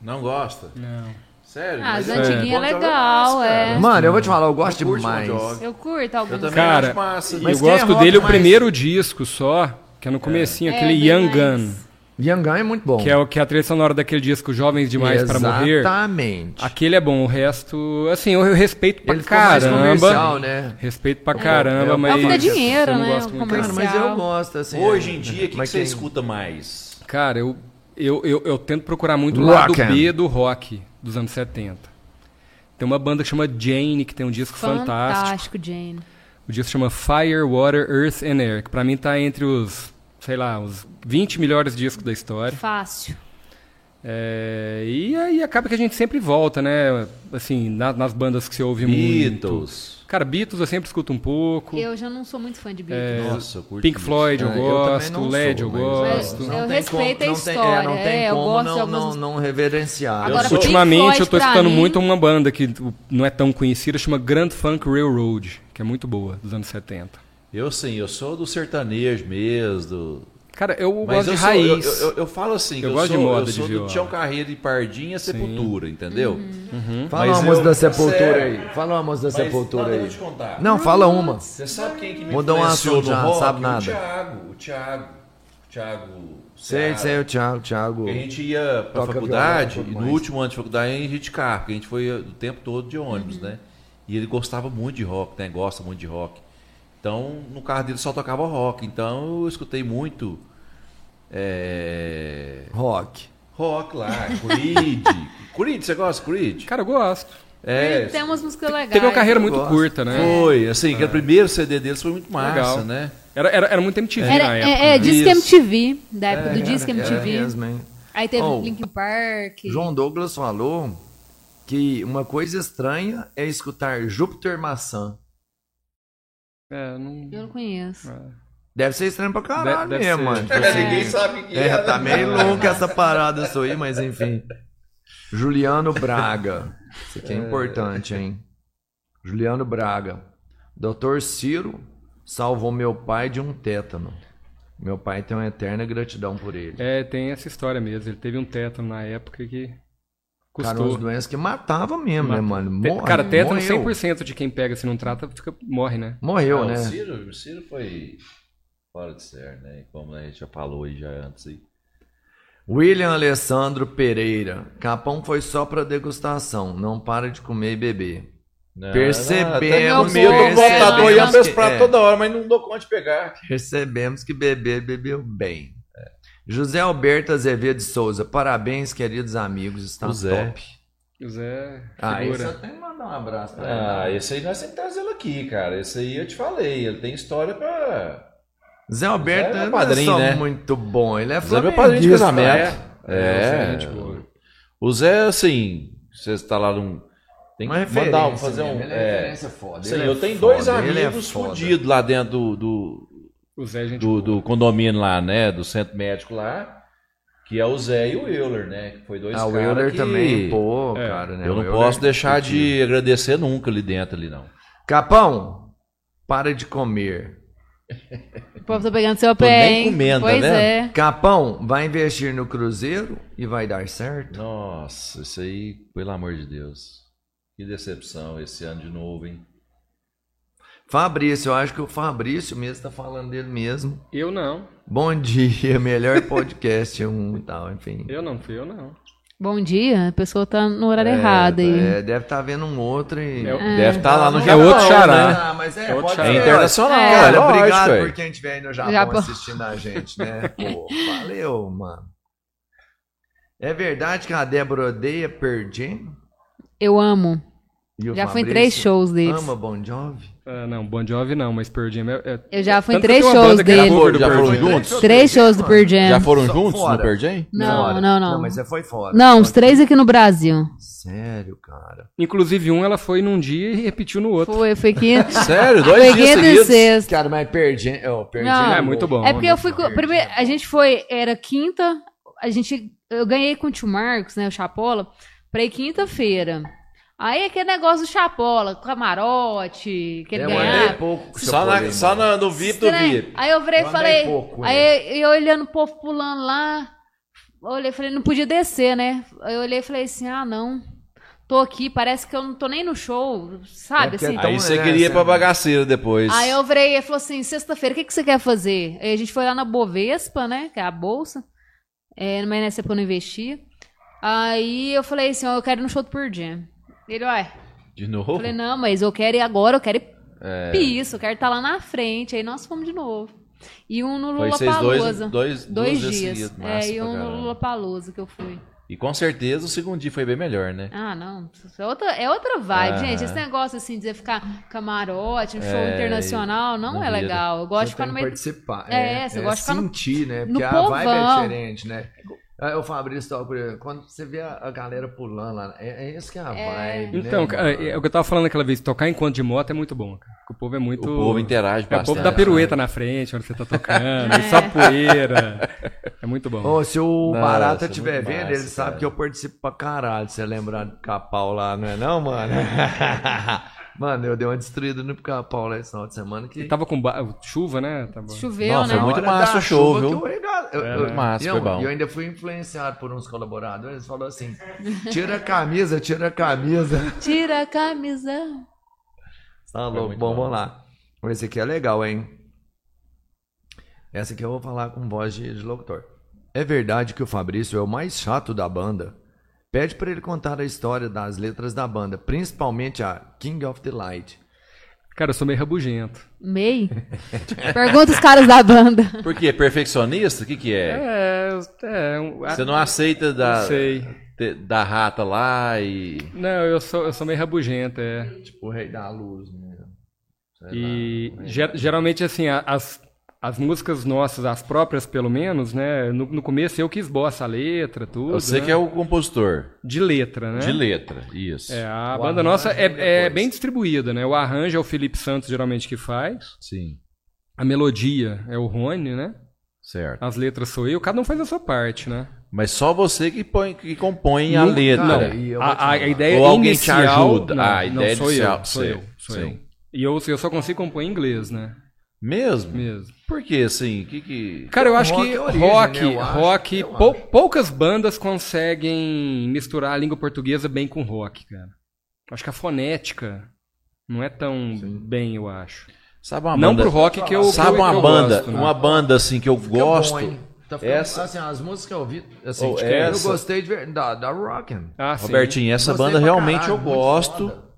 Não gosta? Não. Sério? Ah, as Mas antiguinhas é Bon Jovi legal, massa, cara. é. Mano, eu vou te falar, eu gosto Eu curto Bon demais. Jovi. Eu curto alguns. também. Cara, acho massa. e Mas eu quem é gosto rock dele, o mais? primeiro disco só, que eu não comecei, aquele bem Young Gun, mais- Yangan é muito bom. que é, o, que é a trilha sonora daquele disco Jovens Demais para Morrer. Exatamente. Aquele é bom, o resto, assim, eu eu respeito pra Ele ficou mais comercial, caramba. né? Respeito pra caramba, É o mas. que dá dinheiro, eu não né, gosto o muito, comercial. Cara, mas eu gosto, assim. Hoje é. em dia, o que, que Mas você quem- escuta mais? Cara, eu, eu, eu, eu tento procurar muito o lado é? Rock and- B do rock dos anos 70. Tem uma banda que chama Jane, que tem um disco fantástico. Fantástico, Jane. O disco chama Fire, Water, Earth and Air, que pra mim tá entre os, sei lá, os 20 melhores discos da história. Fácil. É, e aí acaba que a gente sempre volta, né? Assim, na- nas bandas que você ouve muito. Beatles. Cara, Beatles eu sempre escuto um pouco. Eu já não sou muito fã de Beatles. É, Nossa, eu curto Pink muito. Floyd eu É, eu também gosto, não LED eu sou, mas- gosto. Eu respeito a não tem- história, não tem é, eu como gosto de não, algumas- não, não reverenciar. Agora, eu sou, Pink Ultimamente Floyd, eu tô pra escutando mim- muito uma banda que não é tão conhecida, chama Grand Funk Railroad, que é muito boa, dos anos 70. Eu sim, eu sou do sertanejo mesmo. do- Cara, eu Mas gosto eu, de sou- raiz. eu- eu- eu falo assim, que Eu eu, gosto de sou, moda de eu sou do viola. Tião Carreira e Pardinha Sepultura, entendeu? Uhum. fala mas uma música eu- da Sepultura sério. aí. Fala uma música da Mas, é Sepultura não, deixa eu aí. te contar. Não, fala uma. Você sabe quem que me Mudou um influenciou assunto no já, rock? sabe O nada. Thiago, o Thiago, o Thiago. Sei, Seara. sei, o Thiago, Thiago. Porque a gente ia pra Toca faculdade, violão, e tudo no mais. último ano de faculdade a gente ia de carro, porque a gente foi o tempo todo de ônibus, Uhum. né? E ele gostava muito de rock, né? Gosta muito de rock. Então, no carro dele só tocava rock. Então, eu escutei muito é, Rock. rock lá, Creed. Creed, você gosta de Creed? Cara, eu gosto. É, Ele tem umas músicas legais. Teve uma carreira muito gosto. curta, né? foi. Assim, que o primeiro CD deles foi muito massa, Legal. né? Era, era, era muito MTV na Era, época. é, é, né? Disque Isso. MTV, da época do Disque MTV. É mesmo, hein? Aí teve Oh. Linkin Park. João Douglas falou que uma coisa estranha é escutar Júpiter Maçã. É, não- Eu não conheço. Deve ser estranho pra caralho Deve- deve mesmo, ser. mano. É, ninguém sabe né? o que É, tá meio louca essa parada sua aí, mas enfim. Juliano Braga. Isso aqui é importante, hein? Juliano Braga. Doutor Ciro salvou meu pai de um tétano. Meu pai tem uma eterna gratidão por ele. é, tem essa história mesmo. Ele teve um tétano na época que Cara, umas custou. doenças que matava mesmo, né, mano? Te- Morre, cara, tétano morreu. 100% de quem pega se não trata fica, morre, né? Morreu, Não, né? O Ciro, o Ciro foi fora de ser, né? Como a gente já falou aí já antes aí. William Alessandro Pereira. Capão foi só pra degustação. Não para de comer e beber. Não, Percebemos, não, até meu percebemos medo do computador que- ia meus pratos é. toda hora, mas não dou conta de pegar. Percebemos que bebê bebeu bem. É. José Alberto Azevedo de Souza, parabéns, queridos amigos, está O Zé. top. O Zé figura. Ah, isso eu tenho que mandar um abraço pra ele. Ah, esse aí nós temos que trazer ele aqui, cara. Esse aí eu te falei, ele tem história pra. Zé Alberto Zé é meu não padrinho, é só né? muito bom, ele é Zé é meu flamenguista. padrinho de casamento. né? É, É. gente boa. O Zé, assim, você está lá num. Tem Uma que referência, mandar um, fazer mesmo, um. ele é É, referência foda. assim, ele é eu tenho foda, dois ele é amigos foda. fudidos lá dentro do- do, O Zé, é gente. do, do condomínio lá, né? Do centro médico lá, que é o Zé e o Euler, né? Que foi dois Ah, o caras Euler que- também, pô, É, cara, né? Eu O não Euler- posso deixar de agradecer nunca ali dentro, ali não. Capão, para de comer. O povo tá pegando seu Tô pé, nem hein? comendo, tá pois vendo? é. Capão, vai investir no Cruzeiro e vai dar certo? Nossa, isso aí, pelo amor de Deus. Que decepção esse ano de novo, hein? Fabrício, eu acho que o Fabrício mesmo tá falando dele mesmo. Eu não. Bom dia, melhor podcast um e tal, enfim. Eu não, fui eu não. Bom dia, a pessoa tá no horário errado aí. É, deve estar vendo um outro e. É o- Deve estar lá no É Japão, outro xará. né? Ah, mas é, É outro pode xará. É ser. internacional, É. cara. Olha, lógico, obrigado ué. por quem estiver aí no Japão, Japão. assistindo a gente, né? Pô, valeu, mano. É verdade que a Débora odeia Perdinho? Eu amo. Já fui em três shows deles. Ama Bon Jovi? Ah, não, Bon Jovi não, mas Pearl Jam é... é- Eu já fui em Tanto que três tem uma shows banda que era dele. cover do Já Pearl foram Jam. juntos? Três shows do Pearl Já Jam. foram Só juntos fora. no Perdim? Não, Fora. não, não. mas você foi fora. Não, os Só- três aqui no Brasil. Sério, cara. Inclusive um ela foi num dia e repetiu no outro. Foi, foi quinta. Sério, Foi dois dias quinta e seguidos. sexta. Cara, mas Perdinho... Oh, Perdinho Não. É muito bom. É porque eu né? fui. com- Primeiro, a gente foi, era quinta, a gente. Eu ganhei com o tio Marcos, né? O Chapola, pra ir quinta-feira. Aí aquele negócio do Chapola, camarote, que ele É, Eu ganhava. andei pouco. com seu Só, na, polêmico. só na- no VIP do Estranho. VIP. Aí eu virei e Eu andei falei. pouco, né? aí eu olhando o povo pulando lá. eu Olhei e falei, não podia descer, né? Aí eu olhei e falei assim: ah, não. Tô aqui, parece que eu não tô nem no show, É sabe? porque assim. tá Aí Então, você é, queria ir pra sabe? bagaceira depois. Aí eu virei e falou assim: sexta-feira, o que, que você quer fazer? Aí a gente foi lá na Bovespa, né? Que é a bolsa. É, mas nessa época eu não investia. Aí eu falei assim: ó, eu quero ir no show do Pearl Jam. Ele, ué. De Eu novo? falei: não, mas eu quero ir agora, eu quero ir É. piso, eu quero estar lá na frente. Aí nós fomos de novo. E um no Foi Lula vocês dois, Palusa. dois, Dois duas vezes dias. seguidas, É, massa e pra um no caramba. Lula Palusa que eu fui. E com certeza o segundo dia foi bem melhor, né? Ah, não. Isso É outra, é outra vibe, Aham. gente. Esse negócio assim de você ficar camarote, um show É, internacional, não não é vira. legal. Eu gosto de ficar no tem que meio. participar. É, você gosta de ficar no- sentir, né? no Porque a vibe é povão. É diferente, né? Aí o Fabrício tava por exemplo, quando você vê a, a galera pulando lá, é, é isso que é a vibe, Então, né? cara, mano? é o que eu tava falando aquela vez, tocar enquanto de moto é muito bom, cara. Porque O povo é muito. O povo interage É o bastante. né? povo da pirueta na frente, onde você tá tocando, É. só poeira. É muito bom. Ô, se o Nossa, Barata muito estiver vendo, massa, ele sabe cara. que eu participo pra caralho. Você lembrar do pica-pau lá, não é não, mano? mano, eu dei uma destruída no pica-pau lá esse final de semana que... Tava com ba- chuva, né? Tava... Choveu, Não, né? foi Na muito hora massa da o show, chuva viu? que eu regalo- eu- É, eu- né? Massa, e eu, foi bom. E eu ainda fui influenciado por uns colaboradores. Eles falaram assim: tira a camisa, tira a camisa. Tira a camisa. Tá louco. muito Bom, bom. vamos lá. Esse aqui é legal, hein? Essa aqui eu vou falar com voz de, de locutor. É verdade que o Fabrício é o mais chato da banda. Pede pra ele contar a história das letras da banda, principalmente a King of the Light. Cara, eu sou meio rabugento. Mei. Pergunta os caras da banda. Por quê? Perfeccionista? O que que é? É, é. um- Você não aceita da, Não sei. te- da rata lá e... Não, eu sou, eu sou meio rabugento, é. Tipo, o Rei da Luz, né? E é. ge- geralmente, assim, a- as, as músicas nossas, as próprias pelo menos, né? No, no começo eu que esboço a letra, tudo. Você né? que é o compositor De letra, né? de letra, isso. É, a O banda arranjo nossa vem é, é depois. bem distribuída, né? O arranjo é o Felipe Santos, geralmente, que faz. Sim, A melodia é o Rony, né? certo. As letras sou eu. Cada um faz a sua parte, né? Mas só você que, põe, que compõe a Não, letra. cara, e eu vou A, te a- a falar. ideia Ou alguém te inicial... ajuda. Não, Ah, a ideia não, sou inicial, Eu, sou sei, eu, sou sei. eu. E eu, eu só consigo compor em inglês, né? Mesmo? Mesmo. Por que, assim? Que que... Cara, eu acho Rock que é origem, rock, né? Eu acho, rock, eu pou- acho. poucas bandas conseguem misturar a língua portuguesa bem com rock, cara. Acho que a fonética não é tão bem, eu acho. Sabe uma não banda... pro rock que eu Sabe que eu- uma que eu banda, gosto, né? uma banda assim que eu Fica bom, gosto. hein? Tá ficando- Essa- assim, as músicas que eu ouvi, assim, Ou de quem eu essa. gostei de ver, da, da Rockin'. Ah, sim. Robertinho, essa Gostei banda pra realmente caralho, eu muito gosto. foda.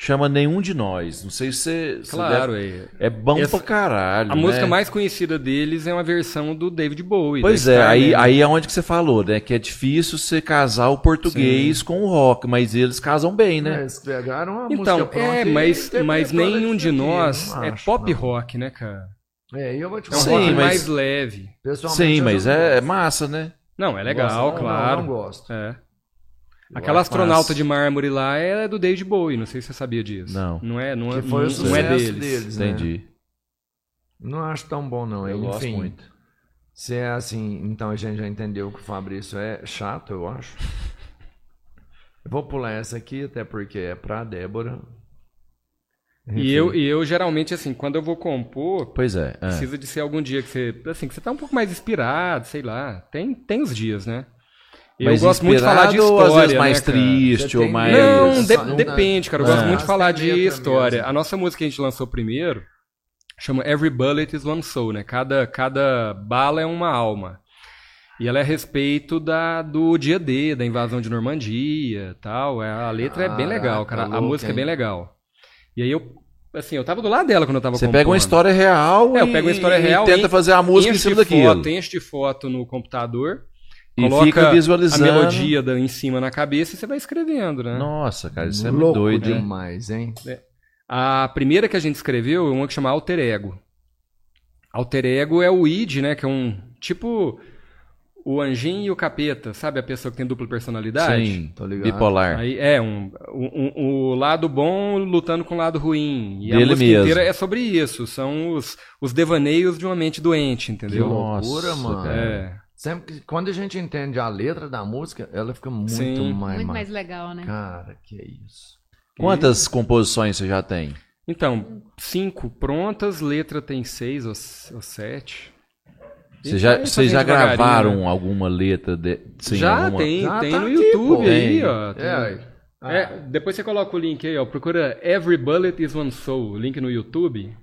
Chama Nenhum de Nós. Não sei se você. se Claro, deve- é. é. bom Essa- pra caralho. A música né? mais conhecida deles é uma versão do David Bowie. Pois da é, Starman, aí, né? aí é onde que você falou, né? Que é difícil você casar o português com o rock, mas eles casam bem, É, né? Eles pegaram a música Então, pronta é, e mas, mas interpretaram nenhum isso de aqui, nós não é acho, pop não. rock, né, cara? É, e eu vou te É um Sim, rock mas- mais leve. Pessoalmente, Sim, eu mas não é, é gosto. massa, né? Não, é legal, Gosto, não, claro. Não, não gosto. É. Aquela acho astronauta massa. de mármore lá é do David Bowie, não sei se você sabia disso. Não. Não é, não é, Que foi o não, não é sucesso deles. deles. né? Entendi. Não acho tão bom, não. Eu Enfim, gosto muito. Se é assim, então a gente já entendeu que o Fabrício é chato, eu acho. Eu vou pular essa aqui, até porque é pra Débora. E eu, e eu geralmente, assim, quando eu vou compor, Pois é. é. precisa de ser algum dia que você. Assim, que você tá um pouco mais inspirado, sei lá. Tem, tem os dias, né? Eu Mas gosto muito de falar de inspirado ou história. às vezes mais né, cara? triste Você ou tem mais. É. Não, Mas- de- Só- não depende, cara. Eu dá. gosto muito de Ah, falar tem de letra história. mesmo. A nossa música que a gente lançou primeiro chama Every Bullet is One Soul, né? Cada, cada bala é uma alma. E ela é a respeito da, do dia D, da invasão de Normandia tal. É, A letra é bem Caraca, legal, cara. a Ah, tá louco, música é hein? bem legal. E aí eu, assim, eu tava do lado dela quando eu tava Você pega uma compondo. história real É, eu e- pego uma história e real tenta e fazer a música em enche cima de daquilo. foto, enche de foto no computador, E coloca fica visualizando. a melodia da- em cima na cabeça e você vai escrevendo, né? Nossa, cara, isso é muito Louco né? doido, hein? demais, hein? A primeira que a gente escreveu é uma que chama Alter Ego. Alter Ego é o id, né? Que é um tipo o anjinho e o capeta, sabe? A pessoa que tem dupla personalidade. Sim, Tô ligado. bipolar. Aí é um, um- um- o lado bom lutando com o lado ruim. E a Dele música mesmo. inteira é sobre isso. São os, os devaneios de uma mente doente, Que entendeu? loucura, Nossa, mano. cara. É. Sempre que, quando a gente entende a letra da música, ela fica muito Sim. mais. Muito ma- mais legal, né? Cara, que isso. Quantas composições você já tem? Então, cinco prontas, letra tem seis ou, s- ou sete. E Você já, vai vocês já Então, fazendo devagarinho, né? gravaram alguma letra de, sem já alguma- tem, Já tem tá no aqui, YouTube pô. aí, Tem. ó. Tem. É, ah, É, depois você coloca o link aí, ó. Procura Every Bullet is One Soul, o link no YouTube.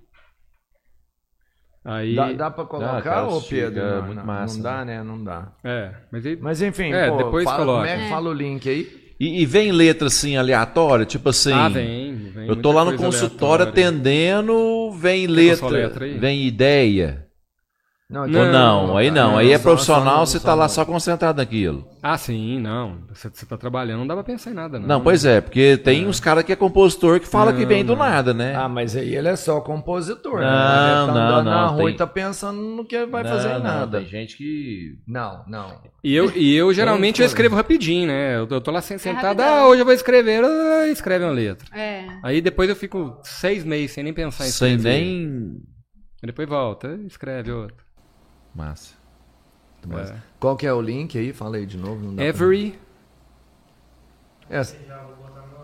Aí. Dá, dá pra Ah, colocar, cara, ô chega, Pedro? é Não, muito não, massa, não dá, né? Não dá. É, mas aí. Mas enfim, É, pô, depois fala, coloca. como é que fala o link aí? E, e vem letra assim aleatória, tipo assim. Ah, vem, vem eu tô lá muita no coisa consultório aleatória. atendendo, vem Quer que eu só letra, letra aí? vem ideia. Não, Ou não, aí não. aí é só- profissional, só- você só tá lá no- só concentrado naquilo. Ah, sim, não. Você você tá trabalhando, não dá pra pensar em nada, não. Não, pois é, porque tem uns caras que é compositor que fala que vem do nada, né? Ah, mas aí ele é só compositor. né? Não, Ele tá não, andando na não, rua tem- e tá pensando no que vai Não, fazer em não, nada. Tem gente que. Não, não. E eu, e eu geralmente eu escrevo rapidinho, né? Eu, eu tô lá sem- sentado, ah, hoje eu vou escrever, ah, escreve uma letra. É. Aí depois eu fico seis meses sem nem pensar em Sem escrever. nem. Aí depois volta, escreve outra. Massa. Qual que é o link aí? Fala aí de novo. Não dá É, pra- Every, Essa-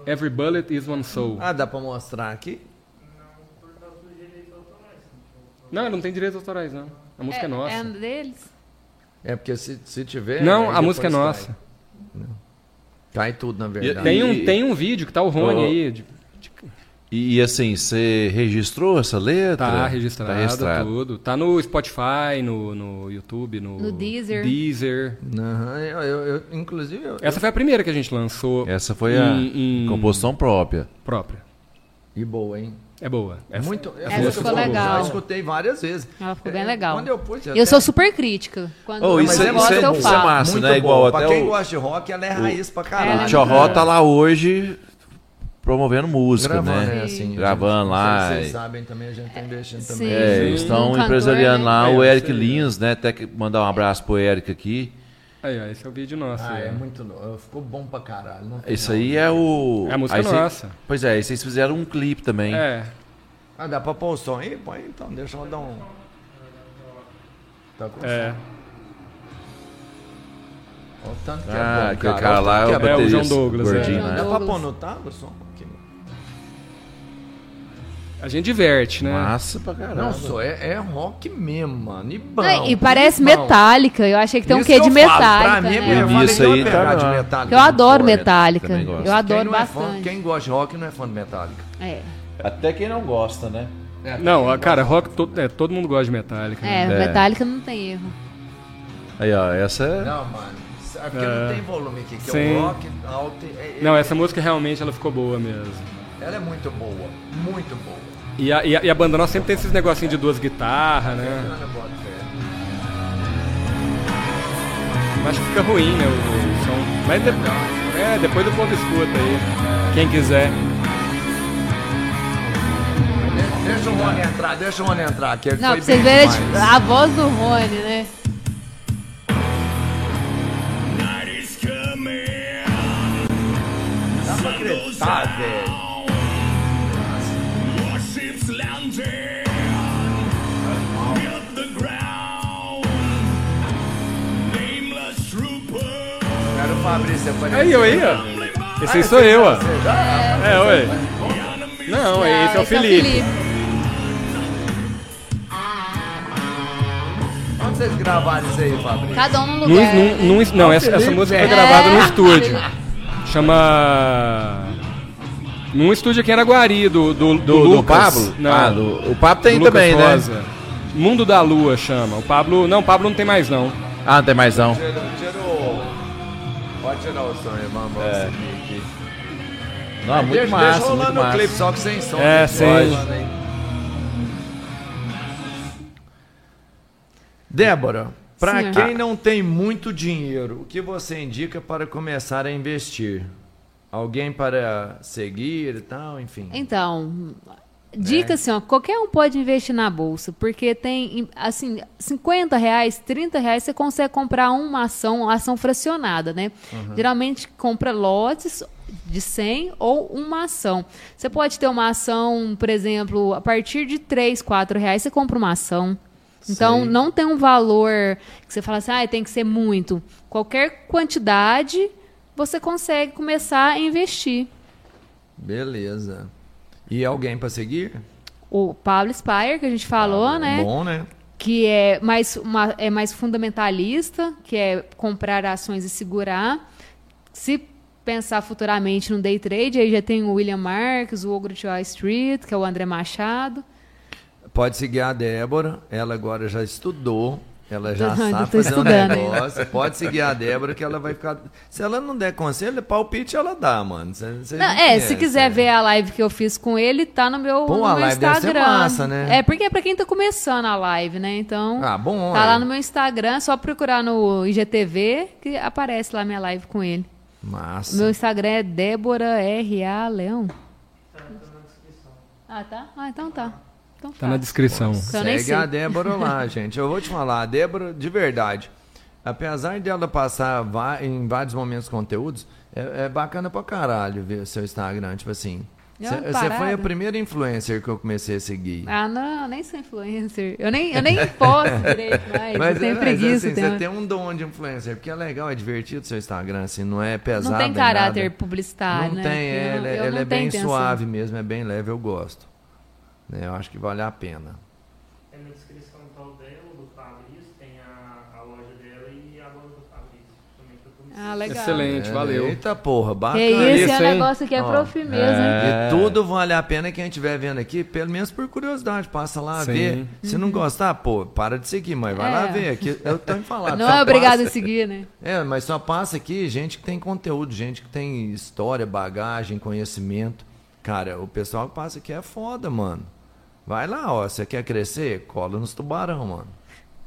every bullet is one soul. Ah, dá pra mostrar aqui? Não, não tem direitos autorais, não. A música é, nossa. É deles? É porque se, se tiver. aí não, a depois tá. música é cai. nossa. Cai tudo, na verdade. Tem um, E- tem um vídeo que tá o Rony Oh. aí. de- E, e assim, você registrou essa letra? Tá registrado, tudo. Tá no Spotify, no, no YouTube, no, No Deezer. Deezer. Aham, eu, eu- eu- inclusive, eu- Essa foi a primeira que a gente lançou Essa foi a Em- em- composição própria. própria. E boa, hein? É boa. Essa- Muito. é Essa eu- ficou eu- legal. Eu escutei várias vezes. Ela ficou bem É, legal. Quando eu pus, Eu sou super crítica. Quando Oh, eu isso gosto, é- eu, isso é bom, isso é falo. massa. né? Igual pra até quem o- gosta de rock, ela é raiz pra Ela O é caralho. Tchorró tá lá hoje promovendo música, Gravando, né? É né? Assim, Gravando a gente- lá. Vocês e- sabem também, a gente tá investindo Sim. também. É, Sim. eles Um estão cantor, empresariando né? lá É, o eu Eric sei. Lins, né? Até que mandar um abraço pro Eric aqui. Aí, ó, esse é o vídeo nosso. Ah, aí, é ó. muito novo. Ficou bom pra caralho. não tem Isso não. aí é o. É a música aí cê- nossa. Pois é, aí vocês fizeram um clipe também. É. Ah, dá pra pôr o som aí? Põe então, deixa eu dar um. Tá com É, Olha o tanto que Ah, é bom, aquele cara. cara lá Olha é o o tanto que é o baterista. João Douglas, é. gordinho, João né? é bom. Dá pra pôr Douglas. no talo só? Aqui. A gente diverte, né? Massa pra caramba. Não, só é, é rock mesmo, mano. E bom. Não, e parece é bom. metálica. Eu achei que tem um Isso quê de eu falo, metálica. Pra mim, né? eu bonito. falei, Isso não é aí tá pegar de bom. metálica. Eu adoro Fora, metálica. também gosto. Eu adoro quem não é fã- bastante. quem gosta de rock não é fã de metálica. É. Até quem não gosta, né? Não, ó, cara, rock, to- é, todo mundo gosta de Metallica. É, né? É. metálica não tem erro. Aí, ó, essa é. Não, mano. É porque não tem volume aqui, que é Sim. o rock alto. é- é- Não, essa música realmente ela ficou boa mesmo. Ela é muito boa. Muito boa. E a, e a- e a banda nossa sempre tem esses negocinhos de duas guitarras, né? Ana bota fé. Eu Acho que fica ruim, né, o, o som. Mas de- é, depois do povo escuta aí. Quem quiser. De- Deixa o Rony entrar, deixa o Rony entrar. Que ele Não, foi pra vocês bem verem demais. tipo, a voz do Rony, né? Dá pra acreditar, Tá, velho. Quero o Fabrício aparecer. Aí, eu aí, ó. Esse aí sou eu, ó. É, oi. Não, esse é o Felipe. Onde vocês gravaram isso aí, Fabrício? Cada um num Num- lugar. num- num- não, essa, essa música É. foi gravada no estúdio. Chama. Num estúdio aqui em Araguari, do, do, do, Do, do Lucas. Pablo? Não, Ah, do- o Pablo tem do Lucas também, né? Rosa. Mundo da Lua chama. O Pablo. Não, o Pablo não tem mais, não. Ah, não tem mais não. Tira, tira o... Pode tirar o som, irmão. Vamos É, seguir aqui. Não, é muito deixa, massa. deixa muito rolando o massa. clipe, só que sem som. É, né? sem. Rolando aí. Débora, para Senhor. quem não tem muito dinheiro, o que você indica para começar a investir? Alguém para seguir e tal, enfim. Então, dica assim, ó, qualquer um pode investir na bolsa, porque tem, assim, 50 reais, 30 reais, você consegue comprar uma ação, uma ação fracionada, né? Geralmente compra lotes de 100 ou uma ação. Você pode ter uma ação, por exemplo, a partir de 3, 4 reais, você compra uma ação. Então, Sei. não tem um valor que você fala assim, ah, tem que ser muito. Qualquer quantidade, você consegue começar a investir. Beleza. E alguém para seguir? o Pablo Spire, que a gente falou, né? Bom, né? Que é mais, uma, é mais fundamentalista, que é comprar ações e segurar. Se pensar futuramente no day trade, aí já tem o William Marques, o Ogro de Wall Street, que é o André Machado. Pode seguir a Débora, ela agora já estudou, Ela já Tô- sabe fazer tô um estudando, hein? negócio. Pode seguir a Débora que ela vai ficar. Se ela não der conselho, palpite ela dá, mano. Cê- cê Não, não é, conhece, se quiser né? ver a live que eu fiz com ele, tá no meu, Pô, no a meu live deve ser Instagram. massa, né? É, porque é pra quem tá começando a live, né? Então. Ah, bom. Tá é. lá no meu Instagram, só procurar no IGTV que aparece lá minha live com ele. Massa. Meu Instagram é Débora R.A. Leão. Ah, tá? Ah, então tá. Então Tá na descrição. Que eu nem Segue sei. a Débora lá, gente. Eu vou te falar, a Débora, de verdade, apesar dela passar va- em vários momentos conteúdos, é, é bacana pra caralho ver o seu Instagram. Tipo assim, É uma você foi a parada. primeira influencer que eu comecei a seguir. Ah, não, eu nem sou influencer. Eu nem, eu nem posto direito mais. eu tenho mas, É, preguiça. assim, tenho- você tem um dom de influencer, porque é legal, é divertido o seu Instagram, assim, não é pesado. Não tem nem caráter nada. publicitário, Não né? tem, Eu- ela, eu ela não é bem tenho intenção. suave mesmo, é bem leve, eu gosto. Né, Eu acho que vale a pena. É na descrição tá o dela, do Fabrício, tem a, a loja dela e a loja do Fabrício. Também que eu tô me Ah, legal. Excelente, É, valeu. Eita porra, Que bacana. isso, Isso, é um hein? negócio que é Ó, profi mesmo, hein? é. E tudo vale a pena quem estiver vendo aqui, pelo menos por curiosidade. Passa lá Sim. ver. Se não gostar, pô, para de seguir, mas vai Uhum. É. lá ver. Aqui, eu tô me falando. Não só é obrigado a passa- seguir, né? É, mas só passa aqui gente que tem conteúdo, gente que tem história, bagagem, conhecimento. Cara, o pessoal que passa aqui é foda, mano. Vai lá, ó. Você quer crescer? Cola nos tubarão, mano.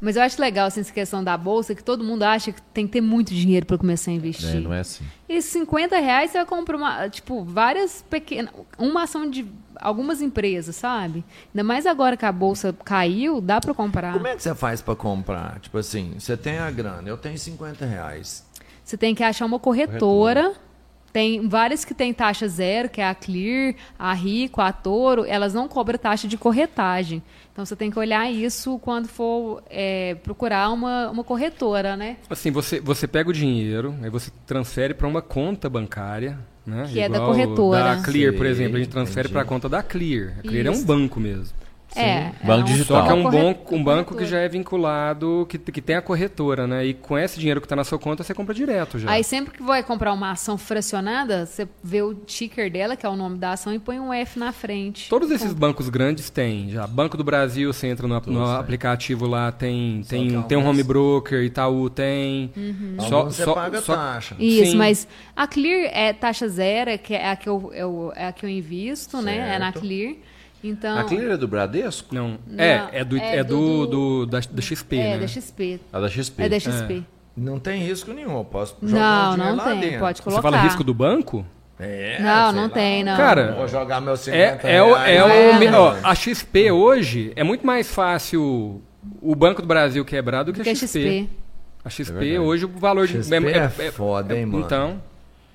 Mas eu acho legal assim, essa questão da bolsa, que todo mundo acha que tem que ter muito dinheiro pra começar a investir. É, não é assim. E 50 reais você vai comprar uma, tipo, várias pequenas. Uma ação de algumas empresas, sabe? Ainda mais agora que a bolsa caiu, dá pra comprar. Como é que você faz pra comprar? Tipo assim, você tem a grana, eu tenho 50 reais. Você tem que achar uma corretora. Tem várias que tem taxa zero, que é a Clear, a Rico, a Toro, elas não cobram taxa de corretagem. Então você tem que olhar isso quando for é, procurar uma, uma corretora, né? Assim, você, você pega o dinheiro, aí você transfere para uma conta bancária, né? Que é da Igual corretora. Da Clear, por Sei, exemplo, a gente transfere entendi. para a conta da Clear. A Clear é um Isso. banco mesmo. É. Banco um- digital. Só que é um, corre- banco, um banco que corretora. já é vinculado, que, que tem a corretora, né? E com esse dinheiro que está na sua conta, você compra direto já. Aí sempre que vai comprar uma ação fracionada, você vê o ticker dela, que é o nome da ação, e põe um F na frente. Todos esses bancos grandes têm já. Banco do Brasil, você entra no, no aplicativo lá, tem, que tem, tem um alguns- home broker, Itaú tem. Uhum. Só, você paga taxa. Isso, Sim. mas a Clear é taxa zero, é que é a que eu, eu- é a que eu invisto, né? É na Certo. Clear. Então, A Clear é do Bradesco? Não, Não, é, é do, é é do, do- do- da, da XP, é né? da XP. A da XP. É da XP. Não tem risco nenhum, eu posso jogar o Não, dinheiro não lá tem. dentro. Pode Você colocar. fala risco do banco? É, Não, sei não lá. tem, não. Cara, Vou jogar meus 50 É, é, o, é reais. o, me- né? ó, a XP hoje é muito mais fácil o Banco do Brasil quebrar do que, Porque a é XP. XP. A É XP hoje o valor de XP é foda, hein, mano? Então,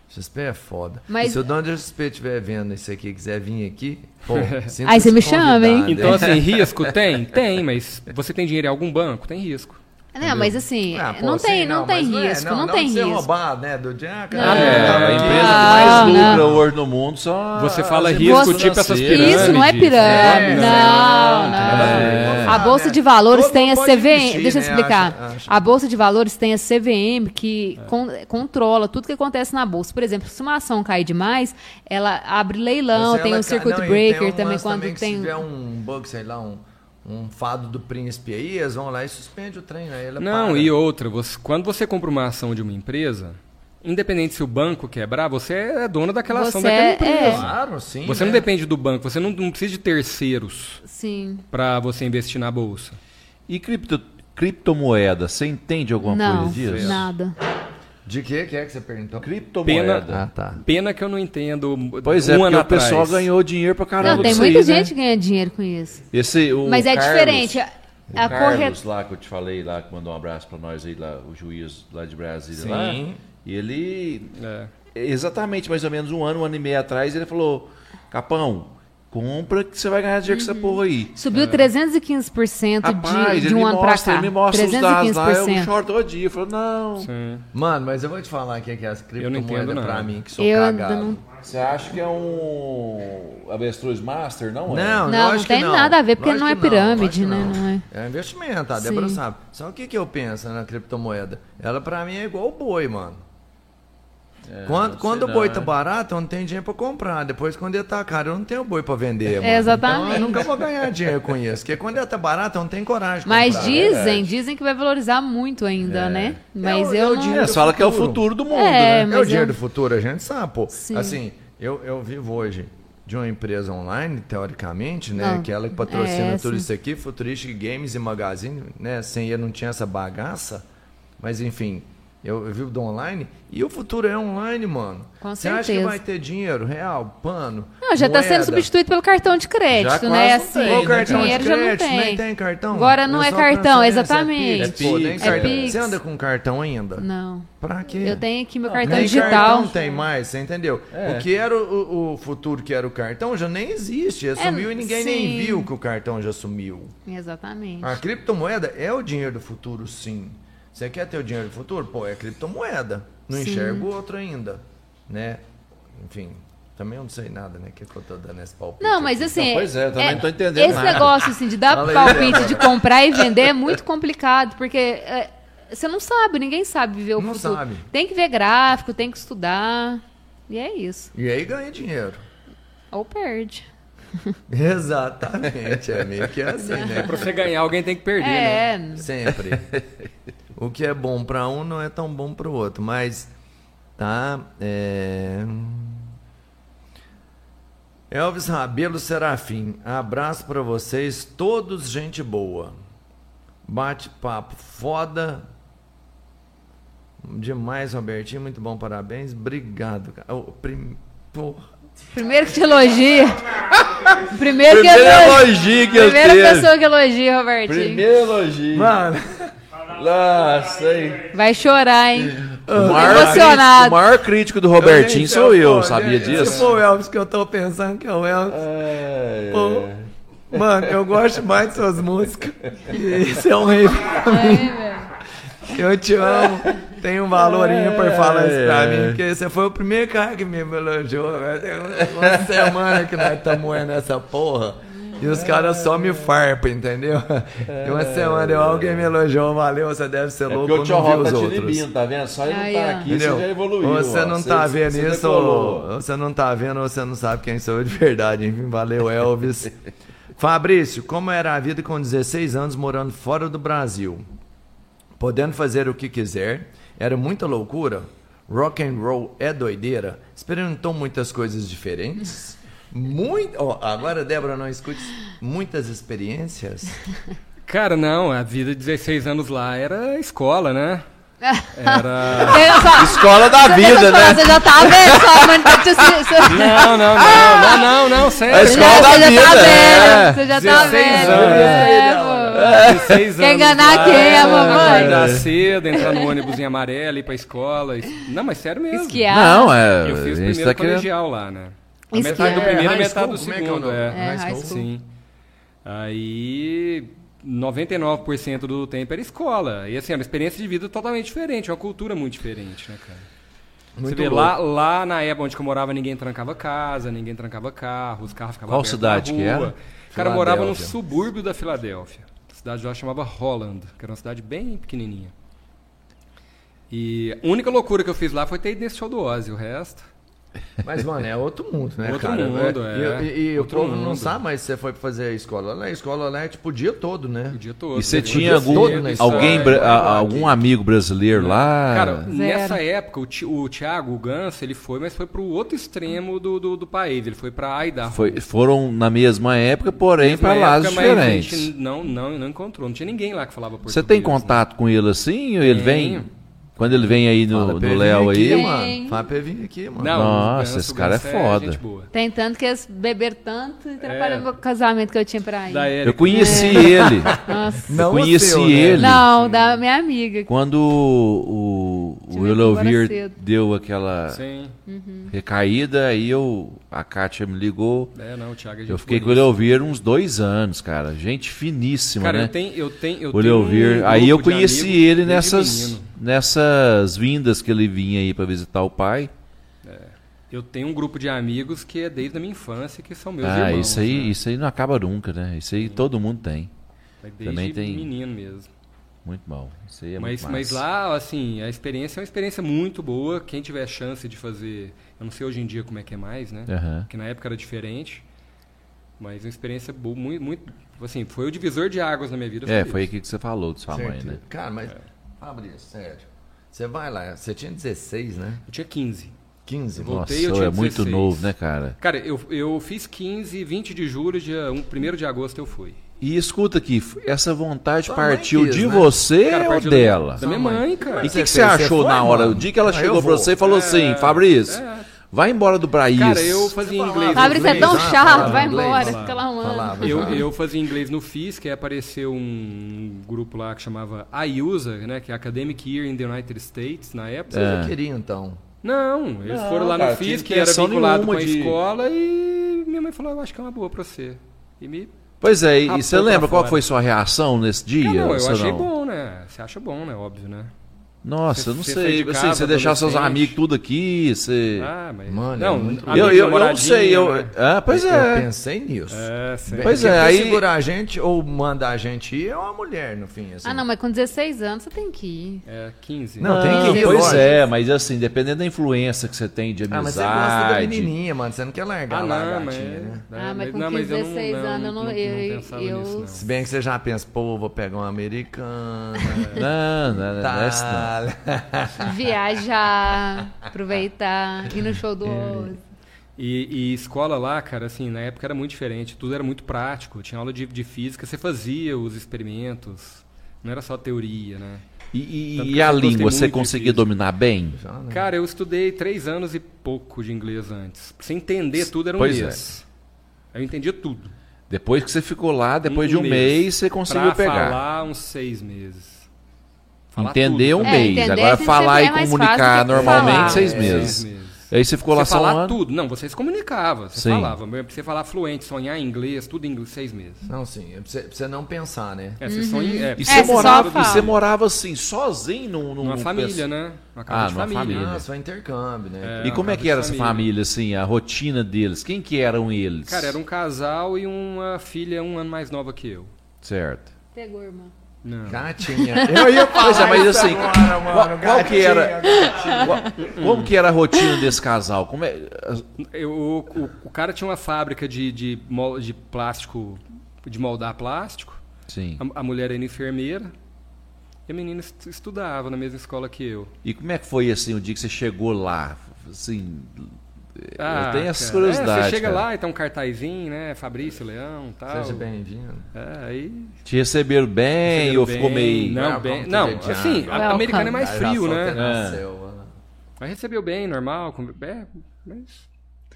XP é foda. Mas- E se o dono da XP estiver vendo isso aqui e quiser vir aqui, pô, sinto Aí você me chama, hein? é. então assim, risco tem? Tem, mas você tem dinheiro em algum banco? Tem risco. Não, mas assim, Ah, pô, não sim, tem, não, tem mas é, risco, não, não tem de ser risco. roubado, né? Do dia, ah, É, cara, a tava aqui. empresa que Não, mais lucra não. hoje no mundo só. Você fala as risco, empresas tipo essas financeiras. pirâmides. Isso não é pirâmide. É, não, não. é. A Bolsa de Valores Todo tem a mundo pode CVM. investir, deixa eu né? explicar. Acho- acho. A Bolsa de Valores tem a CVM que con- controla tudo que acontece na Bolsa. Por exemplo, se uma ação cair demais, ela abre leilão, Mas tem ela o ca- circuit não, e breaker é, tem também umas quando que tem. Se tiver um bug, sei lá, um, um fado do príncipe aí, eles vão lá e suspende o trem, né? Ele Não, para. e outra, você- quando você compra uma ação de uma empresa, independente se o banco quebrar, você é dono daquela ação Você daquela é- empresa. Claro, sim. Você não né? depende do banco, você não, não precisa de terceiros Sim. para você investir na bolsa. E cripto, criptomoeda, você entende alguma não, coisa disso? nada. De que que é que você perguntou? Criptomoeda. Pena- Ah, tá. Pena que eu não entendo. Pois um é, porque ano o pessoal atrás. ganhou dinheiro pra caramba. não, tem disso muita aí, né? gente que ganha dinheiro com isso. Esse, o Mas é Carlos- diferente. A, O É a Carlos corre- lá que eu te falei lá, que mandou um abraço pra nós aí, lá, o juiz lá de Brasília. Sim. Lá, e ele, É. exatamente mais ou menos um ano, um ano e meio atrás, ele falou, Capão, compra que você vai ganhar dinheiro com essa porra aí. Subiu 315% É. Rapaz, Hum. de, de ele um me ano pra mostra, cá. ele me mostra os dados lá, eu 315%. choro todo dia. Eu falo, não, Sim. Mano, mas eu vou te falar o que que é as não entendo criptomoedas pra nada. mim, que sou Eu ainda cagado. não você acha que é um avestruz master, não Não, é? Não, não, não acho que tem nada a ver, porque Lógico não é que lógico que pirâmide, né? Não é investimento, a Sim. Débora sabe. Só o que, que eu penso na criptomoeda? Ela pra mim é igual o boi, mano. É, quando sei quando o não, boi hein? tá barato, eu não tenho dinheiro pra comprar. Depois, quando ele tá caro, eu não tenho boi pra vender. mano. É, exatamente. Então, eu nunca vou ganhar dinheiro com isso. Porque quando ele tá barato, eu não tenho coragem. de Mas comprar. né? é dizem, dizem que vai valorizar muito ainda, né? Mas É o- é eu o não... dinheiro. É, fala que é o futuro. futuro do mundo, É, né? É o mas dinheiro eu- do futuro, a gente sabe, pô. Sim. Assim, eu, eu vivo hoje de uma empresa online, teoricamente, né? Não. Que ela que patrocina É, tudo sim. isso aqui, Futuristic Games e Magazine, né? Sem eu não tinha essa bagaça. Mas enfim, eu, eu vivo do online. E o futuro é online, mano. Com Você acha que certeza. vai ter dinheiro real, pano? Não, já está sendo moeda? substituído pelo cartão de crédito, Já né? quase não Assim, tem, Qual né, cartão de dinheiro crédito? já não tem. Nem tem cartão. Agora não é só cartão, transferência, exatamente. É Pix, pô, nem É cartão. Pix. Você anda com cartão ainda? Não. Pra quê? Eu tenho aqui meu cartão É. Nem digital. cartão tem mais, você entendeu? É. O que era o, o- o futuro que era o cartão já nem existe. Ele É, sumiu e ninguém nem sim. viu que o cartão já sumiu. Exatamente. A criptomoeda é o dinheiro do futuro, sim. Você quer ter o dinheiro do futuro? Pô, é criptomoeda. Não Sim. enxergo outro ainda, né? Enfim, também eu não sei nada, né? O que, que eu tô dando esse palpite? Não, aqui? mas assim. Não, pois é, eu também não tô entendendo Esse nada. negócio assim, de dar Fala aí, palpite Débora. de comprar e vender é muito complicado, porque é, você não sabe, ninguém sabe viver o Não futuro. sabe. Tem que ver gráfico, tem que estudar. E é isso. E aí ganha dinheiro. Ou perde. Exatamente, é meio que assim, né? Pra você ganhar, alguém tem que perder, né? É, Sempre. o que é bom para um não é tão bom para o outro, mas tá. é, Elvis Rabelo Serafim, abraço para vocês, todos gente boa. Bate-papo foda. Demais, Robertinho, muito bom, parabéns. Obrigado, cara. Ô, prim- Porra. primeiro que te elogia. Primeiro que Primeiro elogia. elogio que eu Primeira tenho. pessoa que elogia, Robertinho. Primeiro elogio. Mano, Nossa, aí. Vai chorar, hein? O maior, Ah, crítico, Emocionado. o maior crítico do Robertinho sou eu, sabia Se for disso? né? Tipo o Elvis que eu tô pensando que é o Elvis. É, é. Pô, Mano, eu gosto mais de suas músicas. E Isso é um rei. Aí, velho. Eu te amo. Tem um valorinho por falar isso pra mim. Porque você foi o primeiro cara que me elogiou. velho. Tem Uma semana que nós estamos moendo essa porra. E os caras só me farpam, entendeu? Tem uma semana, eu, alguém me elogiou, valeu, você deve ser É louco, porque o eu Tio não vi Rock tá os te outros. libindo, tá vendo? Só ele não Aí, tá ó. aqui, você já evoluiu. Ou você ó. não tá vendo você isso, decolou. ou você não tá vendo, ou você não sabe quem sou eu de verdade. Enfim, valeu, Elvis. Fabrício, como era a vida com 16 anos morando fora do Brasil? Podendo fazer o que quiser, era muita loucura. Rock and roll é doideira. Experimentou muitas coisas diferentes. Muito, ó, agora Débora não escute muitas experiências. Cara, não, a vida de 16 anos lá era escola, né? Era. Eu só- Escola da vida, Você né? já tá vendo, sua mãe tá te assistindo. Não, não, não, não, não, não, A sério. escola da Você já tá vida, velho, é. você já tá 16 velho. anos. É, pô. 16 Quer anos enganar lá, é, quem, a mamãe? Acordar cedo, entrar no ônibus em amarelo, ir pra escola. es- Não, mas sério mesmo. Esquiar. Não, é. Eu A fiz o gente primeiro tá querendo. colegial lá, né? A Esquiar. metade do É, primeiro e high metade do school, como é que é o segundo, nome? é. É, high school. Sim. Aí 99% do tempo era escola. E assim, era uma experiência de vida totalmente diferente, é uma cultura muito diferente, né, cara? Muito Você vê, louco. lá, lá na época onde que eu morava, ninguém trancava casa, ninguém trancava carro, os carros ficavam Qual abertos cidade na que rua. era? O cara morava no Filadélfia. subúrbio da Filadélfia. A cidade lá chamava Holland, que era uma cidade bem pequenininha. E a única loucura que eu fiz lá foi ter ido nesse show do Ozzy, o resto... Mas, mano, é outro mundo, né, Outro cara? mundo, é. E, e- e o Outro povo não mundo. sabe mais se você foi fazer a escola lá. A escola lá é tipo o dia todo, né? O dia todo. E você né? tinha O dia algum, todo na escola. alguém, Ah. bra- a- a- algum amigo brasileiro lá? Cara, Cara, nessa época, o, Ti- o Thiago, o Gans, ele foi, mas foi pro outro extremo do, do, do país. Ele foi pra Idaho. foi, foram na mesma época, porém Na para lados época, mas a diferentes. gente não, não, não encontrou. Não tinha ninguém lá que falava português. Você tem né? contato com ele assim? Ou ele Tenho. vem? Quando ele vem aí no, Fala no pra ele vir Léo aqui, né? aí? Mano. Fala pra ele vir aqui, mano. Não, Nossa, o Ganso- esse o cara é Ganso foda. gente boa. Tem tanto que eles beberam tanto e atrapalhou É. meu casamento que eu tinha pra ir. Da Eu Érica. conheci ele. Nossa. Não eu o conheci seu, né? ele Não, da minha amiga. quando o, Tive o que ir embora Elovir cedo. deu aquela Sim. recaída, aí eu, a Kátia me ligou. É, não, o Thiago é gente Eu fiquei com o boa. Elovir uns dois anos, cara. Gente finíssima, Cara, né? eu tenho. Eu tenho, eu O tenho um Leovir. aí grupo eu de conheci amigos ele desde nessas, menino. nessas vindas que ele vinha aí pra visitar o pai. Eu tenho um grupo de amigos que é desde a minha infância, que são meus ah, irmãos. isso aí, né? Uhum. isso aí não acaba nunca, né? Isso aí todo mundo tem. Mas também Desde tem- menino mesmo. Muito bom. Isso aí é mas, muito mas massa. lá, assim, a experiência é uma experiência muito boa. Quem tiver chance de fazer. Eu não sei hoje em dia como é que é mais, né? Aham. Que na época era diferente. Mas uma experiência boa, muito, muito. Assim, foi o divisor de águas na minha vida. É, isso. foi aqui que você falou de sua mãe, né? Cara, mas. É. Fabrício, sério. Você vai lá, você tinha 16, né? Eu tinha 15. 15, Vou- vou... Voltei, Nossa, eu tinha é muito 16. novo, né, cara? Cara, eu, eu fiz 15, 20 de julho, dia 1 primeiro de agosto eu fui. E escuta aqui, essa vontade Sua mãe partiu quis, de né? você Cara, ou partiu da- É dela? Da minha Sua mãe. mãe, cara. E o que, que Você você fez, você achou foi, na hora? mano? O dia que ela Ah, eu chegou pra vou. você e falou assim, Fabrício, vai embora do Braís. É. Cara, eu fazia falava inglês. Fabrício é Inglês, tão ah, chato, falava vai inglês, embora, falava, fica lá um ano. falava. Eu, já. eu fazia inglês no FISC, aí apareceu um grupo lá que chamava IUSA, né? Que é Academic Year in the United States, na época. É. Você queria então. Não, eles foram lá cara, no FISC, tive era intenção vinculado com a nenhuma de- escola e minha mãe falou, eu acho que é uma boa pra você. E me... Pois é, e Rapou você lembra pra qual fora. foi sua reação nesse dia? tá Cara, não, eu Você achei não? bom, né? Você acha bom, né? Óbvio, né? Nossa, Você- eu não você sei. foi de assim, casa, você deixar seus adolescente. amigos tudo aqui, você... Ah, mas... Mano, é não, muito- amigo, eu, eu- eu não namoradinho, sei, eu... né? Ah, pois eu, Eu é. pensei nisso. É, sei. Pois Quem é, quer aí- segurar a gente ou mandar a gente ir é uma mulher, no fim. Assim. Ah, não, mas com 16 anos você tem que ir. É, 15. Ah, Não, tem que ir, pois lógico. é, mas assim, dependendo da influência que você tem de Ah, mas você gosta da amizade... menininha, mano. Você não quer largar Ah, lá a não, mas... gatinha, né? Ah, mas com não, 15, eu não- 16 não, anos eu não- não eu- pensava eu- nisso, não. Se bem que você já pensa, pô, vou pegar um uma americana. Não, não, não, Tá. não é isso não. tal. Viajar, aproveitar, ir no show É. do Ozzy. E, e escola lá, cara, assim, na época era muito diferente, tudo era muito prático, tinha aula de, de física, você fazia os experimentos, não era só teoria, né? E- E, Tanto e que a eu gostei língua, você muito de conseguia física. dominar bem? Já, né? Cara, eu estudei três anos e pouco de inglês antes. Pra você entender tudo era um Pois é. mês. Eu entendia tudo. Depois que você ficou lá, depois de um mês, você conseguiu pra pegar. falar uns seis meses. entender um tudo. É, mês. entender Agora sempre falar é e mais comunicar fácil do que normalmente, falar. seis É, meses. Seis meses. Aí você ficou lá você só um falar ano. tudo. Não, você se comunicava, você Sim. falava. Mas pra você falar fluente, sonhar em inglês, tudo em inglês, seis meses. Não, sim. É pra você, pra você não pensar, né? É, você sonha... é, E você você, É, você só morava, e fala. você morava assim, sozinho num, num Numa num família, peço- né? Uma casa Ah, de numa família. família. Ah, só intercâmbio, né? É. E como é uma que casa era de essa família, família. assim, a rotina deles? Quem que eram eles? Cara, era um casal e uma filha um ano mais nova que eu. Certo. Pegou, irmã. Não. Gatinha. Eu ia falar. Pois é, mas isso assim, agora, qual, mano, qual gatinha, que era... qual- como que era a rotina desse casal? Como é... Eu- o, o- o cara tinha uma fábrica de, de, mol- de plástico, de moldar plástico. Sim. A, a mulher era enfermeira. E a menina est- estudava na mesma escola que eu. E como é que foi, assim, o dia que você chegou lá? Assim, eu tenho essas cara. curiosidades, É, você chega cara. lá e tá um cartazinho, né? Fabrício, Leão tal. Seja bem-vindo. É, aí. Te receberam bem Receberam ou ficou bem, meio... Não, Ah, bem- como não, tudo é assim, diabo. a- americano é mais Ah, frio, já solta né? na É. selva, né? Mas recebeu bem, normal. com- É, mas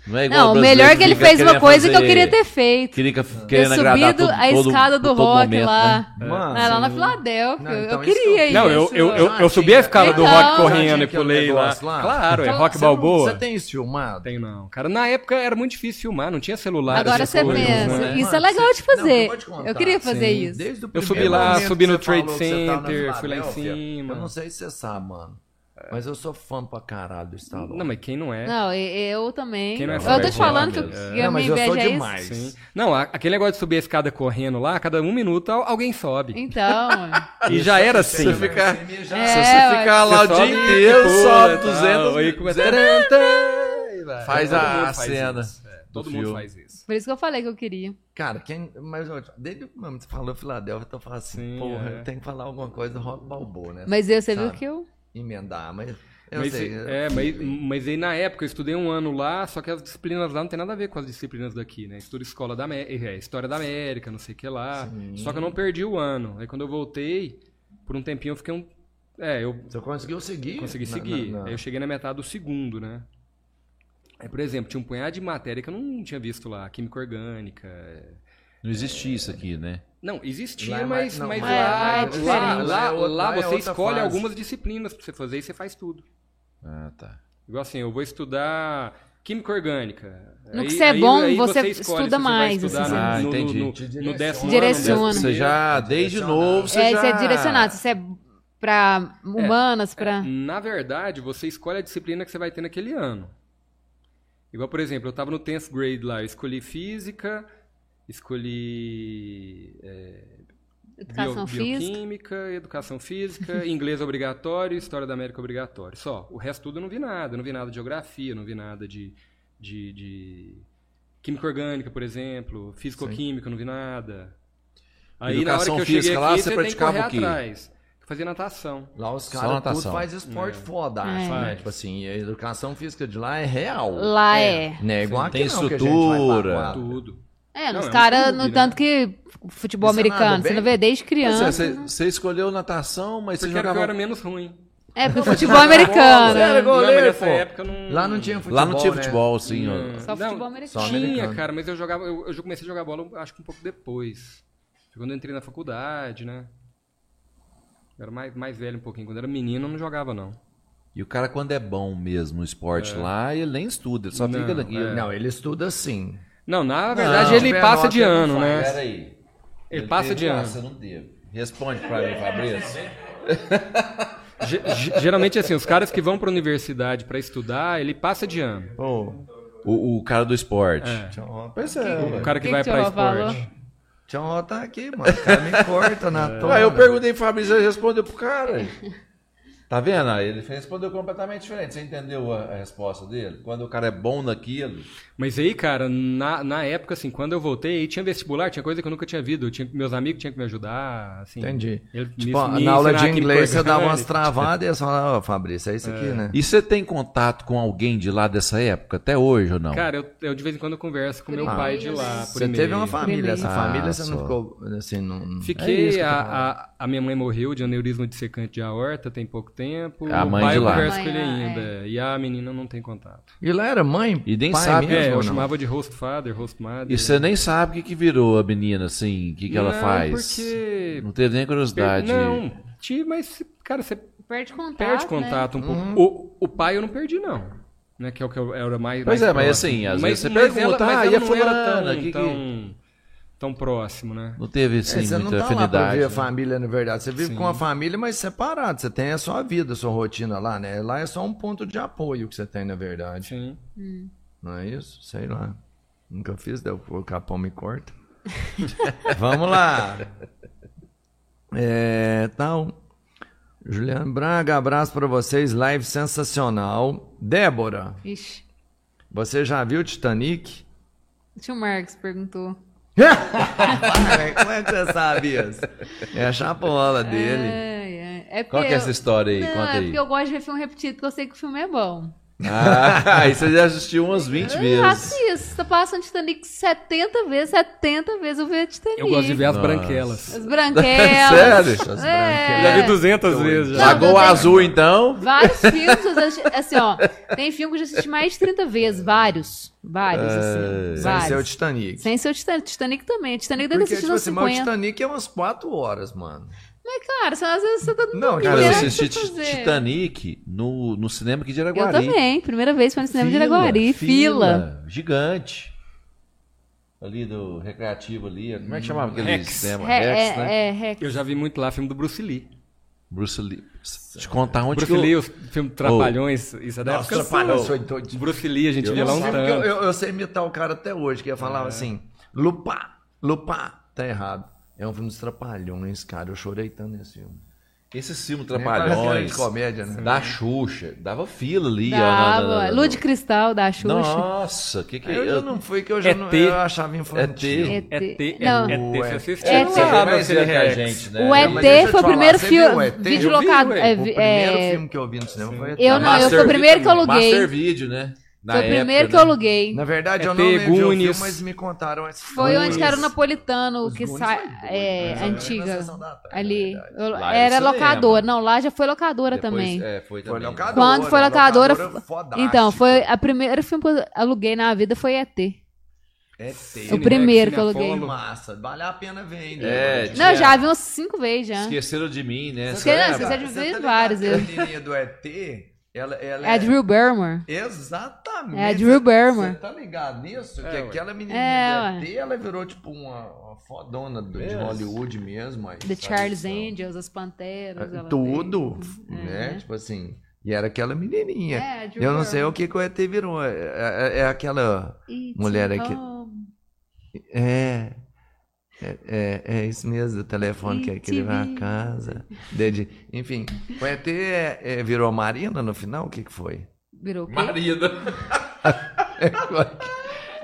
Não, é igual Não, o brasileiro melhor é que ele fica fez uma querendo coisa que eu fazer- queria ter feito. Queria, Ter querendo agradar subido todo- a todo- escada do todo rock momento, né? lá. Mano, Lá na não- Filadélfia. Ah, Não, então eu isso que queria eu- isso. É. Então, Não, eu, eu, eu, eu subi a escala do Legal. rock correndo e Aquele pulei lá. um negócio lá. Claro, é Então, rock Você não- balboa. Você tem isso filmado? Tenho não. Cara, na época era muito difícil filmar, não tinha celular. Agora essas você coisas, pensa. né? Isso é Mano, você- legal de Não, eu fazer. vou te contar. eu queria fazer Sim. isso. Desde o Eu subi primeiro lá, momento subi que no você Trade falou que você tava na Center, fui lá em Filadélfia, cima. Eu não sei se você sabe, mano. Mas eu sou fã pra caralho do Stallone. Não, mas quem não é? Não, e- eu também. Quem não é eu tô famoso, te falando que né? eu, É. que a Não, mas minha eu sou inveja é isso. demais. Sim. Não, a- aquele negócio de subir a escada correndo lá, a cada um minuto al- alguém sobe. Então, E já era assim. Você fica, É, se você ué. ficar lá o Você dia sobe, inteiro, pula, sobe tal, 200 aí é começa- Tarantã, Faz Todo a, mundo a faz cena. isso. É, todo do mundo filme. faz isso. por isso que eu falei que eu queria. Cara, quem. Mas ó, desde o momento que você falou Filadélfia, eu tô falando assim, Sim, porra, é. eu tenho que falar alguma coisa do Rock Balboa, né? Mas eu, você Sabe? viu que eu. Emendar, mas. Eu Mas, sei. é, mas, mas aí na época eu estudei um ano lá, só que as disciplinas lá não tem nada a ver com as disciplinas daqui, né? Estudo escola da América, história da América, não sei o que lá. Só que eu não perdi o ano. Aí quando eu voltei, por um tempinho eu fiquei um. É, eu Você conseguiu seguir? consegui Na- seguir. É na- na- Aí eu cheguei na metade do segundo, né? Aí, por exemplo, tinha um punhado de matéria que eu não tinha visto lá, química orgânica. é. Não existia isso aqui, né? Não, existia, Lá é mais- mas, não, mas lá lá, é mais diferente. lá, Lá lá, é outra- lá lá é você outra escolhe fase. algumas disciplinas pra você fazer e você faz tudo. Ah, tá. Igual assim, eu vou estudar química orgânica. No que você é bom, você estuda mais, Se você vai assim, estudar Ah, no, no- entendi. no- Te no direciona. décimo Direciona. ano, no décimo Você já, desde novo, você um é, já... isso é direcionado. Isso é pra humanas, pra. Na verdade, você escolhe a disciplina que você vai ter naquele ano. Igual, por exemplo, eu estava no 10th grade lá, eu escolhi física, escolhi é, Educação Bio- física. Bioquímica, educação física, inglês obrigatório, história da América obrigatório. Só. O resto tudo eu não vi nada. Eu Não vi nada de geografia, não vi nada de. de, de química orgânica, por exemplo. Físico-química, eu não vi nada. Educação física lá, você tem que praticava correr o quê? atrás. Eu fazia natação. Lá os Só caras tudo natação. faz esporte foda, É. né? Faz. Tipo assim, a educação física de lá é real. Lá é. Né? Igual aqui Tem não, que a gente vai pra estrutura, quadra. Tudo. É, Não, nos é um caras, clube, no né? tanto que o futebol Você nada americano, você bem? não vê desde criança. Você, você escolheu natação, mas você Porque era que eu era jogava. menos ruim. É, porque o futebol americano. Você era né? goleiro, não, mas nessa pô. época eu não. Lá não tinha futebol. Lá não tinha né? futebol, assim. ó. Só Não, futebol americano. só americano. Tinha, cara, mas eu jogava, eu, eu comecei a jogar bola acho que um pouco depois. Foi Quando eu entrei na faculdade, né? Eu era mais, mais velho um pouquinho. Quando eu era menino, eu não jogava, não. E o cara, quando é bom mesmo no esporte lá, ele nem estuda, ele só É. Não, fica naquilo. é. Não, ele estuda assim. sim. Não, na verdade ele tiver passa nota, de ele não ano, Peraí. né? Ele passa teve de ano. graça, não teve. Responde pra mim, Fabrício. Ge- ge- Geralmente, assim, os caras que vão pra universidade pra estudar, ele passa de ano. Pô, O, o cara do esporte. pois é. O ué. cara que, Que vai que pra o Rafa esporte. Tchau, ó, tá aqui, mano. O cara me corta na tona. Ué, É. eu perguntei pro Fabrício, ele respondeu pro cara. Tá vendo? Aí Ele respondeu completamente diferente. Você entendeu a, a resposta dele? Quando o cara é bom naquilo. Mas aí, cara, na, na época, assim, quando eu voltei, aí tinha vestibular, tinha coisa que eu nunca tinha vido. Eu tinha- meus amigos tinham que me ajudar, assim. Entendi. Ele me- Tipo, me na aula de ensinar inglês você química dava umas orgânica. travadas e eu falava, ó, Fabrício, é isso aqui, né? E você tem contato com alguém de lá dessa época, até hoje ou não? Cara, eu, eu de vez em quando converso com meu Ah, pai de lá. Por Você teve e-mail. uma família, essa Ah, família você não só. ficou assim, não. Fiquei, É isso que eu a, tô falando. a, a minha mãe morreu de aneurisma dissecante de aorta tem pouco tempo. É A o mãe pai de eu lá. converso Mãe com ele lá, ainda. E a menina não tem contato. E lá era mãe? E nem pai sabe, mesmo, é, eu ou não? é chamava de host father, host mother. E você nem sabe o que, que virou a menina, assim, o que, que ela Não, faz. porque- Não teve nem curiosidade. Não, tive, mas, cara, você Perde contato. perde né? contato um Uhum. pouco. O, o pai eu não perdi, não. Né, que é o que eu era mais. Pois mais é, mas próximo. assim, às vezes você mas ela- pergunta, mas "Ah, ela e a não era fulana, tão- que que-" tão- Tão próximo, né? Não teve, assim, É, você não muita tá lá pra afinidade. ver a né? família, na verdade. Você vive com a família, mas separado. Você tem a sua vida, a sua rotina lá, né? Lá é só um ponto de apoio que você tem, na verdade. Sim. Não é isso? Sei lá. Nunca fiz, daí o capão me corta. Vamos lá. É, tal. Juliano Braga, abraço pra vocês. Live sensacional. Débora, Ixi. você já viu Titanic? O tio Marcos perguntou. Ai, Como é que você sabe isso? É a chapola dele. Ai, ai. É Qual porque que é eu- essa história aí? Não, Conta é aí. porque eu gosto de ver filme repetido, porque eu sei que o filme é bom. Ah, aí você já assistiu umas 20 Eu vezes. faço isso. Eu passo um Titanic 70 vezes, 70 vezes eu vejo Titanic. Eu gosto de ver as Nossa. branquelas. As branquelas. Sério? As É. Já vi 200 vezes já. Não, eu Lagoa tenho- Azul, então. Vários filmes, eu assisti- assim, ó. Tem filme que eu já assisti mais de 30 vezes. Vários. Vários, assim. Sem ser o Vários. Titanic. Sem ser o Titanic. Titanic também. Titanic deve Porque, assistir tipo uns assim, mas o 50. Titanic é umas 4 horas, mano. Mas, cara, você- às vezes você tá no Não, Cara, Primeiro eu que assisti Ti- Titanic no, no cinema aqui de Eu Araguari. também. Primeira vez foi no cinema de Araguari. Fila. Gigante. Ali do Recreativo ali. Como é que chamava aquele Rex. cinema? Re- Rex, é, né? é, Rex. Eu já vi muito lá filme do Bruce Lee. Bruce Lee. Te contar onde Bruce que eu... Lee, o filme Trapalhões, isso é da Nossa, época Trapalhões, sua. foi doido. Bruce Lee, a gente Eu via lá um Sim, porque eu, tanto. É. eu- eu sei imitar o cara até hoje, que ia falar assim, Lupá, Lupá, tá errado. É um filme dos Trapalhões, cara. Eu chorei tanto nesse filme. Esse filme, Parece que era de Trapalhões, comédia, né? da Xuxa. Dava fila ali. ó, na- na- na- Dava. na- Lua de Cristal, da Xuxa. Nossa, que que... Eu já não fui, que eu já É não T. eu achava infantil. É ET. É T, é, Não. é T, você Ué. assistiu. É Você T. vê sabe mais aquele velho que a Rex. gente, né? O mas ET deixa eu foi te o primeiro falar, você viu o filme, ET? vídeo Eu vi, locado. ué. é, O vi- primeiro é, filme que eu vi no cinema foi ET. Eu não, eu fui o primeiro que eu aluguei. Master Video, né? Na Foi o primeiro época, que eu né? aluguei. Na verdade, É eu não T, lembro de ouvir, Goonies. mas me contaram essa Foi história. onde que era o napolitano que Goonies sai. foi doido, É, né? Era na antiga. Sessão da Tarde, Ali. na verdade. Eu- Lá era era locadora. cinema. Não, lá já foi locadora Depois- também. É, foi Foi também. locadora. Quando foi locadora. locadora fodástica. então, foi a primeira filme que eu aluguei na vida foi ET. ET. O né, primeiro que eu aluguei. Cineapolo. é Massa, vale a pena ver ainda. É, Não, eu Tinha- já vi umas cinco vezes um. já. Esqueceram de mim, né? Esque- não, Sabe? esqueceram de- Você vi tá ligado vários, que A eu. menininha do ET, ela, ela É a Drew Barrymore. Exatamente. É a Drew Barrymore. Você tá ligado nisso? que ué. aquela menininha É, do ET, ela virou tipo uma, uma fodona do- de Yes. Hollywood mesmo. Aí, The sabe? Charles Então, Angels, As Panteras. ela Tudo, É. né? Tipo assim... E era aquela menininha. É, a Drew Eu não sei Barrymore. o que, que o ET virou. É, é- é aquela... fez. It's Mulher aqui. home. É... É, é, é isso mesmo, o telefone que é que ele vai à casa. Dede, enfim, o ET é- é, virou Marina no final? O que, que foi? Virou o quê? Marido.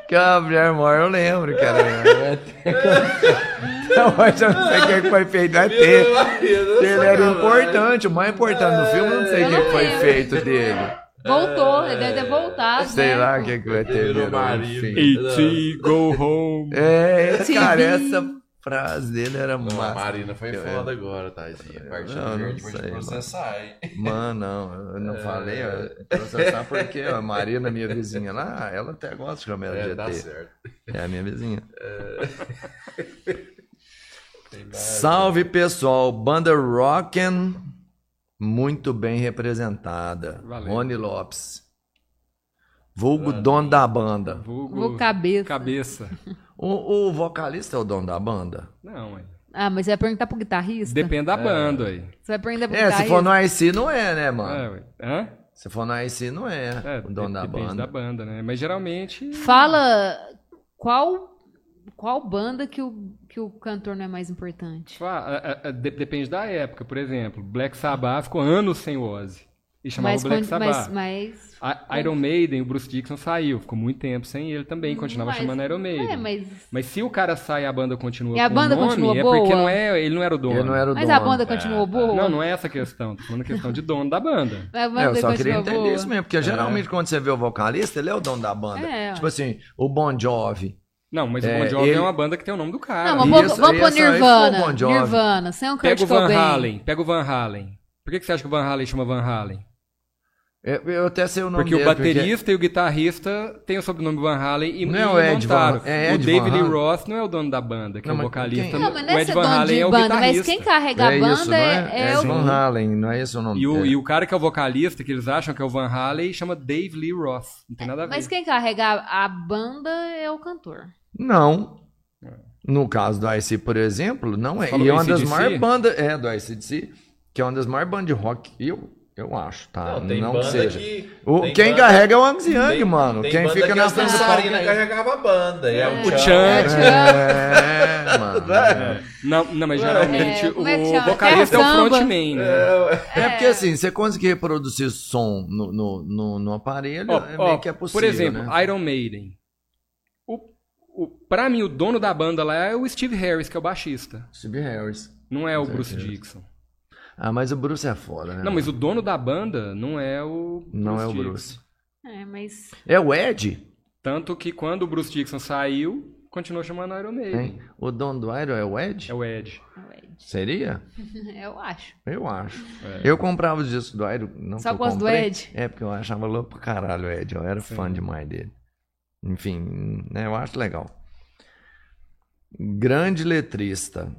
Que a mulher mora, eu lembro, cara. O ET. né? Então, hoje eu não sei o que que foi feito do ET. Marido. Ele era importante, o mais importante do filme, eu não sei o Eu que não que foi lembro. feito dele. Voltou, ele deve ter voltado. é, Sei né? lá o que, que o ET virou. Virou marido. enfim. E.T. go home. É, esse Sim. cara, essa frase dele era Não, a massa. Marina foi Eu- foda agora, Taizinha. Parte não verde, sei, parte mano. É processar, hein? Mano, não, eu não falei, ó, então processar porque ó, a Marina, minha vizinha lá, ah, ela até gosta de câmera É, de dá GT. certo. É a minha vizinha. Tem mais. Salve pessoal, banda Rockin, muito bem representada. Valeu. Rony Lopes. Vulgo dono da banda. Vulgo Vou cabeça. cabeça. O, o vocalista é o dono da banda? Não, aí. Ah, mas você vai perguntar pro guitarrista? Depende da banda aí. Você vai perguntar pro É, guitarrista? se for no IC não é, né, mano? É, ué. Hã? Se for no IC não é, É, o dono de- da depende da banda. banda, né? Mas geralmente. Fala qual, qual banda que o, que o cantor não é mais importante? fa- a- a- a- é, de- depende da época, por exemplo. Black Sabbath ficou anos sem o Ozzy. E chamava mas, o Black quando- mas, Sabbath. mas A- Iron Maiden, o Bruce Dixon saiu, ficou muito tempo sem ele também, Hum, continuava Mas- chamando Iron Maiden. É, mas Mas se o cara sai e a banda continua E a com banda o nome, continua é boa? porque não é, ele não era o dono. Ele não era o mas dono. a banda continuou boa? Não, não é essa a questão, tô falando a questão de dono da banda. A banda É, eu só continuou queria entender boa? isso mesmo, porque geralmente quando você vê o vocalista, ele é o dono da banda. É, tipo ó. assim, o Bon Jovi. Não, mas o É, Bon Jovi ele- é uma banda que tem o nome do cara. Não, mas vamos- Isso aí vamos é pôr só- isso foi o Nirvana. Bon Jovi. Nirvana, sem o Kurt pega o Van Cobain. Halen, pega o Van Halen. Por que, que você acha que o Van Halen chama Van Halen? Eu, É, eu até sei o nome Porque o dele. baterista e o guitarrista têm o sobrenome Van Halen e Não e é o Ed Van- montaram. é Ed o David Van Lee Halen? Roth não é o dono da banda, que Não, é o mas vocalista. quem- Não, mas não o é Ed ser Van dono Halen de é o banda, mas guitarrista. quem carrega é a isso, não banda é? é, É, o Van Halen, não é esse o nome E o, dele. e o cara que é o vocalista, que eles acham que é o Van Halen, chama Dave Lee Roth. Não tem nada a ver. Mas quem carrega a a banda é o cantor. Não. No caso do IC, por exemplo, não é. Falou E é do uma das AC/DC? maiores bandas. É, do ICDC, que é uma das maiores bandas de rock, eu, eu acho, tá? Não, Não, tem que banda seja. que- O, tem quem banda- carrega é o Angus Young, Tem- mano. tem quem banda fica que é na a principal. Marina carregava a banda. É, O Tchan. Chan. É, mano. Não, não, mas geralmente É, o, como é que chama? vocalista é o Terra Samba. frontman, né? É porque assim, você conseguir reproduzir som no, no, no, no aparelho, Ó, é ó, meio que é possível. por exemplo, né? Iron Maiden. O, o, pra mim, o dono da banda lá é o Steve Harris, que é o baixista. Steve Harris. Não é o Bruce Dixon. Ah, mas o Bruce é foda, né? Não, mas o dono da banda não é o. Não é o Dixon. Bruce. É, mas É o Ed? Tanto que quando o Bruce Dixon saiu, continuou chamando Iron Maiden. Hein? O dono do Iron é o Ed? É o Ed. Seria? eu acho. Eu acho. É, Eu comprava os discos do Iron. Não Só que eu gosto do comprei. Ed? É, porque eu achava louco pra caralho o Ed. Eu era fã demais dele. Enfim, né, eu acho legal. Grande letrista.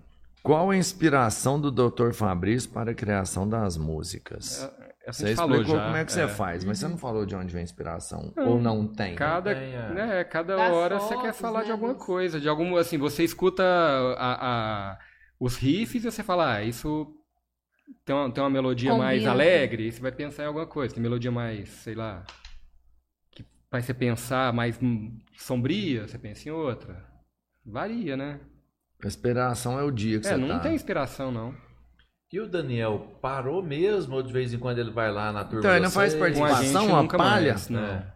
Qual a inspiração do Dr. Fabrício para a criação das músicas? Essa a Você gente assim falou explicou já. Uhum. como é que você faz, mas você não falou de onde vem a inspiração. Ou não tem. Cada, Tem, é. né, cada Das hora você fotos, quer falar né, de alguma das- coisa, de algum, assim, você escuta a- a- os riffs e você fala, ah, isso tem uma, tem uma melodia mais Combina. né?" alegre, e você vai pensar em alguma coisa, tem melodia mais, sei lá, que faz você pensar mais hum, sombria, você pensa em outra. Varia, né? A inspiração é o dia que é, você não tá. tem inspiração, não. E o Daniel parou mesmo ou de vez em quando ele vai lá na turma? Então, ele de não faz vocês? Com a gente Participação, uma nunca palha? mais, não. É.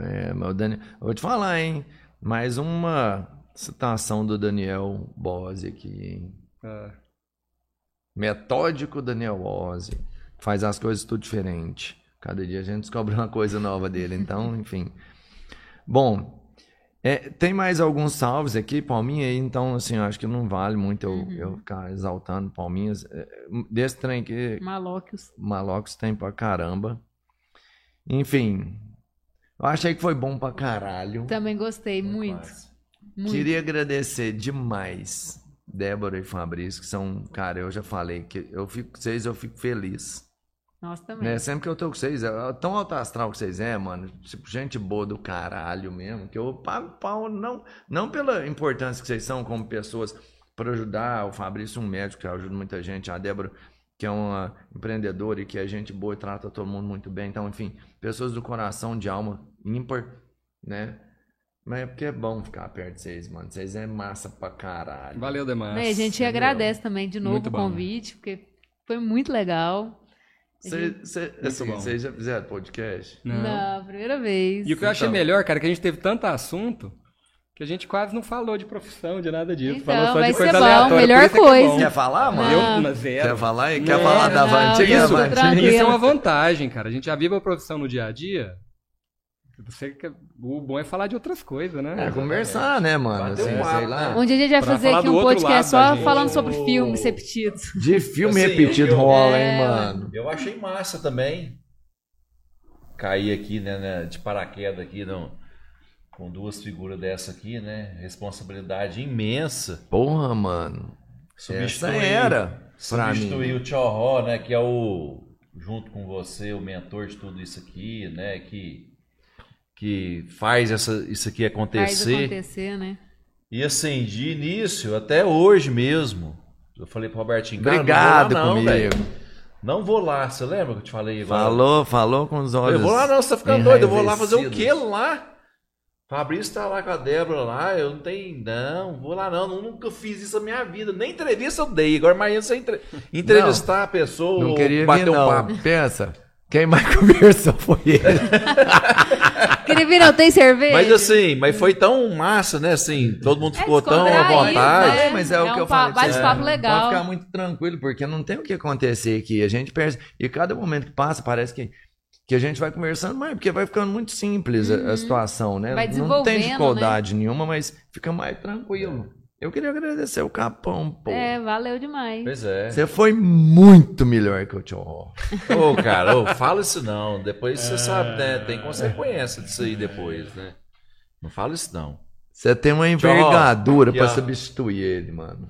É, mas o Daniel. eu Vou te falar, hein? Mais uma citação do Daniel Bose aqui, hein? É. Metódico Daniel Bose. Faz as coisas tudo diferente. Cada dia a gente descobre uma coisa nova dele. Então, enfim. Bom, é, tem mais alguns salves aqui, Palminha, aí, então, assim, eu acho que não vale muito eu, eu ficar exaltando Palminhas. É, Desse trem aqui, Malóquios. Malocos tem pra caramba. Enfim, eu achei que foi bom pra caralho. Também gostei muito. Muito. Queria agradecer demais Débora e Fabrício, que são, cara, eu já falei que eu fico com vocês, eu fico feliz. Nós também. Né? Sempre que eu tô com vocês, é tão alto astral que vocês é, mano. Tipo, gente boa do caralho mesmo, que eu pago pau, não, não pela importância que vocês são como pessoas para ajudar. O Fabrício, um médico que ajuda muita gente, a Débora, que é uma empreendedora e que é gente boa e trata todo mundo muito bem. Então, enfim, pessoas do coração, de alma ímpar, né? Mas é porque é bom ficar perto de vocês, mano. Vocês é massa pra caralho. Valeu demais. Né, a gente é agradece também de novo Muito o bom, né? convite, porque foi muito legal. A gente- Vocês cê- assim, bom. vocês já fizeram podcast? Não. Não, primeira vez. E o que eu achei Então. melhor, cara, é que a gente teve tanto assunto que a gente quase não falou de profissão, de nada disso. Então, falou só vai de coisa ser bom, aleatória. melhor por isso é que coisa. É bom. Quer falar, mano? Não. Eu, na Quer zero. falar aí? Quer Não, falar da não, Avanti? isso, Avanti? tranquilo. Isso é uma vantagem, cara. A gente já vive a profissão no dia a dia. Você, quer- o bom é falar de outras coisas, né? É, conversar, né, mano? Bateu Assim, um papo, sei lá. Um dia a gente vai Pra fazer falar aqui do um outro podcast lado da só gente. falando sobre O- filmes repetidos. De filme Assim, repetido eu- rola, hein, É, mano? Eu achei massa também. Caí aqui, né, né, de paraquedas aqui, não, com duas figuras dessa aqui, né? Responsabilidade imensa. Porra, mano. Essa era pra substituir mim. o Chorró, né, que é o junto com você, o mentor de tudo isso aqui, né, que que faz essa, isso aqui Faz acontecer. acontecer, né? E assim, de início até hoje mesmo. Eu falei pro Robertinho, cara, Obrigado não vou lá, não, comigo. velho. Não vou lá, você lembra que eu te falei agora? Falou, falou com os olhos. Eu vou lá, não, você tá ficando doido. Eu vou lá fazer o enraivecidos. quê lá? Fabrício tá lá com a Débora lá, eu não tenho. Não, vou lá não, nunca fiz isso na minha vida. Nem entrevista eu dei. Agora imagina você entre- entrevistar a pessoa, Não ou queria bater vir, um não. papo. Pensa. Quem mais conversou foi ele. Queria vir, não tem cerveja? Mas assim, mas foi tão massa, né? Assim, todo mundo ficou tão à É descontraído, vontade. né? mas é o É que um eu falei. pa- bate-papo Não legal. Pode ficar muito tranquilo, porque não tem o que acontecer aqui. A gente percebe. E cada momento que passa, parece que, que a gente vai conversando mais, porque vai ficando muito simples a- a, situação, né? Uhum. não Vai tem desenvolvendo, dificuldade nenhuma, mas fica mais tranquilo. Eu queria agradecer o Capão, pô. É, valeu demais. Pois é. Você foi muito melhor que o Tio Ô, cara, ô, fala isso não. Depois É. você sabe, né? Tem consequência disso aí depois, né? Não fala isso não. Você tem uma envergadura Aqui, pra ó. substituir ele, mano.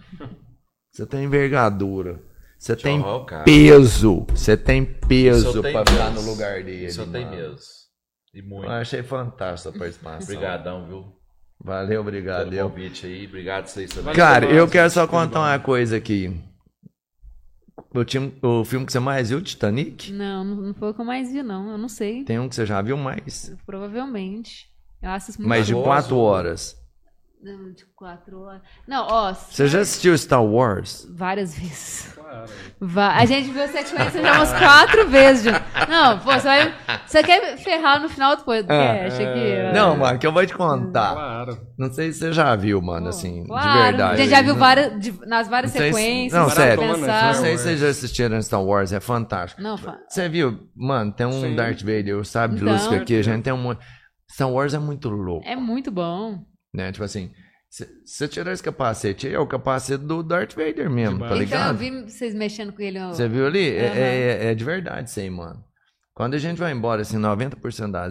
Você tem envergadura. Você tem Tchau, cara. peso. Você tem Só peso tem pra ficar no Deus. lugar dele. Só tem mano. mesmo. E muito. Eu achei fantástico a participação. Obrigadão, viu? Valeu, Pelo obrigado. convite aí. Obrigado a vocês também. Cara, eu quero só Tudo contar bom. uma coisa aqui. O, time- o filme que você mais viu, Titanic? Não, não não foi o que eu mais vi, não. Eu não sei. Tem um que você já viu mais. Provavelmente. Eu assisto muito Mais de Famoso. quatro horas. Não, de quatro horas. Não, ó, Você já assistiu Star Wars? várias vezes. Claro. Va- A gente viu Sete Coisas já umas quatro vezes, Júnior. Não, pô, você vai. Você quer ferrar no final É, do podcast É. aqui? Ah, é. Não, mano, que eu vou te contar. Claro. Não sei se você já viu, mano, assim, de Claro. verdade. A gente já viu Não- várias, de- nas várias Não sei se- sequências. não, pra sério. pensar. Não sei se vocês já assistiram Star Wars, é fantástico. Não, fa- Você viu? Mano, tem um Sim. Darth Vader, o Sabe de Então. Luz aqui, a gente tem um monte. Star Wars é muito louco. é muito bom. né? Tipo assim, se você tirar esse capacete, aí, é o capacete do Darth Vader mesmo, tá Demais. Então eu ligado? vi vocês mexendo com ele. ó. Você viu ali? É- Aham. É, é de verdade isso aí, mano. Quando a gente vai embora, assim, 90% das